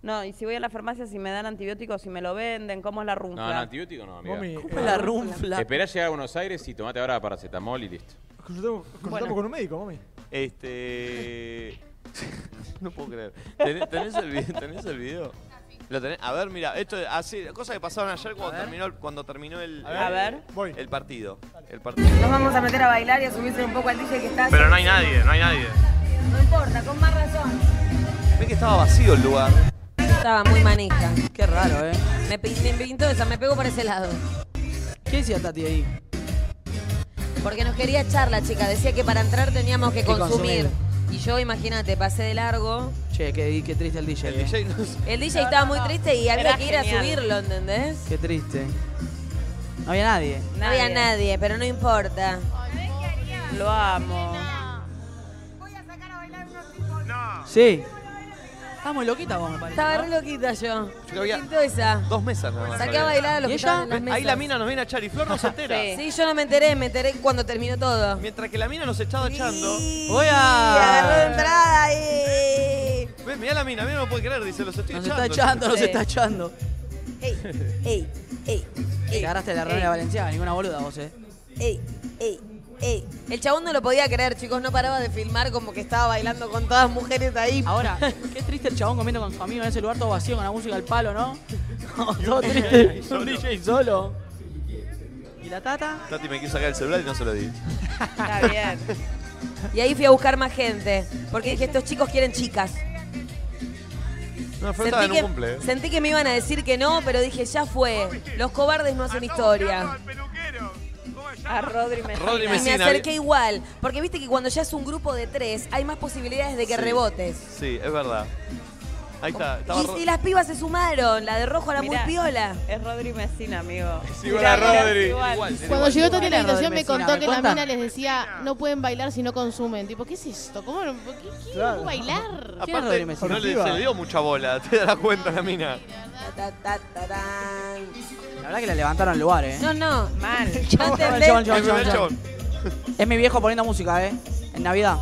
S3: No, y si voy a la farmacia, si me dan antibióticos, si me lo venden, ¿cómo es la
S23: No, no,
S3: runfla?
S23: antibiótico no, amiga.
S3: Mami, ¿Cómo eh, la runfla?
S23: Esperá llegar a Buenos Aires y tomate ahora paracetamol y listo.
S9: Consultamos, consultamos
S3: Bueno.
S9: con un médico, mami.
S1: Este. no puedo creer. ¿Tenés, tenés el video? ¿Tenés el video? Lo tenés- A ver, mira, esto es así, cosas que pasaron ayer cuando terminó, el- cuando terminó el,
S5: A ver.
S1: el partido. El partido.
S5: Nos vamos a meter a bailar y a subirse un poco al DJ que está.
S1: no hay nadie.
S5: No importa, con más razón.
S1: Ve que estaba vacío el lugar.
S5: Estaba muy manija.
S2: Qué raro, ¿eh?
S5: Me, pi- me pintó esa, me pegó por ese lado.
S2: ¿Qué decía Tati ahí?
S5: Porque nos quería echar la chica. Decía que para entrar teníamos que
S2: Que consumir.
S5: consumir. Y yo, imagínate, pasé de largo.
S2: Che, qué, qué triste el eh. DJ. El
S1: DJ
S5: El DJ estaba muy triste y había
S3: Era
S5: que ir a
S3: genial.
S5: subirlo, ¿entendés?
S2: Qué triste. No había nadie.
S5: No había nadie, pero no importa.
S3: Lo amo.
S2: Sí. Estás muy loquita vos, me parece.
S5: Estaba
S2: ¿no?
S5: re loquita yo.
S1: Yo había-
S5: Me pintó esa.
S1: Dos mesas nada más.
S5: Saqué a bailar a los que estaban en las
S1: Ahí la
S5: mesas.
S1: mina nos viene a echar y Flor no se entera.
S5: Sí, yo no me enteré, me enteré cuando terminó todo.
S1: Mientras que la mina nos estaba echando.
S2: Voy a-
S5: Y agarró de entrada y.
S1: Ve, mirá la mina, mira, no puede creer, dice, los estoy
S2: Nos
S1: echando.
S2: está echando, nos
S1: Sí.
S2: está echando.
S5: Ey, ey, ey,
S2: Te agarraste la reina valenciana, ninguna boluda vos, eh.
S5: Ey, ey, ey. El chabón no lo podía creer, chicos, no paraba de filmar como que estaba bailando con todas mujeres ahí.
S2: Ahora, qué triste el chabón comiendo con su amigo en ese lugar todo vacío con la música al palo, ¿no? No, todo triste. Un DJ solo. ¿Y la tata?
S1: Tati me quiso sacar el celular y no se lo di.
S3: Está bien.
S5: Y ahí fui a buscar más gente, porque dije, estos chicos quieren chicas.
S1: No, Flor estaba
S5: Sentí
S1: en
S5: que,
S1: un cumple. eh.
S5: sentí que me iban a decir que no, pero dije, ya fue. Los cobardes no hacen historia.
S3: A Rodri Messina.
S1: Rodri
S5: Y me
S1: Messina.
S5: acerqué igual, porque viste que cuando ya es un grupo de tres, hay más posibilidades de que
S1: Sí.
S5: rebotes.
S1: Sí, es verdad. Ahí está. estaba
S5: Y,
S1: Ro-
S5: y las pibas se sumaron, la de rojo era muy
S3: Mirá,
S5: piola.
S3: Es Rodri Messina, amigo.
S1: Es igual a
S3: Mirá,
S1: Rodri.
S3: igual.
S1: Igual, era
S12: Cuando
S1: igual.
S12: llegó Tati a la
S3: Igual.
S12: habitación me
S3: Messina,
S12: contó
S3: ¿me
S12: que la
S3: cuentan?
S12: mina les decía, no pueden bailar si no consumen. Tipo, ¿qué es esto? ¿Cómo no- ¿Por qué quieren
S1: Claro.
S12: bailar?
S1: Aparte, no le, se le dio mucha bola, te darás cuenta la mina.
S5: Ta, ta, ta, tarán.
S2: La verdad que la levantaron al lugar, eh.
S5: No, no.
S3: Mal.
S5: No te
S2: El chabón,
S5: ves.
S2: el chabón, el chabón. Es mi viejo poniendo música, eh. En Navidad.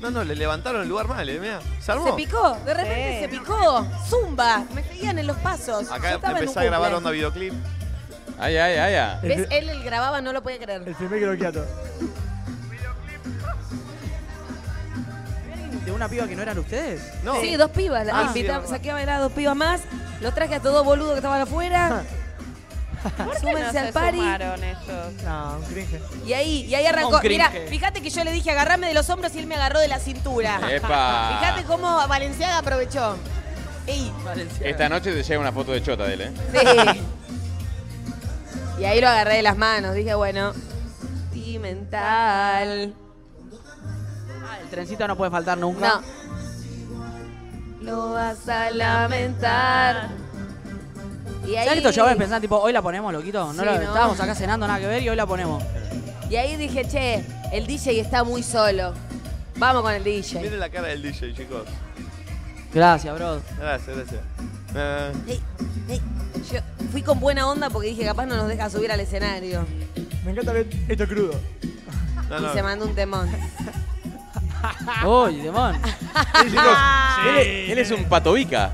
S1: No, no, le levantaron el lugar mal, eh, mirá. Se
S5: Se
S1: armó.
S5: picó, de repente se picó. Zumba, me seguían en los pasos. Yo
S1: Acá
S5: estaba en un
S1: empecé a grabar
S5: cumple.
S1: onda videoclip.
S23: Ay, ay, ay, ay.
S5: ¿Ves? Él el grababa, no lo podía creer.
S9: El primer croquiato.
S2: de una piba que no eran ustedes?
S5: Sí, dos pibas. la-
S2: Ah.
S5: invita-
S2: Sí, es
S5: saqué a bailar a dos pibas más. Los traje a todos dos boludos que estaban afuera.
S3: ¿Por qué
S5: Súmense
S3: no
S5: al
S3: se
S5: party.
S3: sumaron ellos?
S9: No, un cringe.
S5: Y ahí, y ahí
S3: Un
S5: arrancó.
S3: cringe.
S5: Mira, fíjate que yo le dije agarrame de los hombros y él me agarró de la cintura.
S23: Epa.
S5: Fíjate cómo Valenciaga aprovechó. Ey.
S23: Esta noche te llega una foto de Chota de él, ¿eh?
S5: Sí. y ahí lo agarré de las manos. Dije, bueno, mental.
S2: El trencito no puede faltar nunca.
S5: No. Lo vas a lamentar. Y ahí,
S2: ¿Sabes que estos chavales pensaban, tipo, hoy la ponemos, loquito? No
S5: Sí,
S2: lo,
S5: ¿no?
S2: Estábamos acá cenando, nada que ver, y hoy la ponemos.
S5: y ahí dije, che, el DJ está muy solo. Vamos con el DJ.
S1: Miren la cara del DJ, chicos.
S2: Gracias, bro.
S1: Gracias, gracias. Eh,
S5: Ey, ey, Yo fui con buena onda porque dije, capaz no nos deja subir al escenario.
S9: Me encanta ver esto crudo.
S1: no,
S5: Y se mandó un temón.
S2: Uy, demon.
S1: Ah.
S4: Él, es- él es un patobica.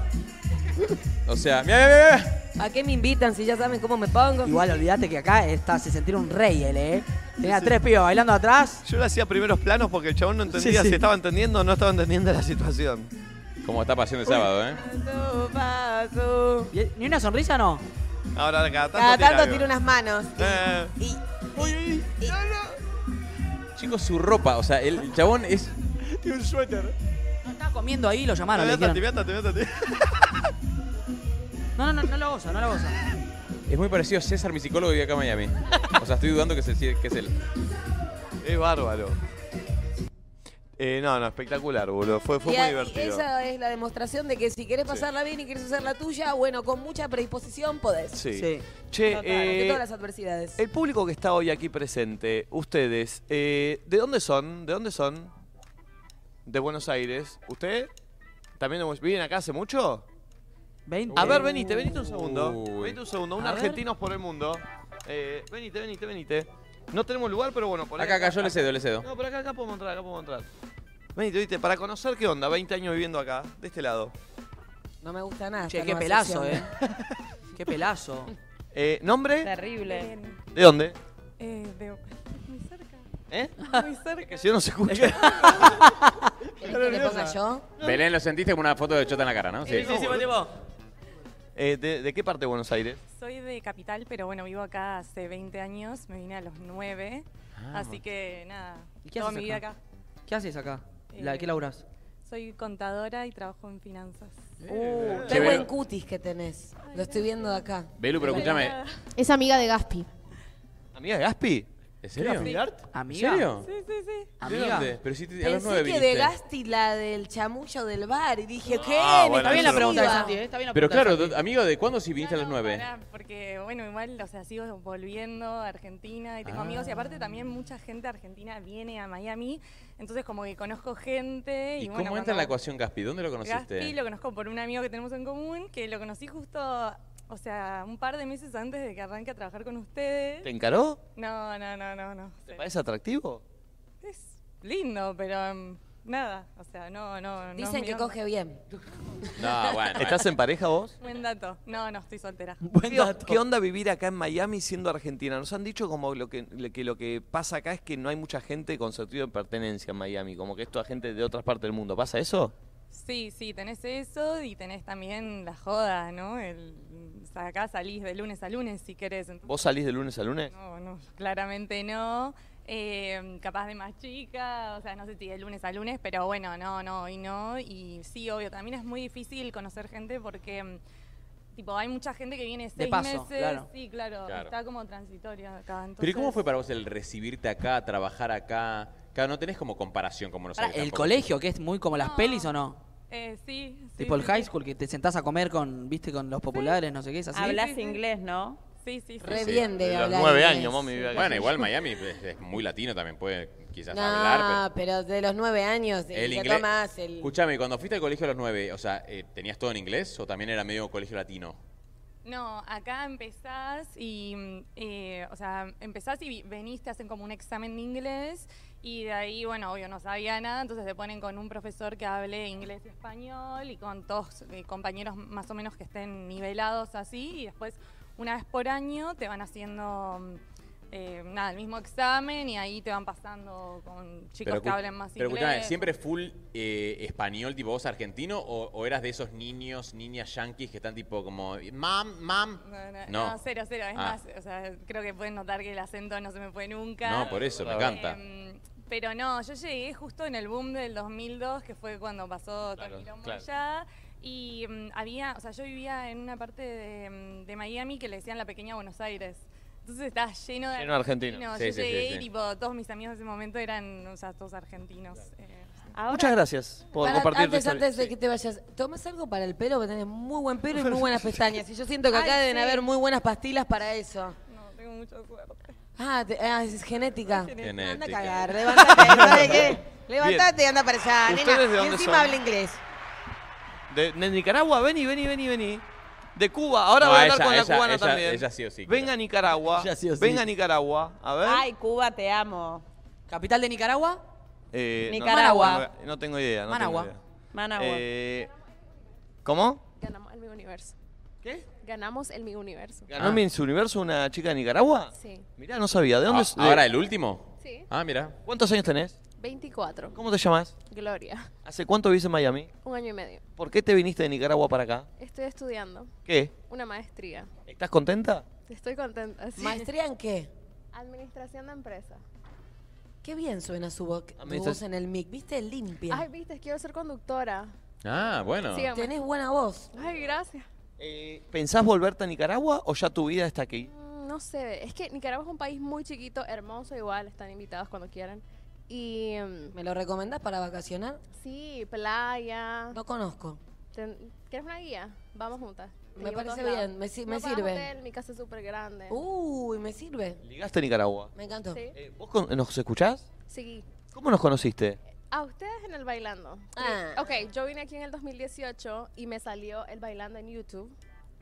S4: O sea, mira, mira, mira.
S5: ¿A qué me invitan si ya saben cómo me pongo?
S2: Igual olvídate que acá está, se sentir un rey él, ¿eh? Tenía
S1: Sí, sí.
S2: tres pibas bailando atrás.
S1: Yo le hacía primeros planos porque el chabón no entendía
S2: sí.
S1: si estaba entendiendo o no estaba entendiendo la situación.
S23: Como está pasión de sábado, ¿eh?
S2: ¿Ni una sonrisa no?
S1: Ahora cada tanto,
S5: Cada tanto
S1: algo.
S5: tiro unas manos.
S1: Eh,
S4: Chicos, su ropa. O sea, el el chabón es.
S9: Y un suéter.
S2: Estaba comiendo ahí, lo llamaron. le dijeron. No, no, no, no lo goza, no lo goza.
S4: Es muy parecido a César, mi psicólogo, que vive acá en Miami. O sea, estoy dudando que, se- que es él.
S1: Es bárbaro. Eh, no, no, espectacular, boludo. Fue, fue
S5: Y
S1: muy
S5: ahí,
S1: divertido.
S5: esa es la demostración de que si querés pasarla bien y querés hacer la tuya, bueno, con mucha predisposición podés.
S1: Sí. Che,
S5: Total,
S1: eh,
S5: de todas las adversidades.
S1: el público que está hoy aquí presente, ustedes, eh, ¿de dónde son? ¿De dónde son? De Buenos Aires. ¿Usted? ¿También de Buenos- viven acá hace mucho? A
S5: Uh.
S1: ver, venite, venite un segundo.
S4: Uy.
S1: Venite un segundo. Un
S4: A ver.
S1: argentinos por el mundo. Eh, venite, venite, venite. No tenemos lugar, pero bueno, por ahí
S4: Acá, acá, yo le cedo, le cedo.
S1: No, por acá, acá podemos entrar, acá podemos entrar. Venite, venite, para conocer qué onda, 20 años viviendo acá, de este lado.
S5: No me gusta nada.
S2: Che,
S5: esta
S2: qué
S5: nueva
S2: pelazo,
S5: sección.
S2: ¿eh? Qué pelazo.
S1: Eh, ¿Nombre?
S3: Terrible.
S1: ¿De dónde?
S8: Eh, de... Muy cerca.
S1: ¿Eh?
S8: Muy cerca.
S1: Que si no no se escucha.
S8: ¿Querés que le ponga yo?
S23: Belén, lo sentiste como una foto de Chota en la cara, ¿no?
S1: Sí, sí, sí, Eh, ¿de, de qué parte de Buenos Aires?
S8: Soy de Capital, pero bueno, vivo acá hace 20 años. Me vine a los 9.
S2: Ah.
S8: así que nada,
S2: ¿Y qué
S8: toda
S2: haces
S8: mi vida
S2: acá?
S8: acá.
S2: ¿Qué haces acá? La, ¿Qué laburás?
S8: Soy contadora y trabajo en finanzas.
S5: Uh,
S23: Che,
S5: qué buen
S23: Belu.
S5: cutis que tenés. Lo estoy viendo de acá.
S23: Belu, pero escúchame.
S12: Es amiga de Gaspi.
S1: ¿Amiga de Gaspi?
S23: ¿En
S4: serio?
S2: ¿Amiga?
S4: ¿En serio?
S8: Sí, sí, sí.
S4: ¿De dónde? Pero si te- a los nueve
S5: Pensé que de
S4: viniste.
S5: Gasti la del chamullo del bar y dije, ¿qué?
S4: Ah, bueno,
S5: Está
S4: eso
S5: bien la
S4: no.
S5: pregunta de
S8: Santi, ¿eh? Está bien la
S4: Pero
S8: pregunta de
S4: claro, do- amigo, ¿de cuándo si viniste a las nueve?
S8: Pará, porque bueno, igual, o sea, sigo volviendo a Argentina y tengo
S4: Ah.
S8: amigos y aparte también mucha gente argentina viene a Miami, entonces como que conozco gente y,
S4: ¿Y
S8: bueno,
S4: cómo entra en la
S8: cuando-
S4: ecuación Gaspi? ¿Dónde lo
S8: Gaspi
S4: conociste?
S8: lo conozco por un amigo que tenemos en común, que lo conocí justo, o sea, un par de meses antes de que arranque a trabajar con ustedes.
S1: ¿Te encaró?
S8: No, no, no, no, no.
S1: ¿Te parece atractivo?
S8: Es lindo, pero em, nada, o sea, no, no, no.
S5: Dicen que coge bien.
S1: No,
S4: bueno.
S1: ¿Estás en pareja vos?
S8: Buen dato. No, no, estoy soltera.
S1: ¿Qué, qué onda vivir acá en Miami siendo argentina? Nos han dicho como lo que, le- que lo que pasa acá es que no hay mucha gente con sentido de pertenencia en Miami, como que esto a gente de otras partes del mundo. ¿Pasa eso?
S8: Sí, sí, tenés eso y tenés también la joda, ¿no? El, o sea, acá salís de lunes a lunes si querés. entonces-
S1: ¿Vos salís de lunes a lunes?
S8: No, no, claramente no. Eh, capaz de más chica, o sea, no sé si de lunes a lunes, pero bueno, no, no, hoy no. Y sí, obvio, también es muy difícil conocer gente porque, mm, tipo, hay mucha gente que viene seis
S4: paso,
S8: meses.
S4: claro.
S8: Sí, claro,
S4: Claro.
S8: está como transitoria acá. Entonces,
S4: Pero ¿y cómo fue para vos el recibirte acá, trabajar acá? Claro, no tenés como comparación como
S2: Pará,
S4: nosotros.
S2: ¿El colegio, que es muy como las pelis o no?
S8: Eh, sí, sí.
S2: tipo el
S8: sí,
S2: high
S8: sí.
S2: school, que te sentás a comer con, viste, con los populares, no sé qué, es así.
S8: Hablas
S3: inglés, ¿no?
S8: Sí, sí, sí.
S5: Re bien
S3: eh,
S5: de hablar inglés.
S4: Bueno, igual Miami es, es muy latino también, puede quizás
S5: No,
S4: hablar, pero...
S5: pero de los nueve años, eh,
S4: El
S5: se
S4: inglés.
S5: toma más el...
S4: Escuchame, cuando fuiste al colegio a los nueve, o sea, eh, ¿tenías todo en inglés o también era medio colegio latino?
S8: No, acá empezás y, mm, eh, o sea, empezás y vi- venís, te hacen como un examen de inglés y de ahí, bueno, obvio, no sabía nada, entonces te ponen con un profesor que hable inglés y español y con todos eh, compañeros más o menos que estén nivelados así y después una vez por año te van haciendo mm, eh, nada, el mismo examen y ahí te van pasando con chicos que
S4: escu-
S8: hablen más
S4: pero
S8: inglés.
S4: escuchame, ¿siempre full eh, español, tipo vos argentino? O, o eras de esos niños, niñas yanquis que están tipo como, mam, mam?
S8: No, no,
S4: No.
S8: no, cero, cero. Es
S4: Ah.
S8: más, o sea, creo que pueden notar que el acento no se me fue nunca.
S4: No, por eso, me encanta.
S8: Em, pero no, yo llegué justo en el boom del 2002, que fue cuando pasó todo el
S4: Claro,
S8: quilombo
S4: claro.
S8: allá. Y em, había, o sea, yo vivía en una parte de, em, de Miami que le decían la pequeña Buenos Aires. Entonces estaba lleno de
S1: Lleno de argentinos. Sí,
S8: yo
S1: sí, sí,
S8: llegué
S1: sí.
S8: y tipo, todos mis amigos en ese momento eran, o sea, todos argentinos. Eh,
S3: Muchas
S1: gracias por
S5: Pará,
S1: compartir tu
S5: antes,
S1: historia.
S5: antes de que te vayas, ¿tomas algo para el pelo? Porque tenés muy buen pelo y muy buenas pestañas. Y yo siento que acá
S3: Ay,
S5: deben
S3: sí.
S5: haber muy buenas pastilas para eso.
S8: No, tengo mucha suerte.
S5: Ah, te- ah, es genética.
S4: Genética.
S5: Anda a cagar, levántate, ¿sabes qué? Levantate y anda para allá,
S1: Bien.
S5: nena.
S1: ¿Ustedes de
S5: Y
S1: dónde
S5: encima
S1: son?
S5: habla inglés.
S1: De, de Nicaragua, vení, vení, vení, vení. De Cuba, ahora voy a hablar con la cubana también.
S4: Ella sí o sí.
S1: Venga a Nicaragua.
S4: Ella sí o sí.
S1: Venga a Nicaragua. A ver.
S3: Ay, Cuba, te amo.
S27: ¿Capital de Nicaragua?
S1: Eh, no-
S3: Nicaragua.
S1: No, tengo idea. No
S3: Managua.
S1: Tengo idea.
S3: Managua.
S1: Eh, ¿Cómo?
S20: Ganamos el Mi Universo. ¿Qué? Ganamos el Mi Universo.
S1: ¿Ganó Ah.
S4: Ah.
S1: Miss Universo una chica de Nicaragua?
S20: Sí.
S1: Mirá, no sabía. ¿De dónde
S4: Ah,
S1: es?
S4: ¿ahora el último?
S20: Sí.
S4: Ah, mira.
S1: ¿Cuántos años tenés?
S20: 24.
S1: ¿Cómo te llamas?
S20: Gloria.
S1: ¿Hace cuánto vivís en Miami?
S20: Un año y medio.
S1: ¿Por qué te viniste de Nicaragua para acá?
S20: Estoy estudiando
S1: ¿Qué?
S20: una maestría.
S1: ¿Estás contenta?
S20: Estoy contenta. sí.
S5: ¿Maestría en qué?
S20: Administración de empresas.
S5: Qué bien suena su, vo- tu
S1: Administra-
S5: voz en el mic, ¿viste? Limpia.
S20: Ay, viste, quiero ser conductora.
S4: Ah, bueno.
S20: Sigamos.
S5: Tenés buena voz.
S20: Ay, gracias.
S1: ¿Pensás volverte a Nicaragua o ya tu vida está aquí?
S20: Mm, No sé, es que Nicaragua es un país muy chiquito, hermoso igual, están invitados cuando quieran. Y mm,
S5: ¿Me lo recomendás para vacacionar?
S20: sí, playa.
S5: No conozco.
S20: Ten- ¿Quieres una guía? Vamos juntas. Te
S5: Me
S20: llevo a todos
S5: parece
S20: lados.
S5: bien, me si-
S20: No
S5: me
S20: pagas
S5: sirve. Uh.
S20: hotel, mi casa es súper grande.
S5: Uy, me sirve.
S1: ¿Llegaste a Nicaragua? Eh,
S5: Me encantó.
S20: Sí.
S1: ¿Vos con- nos escuchás?
S20: Seguí.
S1: ¿Cómo nos conociste?
S20: A ustedes en el bailando.
S5: Ah.
S20: Ok, yo vine aquí en el 2018 y me salió el bailando en YouTube.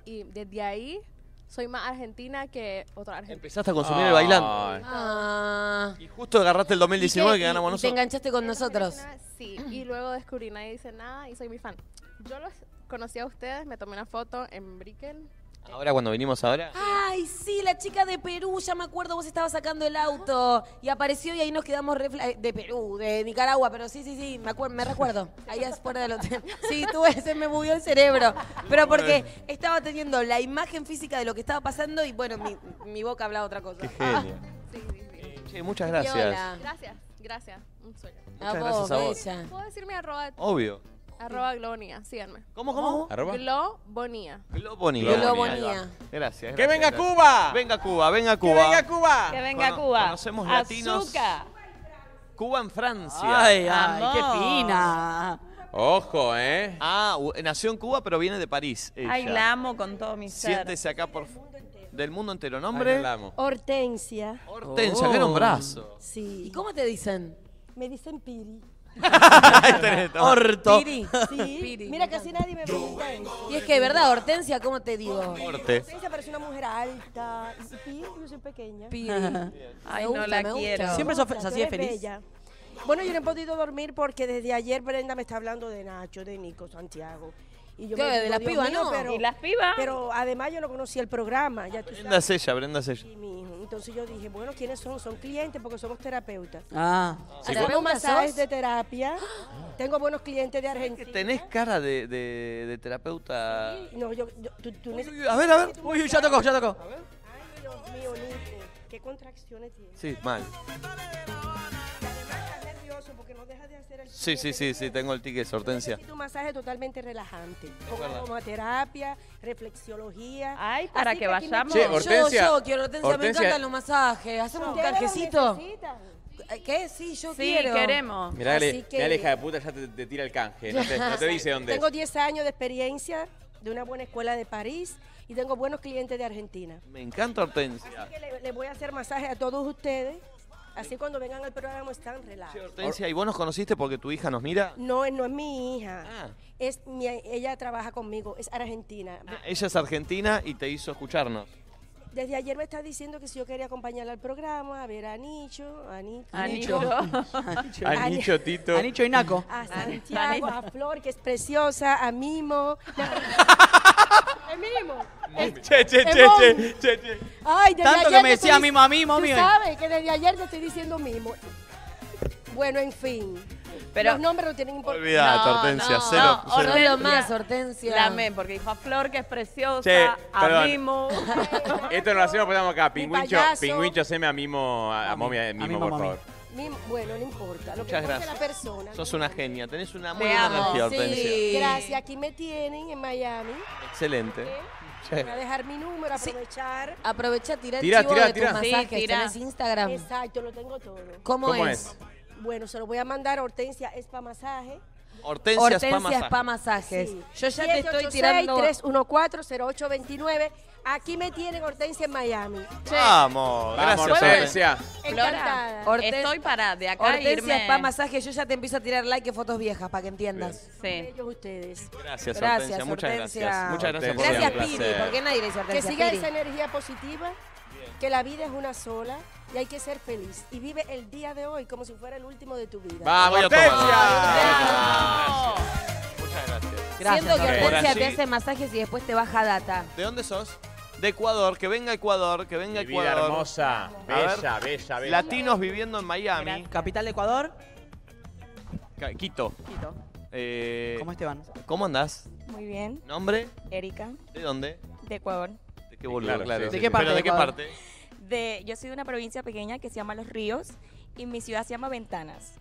S20: Y desde ahí soy más argentina que otra argentina.
S1: Empezaste a consumir el bailando.
S5: Ah.
S1: Y justo agarraste el 2019 que ganamos
S5: Y te
S1: nosotros.
S5: enganchaste con nosotros.
S20: Sí, y luego descubrí Nadie Dice Nada y soy mi fan. Yo los conocí a ustedes, me tomé una foto en Brickell.
S1: Ahora cuando vinimos ahora.
S5: Ay, sí, la chica de Perú, ya me acuerdo, vos estabas sacando el auto y apareció y ahí nos quedamos re fla- eh, de Perú, de Nicaragua, pero sí, sí, sí, me acuerdo, me recuerdo. Ahí afuera del hotel. Sí, tú se me bugueó el cerebro, pero porque estaba teniendo la imagen física de lo que estaba pasando y bueno, mi, mi boca hablaba otra cosa.
S1: Qué
S20: Ah.
S1: genio. Eh, che, muchas gracias.
S5: Viola.
S20: Gracias, gracias. Un sueño.
S1: Muchas A gracias vos, a vos. bella.
S20: ¿Puedo decir mi arroba?
S1: Obvio.
S20: Arroba Globonía, síganme.
S1: ¿Cómo, cómo? Arroba.
S20: Globonía.
S1: Globonía.
S20: Globonía.
S1: Ahí va. Gracias, gracias.
S20: ¡Que venga
S1: gracias.
S20: Cuba!
S1: Venga Cuba, venga Cuba.
S20: venga
S1: Cuba!
S20: Que venga Cuba.
S1: Conocemos latinos.
S3: Azúcar.
S1: Cuba en Francia.
S3: Ay, ay, qué fina.
S1: Ojo, ¿eh? Ah, u- nació en Cuba, pero viene de París. ella.
S3: Ay, la amo con todo mi ser.
S1: Siéntese acá por del mundo entero. ¿Nombre?
S4: Ay, no la
S7: Hortensia.
S1: Hortensia, qué nombrazo.
S7: Sí.
S5: ¿Y cómo te dicen?
S7: Me dicen Piri.
S1: Ahí tenés, toma.
S5: Piri.
S7: Sí.
S5: Piri,
S7: Mira, casi nadie me pregunta.
S5: Y es que, ¿verdad, Hortensia? ¿Cómo te digo?
S1: Horte.
S7: Hortensia parece una mujer alta. Y Piri, yo soy pequeña.
S5: Piri.
S3: Ay, no la quiero. Siempre
S7: Me
S3: sos-
S7: gusta,
S3: sos
S7: tú
S3: así de
S7: eres
S3: feliz.
S7: bella. Bueno, yo no he podido dormir porque desde ayer Brenda me está hablando de Nacho, de Nico Santiago. Y yo
S5: ¿Qué?
S7: me
S5: ¿De
S7: digo,
S5: las
S7: Dios
S5: pibas,
S7: mío,
S5: no?
S7: Pero,
S5: ¿Y las pibas?
S7: Pero además yo no conocía el programa. Ya tú
S1: Brenda es ella, Brenda es ella.
S7: Sí, mi hijo. Entonces yo dije, bueno, ¿quiénes son? Son clientes porque somos terapeutas.
S1: Ah. Sí,
S7: Hacemos
S1: vos-
S7: masajes de terapia. Tengo buenos clientes de Argentina.
S1: Tenés cara de, de- de terapeuta.
S7: No, yo, yo- tú, tú me-
S1: A ver, a ver. Uy, ya tocó, ya tocó.
S7: Ay, Dios mío, Nico, qué contracciones tiene.
S1: Sí, mal.
S7: Estás nervioso porque no dejas de hacer el
S1: Sí, sí, sí, sí, tengo el ticket, Hortensia.
S7: Necesito un masaje totalmente relajante. Con
S1: verdad.
S7: aromaterapia, reflexiología.
S3: Ay, para que vayamos.
S5: Che, Hortensia, Yo, yo quiero, Hortensia, me encantan los masajes. Hacemos un
S7: Ustedes los
S5: canjecito. ¿Qué? Sí, yo
S3: Sí,
S5: quiero.
S3: queremos.
S4: Mirá,
S5: Así
S4: Ale- mirá la hija de puta ya te, te tira el canje. No te, no te dice dónde es.
S7: Tengo 10 años de experiencia de una buena escuela de París y tengo buenos clientes de Argentina.
S1: Me encanta Hortensia.
S7: Que le, le voy a hacer masaje a todos ustedes. Así cuando vengan al programa están relajados.
S1: Hortensia, ¿y vos nos conociste porque tu hija nos mira?
S7: No, es- no es mi hija.
S4: Ah.
S7: Es mi- ella trabaja conmigo, es argentina.
S4: Ah, eh.
S1: Ella es argentina y te hizo escucharnos.
S7: Desde ayer me está diciendo que si yo quería acompañarla al programa, a ver a Nicho, a Nicho. Ah,
S3: A Nicho.
S4: A Nicho, Tito.
S3: A Nicho y Naco.
S7: A Santiago, a Flor, que es preciosa, a Mimo.
S11: El mismo.
S4: Che, che, che, che, che, che.
S11: Ay, desde
S2: Tanto que
S11: ayer
S2: me
S11: te
S2: decía
S11: estoy-
S2: mi mami, mami.
S11: Tú sabes que desde ayer te estoy diciendo mismo. Bueno, en fin.
S3: Pero-
S11: Los nombres no tienen importancia.
S1: Olvídate, Hortensia, cero.
S3: no,
S1: cero.
S3: Hortensia.
S5: más, Hortensia.
S3: La amé, porque dijo a Flor que es preciosa,
S4: Che,
S3: a
S4: perdón.
S3: Mimo.
S4: Esto no lo hacemos, ponemos acá. Pingüincho,
S11: payaso.
S4: pingüincho, seme a Mimo, a, a Momia, Mimo, eh, por favor.
S11: Mi- bueno, no importa. Lo que importa
S1: Muchas
S11: es
S1: gracias.
S11: la persona.
S1: Sos una genia, tenés una muy
S11: Te
S1: buena
S11: amo.
S1: energía, Hortensia.
S11: Gracias. Aquí me tienen en Miami.
S1: Excelente. Eh.
S11: Voy a dejar mi número, aprovechar.
S5: Aprovecha, tira el
S1: Tirá,
S5: chivo
S1: tirá,
S5: de
S1: tirá.
S5: tus
S1: Sí,
S5: masajes.
S1: tirá.
S5: Tenés Instagram.
S11: Exacto, lo tengo todo.
S5: ¿Cómo,
S1: ¿Cómo
S5: es?
S11: Bueno, se lo voy a mandar a Hortensia Spa Masaje.
S1: Hortensia, Spa Masaje.
S5: Masajes.
S11: Sí.
S5: Yo ya te estoy tirando-
S11: 314-0829. Aquí me tienen Hortensia en Miami.
S1: Vamos,
S4: Vamos,
S1: gracias.
S4: Hortensia.
S11: Encantada.
S3: Estoy para de acá
S5: Hortensia
S3: irme.
S5: Spa Masaje, yo ya te empiezo a tirar like y fotos viejas para que entiendas.
S3: Sí.
S11: Ellos ustedes.
S1: Gracias,
S5: Gracias,
S1: Hortensia. Muchas
S5: Hortensia.
S1: gracias. Muchas gracias por
S5: Gracias,
S1: venir.
S5: Piri,
S1: Un placer.
S5: porque nadie le dice
S11: Que
S5: Hortensia
S11: siga
S5: Piri.
S11: esa energía positiva, que la vida es una sola y hay que ser feliz. Y vive el día de hoy como si fuera el último de tu vida.
S4: ¡Vamos,
S1: Voy a tomar.
S4: Hortensia!
S1: Muchas gracias.
S5: Siento que
S1: Por
S5: Hortensia
S1: allí-
S5: te hace masajes y después te baja data.
S1: ¿De dónde sos? De Ecuador, que venga Ecuador, que venga
S4: Mi vida
S1: Ecuador.
S4: hermosa,
S1: A
S4: bella, bella, bella.
S1: Latinos viviendo en Miami.
S2: Capital de Ecuador.
S1: Ca- Quito.
S2: Quito.
S1: Eh,
S2: ¿Cómo Esteban?
S1: ¿Cómo andás?
S15: Muy bien.
S1: ¿Nombre?
S15: Erika,
S1: ¿De dónde?
S15: de Ecuador.
S1: ¿De qué boludo?
S4: Claro, sí,
S1: Claro.
S4: sí,
S1: sí,
S4: sí.
S1: sí. ¿Pero de qué
S15: Ecuador?
S1: parte?
S15: De, yo soy de una provincia pequeña que se llama Los Ríos y mi ciudad se llama Ventanas.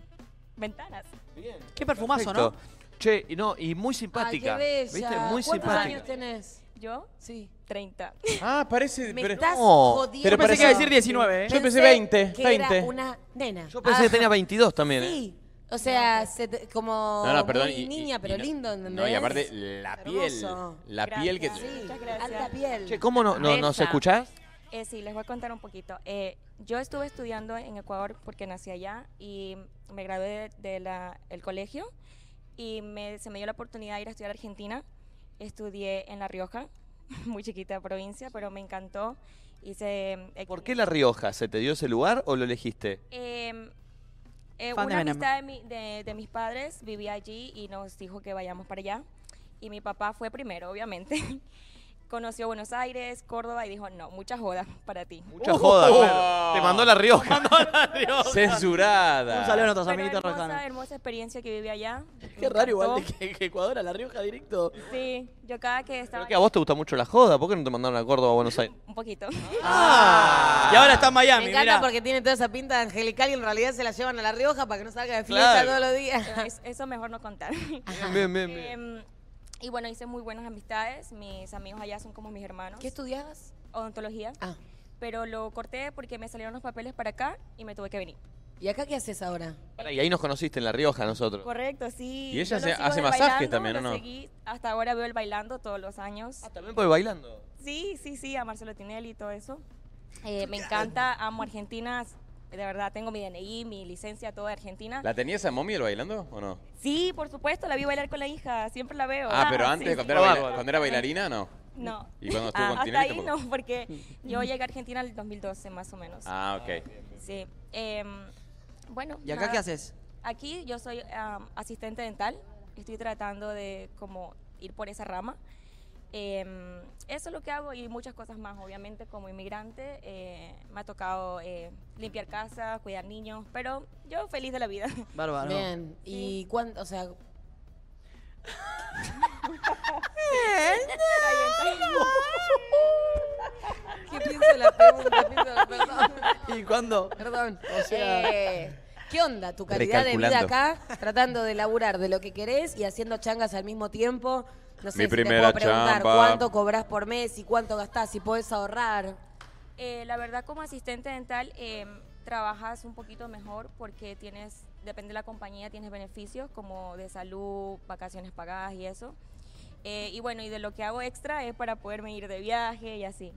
S15: Ventanas. Bien.
S2: Qué perfumazo,
S1: Perfecto.
S2: ¿no?
S1: Che, y no, y muy simpática. ¿Viste? Muy simpática.
S5: tenés?
S15: ¿Yo? Sí. 30.
S4: Ah, parece.
S15: Me
S4: pero,
S15: estás
S1: No.
S15: jodiendo.
S4: Pero
S15: Yo pensé
S4: parece-
S15: que iba a decir 19, ¿eh?
S4: Yo pensé 20. 20.
S5: una nena. Ah.
S1: Yo pensé que tenía 22 también. ¿eh?
S5: Sí. O sea, se te- como
S4: No, no, perdón.
S5: muy
S4: y- y-
S5: niña,
S4: y
S5: pero
S4: no-
S5: lindo, ¿entendés?
S4: No, y aparte, la piel.
S5: Hermoso.
S4: La piel que.
S15: Gracias. Muchas gracias.
S5: Alta piel.
S1: Che, ¿cómo no, no- nos
S15: Esa.
S1: escuchás?
S15: Eh, sí, les voy a contar un poquito. Eh, yo estuve estudiando en Ecuador porque nací allá y me gradué del de la- el colegio y me- se me dio la oportunidad de ir a estudiar a Argentina. Estudié en La Rioja, muy chiquita provincia, pero me encantó. Hice, eh,
S1: ¿Por qué La Rioja? ¿Se te dio ese lugar o lo elegiste?
S15: eh, eh,
S1: Fan de
S15: una
S1: Venom.
S15: amistad de, mi- de- de mis padres vivía allí y nos dijo que vayamos para allá. Y mi papá fue primero, obviamente. Conoció Buenos Aires, Córdoba y dijo, no, mucha joda para ti.
S1: Mucha
S2: Oh.
S4: Uh,
S1: joda, claro. Te mandó La Rioja.
S4: Censurada.
S15: Un
S2: saludo a nuestros
S15: Pero
S2: amiguitos
S15: hermosa,
S2: rojanos.
S15: hermosa experiencia que viví allá.
S2: Qué raro igual de que, que Ecuador a La Rioja directo.
S15: Sí, yo cada que estaba...
S1: Creo que a vos te gusta mucho la joda. ¿Por qué no te mandaron a Córdoba o Buenos Aires?
S15: Un poquito.
S1: Ah.
S2: Y ahora está en Miami,
S5: Me encanta
S2: mirá.
S5: porque tiene toda esa pinta de angelical y en realidad se la llevan a La Rioja para que no salga de fiesta
S1: Claro.
S5: todos los días.
S15: Es- eso mejor no contar.
S1: Bien, bien, bien.
S15: Em, y bueno, hice muy buenas amistades. Mis amigos allá son como mis hermanos. ¿Qué estudiabas? Odontología.
S5: Ah.
S15: Pero lo corté porque me salieron los papeles para acá y me tuve que venir.
S5: ¿Y acá qué haces ahora?
S1: Pará, Y ahí nos conociste en La Rioja nosotros.
S15: Correcto, sí.
S1: Y ella
S15: Yo lo
S1: hace-
S15: sigo
S1: hace
S15: de
S1: masajes
S15: bailando,
S1: también, ¿o
S15: lo
S1: no?
S15: seguí. Hasta ahora veo el bailando todos los años. Ah,
S1: ¿También por bailando?
S15: Sí, sí, sí, a Marcelo Tinelli y todo eso. Eh, me encanta, amo Argentina. De verdad, tengo mi DNI, mi licencia, todo de Argentina.
S4: ¿La tenías a Momia el bailando o no?
S15: Sí, por supuesto, la vi bailar con la hija, siempre la veo.
S4: Ah, pero
S15: sí,
S4: antes,
S15: sí.
S4: cuando, era baila- cuando era bailarina, no.
S15: No.
S4: ¿Y cuando estuvo
S15: Ah,
S4: con
S15: Hasta
S4: Tinelli?
S15: ahí
S4: tampoco?
S15: no, porque yo llegué a Argentina en el 2012 más o menos.
S4: Ah, ok.
S15: Sí. em, bueno.
S2: ¿Y acá
S15: nada.
S2: qué haces?
S15: Aquí yo soy am, asistente dental. Estoy tratando de como ir por esa rama. Em, eso es lo que hago y muchas cosas más. Obviamente como inmigrante eh, me ha tocado eh, limpiar casas, cuidar niños, pero yo feliz de la vida.
S2: Bárbaro.
S5: Bien. ¿Y cuánto, o sea, ¿Qué piensa la pregunta? Piensa la- perdón.
S2: ¿Y cuándo?
S5: Perdón.
S2: O sea-
S5: Eh, ¿Qué onda tu calidad de vida acá? Tratando de laburar de lo que querés y haciendo changas al mismo tiempo. No sé
S4: Mi
S5: si
S4: primera
S5: te puedo preguntar
S4: chamba.
S5: cuánto cobras por mes y cuánto gastás y podés ahorrar.
S15: Eh, la verdad, como asistente dental, eh, trabajas un poquito mejor porque tienes, depende de la compañía, tienes beneficios como de salud, vacaciones pagadas y eso. Eh, y bueno, y de lo que hago extra es para poderme ir de viaje y así.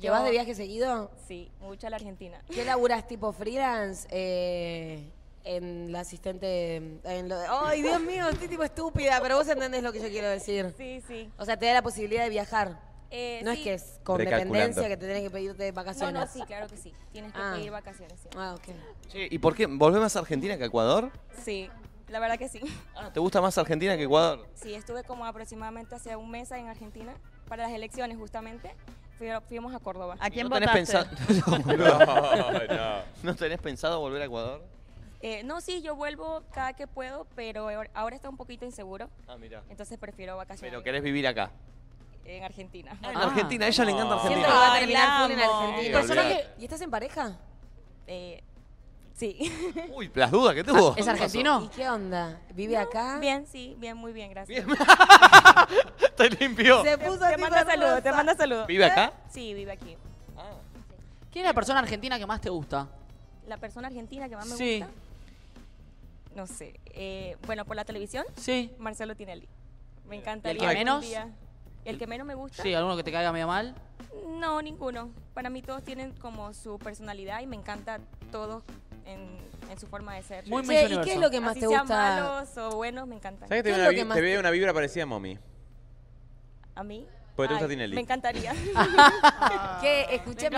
S5: ¿Te vas de viaje seguido?
S15: Sí, mucho a la Argentina.
S5: ¿Qué laburás tipo freelance? Eh, en la asistente... en lo de- Ay, Dios mío, estoy tipo estúpida, pero vos entendés lo que yo quiero decir.
S15: Sí, sí.
S5: O sea, te da la posibilidad de viajar.
S15: Eh,
S5: no
S15: sí.
S5: es que es con
S1: Recalculando.
S5: dependencia que te tenés que pedirte vacaciones.
S15: No, no, sí, claro que sí. Tienes que
S5: Ah.
S15: pedir vacaciones. sí.
S5: Ah, ok.
S1: Che, ¿y por qué? ¿Volvés más a Argentina que a Ecuador?
S15: Sí, La verdad que sí.
S1: ¿Te gusta más Argentina que Ecuador?
S15: Sí, estuve como aproximadamente hace un mes en Argentina para las elecciones justamente. Fui- fuimos a Córdoba.
S3: ¿A quién
S1: ¿No tenés, pensado...
S4: No,
S1: ¿No tenés pensado volver a Ecuador?
S15: Eh, no, sí, yo vuelvo cada que puedo, pero ahor- ahora está un poquito inseguro.
S1: Ah, mira.
S15: Entonces prefiero vacaciones
S1: Pero querés vivir acá.
S15: en Argentina.
S1: En Argentina, a ella le encanta Argentina.
S5: Siento que va a terminar full en Argentina.
S1: Sí, olvidate.
S5: ¿Y estás en pareja?
S15: Eh, sí.
S1: Uy, las dudas que tuvo.
S5: ¿Y qué onda? ¿Vive acá?
S15: Bien, sí, bien, muy bien, gracias.
S1: Te limpió.
S5: Se puso
S15: te
S5: tipo
S15: manda saludos,
S5: hermosa.
S15: te manda saludos.
S1: ¿Vive acá? Ah.
S15: Sí, vive aquí.
S2: ¿Quién es la persona argentina que más te gusta?
S15: La persona argentina que más me
S2: Sí.
S15: gusta. No sé. eh, bueno, por la televisión.
S2: Sí.
S15: Marcelo Tinelli. Me encanta.
S2: ¿Y el que menos?
S15: ¿El que menos me gusta?
S2: Sí, alguno que te caiga medio mal.
S15: No, ninguno. Para mí todos tienen como su personalidad y me encanta todos en, en su forma de ser.
S5: Muy Che, Miss ¿y qué Universo. es lo que más
S15: Así
S5: te
S15: sean
S5: gusta?
S15: malos o buenos, me encantan.
S4: ¿Sabes que te, veo una, vi- te veo una vibra parecida a Mommy?
S15: ¿A mí?
S4: Porque te
S15: Ay,
S4: gusta Tinelli.
S15: Me encantaría.
S5: ¿Qué? Escuchame, ¿qué es lo que
S15: Ah.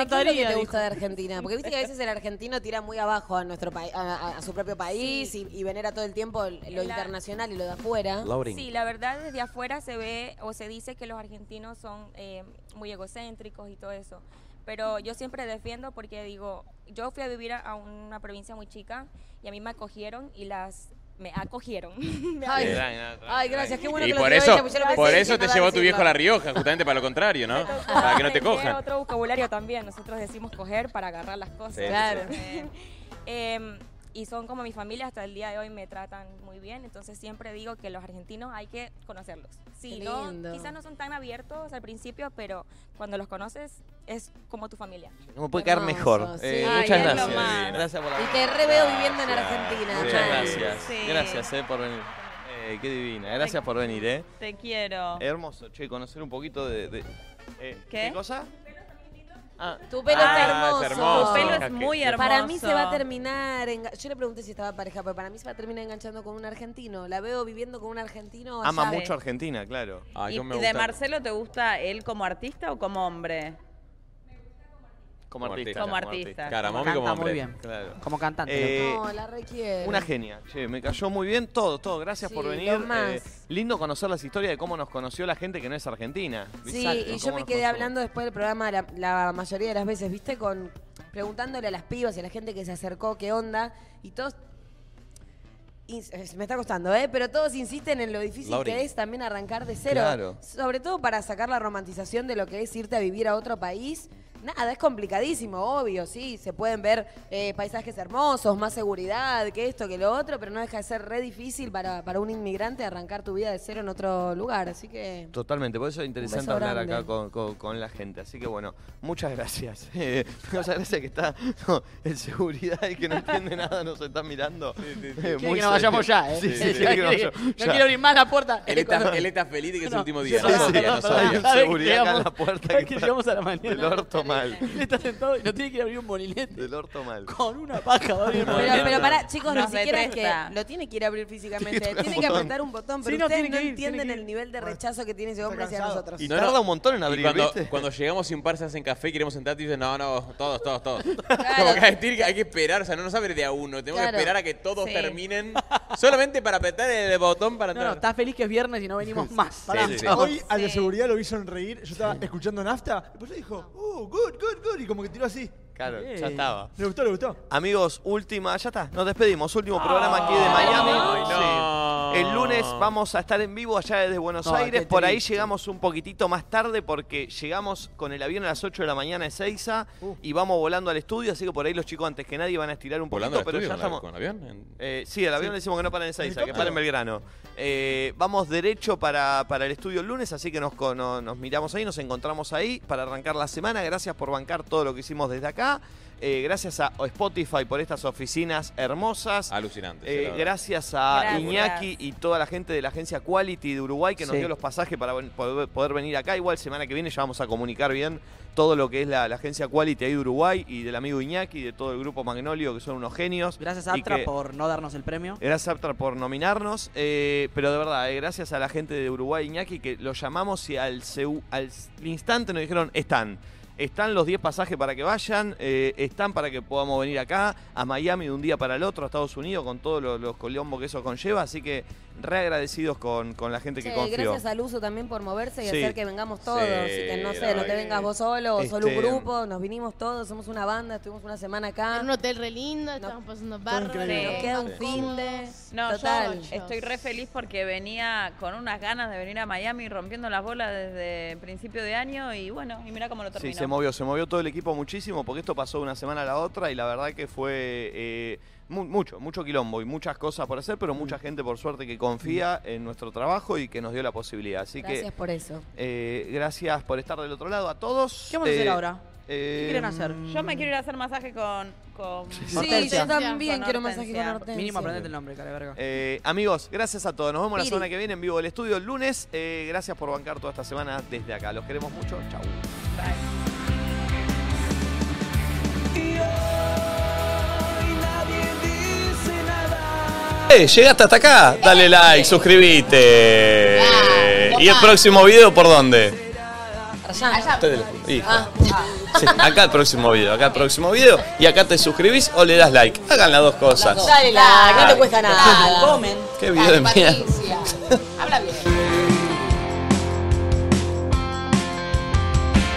S5: te
S15: encantaría, dijo.
S5: gusta de Argentina? Porque viste que a veces el argentino tira muy abajo a nuestro país, a, a- a su propio país y, y venera todo el tiempo lo
S15: La-
S5: internacional y lo de afuera.
S1: Lauren.
S15: Sí, la verdad desde afuera se ve o se dice que los argentinos son eh, muy egocéntricos y todo eso. Pero yo siempre defiendo porque digo, yo fui a vivir a, a una provincia muy chica y a mí me acogieron y las me acogieron. Me
S5: Ay,
S15: acogieron.
S4: Ay, no,
S5: ay, gracias, qué bueno
S4: y
S5: que
S4: por
S5: lo
S4: eso,
S15: pues
S5: llevaste, porque yo lo
S4: por
S5: pensé,
S4: eso
S5: dije,
S4: te
S5: no va
S4: llevó
S5: a
S4: tu
S5: decirlo.
S4: viejo a La Rioja, justamente para lo contrario, ¿no? Para que no te
S15: Aprendí
S4: cojan.
S15: otro vocabulario también. Nosotros decimos coger para agarrar las cosas.
S4: Sí, sí, Claro. sí.
S15: Eh, em, y son como mi familia, hasta el día de hoy me tratan muy bien. Entonces siempre digo que los argentinos hay que conocerlos. Sí,
S5: Qué
S15: no,
S5: lindo.
S15: quizás no son tan abiertos al principio, pero cuando los conoces es como tu familia.
S1: No me puede caer mejor. Eh, muchas gracias. Gracias por la
S5: Y te reveo viviendo en Argentina.
S1: Muchas
S5: mal.
S1: gracias.
S3: Sí.
S1: Gracias eh, por venir. Eh, qué divina. Gracias por venir, ¿eh?
S3: Te quiero.
S1: Hermoso, che, conocer un poquito de... de- eh,
S3: ¿Qué?
S1: cosa? Ah.
S5: Tu pelo
S1: Ah,
S5: está hermoso.
S1: es hermoso.
S3: Tu pelo es muy hermoso.
S5: Para mí se va a terminar. enga- Yo le pregunté si estaba pareja, pero para mí se va a terminar enganchando con un argentino. La veo viviendo con un argentino. Allá.
S1: Ama mucho Argentina, claro.
S3: ¿Y y de Marcelo te gusta él como artista o como hombre?
S1: Como artista.
S3: Como artista.
S1: Cara,
S3: Como
S1: mami como
S3: canta
S1: hombre.
S3: muy bien.
S1: Claro.
S2: Como cantante.
S1: Eh,
S5: no, la requiere.
S1: Una genia, che, me cayó muy bien todo, todo. Gracias
S5: Sí,
S1: por
S5: lo
S1: venir. Eh,
S5: más.
S1: lindo conocer las historias de cómo nos conoció la gente que no es argentina.
S5: Sí,
S1: Exacto,
S5: y yo
S1: cómo
S5: me
S1: nos
S5: quedé
S1: conoció.
S5: hablando después del programa la, la mayoría de las veces, ¿viste? Con preguntándole a las pibas y a la gente que se acercó qué onda y todos ins- eh, me está costando, ¿eh? Pero todos insisten en lo difícil
S1: Lauri.
S5: que es también arrancar de cero.
S1: Claro.
S5: Sobre todo para sacar la romantización de lo que es irte a vivir a otro país. Nada, es complicadísimo, obvio, sí. Se pueden ver eh, paisajes hermosos, más seguridad, que esto, que lo otro, pero no deja de ser re difícil para, para un inmigrante arrancar tu vida de cero en otro lugar. Así que.
S1: Totalmente, por eso es interesante
S5: beso
S1: hablar
S5: grande.
S1: acá con, con- con la gente. Así que bueno, muchas gracias. Eh, muchas gracias que está no, en seguridad y que no entiende nada, nos está mirando. Eh,
S2: Quiere
S1: muy
S2: que nos vayamos
S1: serio.
S2: ya, ¿eh?
S1: Sí, sí,
S2: Él
S1: sí,
S2: ya
S1: quiere que nos
S2: quiere-
S1: vayamos
S2: no
S1: ya.
S2: quiero abrir más la puerta.
S4: Él está,
S2: Con-
S4: él está feliz de que es su
S2: No,
S4: último
S2: yo
S4: día.
S2: sabía,
S4: No sabía,
S2: perdón,
S4: no
S2: perdón,
S4: sabía.
S2: ¿sabe
S1: Seguridad acá en la
S2: llegamos-
S1: puerta
S2: ¿sabe
S1: que
S2: que
S1: está-
S2: llegamos a la mañana.
S1: Del orto mal.
S2: Él está sentado y no tiene que ir a abrir un molinete.
S1: Del orto mal.
S2: Con una paja va a abrir un
S5: Pero,
S2: molinete.
S5: pero pará, chicos,
S3: Nos
S5: ni siquiera es que
S3: detesta.
S5: lo tiene que ir a abrir físicamente.
S1: Tiene que
S5: Tiene,
S1: tocar un
S5: que
S1: botón.
S5: apretar un botón, pero
S2: Sí, no,
S5: ustedes
S2: tiene
S5: no
S2: que ir, tiene
S5: entienden
S2: que
S5: el nivel de rechazo que tiene ese hombre hacia nosotros.
S1: Y tarda un montón en
S4: Y
S1: abrir,
S4: cuando,
S1: ¿viste?
S4: cuando llegamos y un par se hacen café y queremos sentarte y dicen, no, no, todos, todos, todos. Como que hay, tiene que- hay que esperar, o sea, no nos abre de a uno. Tenemos
S2: Claro.
S4: que esperar a que todos
S2: Sí.
S4: terminen solamente para apretar el botón para
S2: No, no,
S4: entrar.
S2: está feliz que es viernes y no venimos más.
S9: Pará,
S4: sí.
S9: Hoy al de seguridad lo vi sonreír. Yo estaba escuchando nafta. Después le dijo, uh, good, good, good. Y como que tiró así.
S1: Claro, ya estaba.
S9: Le gustó, le gustó.
S1: Amigos, última, ya está, nos despedimos. Último programa aquí de Miami. Sí. El lunes vamos a estar en vivo allá desde Buenos
S2: No,
S1: Aires.
S2: qué
S1: Por ahí
S2: triste.
S1: llegamos un poquitito más tarde porque llegamos con el avión a las 8 de la mañana de Seiza
S9: Uh.
S1: y vamos volando al estudio. Así que por ahí los chicos antes que nadie van a estirar un
S4: ¿Volando
S1: poquito,
S4: al
S1: pero
S4: estudio
S1: ya
S4: con la-
S1: estamos.
S4: con el avión? En-
S1: Eh, sí, al avión
S4: Sí.
S1: le decimos que no paren en Seiza, que
S4: Helicóptero.
S1: paren en Belgrano. Eh, vamos derecho para, para el estudio el lunes, así que nos, co- no- nos miramos ahí, nos encontramos ahí para arrancar la semana. Gracias por bancar todo lo que hicimos desde acá. Eh, gracias a Spotify por estas oficinas hermosas.
S4: Alucinante.
S1: Eh,
S4: sí, la verdad.
S1: gracias a
S4: Gracias.
S1: Iñaki y toda la gente de la agencia Quality de Uruguay que nos
S2: Sí.
S1: dio los pasajes para ven- poder, poder venir acá. Igual semana que viene ya vamos a comunicar bien todo lo que es la, la agencia Quality ahí de Uruguay y del amigo Iñaki y de todo el grupo Magnolio que son unos genios.
S2: Gracias,
S1: Y
S2: Aptra,
S1: que-
S2: por no darnos el premio.
S1: Gracias, Aptra, por nominarnos. Eh, pero de verdad, eh, gracias a la gente de Uruguay, Iñaki, que lo llamamos y al, seu- al s- instante nos dijeron, están. Están los 10 pasajes para que vayan, eh, están para que podamos venir acá, a Miami de un día para el otro, a Estados Unidos, con todos los, los colombos que eso conlleva. Así que re agradecidos con, con la gente que
S5: Che,
S1: confió.
S5: gracias al uso también por moverse y
S1: Sí.
S5: hacer que vengamos todos.
S1: Sí,
S5: y que no
S1: la
S5: sé, no te
S1: verdad
S5: vengas
S1: que-
S5: vos solo o solo un
S1: Este-
S5: grupo. Nos vinimos todos, somos una banda, estuvimos una semana acá. En un
S12: hotel re lindo, estamos pasando bárbaro.
S5: increíble. Nos queda un
S12: Sí.
S5: fin de.
S10: No,
S5: Total.
S10: yo estoy re feliz porque venía con unas ganas de venir a Miami rompiendo las bolas desde principio de año y bueno, y mira cómo lo terminó.
S1: Sí, se movió, se movió todo el equipo muchísimo porque esto pasó de una semana a la otra y la verdad que fue eh, mu- mucho, mucho quilombo y muchas cosas por hacer, pero
S5: Mm.
S1: mucha gente por suerte que confía en nuestro trabajo y que nos dio la posibilidad. Así
S5: Gracias
S1: que
S5: por eso.
S1: eh, gracias por estar del otro lado a todos.
S5: ¿Qué vamos a hacer
S1: Eh,
S5: ahora?
S1: eh,
S10: Yo me quiero ir a hacer masaje con... con
S5: Sí, yo también quiero masaje con
S1: Hortensia.
S2: Mínimo aprendete el nombre, cara de verga.
S1: eh, amigos, gracias a todos. Nos vemos la
S2: Piri.
S1: semana que viene en vivo del estudio el lunes. Eh, gracias por bancar toda esta semana desde acá. Los queremos mucho. Chau. Hey, llegaste hasta acá, dale like, suscribite. ¿Y el próximo video por dónde?
S5: Allá.
S1: Hijo.
S5: Ah,
S1: Sí, acá el próximo video, acá el próximo video. Y acá te suscribís o le das like. Hagan las dos cosas.
S5: Dale like, no te cuesta nada.
S1: Qué video de mierda.
S10: Habla bien.